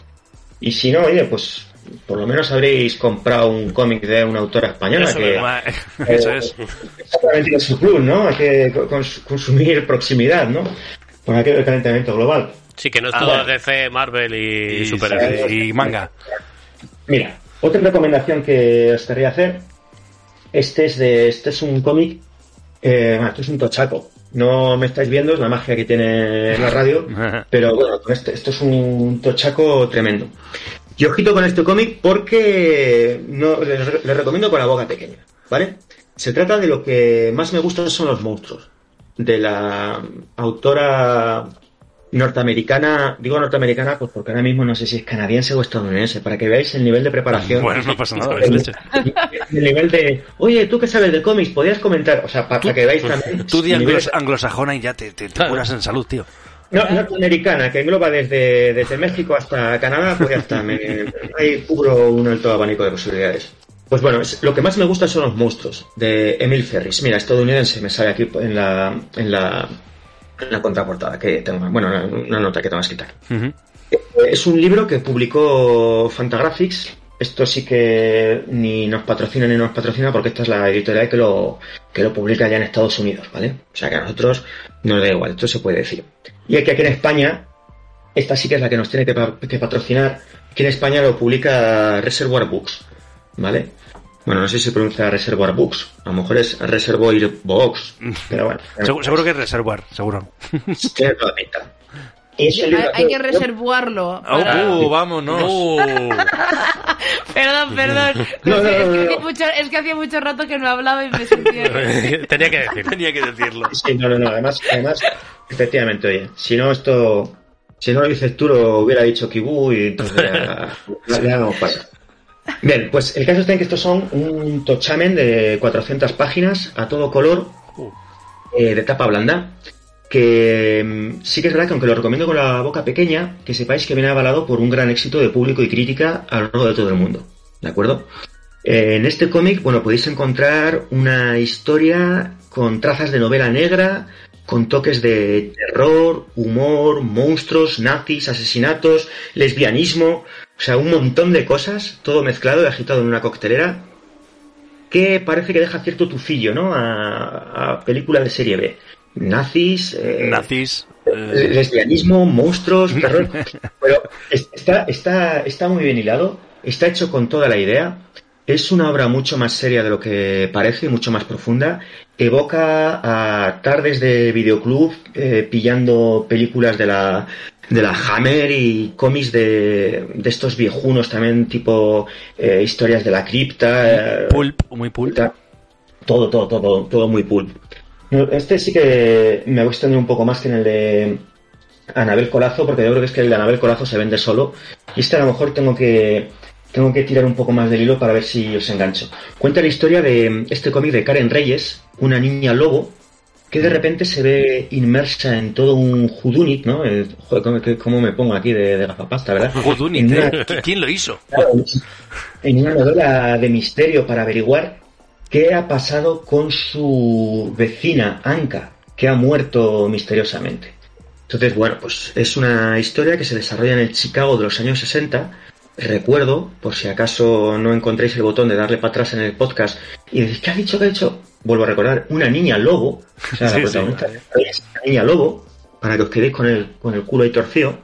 [SPEAKER 13] Y si no, oye, pues por lo menos habréis comprado un cómic de una autora española
[SPEAKER 4] Eso,
[SPEAKER 13] que...
[SPEAKER 4] ¿verdad?
[SPEAKER 13] <laughs>
[SPEAKER 4] Eso es.
[SPEAKER 13] Exactamente, en su club, ¿no? Hay que cons- consumir proximidad, ¿no? Con aquel calentamiento global.
[SPEAKER 3] Sí, que no es
[SPEAKER 13] Ah,
[SPEAKER 3] todo
[SPEAKER 13] bueno.
[SPEAKER 3] DC, Marvel y, superhéroes.
[SPEAKER 13] y manga. Mira, otra recomendación que os querría hacer. Este es de, este es un cómic. Eh, bueno, esto es un tochaco. No me estáis viendo, es la magia que tiene la radio. Pero bueno, con este- esto es un tochaco tremendo. Y ojito con este cómic porque no, les, re- les recomiendo con la boca pequeña, ¿vale? Se trata de lo que más me gusta son los monstruos. De la autora norteamericana, digo norteamericana pues porque ahora mismo no sé si es canadiense o estadounidense, para que veáis el nivel de preparación.
[SPEAKER 4] Bueno, no pasa nada, es
[SPEAKER 13] El,
[SPEAKER 4] leche.
[SPEAKER 13] el nivel de, oye, tú que sabes de cómics, podías comentar, o sea, pa- para, que veáis también.
[SPEAKER 4] pues, Tú di
[SPEAKER 13] el nivel-
[SPEAKER 4] anglos- anglosajona y ya te, te- te curas en salud, tío.
[SPEAKER 13] no, norteamericana, que engloba desde, desde México hasta Canadá, pues ya está. me- ahí cubro un alto abanico de posibilidades. Pues bueno, es- lo que más me gusta son los monstruos de Emil Ferris. Mira, estadounidense, me sale aquí en la, en la, en la contraportada que tengo. Bueno, una, una nota que tengo escrita. Eh, Es un libro que publicó Fantagraphics. Esto sí que ni nos patrocina ni nos patrocina porque esta es la editorial que lo, que lo publica ya en Estados Unidos, ¿vale? O sea que a nosotros nos da igual, esto se puede decir. Y aquí, aquí en España, esta sí que es la que nos tiene que, pa- que patrocinar. Aquí en España lo publica Reservoir Books, ¿vale? Bueno, no sé si se pronuncia Reservoir Books, a lo mejor es Reservoir Box, pero bueno.
[SPEAKER 4] Segu- seguro que es reservar, seguro.
[SPEAKER 13] Tiene toda pinta. Y es un
[SPEAKER 6] Hay,
[SPEAKER 13] libro
[SPEAKER 6] hay que reservarlo. para-
[SPEAKER 4] Uh, vámonos.
[SPEAKER 6] <laughs> Perdón,
[SPEAKER 4] <laughs>
[SPEAKER 6] perdón.
[SPEAKER 3] No, no,
[SPEAKER 6] Es que- es, que
[SPEAKER 3] no, no.
[SPEAKER 6] hace mucho, es que hacía mucho rato que no hablaba y me
[SPEAKER 4] <laughs>
[SPEAKER 6] sentía...
[SPEAKER 3] <laughs> Tenía que decirlo.
[SPEAKER 4] <laughs> Tenía que decirlo.
[SPEAKER 13] Sí, no, no, no. Además, además, efectivamente, oye, si no esto, si no lo dices tú, lo hubiera dicho Kibu y entonces ya, ya le damos para allá. Bien, pues el caso está en que estos son un tochamen de 400 páginas a todo color eh, de tapa blanda. Que mm, sí que es verdad que aunque lo recomiendo con la boca pequeña, que sepáis que viene avalado por un gran éxito de público y crítica a lo largo de todo el mundo. ¿De acuerdo? Eh, en este cómic, bueno, podéis encontrar una historia con trazas de novela negra, con toques de terror, humor, monstruos, nazis, asesinatos, lesbianismo, o sea, un montón de cosas, todo mezclado y agitado en una coctelera, que parece que deja cierto tufillo, ¿no? A, a película de serie B. Nazis, eh,
[SPEAKER 4] Nazis. Eh,
[SPEAKER 13] le- lesbianismo, monstruos, terror. Pero es- está, está, está muy bien hilado, está hecho con toda la idea. Es una obra mucho más seria de lo que parece, mucho más profunda. Evoca a tardes de videoclub eh, pillando películas de la, de la Hammer y cómics de, de estos viejunos también, tipo eh, historias de la cripta. eh,
[SPEAKER 4] Pulp, muy pulp.
[SPEAKER 13] Todo, todo, todo, todo muy pulp. No, Este sí que me gusta un poco más que en el de Anabel Colazo, porque yo creo que es que el de Anabel Colazo se vende solo. Y este a lo mejor tengo que tengo que tirar un poco más del hilo para ver si os engancho. Cuenta la historia de este cómic de Karen Reyes, una niña lobo, que de repente se ve inmersa en todo un judunit, ¿no? El- joder, ¿cómo, qué- cómo me pongo aquí de, de gafapasta, verdad?
[SPEAKER 4] Jodunit,
[SPEAKER 13] En una-
[SPEAKER 4] ¿eh? ¿Qui- ¿Quién lo hizo?
[SPEAKER 13] Claro, en una novela de misterio para averiguar qué ha pasado con su vecina Anka, que ha muerto misteriosamente. Entonces, bueno, pues es una historia que se desarrolla en el Chicago de los años 60. Recuerdo, por si acaso no encontréis el botón de darle para atrás en el podcast y decís, ¿qué ha dicho? ¿Qué ha dicho? Vuelvo a recordar, una niña lobo, o sea, la
[SPEAKER 4] <laughs> Sí, sí.
[SPEAKER 13] protagonista es una niña lobo, para que os quedéis con el, con el culo ahí torcido.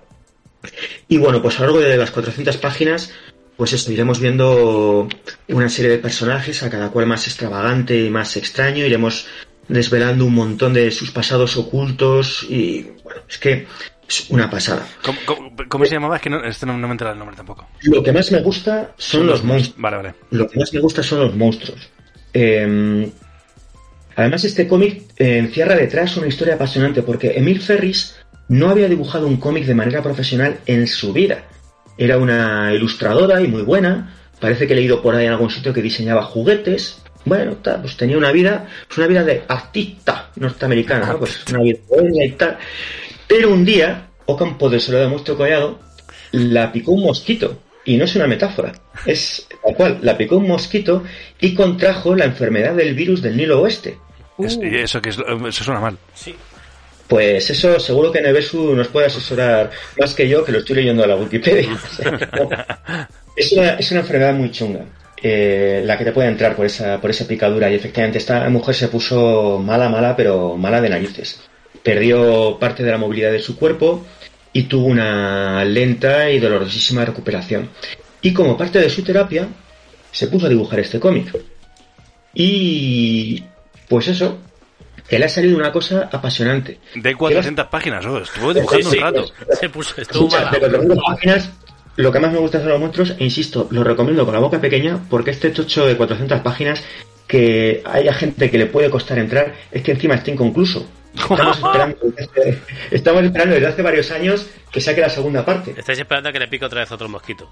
[SPEAKER 13] Y bueno, pues a lo largo de las 400 páginas, pues esto, iremos viendo una serie de personajes, a cada cual más extravagante y más extraño, iremos desvelando un montón de sus pasados ocultos y bueno, es que es una pasada.
[SPEAKER 4] ¿Cómo, cómo- cómo se llamaba? Es que no, este no, no me entera el nombre tampoco.
[SPEAKER 13] Lo que más me gusta son los monstruos.
[SPEAKER 4] Vale, vale.
[SPEAKER 13] Lo que más me gusta son los monstruos. Eh, además, este cómic eh, encierra detrás una historia apasionante porque Emil Ferris no había dibujado un cómic de manera profesional en su vida. Era una ilustradora y muy buena. Parece que he leído por ahí en algún sitio que diseñaba juguetes. Bueno, tal, pues tenía una vida, pues una vida de artista norteamericana, ¿no? Pues una vida buena y tal. Pero un día, Ocampo de Soledad Monstruo Collado, la picó un mosquito. Y no es una metáfora, es tal cual, la picó un mosquito y contrajo la enfermedad del virus del Nilo Oeste.
[SPEAKER 5] Uh.
[SPEAKER 4] Es- y eso, que es, lo- eso suena mal.
[SPEAKER 13] Pues eso seguro que Nevesu nos puede asesorar más que yo, que lo estoy leyendo a la Wikipedia. O sea, no. es, una, es una enfermedad muy chunga, eh, la que te puede entrar por esa, por esa picadura. Y efectivamente esta mujer se puso mala, mala, pero mala de narices. Perdió parte de la movilidad de su cuerpo y tuvo una lenta y dolorosísima recuperación. Y como parte de su terapia, se puso a dibujar este cómic. Y pues eso, que le ha salido una cosa apasionante.
[SPEAKER 4] De 400 páginas, oh, estuvo dibujando
[SPEAKER 13] Sí,
[SPEAKER 4] un rato.
[SPEAKER 13] sí, Se puso, de 400 páginas, lo que más me gusta son los monstruos, e insisto, lo recomiendo con la boca pequeña, porque este tocho de 400 páginas que haya gente que le puede costar entrar, es que encima está inconcluso. Estamos esperando, desde hace- estamos esperando desde hace varios años que saque la segunda parte.
[SPEAKER 3] Estáis esperando a que le pique otra vez otro
[SPEAKER 4] <laughs>
[SPEAKER 3] mosquito.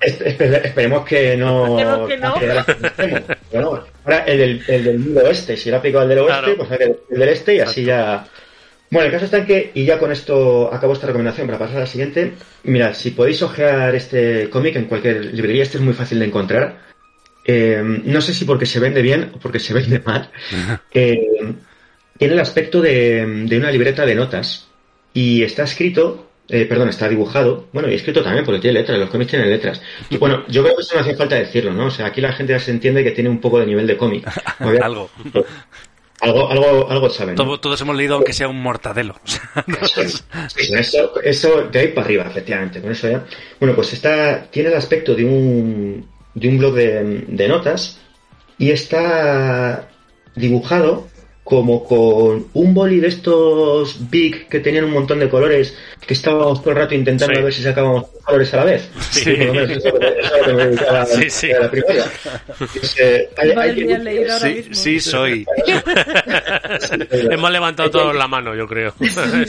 [SPEAKER 13] Es- espe- esperemos que no.
[SPEAKER 3] Esperemos que no.
[SPEAKER 13] Bueno, ahora el del, el del Nilo oeste, si le ha picado el del oeste, pues el el del este y así ya. Bueno, el caso está en que, y ya con esto acabo esta recomendación para pasar a la siguiente. Mira, si podéis ojear este cómic en cualquier librería, este es muy fácil de encontrar. Eh, no sé si porque se vende bien o porque se vende <laughs> mal. Eh, tiene el aspecto de, de una libreta de notas y está escrito, eh, perdón, está dibujado, bueno, y escrito también porque tiene letras, los cómics tienen letras. Y bueno, yo creo que eso no hace falta decirlo, ¿no? O sea, aquí la gente ya se entiende que tiene un poco de nivel de cómic. Obvia-
[SPEAKER 4] Algo.
[SPEAKER 13] Algo, algo, algo saben. ¿no?
[SPEAKER 4] Todos, todos hemos leído aunque sea un mortadelo. <laughs>
[SPEAKER 13] Sí, con eso, eso de ahí para arriba, efectivamente, con eso ya. Bueno, pues está, tiene el aspecto de un, de un blog de, de notas y está dibujado como con un boli de estos big que tenían un montón de colores que estábamos todo el rato intentando ver si sacábamos colores a la vez.
[SPEAKER 3] Sí.
[SPEAKER 13] Por lo menos eso es lo que- eso es lo que me dedicaba
[SPEAKER 3] Sí, sí.
[SPEAKER 13] a
[SPEAKER 3] <laughs>
[SPEAKER 13] la primaria. Pues, eh, hay- hay
[SPEAKER 3] Madre
[SPEAKER 13] que-
[SPEAKER 3] mía, leído
[SPEAKER 13] <laughs>
[SPEAKER 3] ahora
[SPEAKER 4] Sí,
[SPEAKER 3] mismo.
[SPEAKER 4] sí soy.
[SPEAKER 3] Hemos levantado todos la mano, yo creo.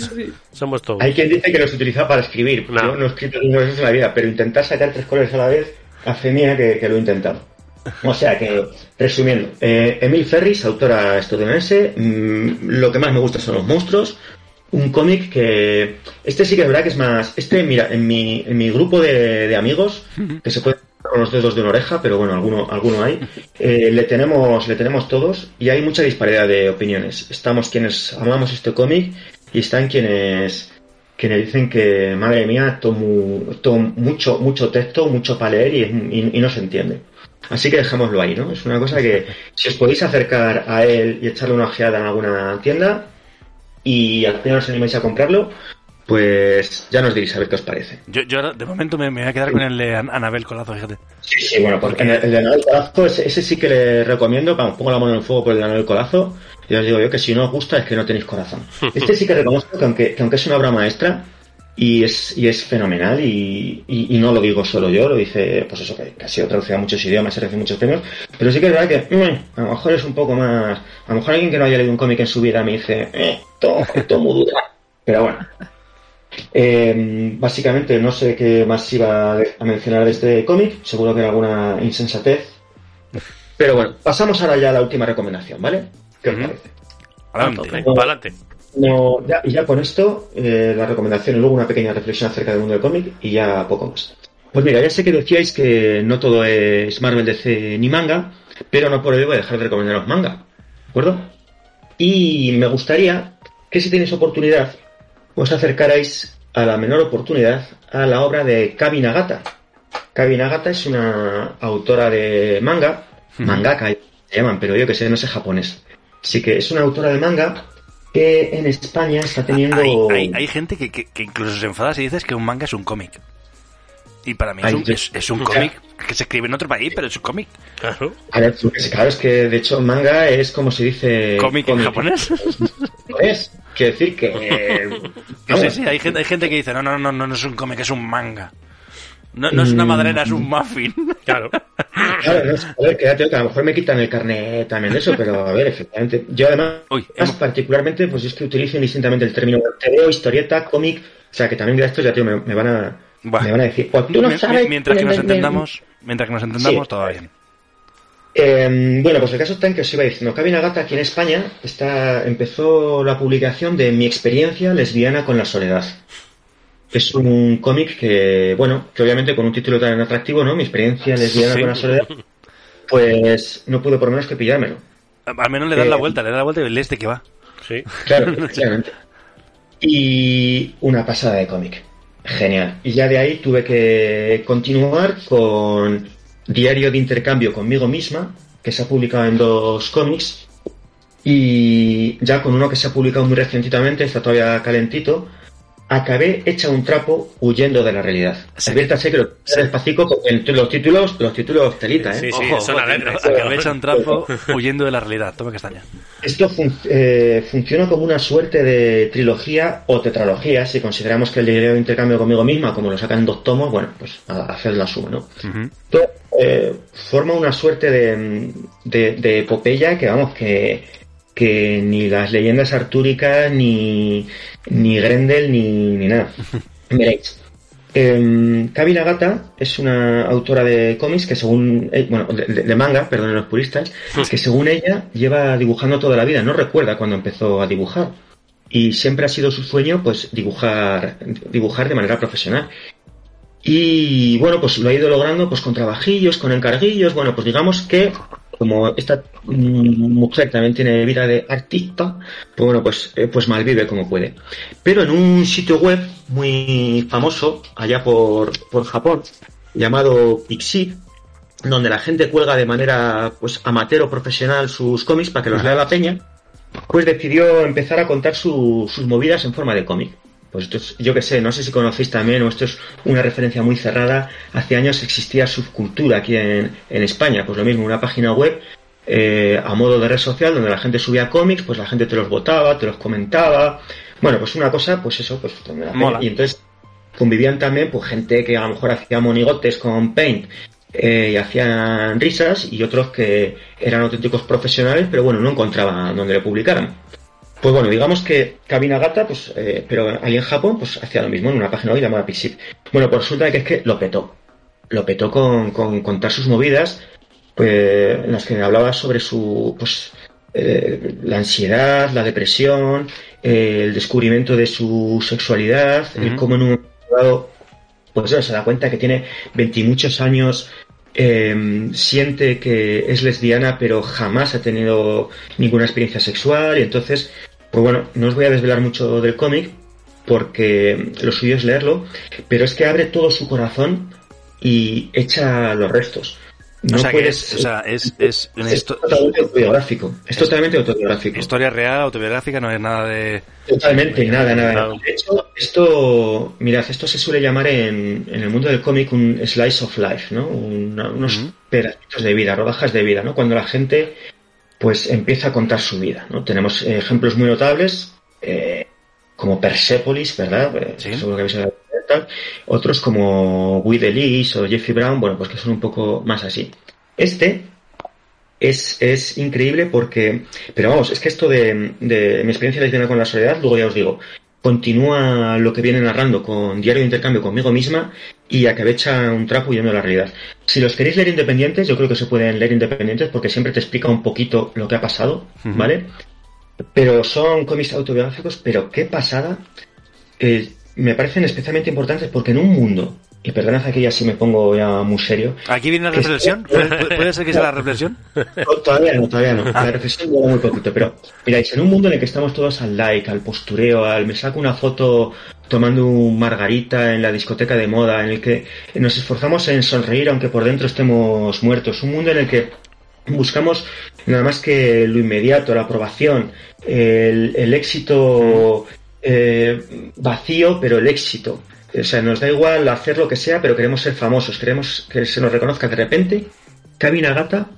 [SPEAKER 3] <laughs> Somos todos.
[SPEAKER 13] Hay quien dice que los utiliza para escribir. Yo no he escrito ninguna vez en la vida, pero intentar sacar tres colores a la vez hace mía que, que lo he intentado. O sea que, resumiendo, eh, Emil Ferris, autora estadounidense, mm, lo que más me gusta son los monstruos. Un cómic que. Este sí que es verdad que es más. Este, mira, en mi, en mi grupo de, de amigos, que se puede hacer con los dedos de una oreja, pero bueno, alguno, alguno hay. eh, le tenemos, le tenemos todos y hay mucha disparidad de opiniones. Estamos quienes amamos este cómic y están quienes que le dicen que, madre mía, esto mu- esto mucho, mucho texto, mucho para leer y, es- y- y no se entiende. Así que dejémoslo ahí, ¿no? Es una cosa que si os podéis acercar a él y echarle una ojeada en alguna tienda y al final os animáis a comprarlo, pues ya nos diréis a ver qué os parece.
[SPEAKER 4] Yo, yo ahora, de momento me, me voy a quedar con el de An- Anabel Colazo, fíjate.
[SPEAKER 13] Sí, sí, bueno, porque el, el de Anabel Colazo, ese, ese sí que le recomiendo, vamos, pongo la mano en el fuego por el de Anabel Colazo, y os digo yo que si no os gusta es que no tenéis <laughs> corazón. Este sí que reconozco que aunque, que aunque es una obra maestra, y es, y es fenomenal, y, y- y no lo digo solo yo, lo dice, pues eso, que, que ha sido traducido a muchos idiomas, se recibe muchos premios, pero sí que es verdad que mm, a lo mejor es un poco más, a lo mejor alguien que no haya leído un cómic en su vida me dice, eh, esto, esto es muy duro. Pero bueno, eh, básicamente, no sé qué más iba a mencionar de este cómic, seguro que era alguna insensatez. Pero bueno, pasamos ahora ya a la última recomendación, ¿vale? ¿Qué os parece?
[SPEAKER 4] Adelante.
[SPEAKER 13] Bueno,
[SPEAKER 3] Adelante.
[SPEAKER 13] no, ya, y ya con esto, eh, la recomendación y luego una pequeña reflexión acerca del mundo del cómic y ya poco más. Pues mira, ya sé que decíais que no todo es Marvel, DC ni manga, pero no por ello voy a dejar de recomendaros manga, ¿de acuerdo? Y me gustaría que si tenéis oportunidad, os acercarais a la menor oportunidad a la obra de Kabi Nagata. Kabi Nagata es una autora de manga, mangaka se llaman, pero yo que sé, no sé japonés. Así que es una autora de manga que en España está teniendo...
[SPEAKER 4] Ah, Hay, hay gente que, que- que incluso se enfada si dices que un manga es un cómic. Y para mí es
[SPEAKER 13] Ay,
[SPEAKER 4] un,
[SPEAKER 13] yo-
[SPEAKER 4] es- es un
[SPEAKER 13] Ya.
[SPEAKER 4] cómic que se escribe en otro país, pero es un cómic.
[SPEAKER 3] Claro.
[SPEAKER 13] A ver, pues, claro, es que de hecho manga es como se dice...
[SPEAKER 4] ¿Cómic en japonés? <laughs>
[SPEAKER 13] Es, quiero decir que... eh,
[SPEAKER 4] No
[SPEAKER 13] vamos,
[SPEAKER 4] sé, sí, hay gente, hay gente que dice, no, no, no, no, no es un cómic, es un manga. No, no es una
[SPEAKER 13] Mm.
[SPEAKER 4] madrena, es un muffin.
[SPEAKER 3] Claro.
[SPEAKER 13] Claro, no sé, joder, que ya te digo que a lo mejor me quitan el carnet también de eso, pero a ver, efectivamente. Yo además, más particularmente, pues es que utilizo indistintamente el término TVO, historieta, cómic, o sea que también de estos ya tío, me, me van a Me van a decir, o
[SPEAKER 4] <laughs>
[SPEAKER 13] tú no
[SPEAKER 4] Mi-
[SPEAKER 13] sabes...
[SPEAKER 4] mi- Mientras que
[SPEAKER 13] me-
[SPEAKER 4] nos
[SPEAKER 13] me-
[SPEAKER 4] entendamos, mientras que nos entendamos,
[SPEAKER 13] Sí.
[SPEAKER 4] todo bien.
[SPEAKER 13] Eh, bueno, pues el caso está en que os iba diciendo, Cabe Nagata aquí en España está, empezó la publicación de Mi experiencia lesbiana con la soledad. Es un cómic que, bueno, que obviamente con un título tan atractivo, ¿no? Mi experiencia lesbiana
[SPEAKER 4] Sí.
[SPEAKER 13] con la soledad, pues no puedo por menos que pillármelo.
[SPEAKER 4] Al menos le das
[SPEAKER 13] Eh,
[SPEAKER 4] la vuelta, le das la vuelta y lees de qué va.
[SPEAKER 3] Sí.
[SPEAKER 13] Claro, efectivamente. Y una pasada de cómic. Genial. Y ya de ahí tuve que continuar con Diario de Intercambio conmigo misma, que se ha publicado en dos cómics. Y ya con uno que se ha publicado muy recientemente, está todavía calentito. Acabé hecha un trapo huyendo de la realidad. Adviértase que lo despacito porque entre los títulos, los títulos telita, ¿eh?
[SPEAKER 4] Ojo, ojo, tío, Acabé echando un
[SPEAKER 13] <laughs>
[SPEAKER 4] trapo huyendo de la realidad. Toma castaña.
[SPEAKER 13] Esto fun- eh, funciona como una suerte de trilogía o tetralogía, si consideramos que el diario de intercambio conmigo misma, como lo sacan en dos tomos, bueno, pues a- haced la suma, ¿no? Esto eh, forma una suerte de, mm, de, de epopeya que, vamos, que, que ni las leyendas artúricas, ni, ni Grendel, ni, ni nada. Veréis. Eh, Kabi Nagata es una autora de cómics que según... eh, bueno, de, de- de manga, perdón los puristas, que según ella lleva dibujando toda la vida. No recuerda cuando empezó a dibujar. Y siempre ha sido su sueño, pues, dibujar, dibujar de manera profesional. Y bueno, pues lo ha ido logrando pues con trabajillos, con encarguillos. Bueno, pues digamos que como esta mm, mujer también tiene vida de artista, pues bueno, pues, eh, pues malvive como puede. Pero en un sitio web muy famoso, allá por, por Japón, llamado Pixie, donde la gente cuelga de manera pues amateur o profesional sus cómics para que los lea la peña, pues decidió empezar a contar su- sus movidas en forma de cómic. Pues esto es- yo que sé, no sé si conocéis también, o esto es una referencia muy cerrada, hace años existía subcultura aquí en, en España, pues lo mismo, una página web eh, a modo de red social donde la gente subía cómics, pues la gente te los votaba, te los comentaba, bueno, pues una cosa, pues eso, pues donde la peña-
[SPEAKER 4] Mola.
[SPEAKER 13] y entonces convivían también pues gente que a lo mejor hacía monigotes con paint eh, y hacían risas y otros que eran auténticos profesionales pero bueno no encontraban donde le publicaran pues bueno digamos que Cabina Gata pues eh, pero ahí en Japón pues hacía lo mismo en una página web llamada Pixip bueno pues resulta que es que lo petó lo petó con, con contar sus movidas pues, en las que hablaba sobre su pues eh, la ansiedad, la depresión, eh, el descubrimiento de su sexualidad, el cómo en un momento dado, pues eso, se da cuenta que tiene veintimuchos años, eh, siente que es lesbiana, pero jamás ha tenido ninguna experiencia sexual, y entonces, pues bueno, no os voy a desvelar mucho del cómic, porque lo suyo es leerlo, pero es que abre todo su corazón y echa los restos. No
[SPEAKER 4] o sea, que
[SPEAKER 13] puedes- eh,
[SPEAKER 4] es, o sea, es, es una
[SPEAKER 13] es
[SPEAKER 4] histo-
[SPEAKER 13] totalmente autobiográfico. Es totalmente autobiográfico.
[SPEAKER 4] historia real, autobiográfica, no es nada de...
[SPEAKER 13] Totalmente, nada, nada.
[SPEAKER 4] Claro.
[SPEAKER 13] De hecho, esto, mirad, esto se suele llamar en, en el mundo del cómic un slice of life, ¿no? Una- unos pedacitos de vida, rodajas de vida, ¿no? Cuando la gente, pues, empieza a contar su vida, ¿no? Tenemos eh, ejemplos muy notables, eh, como Persepolis, ¿verdad? Eh, seguro que habéis oído hablar de tal. Otros como With Elise o Jeffrey Brown, bueno, pues que son un poco más así. Este, es, es increíble porque. Pero vamos, es que esto de, de mi experiencia lesbiana con la soledad, luego ya os digo, continúa lo que viene narrando con Diario de Intercambio conmigo misma y acabé hecha un trapo huyendo de la realidad. Si los queréis leer independientes, yo creo que se pueden leer independientes porque siempre te explica un poquito lo que ha pasado,
[SPEAKER 4] Ujú.
[SPEAKER 13] ¿vale? Pero son cómics autobiográficos, pero qué pasada. que me parecen especialmente importantes porque en un mundo, y perdonad aquí ya si me pongo ya muy serio,
[SPEAKER 4] ¿Aquí viene la reflexión?
[SPEAKER 13] <laughs>
[SPEAKER 4] ¿Puede, puede- puede ser que sea la reflexión?
[SPEAKER 13] no, todavía no, todavía no. La reflexión dura muy poquito, pero miráis, en un mundo en el que estamos todos al like, al postureo, al me saco una foto tomando un margarita en la discoteca de moda, en el que nos esforzamos en sonreír aunque por dentro estemos muertos, un mundo en el que buscamos nada más que lo inmediato, la aprobación, el, el éxito eh, vacío, pero el éxito. O sea, nos da igual hacer lo que sea, pero queremos ser famosos, queremos que se nos reconozca de repente. Cabina Gata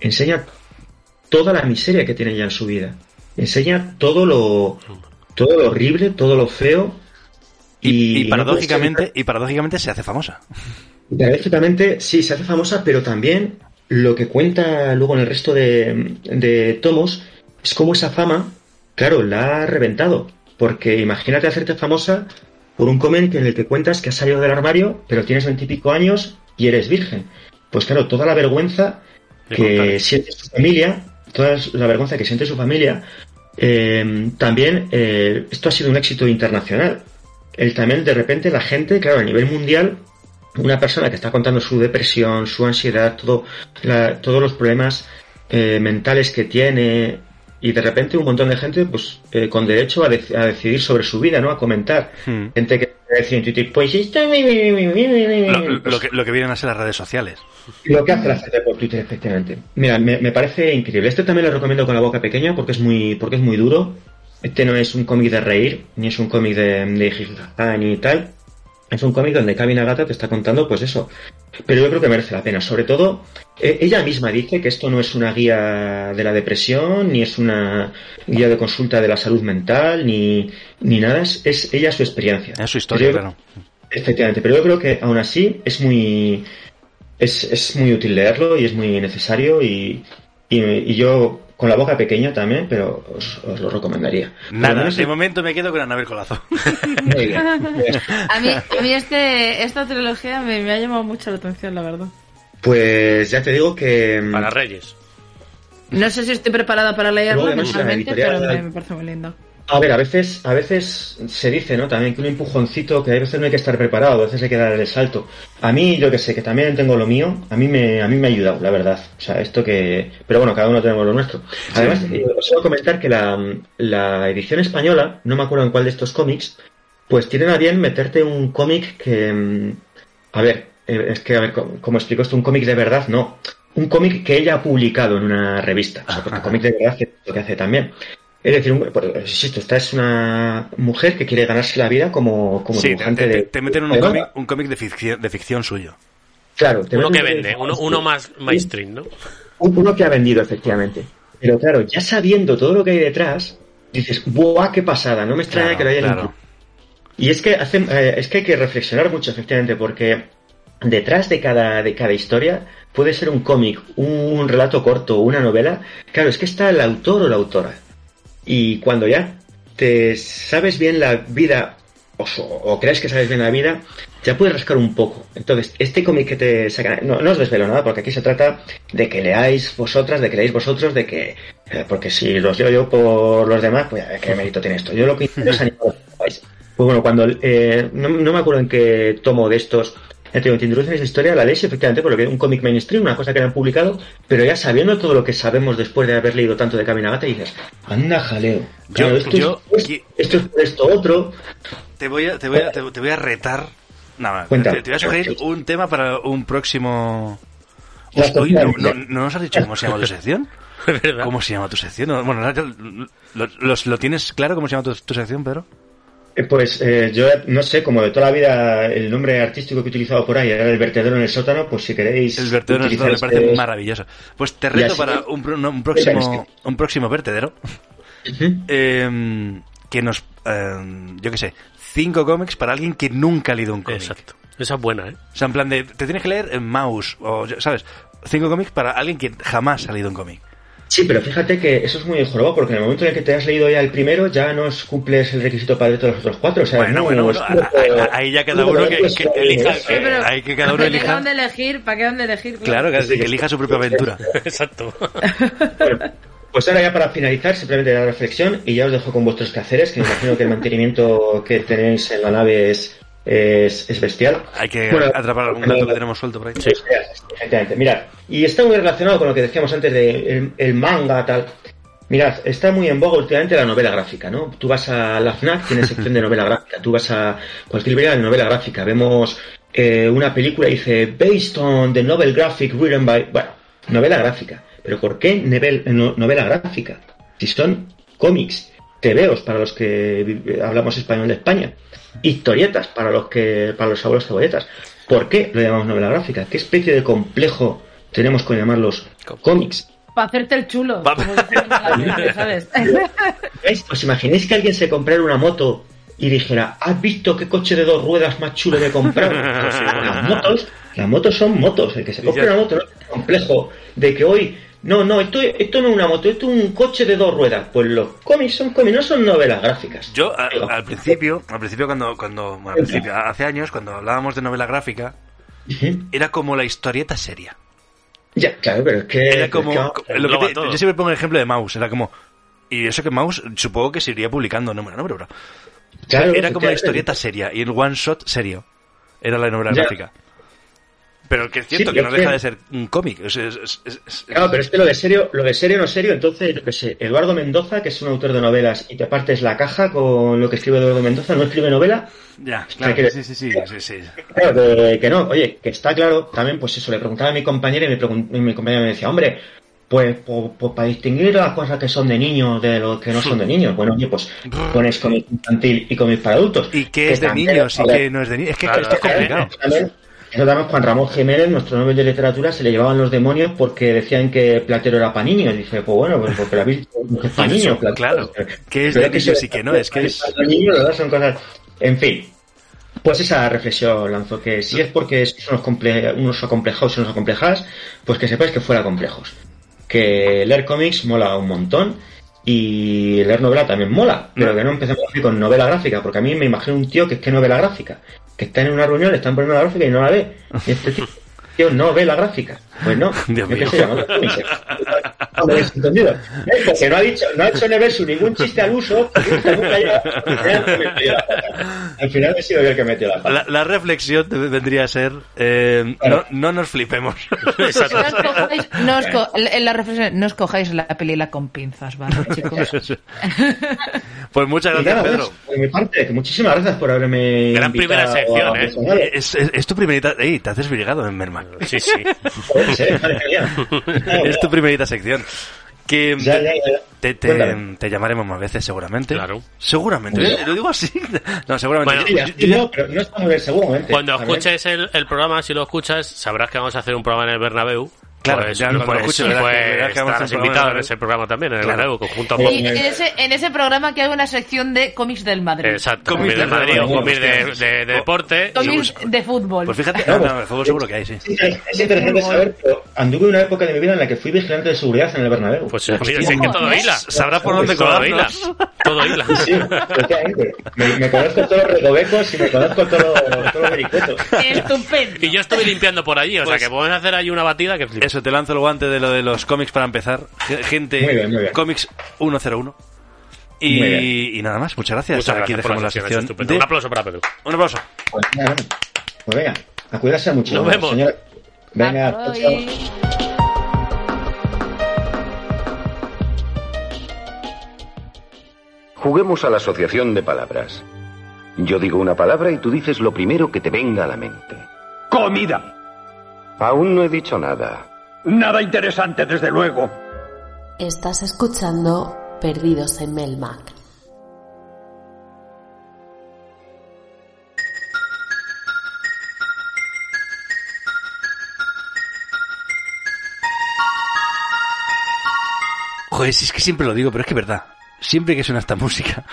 [SPEAKER 13] enseña toda la miseria que tiene ya en su vida. Enseña todo lo, todo lo horrible, todo lo feo. Y,
[SPEAKER 4] Y paradójicamente, y paradójicamente se hace famosa.
[SPEAKER 13] y paradójicamente, sí, se hace famosa, pero también lo que cuenta luego en el resto de, de tomos es cómo esa fama, claro, la ha reventado. Porque imagínate hacerte famosa por un cómic en el que cuentas que has salido del armario, pero tienes veintipico años y eres virgen. Pues claro, toda la vergüenza que siente su familia, toda la vergüenza que siente su familia, eh, también eh, esto ha sido un éxito internacional. El también de repente la gente, claro, a nivel mundial, una persona que está contando su depresión, su ansiedad, todo, la- todos los problemas eh, mentales que tiene, y de repente un montón de gente, pues, eh, con derecho a, dec- a decidir sobre su vida, ¿no? A comentar.
[SPEAKER 3] Hmm.
[SPEAKER 13] Gente que decía en Twitter, pues esto... mi, mi, mi, mi, mi, mi".
[SPEAKER 4] Lo, lo que, lo que vienen a ser las redes sociales.
[SPEAKER 13] Lo que hace la gente por Twitter, efectivamente. Mira, me, me parece increíble. Este también lo recomiendo con la boca pequeña porque es muy, porque es muy duro. Este no es un cómic de reír, ni es un cómic de, de jijijá, ni tal. Es un cómic donde Kabi Nagata te está contando, pues eso. Pero yo creo que merece la pena. Sobre todo, eh, ella misma dice que esto no es una guía de la depresión, ni es una guía de consulta de la salud mental, ni, ni nada. Es, es ella su experiencia. Es su
[SPEAKER 4] historia, claro.
[SPEAKER 13] Efectivamente, pero yo creo que aún así es muy, es, es muy útil leerlo y es muy necesario y, y, y yo con la boca pequeña también, pero os, os lo recomendaría. Por lo
[SPEAKER 4] Nada,
[SPEAKER 13] menos
[SPEAKER 4] de momento me quedo con Anabel Colazo.
[SPEAKER 13] Muy bien.
[SPEAKER 6] A mí, a mí este, esta trilogía me, me ha llamado mucho la atención, la verdad.
[SPEAKER 13] Pues ya te digo que...
[SPEAKER 3] Para Reyes.
[SPEAKER 6] No sé si estoy preparada para leerla
[SPEAKER 13] Luego, además,
[SPEAKER 6] personalmente,
[SPEAKER 13] la editorial-
[SPEAKER 6] pero me, me parece muy linda.
[SPEAKER 13] A ver, a veces, a veces se dice, ¿no? También que un empujoncito, que a veces no hay que estar preparado, a veces hay que dar el salto. A mí, yo que sé, que también tengo lo mío, a mí me, a mí me ha ayudado, la verdad. O sea, esto que, pero bueno, cada uno tenemos lo nuestro. Además, eh, os voy a comentar que la, la edición española, no me acuerdo en cuál de estos cómics, pues tienen a bien meterte un cómic que, mm, a ver, eh, es que, a ver, ¿cómo, cómo explico esto? Un cómic de verdad, no. Un cómic que ella ha publicado en una revista. O sea,
[SPEAKER 4] Ah,
[SPEAKER 13] porque cómic de verdad que es lo que hace también. Es decir, un- pues, insisto, esta es una mujer que quiere ganarse la vida como, como
[SPEAKER 4] Sí, te,
[SPEAKER 13] dibujante
[SPEAKER 4] te-
[SPEAKER 13] de.
[SPEAKER 4] te meten un
[SPEAKER 13] de
[SPEAKER 4] cómic,
[SPEAKER 13] manga.
[SPEAKER 4] un cómic de, ficción, de ficción suyo.
[SPEAKER 13] Claro, te
[SPEAKER 3] Uno
[SPEAKER 13] meten
[SPEAKER 3] que
[SPEAKER 13] un-
[SPEAKER 3] vende, uno, uno más mainstream, ¿no? <laughs>
[SPEAKER 13] un- Uno que ha vendido, efectivamente. Pero claro, ya sabiendo todo lo que hay detrás, dices, ¡buah, qué pasada! No me extraña que lo hayan incluido". Y es que, hacen, eh, es que hay que reflexionar mucho, efectivamente, porque detrás de cada, de cada historia puede ser un cómic, un relato corto, una novela. Claro, es que está el autor o la autora. Y cuando ya te sabes bien la vida, o, so- o crees que sabes bien la vida, ya puedes rascar un poco. Entonces, este cómic que te sacan, no, no os desvelo nada, porque aquí se trata de que leáis vosotras, de que leáis vosotros, de que. eh, porque si los leo yo por los demás, pues a ver qué mérito tiene esto. Yo lo que intento es animaros a que lo leáis. Pues bueno, cuando. eh, no, no me acuerdo en qué tomo de estos. Ya te digo, te introducen esa historia, la lees efectivamente, porque es un cómic mainstream, una cosa que han publicado, pero ya sabiendo todo lo que sabemos después de haber leído tanto de Caminagata, dices, anda jaleo. Claro, esto,
[SPEAKER 4] yo-
[SPEAKER 13] es, esto es por esto otro.
[SPEAKER 4] Te voy a, te voy a, te, te voy a retar. Nada, te,
[SPEAKER 13] Cuéntame.
[SPEAKER 4] te voy a sugerir un tema para un próximo.
[SPEAKER 13] La
[SPEAKER 4] Uy, uy, no, no,
[SPEAKER 13] confianza.
[SPEAKER 4] no nos has dicho cómo se llama tu sección? ¿Cómo se llama tu sección? No, Bueno, ahora te- lo, los- ¿lo tienes claro cómo se llama tu, tu sección, Pedro?
[SPEAKER 13] Eh, Pues eh, yo no sé, como de toda la vida el nombre artístico que he utilizado por ahí era el vertedero en el sótano, pues si queréis...
[SPEAKER 4] El vertedero en el
[SPEAKER 13] utilizar
[SPEAKER 4] sótano me parece
[SPEAKER 13] este-
[SPEAKER 4] maravilloso. Pues te
[SPEAKER 13] Y
[SPEAKER 4] reto
[SPEAKER 13] así-
[SPEAKER 4] para un, pro- no, un
[SPEAKER 13] Venga,
[SPEAKER 4] próximo un próximo vertedero eh, que nos eh, yo qué sé cinco cómics para alguien que nunca ha leído un cómic. Exacto.
[SPEAKER 3] Esa es buena,
[SPEAKER 4] <laughs>
[SPEAKER 3] ¿eh?
[SPEAKER 4] O sea, en plan de te tienes que leer eh, Mouse o yo- sabes cinco cómics para alguien que jamás ha leído un cómic.
[SPEAKER 13] Sí, pero fíjate que eso es muy jorobado, porque en el momento en el que te has leído ya el primero, ya no os cumples el requisito para leerte los otros cuatro. O sea,
[SPEAKER 4] Bueno,
[SPEAKER 13] no,
[SPEAKER 4] bueno,
[SPEAKER 13] no,
[SPEAKER 4] bueno,
[SPEAKER 13] es
[SPEAKER 4] a- a- a- ahí ya cada uno que,
[SPEAKER 13] pues,
[SPEAKER 4] que
[SPEAKER 13] eh,
[SPEAKER 4] elija,
[SPEAKER 13] eh,
[SPEAKER 4] eh, hay que cada uno
[SPEAKER 6] ¿Para qué
[SPEAKER 4] elija,
[SPEAKER 6] dónde elegir? ¿Para qué dónde elegir?
[SPEAKER 4] claro, que, que elija su propia aventura.
[SPEAKER 3] Exacto.
[SPEAKER 13] Pues ahora ya para finalizar, simplemente la reflexión y ya os dejo con vuestros quehaceres, que me imagino que el mantenimiento que tenéis en la nave es, es, es bestial.
[SPEAKER 4] Hay que
[SPEAKER 13] Bueno,
[SPEAKER 4] atrapar algún
[SPEAKER 13] bueno,
[SPEAKER 4] dato que tenemos suelto por ahí.
[SPEAKER 13] Efectivamente, mirad, y está muy relacionado con lo que decíamos antes de el, el manga, tal. Mirad, está muy en boga últimamente la novela gráfica, ¿no? Tú vas a la FNAC, tiene sección de novela gráfica, tú vas a cualquier librería de novela gráfica, vemos eh, una película y dice, based on the novel graphic written by... Bueno, novela gráfica, pero ¿por qué nevel- no- novela gráfica? Si son cómics, tebeos para los que vi- hablamos español de España, historietas para los que para los abuelos cebolletas. ¿Por qué lo llamamos novela gráfica? ¿Qué especie de complejo tenemos con llamarlos cómics?
[SPEAKER 6] Para hacerte el chulo. como dicen en la
[SPEAKER 3] <laughs>
[SPEAKER 6] vida, ¿sabes?
[SPEAKER 5] <laughs>
[SPEAKER 13] ¿Veis? ¿Os imagináis que alguien se comprara una moto y dijera, ¿has visto qué coche de dos ruedas más chulo me he
[SPEAKER 4] <laughs>
[SPEAKER 13] comprado? Pues, las motos, las motos son motos. El que se compra
[SPEAKER 4] Ya.
[SPEAKER 13] una moto no es complejo de que hoy No, no, esto, esto no es una moto, esto es un coche de dos ruedas. Pues los cómics son cómics, no son novelas gráficas.
[SPEAKER 4] Yo a- al,
[SPEAKER 13] <laughs>
[SPEAKER 4] principio, al principio cuando, cuando bueno, al principio, hace años, cuando hablábamos de novela gráfica, era como la historieta seria.
[SPEAKER 13] Ya, claro, pero es que.
[SPEAKER 4] Era como.
[SPEAKER 13] es que-
[SPEAKER 4] lo que te-
[SPEAKER 13] engloba todo.
[SPEAKER 4] yo siempre pongo el ejemplo de Mouse, era como. Y eso que Mouse supongo que se iría publicando número, número, bro.
[SPEAKER 13] Claro,
[SPEAKER 4] era como la
[SPEAKER 13] claro.
[SPEAKER 4] historieta seria y el one shot serio. Era la novela
[SPEAKER 13] Ya.
[SPEAKER 4] gráfica. Pero que es
[SPEAKER 13] Sí,
[SPEAKER 4] cierto que
[SPEAKER 13] pero
[SPEAKER 4] no
[SPEAKER 13] es que-
[SPEAKER 4] deja de ser un cómic. es- es- es- es- es-
[SPEAKER 13] eh, Claro, pero es que lo de serio, lo de serio no serio, entonces, yo qué sé, Eduardo Mendoza, que es un autor de novelas y te partes la caja con lo que escribe Eduardo Mendoza, no escribe novela,
[SPEAKER 4] Ya,
[SPEAKER 13] sea,
[SPEAKER 4] claro,
[SPEAKER 13] que-
[SPEAKER 4] sí, sí, sí, sí, sí.
[SPEAKER 13] Claro, que, que no, oye, que está claro, también pues eso, le preguntaba a mi compañera y, me pregun- y mi compañera me decía, hombre, pues, po- po- para distinguir las cosas que son de niños de los que no
[SPEAKER 4] <laughs>
[SPEAKER 13] son de niños, bueno, oye, pues pones cómic infantil y cómic para adultos.
[SPEAKER 4] ¿Y qué es de
[SPEAKER 13] también,
[SPEAKER 4] niños y
[SPEAKER 13] joder,
[SPEAKER 4] qué no es de niños? Es que
[SPEAKER 13] Claro,
[SPEAKER 4] esto es complicado.
[SPEAKER 13] eso también- eh, Eso también Juan Ramón Jiménez, nuestro Nobel de Literatura, se le llevaban los demonios porque decían que Platero era para niños. Dice, pues bueno, pues porque la Biblia es para niños. Platero.
[SPEAKER 4] claro. ¿Qué es
[SPEAKER 13] Pero
[SPEAKER 4] de niños
[SPEAKER 13] se-
[SPEAKER 4] y qué no? Es que es.
[SPEAKER 13] para niños, la verdad, son cosas... En fin, pues esa reflexión lanzó que si es porque son unos, comple- unos acomplejados y unos acomplejadas, pues que sepáis que fuera complejos. Que leer cómics mola un montón y leer novela también mola,
[SPEAKER 4] Mm.
[SPEAKER 13] pero que no empecemos así con novela gráfica, porque a mí me imagino un tío que es que no ve la gráfica, que está en una reunión, le están poniendo la gráfica y no la ve. Y este tío, <laughs> tío no ve la gráfica. Pues no,
[SPEAKER 4] <laughs> Dios
[SPEAKER 13] yo qué
[SPEAKER 4] mío.
[SPEAKER 13] sé, no, no, no me habéis entendido. Eh, Porque no ha dicho, no ha hecho Neversu ningún chiste al uso, nunca, nunca llega. Al final he sido yo el que metió la pata.
[SPEAKER 4] La, la reflexión de- vendría a ser: eh, no, no nos flipemos.
[SPEAKER 5] No os co- en la reflexión, no os cojáis la pelila con pinzas,
[SPEAKER 3] <laughs>
[SPEAKER 5] ¿vale, chicos?
[SPEAKER 4] <laughs> pues muchas
[SPEAKER 13] Y
[SPEAKER 4] gracias,
[SPEAKER 13] nada más,
[SPEAKER 4] Pedro.
[SPEAKER 13] por mi parte, que muchísimas gracias por haberme.
[SPEAKER 4] Gran
[SPEAKER 13] invitado
[SPEAKER 4] primera ¿eh?
[SPEAKER 13] a personal.
[SPEAKER 4] Es, es- es tu primerita. Ey, te haces brigado en Merman.
[SPEAKER 3] Sí, sí.
[SPEAKER 4] <laughs>
[SPEAKER 3] <laughs>
[SPEAKER 4] es tu primerita sección. Que Te, te-
[SPEAKER 13] Cuéntame.
[SPEAKER 4] te llamaremos más veces, seguramente.
[SPEAKER 3] Claro.
[SPEAKER 4] Seguramente.
[SPEAKER 3] Bueno.
[SPEAKER 4] Lo digo así. <laughs> No, seguramente.
[SPEAKER 3] Bueno,
[SPEAKER 4] Yo- yo- yo-
[SPEAKER 13] No, pero no está muy bien, ¿eh? seguramente.
[SPEAKER 3] Cuando
[SPEAKER 13] También.
[SPEAKER 3] escuches el, el programa, si lo escuchas, sabrás que vamos a hacer un programa en el Bernabéu.
[SPEAKER 4] Claro, ya cuando
[SPEAKER 3] pues,
[SPEAKER 4] lo escuches, verás
[SPEAKER 3] pues,
[SPEAKER 4] que- verás que vamos a hacer
[SPEAKER 3] estarás
[SPEAKER 4] un
[SPEAKER 3] invitado
[SPEAKER 4] programa en el
[SPEAKER 3] en
[SPEAKER 4] Bernabéu.
[SPEAKER 3] ese programa también, en el
[SPEAKER 4] Claro.
[SPEAKER 3] Bernabéu, conjunto
[SPEAKER 5] Y en ese, en ese programa que hay una sección de cómics del Madrid.
[SPEAKER 3] Eh, Exacto,
[SPEAKER 4] Comis
[SPEAKER 3] comis de
[SPEAKER 4] de
[SPEAKER 3] Madrid o
[SPEAKER 4] fútbol,
[SPEAKER 3] comis de,
[SPEAKER 4] hostia.
[SPEAKER 3] de- de deporte.
[SPEAKER 5] Cómics de fútbol.
[SPEAKER 4] Pues fíjate,
[SPEAKER 13] No,
[SPEAKER 4] ah,
[SPEAKER 13] pues-
[SPEAKER 4] no, el juego seguro que hay, sí.
[SPEAKER 13] Sí, Es es interesante saber, pero anduve una época de mi vida en la que fui vigilante de seguridad en el Bernabéu.
[SPEAKER 3] Pues mira, si es que todo hila.
[SPEAKER 4] Sabrá por dónde
[SPEAKER 3] Todo hila.
[SPEAKER 4] colarnos.
[SPEAKER 3] Todo
[SPEAKER 4] <laughs>
[SPEAKER 3] hila.
[SPEAKER 13] Sí, efectivamente. me, me conozco todos los recovecos y me conozco todos los- todos los vericuetos.
[SPEAKER 5] Estupendo.
[SPEAKER 3] Y yo estuve limpiando por allí, o sea que podemos hacer ahí una batida que flipa.
[SPEAKER 4] Pues Eso, te lanzo el guante de lo de los cómics para empezar. G- Gente,
[SPEAKER 13] Muy bien, muy bien.
[SPEAKER 4] cómics 101.
[SPEAKER 13] Muy
[SPEAKER 4] Y,
[SPEAKER 13] bien.
[SPEAKER 4] y nada más, muchas gracias.
[SPEAKER 3] Muchas gracias
[SPEAKER 4] Aquí
[SPEAKER 3] por
[SPEAKER 4] dejamos
[SPEAKER 3] la
[SPEAKER 4] la
[SPEAKER 3] sección,
[SPEAKER 4] sección.
[SPEAKER 3] es estupendo.
[SPEAKER 4] de-
[SPEAKER 3] Un aplauso para Pedro.
[SPEAKER 4] Un aplauso.
[SPEAKER 13] Pues, nada, bueno. Pues venga, a cuidarse mucho.
[SPEAKER 3] Nos vemos.
[SPEAKER 13] señora. Venga, hasta luego.
[SPEAKER 14] Juguemos a la asociación de palabras. Yo digo una palabra y tú dices lo primero que te venga a la mente.
[SPEAKER 1] Comida.
[SPEAKER 14] Aún no he dicho nada.
[SPEAKER 1] Nada interesante, desde luego.
[SPEAKER 15] Estás escuchando Perdidos en Melmac.
[SPEAKER 4] Joder, si es que siempre lo digo, pero es que es verdad. Siempre que suena esta música,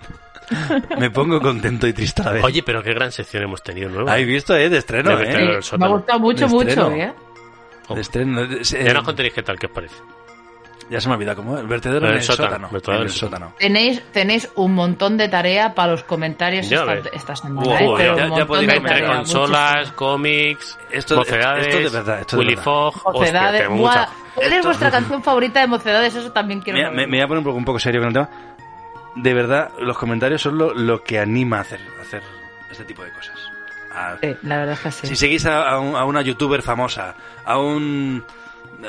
[SPEAKER 4] <laughs> me pongo contento y triste a la vez.
[SPEAKER 3] Oye, pero qué gran sección hemos tenido nueva.
[SPEAKER 4] ¿Habéis visto, eh? De estreno,
[SPEAKER 3] De
[SPEAKER 4] eh?
[SPEAKER 3] estreno del
[SPEAKER 5] Me ha gustado mucho,
[SPEAKER 4] De
[SPEAKER 5] mucho,
[SPEAKER 4] estreno.
[SPEAKER 5] ¿eh?
[SPEAKER 4] De estreno. es, eh,
[SPEAKER 3] Ya nos contaréis qué tal, qué os parece.
[SPEAKER 4] ya se me ha olvidado cómo. El vertedero en el sótano.
[SPEAKER 3] vertedero
[SPEAKER 4] En el
[SPEAKER 3] en el
[SPEAKER 4] sótano.
[SPEAKER 5] Tenéis, tenéis un montón de tarea para los comentarios
[SPEAKER 3] Ya
[SPEAKER 5] esta,
[SPEAKER 3] ves.
[SPEAKER 5] esta semana, ¿eh?
[SPEAKER 3] Wow,
[SPEAKER 5] Pero
[SPEAKER 3] ya-
[SPEAKER 5] un
[SPEAKER 3] ya
[SPEAKER 5] montón
[SPEAKER 3] podéis
[SPEAKER 5] de
[SPEAKER 3] meter
[SPEAKER 5] tarea,
[SPEAKER 3] consolas, cómics,
[SPEAKER 4] Esto-
[SPEAKER 3] mocedades,
[SPEAKER 4] esto de verdad, esto de
[SPEAKER 3] Willy
[SPEAKER 4] verdad.
[SPEAKER 3] Fogg,
[SPEAKER 5] muchísimo.
[SPEAKER 3] hostia,
[SPEAKER 5] Mocedades.
[SPEAKER 3] tengo
[SPEAKER 5] Buah,
[SPEAKER 3] mucha.
[SPEAKER 5] ¿Cuál
[SPEAKER 3] <laughs>
[SPEAKER 5] es vuestra canción favorita de Mocedades? Eso también quiero
[SPEAKER 4] Mira, me,
[SPEAKER 5] saber.
[SPEAKER 4] me voy a poner un poco, un poco serio con el tema. De verdad, los comentarios son lo, lo que anima a hacer, a hacer este tipo de cosas. A-
[SPEAKER 5] Sí, la verdad es que sí.
[SPEAKER 4] Si seguís a, a un- a una youtuber famosa, a un,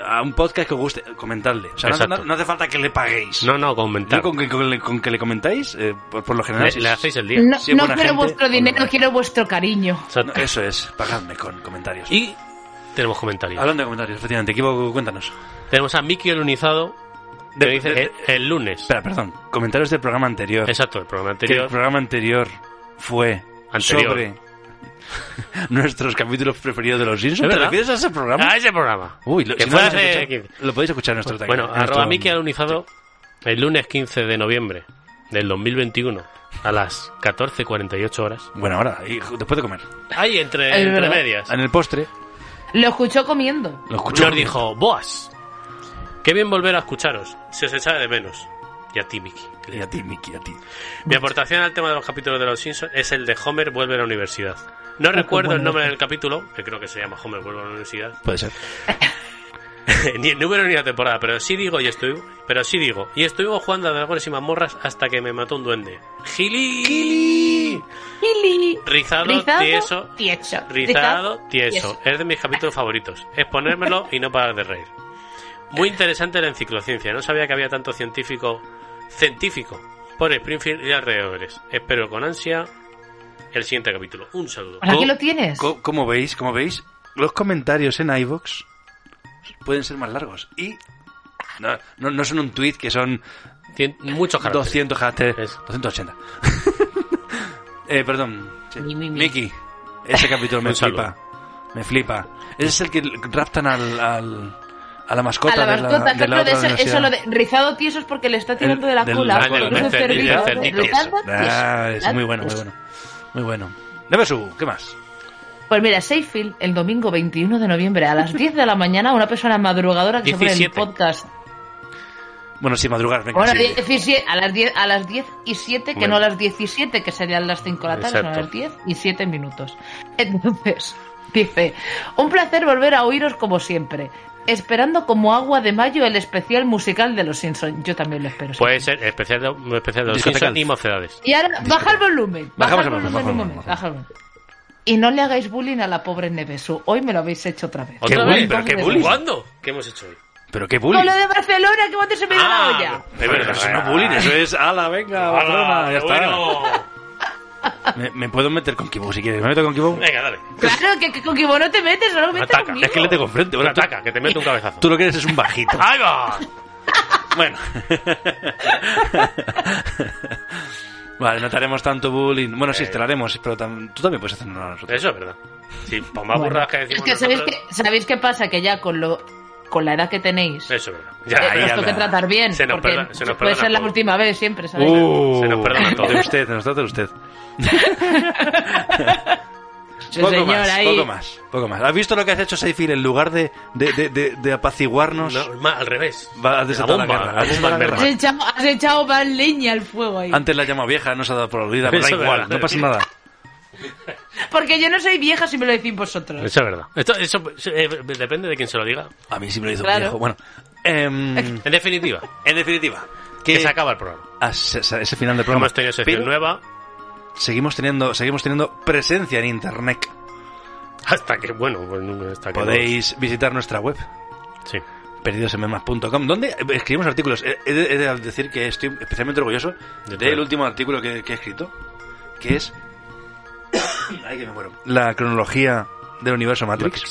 [SPEAKER 4] a un podcast que os guste, comentadle. O sea, no,
[SPEAKER 3] Exacto.
[SPEAKER 4] no- no hace falta que le paguéis.
[SPEAKER 3] No, no, comentar.
[SPEAKER 4] Yo con, que, con, le- con que le comentáis, eh, por, por lo general...
[SPEAKER 3] Le-
[SPEAKER 4] si
[SPEAKER 3] le
[SPEAKER 4] es-
[SPEAKER 3] hacéis el día.
[SPEAKER 5] No,
[SPEAKER 4] si es
[SPEAKER 5] no
[SPEAKER 4] buena
[SPEAKER 5] quiero
[SPEAKER 4] gente,
[SPEAKER 5] vuestro dinero, quiero vuestro cariño.
[SPEAKER 4] no, eso es, pagadme con comentarios.
[SPEAKER 3] Y tenemos comentarios.
[SPEAKER 4] Hablando de comentarios, efectivamente, equivoco, cuéntanos.
[SPEAKER 3] Tenemos a Miki el Unizado que dice el, el lunes.
[SPEAKER 4] eh, Espera, perdón. Comentarios del programa anterior.
[SPEAKER 3] Exacto, el programa
[SPEAKER 4] Que el
[SPEAKER 3] anterior.
[SPEAKER 4] programa anterior fue
[SPEAKER 3] Anterior.
[SPEAKER 4] sobre <laughs> nuestros capítulos preferidos de los
[SPEAKER 3] ¿Es
[SPEAKER 4] Simpsons. ¿Te
[SPEAKER 3] verdad?
[SPEAKER 4] refieres a ese programa?
[SPEAKER 3] A ese programa.
[SPEAKER 4] Uy, lo,
[SPEAKER 3] Que
[SPEAKER 4] si no
[SPEAKER 3] fue
[SPEAKER 4] lo, habéis
[SPEAKER 3] hace
[SPEAKER 4] escuchado,
[SPEAKER 3] 15.
[SPEAKER 4] lo podéis escuchar en nuestro
[SPEAKER 3] Bueno,
[SPEAKER 4] en nuestro-
[SPEAKER 3] arroba Miki al Unizado el lunes 15 de noviembre del 2021 a las 14.48 horas.
[SPEAKER 4] Bueno, ahora, y ju- después de comer.
[SPEAKER 3] Ahí entre,
[SPEAKER 5] Es
[SPEAKER 3] entre
[SPEAKER 5] verdad.
[SPEAKER 3] medias.
[SPEAKER 4] En el postre,
[SPEAKER 5] Lo escuchó comiendo.
[SPEAKER 4] lo escuchó.
[SPEAKER 3] Nos dijo, Boas, Qué bien volver a escucharos. Se os echaba de menos. Y a ti, Miki.
[SPEAKER 4] Y a ti, Miki, a ti.
[SPEAKER 3] Mi aportación al tema de los capítulos de Los Simpsons es el de Homer vuelve a la universidad. No
[SPEAKER 4] Ah, qué
[SPEAKER 3] recuerdo
[SPEAKER 4] bueno.
[SPEAKER 3] el nombre del capítulo, que creo que se llama Homer vuelve a la universidad.
[SPEAKER 4] Puede ser.
[SPEAKER 3] <laughs> ni el número ni la temporada, pero sí digo y estuve, pero sí digo, y estuvimos jugando a dragones y mazmorras hasta que me mató un duende. Gili,
[SPEAKER 8] Lili.
[SPEAKER 3] rizado,
[SPEAKER 8] Rizado,
[SPEAKER 3] tieso,
[SPEAKER 8] tieso.
[SPEAKER 3] rizado,
[SPEAKER 8] Rizado,
[SPEAKER 3] tieso.
[SPEAKER 8] tieso.
[SPEAKER 3] Es de mis capítulos favoritos. Es ponérmelo y no parar de reír. Muy interesante la enciclociencia. No sabía que había tanto científico, científico por Springfield y alrededores. Espero con ansia el siguiente capítulo. Un saludo.
[SPEAKER 5] Ahora que Pues lo tienes.
[SPEAKER 4] Co- Como veis, como veis, los comentarios en iVoox pueden ser más largos. Y no, no- no son un tweet que son
[SPEAKER 3] muchos
[SPEAKER 4] caracteres. 200 caracteres. 280. <laughs> eh, perdón. sí. Miki, ese capítulo <laughs> me
[SPEAKER 3] Un saludo.
[SPEAKER 4] flipa. Me flipa. Ese es el que raptan al, al- a la mascota,
[SPEAKER 5] a la
[SPEAKER 4] de la,
[SPEAKER 5] mascota,
[SPEAKER 4] de la
[SPEAKER 5] claro, de
[SPEAKER 4] otra
[SPEAKER 5] eso,
[SPEAKER 4] universidad.
[SPEAKER 5] eso lo de rizado tieso es porque le está tirando
[SPEAKER 4] El-
[SPEAKER 5] de la
[SPEAKER 4] del-
[SPEAKER 5] cola.
[SPEAKER 4] ah,
[SPEAKER 5] porque
[SPEAKER 4] del-
[SPEAKER 5] no
[SPEAKER 4] del
[SPEAKER 5] se
[SPEAKER 4] cerdito,
[SPEAKER 5] perdió.
[SPEAKER 4] del cerdito.
[SPEAKER 5] Rizado
[SPEAKER 4] Ah,
[SPEAKER 5] tieso.
[SPEAKER 4] es muy bueno, muy bueno. Muy bueno. Nevesu, ¿qué más?
[SPEAKER 5] Pues mira, Seyfield, el domingo 21 de noviembre a las 10 de la mañana, una persona madrugadora que se
[SPEAKER 4] 17.
[SPEAKER 5] pone el podcast.
[SPEAKER 4] Bueno, sí, madrugar, venga.
[SPEAKER 5] Bueno, eh,
[SPEAKER 4] sí.
[SPEAKER 5] 17, a, las 10, a las 10 y 7, que
[SPEAKER 4] Bueno.
[SPEAKER 5] no a las 17, que serían las 5 de la tarde, son a
[SPEAKER 4] Exacto.
[SPEAKER 5] las 10 y 7 minutos. Entonces, <laughs> dice, un placer volver a oíros como siempre. Esperando como agua de mayo el especial musical de Los Simpsons. Yo también lo espero. sí.
[SPEAKER 3] Puede ser especial de, especial de los
[SPEAKER 4] Discotecal.
[SPEAKER 3] Simpsons y mocedades.
[SPEAKER 5] Y ahora, baja el volumen. Baja
[SPEAKER 3] Bajamos
[SPEAKER 5] el
[SPEAKER 3] el volumen,
[SPEAKER 5] volumen,
[SPEAKER 3] bajamos
[SPEAKER 5] un
[SPEAKER 3] el
[SPEAKER 5] momento, baja el volumen. Y no le hagáis bullying a la pobre Nevesu. Hoy me lo habéis hecho otra vez.
[SPEAKER 3] ¿Otra
[SPEAKER 5] Pobre
[SPEAKER 3] vez? ¿Pero qué
[SPEAKER 5] Nevesu.
[SPEAKER 3] bullying? ¿Cuándo? ¿Qué hemos hecho hoy?
[SPEAKER 4] Pero qué
[SPEAKER 5] Con
[SPEAKER 4] bullying.
[SPEAKER 5] lo de Barcelona, que antes se me dio
[SPEAKER 3] Ah,
[SPEAKER 5] la olla.
[SPEAKER 4] De verdad, eso no es bullying, eso es ala, venga,
[SPEAKER 3] Ala,
[SPEAKER 4] Barcelona, ya está.
[SPEAKER 3] bueno.
[SPEAKER 4] Me, me puedo meter con Kibo si quieres. ¿Me meto con Kibo?
[SPEAKER 3] Venga, dale.
[SPEAKER 5] Claro, que, que con Kibo no te metes, solo metes conmigo.
[SPEAKER 4] Es que le tengo enfrente. Bueno, tú-
[SPEAKER 3] ataca, que te mete un cabezazo.
[SPEAKER 4] Tú lo que eres es
[SPEAKER 3] <laughs>
[SPEAKER 4] un bajito.
[SPEAKER 3] ¡Ahí va!
[SPEAKER 4] <laughs> Bueno. vale, no te haremos tanto bullying. Bueno, sí, te lo haremos, pero tam- tú también puedes hacer una a nosotros.
[SPEAKER 3] Eso Eh. es verdad. Sí, pues más
[SPEAKER 4] Bueno.
[SPEAKER 3] burradas que
[SPEAKER 5] Es
[SPEAKER 3] decimos
[SPEAKER 5] que sabéis,
[SPEAKER 3] nosotros-
[SPEAKER 5] que sabéis qué pasa, que ya con lo con la edad que tenéis,
[SPEAKER 3] Eso es verdad.
[SPEAKER 5] eh, os toca tratar bien,
[SPEAKER 3] Se nos
[SPEAKER 5] porque
[SPEAKER 3] perdona, se nos
[SPEAKER 5] puede
[SPEAKER 3] perdona
[SPEAKER 5] ser la
[SPEAKER 3] todo.
[SPEAKER 5] última vez siempre, ¿sabéis?
[SPEAKER 4] Uh,
[SPEAKER 3] Se nos perdona todo.
[SPEAKER 4] De usted, se nos trata de usted.
[SPEAKER 5] Su
[SPEAKER 4] poco
[SPEAKER 5] señor
[SPEAKER 4] más,
[SPEAKER 5] ahí.
[SPEAKER 4] poco más, poco más. ¿Has visto lo que has hecho, Seifir? En lugar de, de, de, de, de apaciguarnos,
[SPEAKER 3] No, más al revés.
[SPEAKER 4] va a desatar
[SPEAKER 3] La
[SPEAKER 4] la,
[SPEAKER 3] bomba,
[SPEAKER 4] guerra.
[SPEAKER 3] la
[SPEAKER 4] Has desatado
[SPEAKER 3] bomba
[SPEAKER 4] la
[SPEAKER 5] Has
[SPEAKER 4] guerra.
[SPEAKER 5] echado, has echado más leña al fuego ahí.
[SPEAKER 4] Antes la llama vieja, no se ha dado por olvidada, pero da
[SPEAKER 3] Eso es
[SPEAKER 4] igual,
[SPEAKER 3] verdad.
[SPEAKER 4] no pasa nada.
[SPEAKER 5] Porque yo no soy vieja si me lo decís vosotros.
[SPEAKER 3] Eso es verdad. Esto, eso, eso, eh, depende de quién se lo diga.
[SPEAKER 4] A mí sí me lo hizo
[SPEAKER 5] Claro.
[SPEAKER 4] un viejo. Bueno,
[SPEAKER 5] <laughs>
[SPEAKER 4] em,
[SPEAKER 3] En definitiva.
[SPEAKER 4] en definitiva.
[SPEAKER 3] Que, se acaba el programa.
[SPEAKER 4] ah, se- se- ese final del programa.
[SPEAKER 3] Hemos tenido sección
[SPEAKER 4] Pero
[SPEAKER 3] nueva
[SPEAKER 4] Seguimos teniendo, seguimos teniendo presencia en internet.
[SPEAKER 3] hasta que, bueno, bueno, hasta que...
[SPEAKER 4] Podéis visitar nuestra web.
[SPEAKER 3] Sí.
[SPEAKER 4] Perdidosenmemas.com, donde escribimos artículos. He he de, he de decir que estoy especialmente orgulloso
[SPEAKER 3] De
[SPEAKER 4] del
[SPEAKER 3] todo.
[SPEAKER 4] último artículo que, que he escrito, que es <coughs> Ay, que me muero. la cronología del universo Matrix.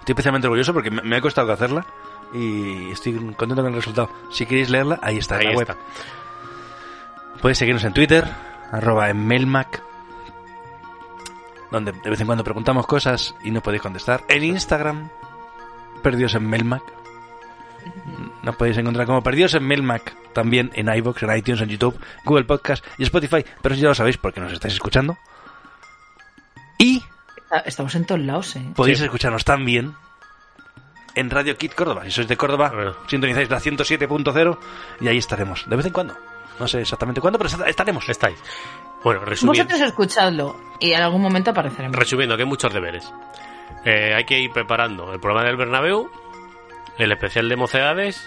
[SPEAKER 4] Estoy especialmente orgulloso porque me, me ha costado hacerla y estoy contento con el resultado. Si queréis leerla, ahí está en
[SPEAKER 3] Ahí
[SPEAKER 4] la
[SPEAKER 3] está.
[SPEAKER 4] web. Podéis seguirnos en Twitter, arroba en Melmac, donde de vez en cuando preguntamos cosas y no podéis contestar. En Instagram, perdidos en Melmac. Nos podéis encontrar como perdidos en Melmac, también en iVoox, en iTunes, en YouTube, Google Podcast y Spotify. Pero eso ya lo sabéis porque nos estáis escuchando. Y
[SPEAKER 5] Ah, Estamos en todos lados, ¿eh?
[SPEAKER 4] podéis
[SPEAKER 5] Sí.
[SPEAKER 4] escucharnos también en Radio Kit Córdoba. Si sois de Córdoba, sintonizáis la 107.0 y ahí estaremos. De vez en cuando. No sé exactamente cuándo, pero est- estaremos.
[SPEAKER 3] Estáis. Bueno, resumiendo,
[SPEAKER 5] Vosotros escuchadlo y en algún momento apareceremos.
[SPEAKER 3] resumiendo que hay muchos deberes. Eh, hay que ir preparando el programa del Bernabéu, el especial de mocedades,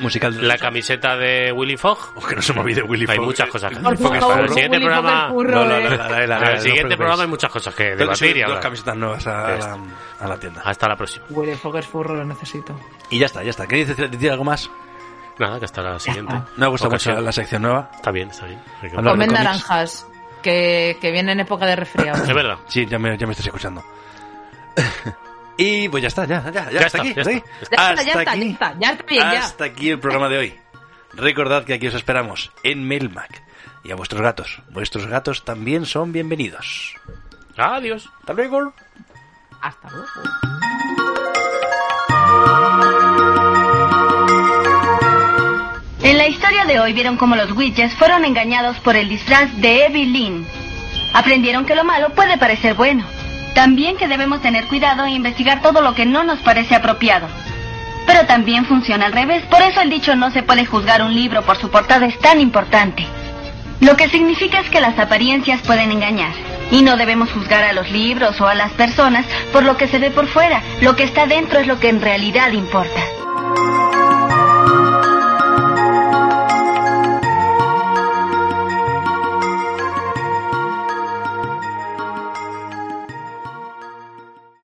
[SPEAKER 4] Musical de
[SPEAKER 3] la camiseta de Willy Fogg.
[SPEAKER 4] que no se me olvide Willy
[SPEAKER 3] Hay
[SPEAKER 4] Fogg.
[SPEAKER 3] muchas cosas. que
[SPEAKER 4] Por
[SPEAKER 3] hacer.
[SPEAKER 4] favor,
[SPEAKER 3] Para el siguiente
[SPEAKER 4] Willy Fogg el
[SPEAKER 3] programa,
[SPEAKER 4] curro, No, no, eh. no, no, no, no,
[SPEAKER 3] Para
[SPEAKER 4] no,
[SPEAKER 3] el
[SPEAKER 4] no
[SPEAKER 3] siguiente
[SPEAKER 4] preocupéis.
[SPEAKER 3] programa hay muchas cosas que
[SPEAKER 4] Tengo que Este. subir
[SPEAKER 3] debatir y
[SPEAKER 4] dos
[SPEAKER 3] hablar.
[SPEAKER 4] camisetas nuevas a,
[SPEAKER 3] Ya
[SPEAKER 4] a
[SPEAKER 3] está.
[SPEAKER 4] la, a la tienda.
[SPEAKER 3] Hasta la próxima.
[SPEAKER 5] Huele fuego es furro, lo necesito.
[SPEAKER 4] Y ya está, ya está. ¿Queréis decir, decir algo más?
[SPEAKER 3] Nada, que hasta la
[SPEAKER 4] <laughs>
[SPEAKER 3] siguiente.
[SPEAKER 4] Me ha gustado
[SPEAKER 3] Porque
[SPEAKER 4] mucho la sección nueva.
[SPEAKER 3] Está bien, está bien. Hay que-
[SPEAKER 4] Hablar de
[SPEAKER 5] Comed
[SPEAKER 4] cómics.
[SPEAKER 5] naranjas, que, que viene en época
[SPEAKER 4] <laughs>
[SPEAKER 5] de resfriado.
[SPEAKER 3] Es verdad.
[SPEAKER 4] Sí, ya me, ya me estás escuchando. <laughs> y pues ya está, ya, ya, ya,
[SPEAKER 3] Ya
[SPEAKER 4] hasta
[SPEAKER 3] está,
[SPEAKER 4] aquí.
[SPEAKER 3] ya
[SPEAKER 4] ¿sí?
[SPEAKER 5] Ya está,
[SPEAKER 4] Hasta
[SPEAKER 5] ya está,
[SPEAKER 4] aquí.
[SPEAKER 5] ya está, ya está bien, ya.
[SPEAKER 4] Hasta aquí el programa de hoy. Recordad que aquí os esperamos en Melmac y a vuestros gatos. Vuestros gatos también son bienvenidos.
[SPEAKER 3] Adiós.
[SPEAKER 4] Hasta luego.
[SPEAKER 5] Hasta luego.
[SPEAKER 16] En la historia de hoy vieron cómo los witches fueron engañados por el disfraz de Evelyn. Aprendieron que lo malo puede parecer bueno. También que debemos tener cuidado e investigar todo lo que no nos parece apropiado.
[SPEAKER 8] pero también funciona al revés. Por eso el dicho no se puede juzgar un libro por su portada es tan importante. Lo que significa es que las apariencias pueden engañar. Y no debemos juzgar a los libros o a las personas por lo que se ve por fuera. Lo que está dentro es lo que en realidad importa.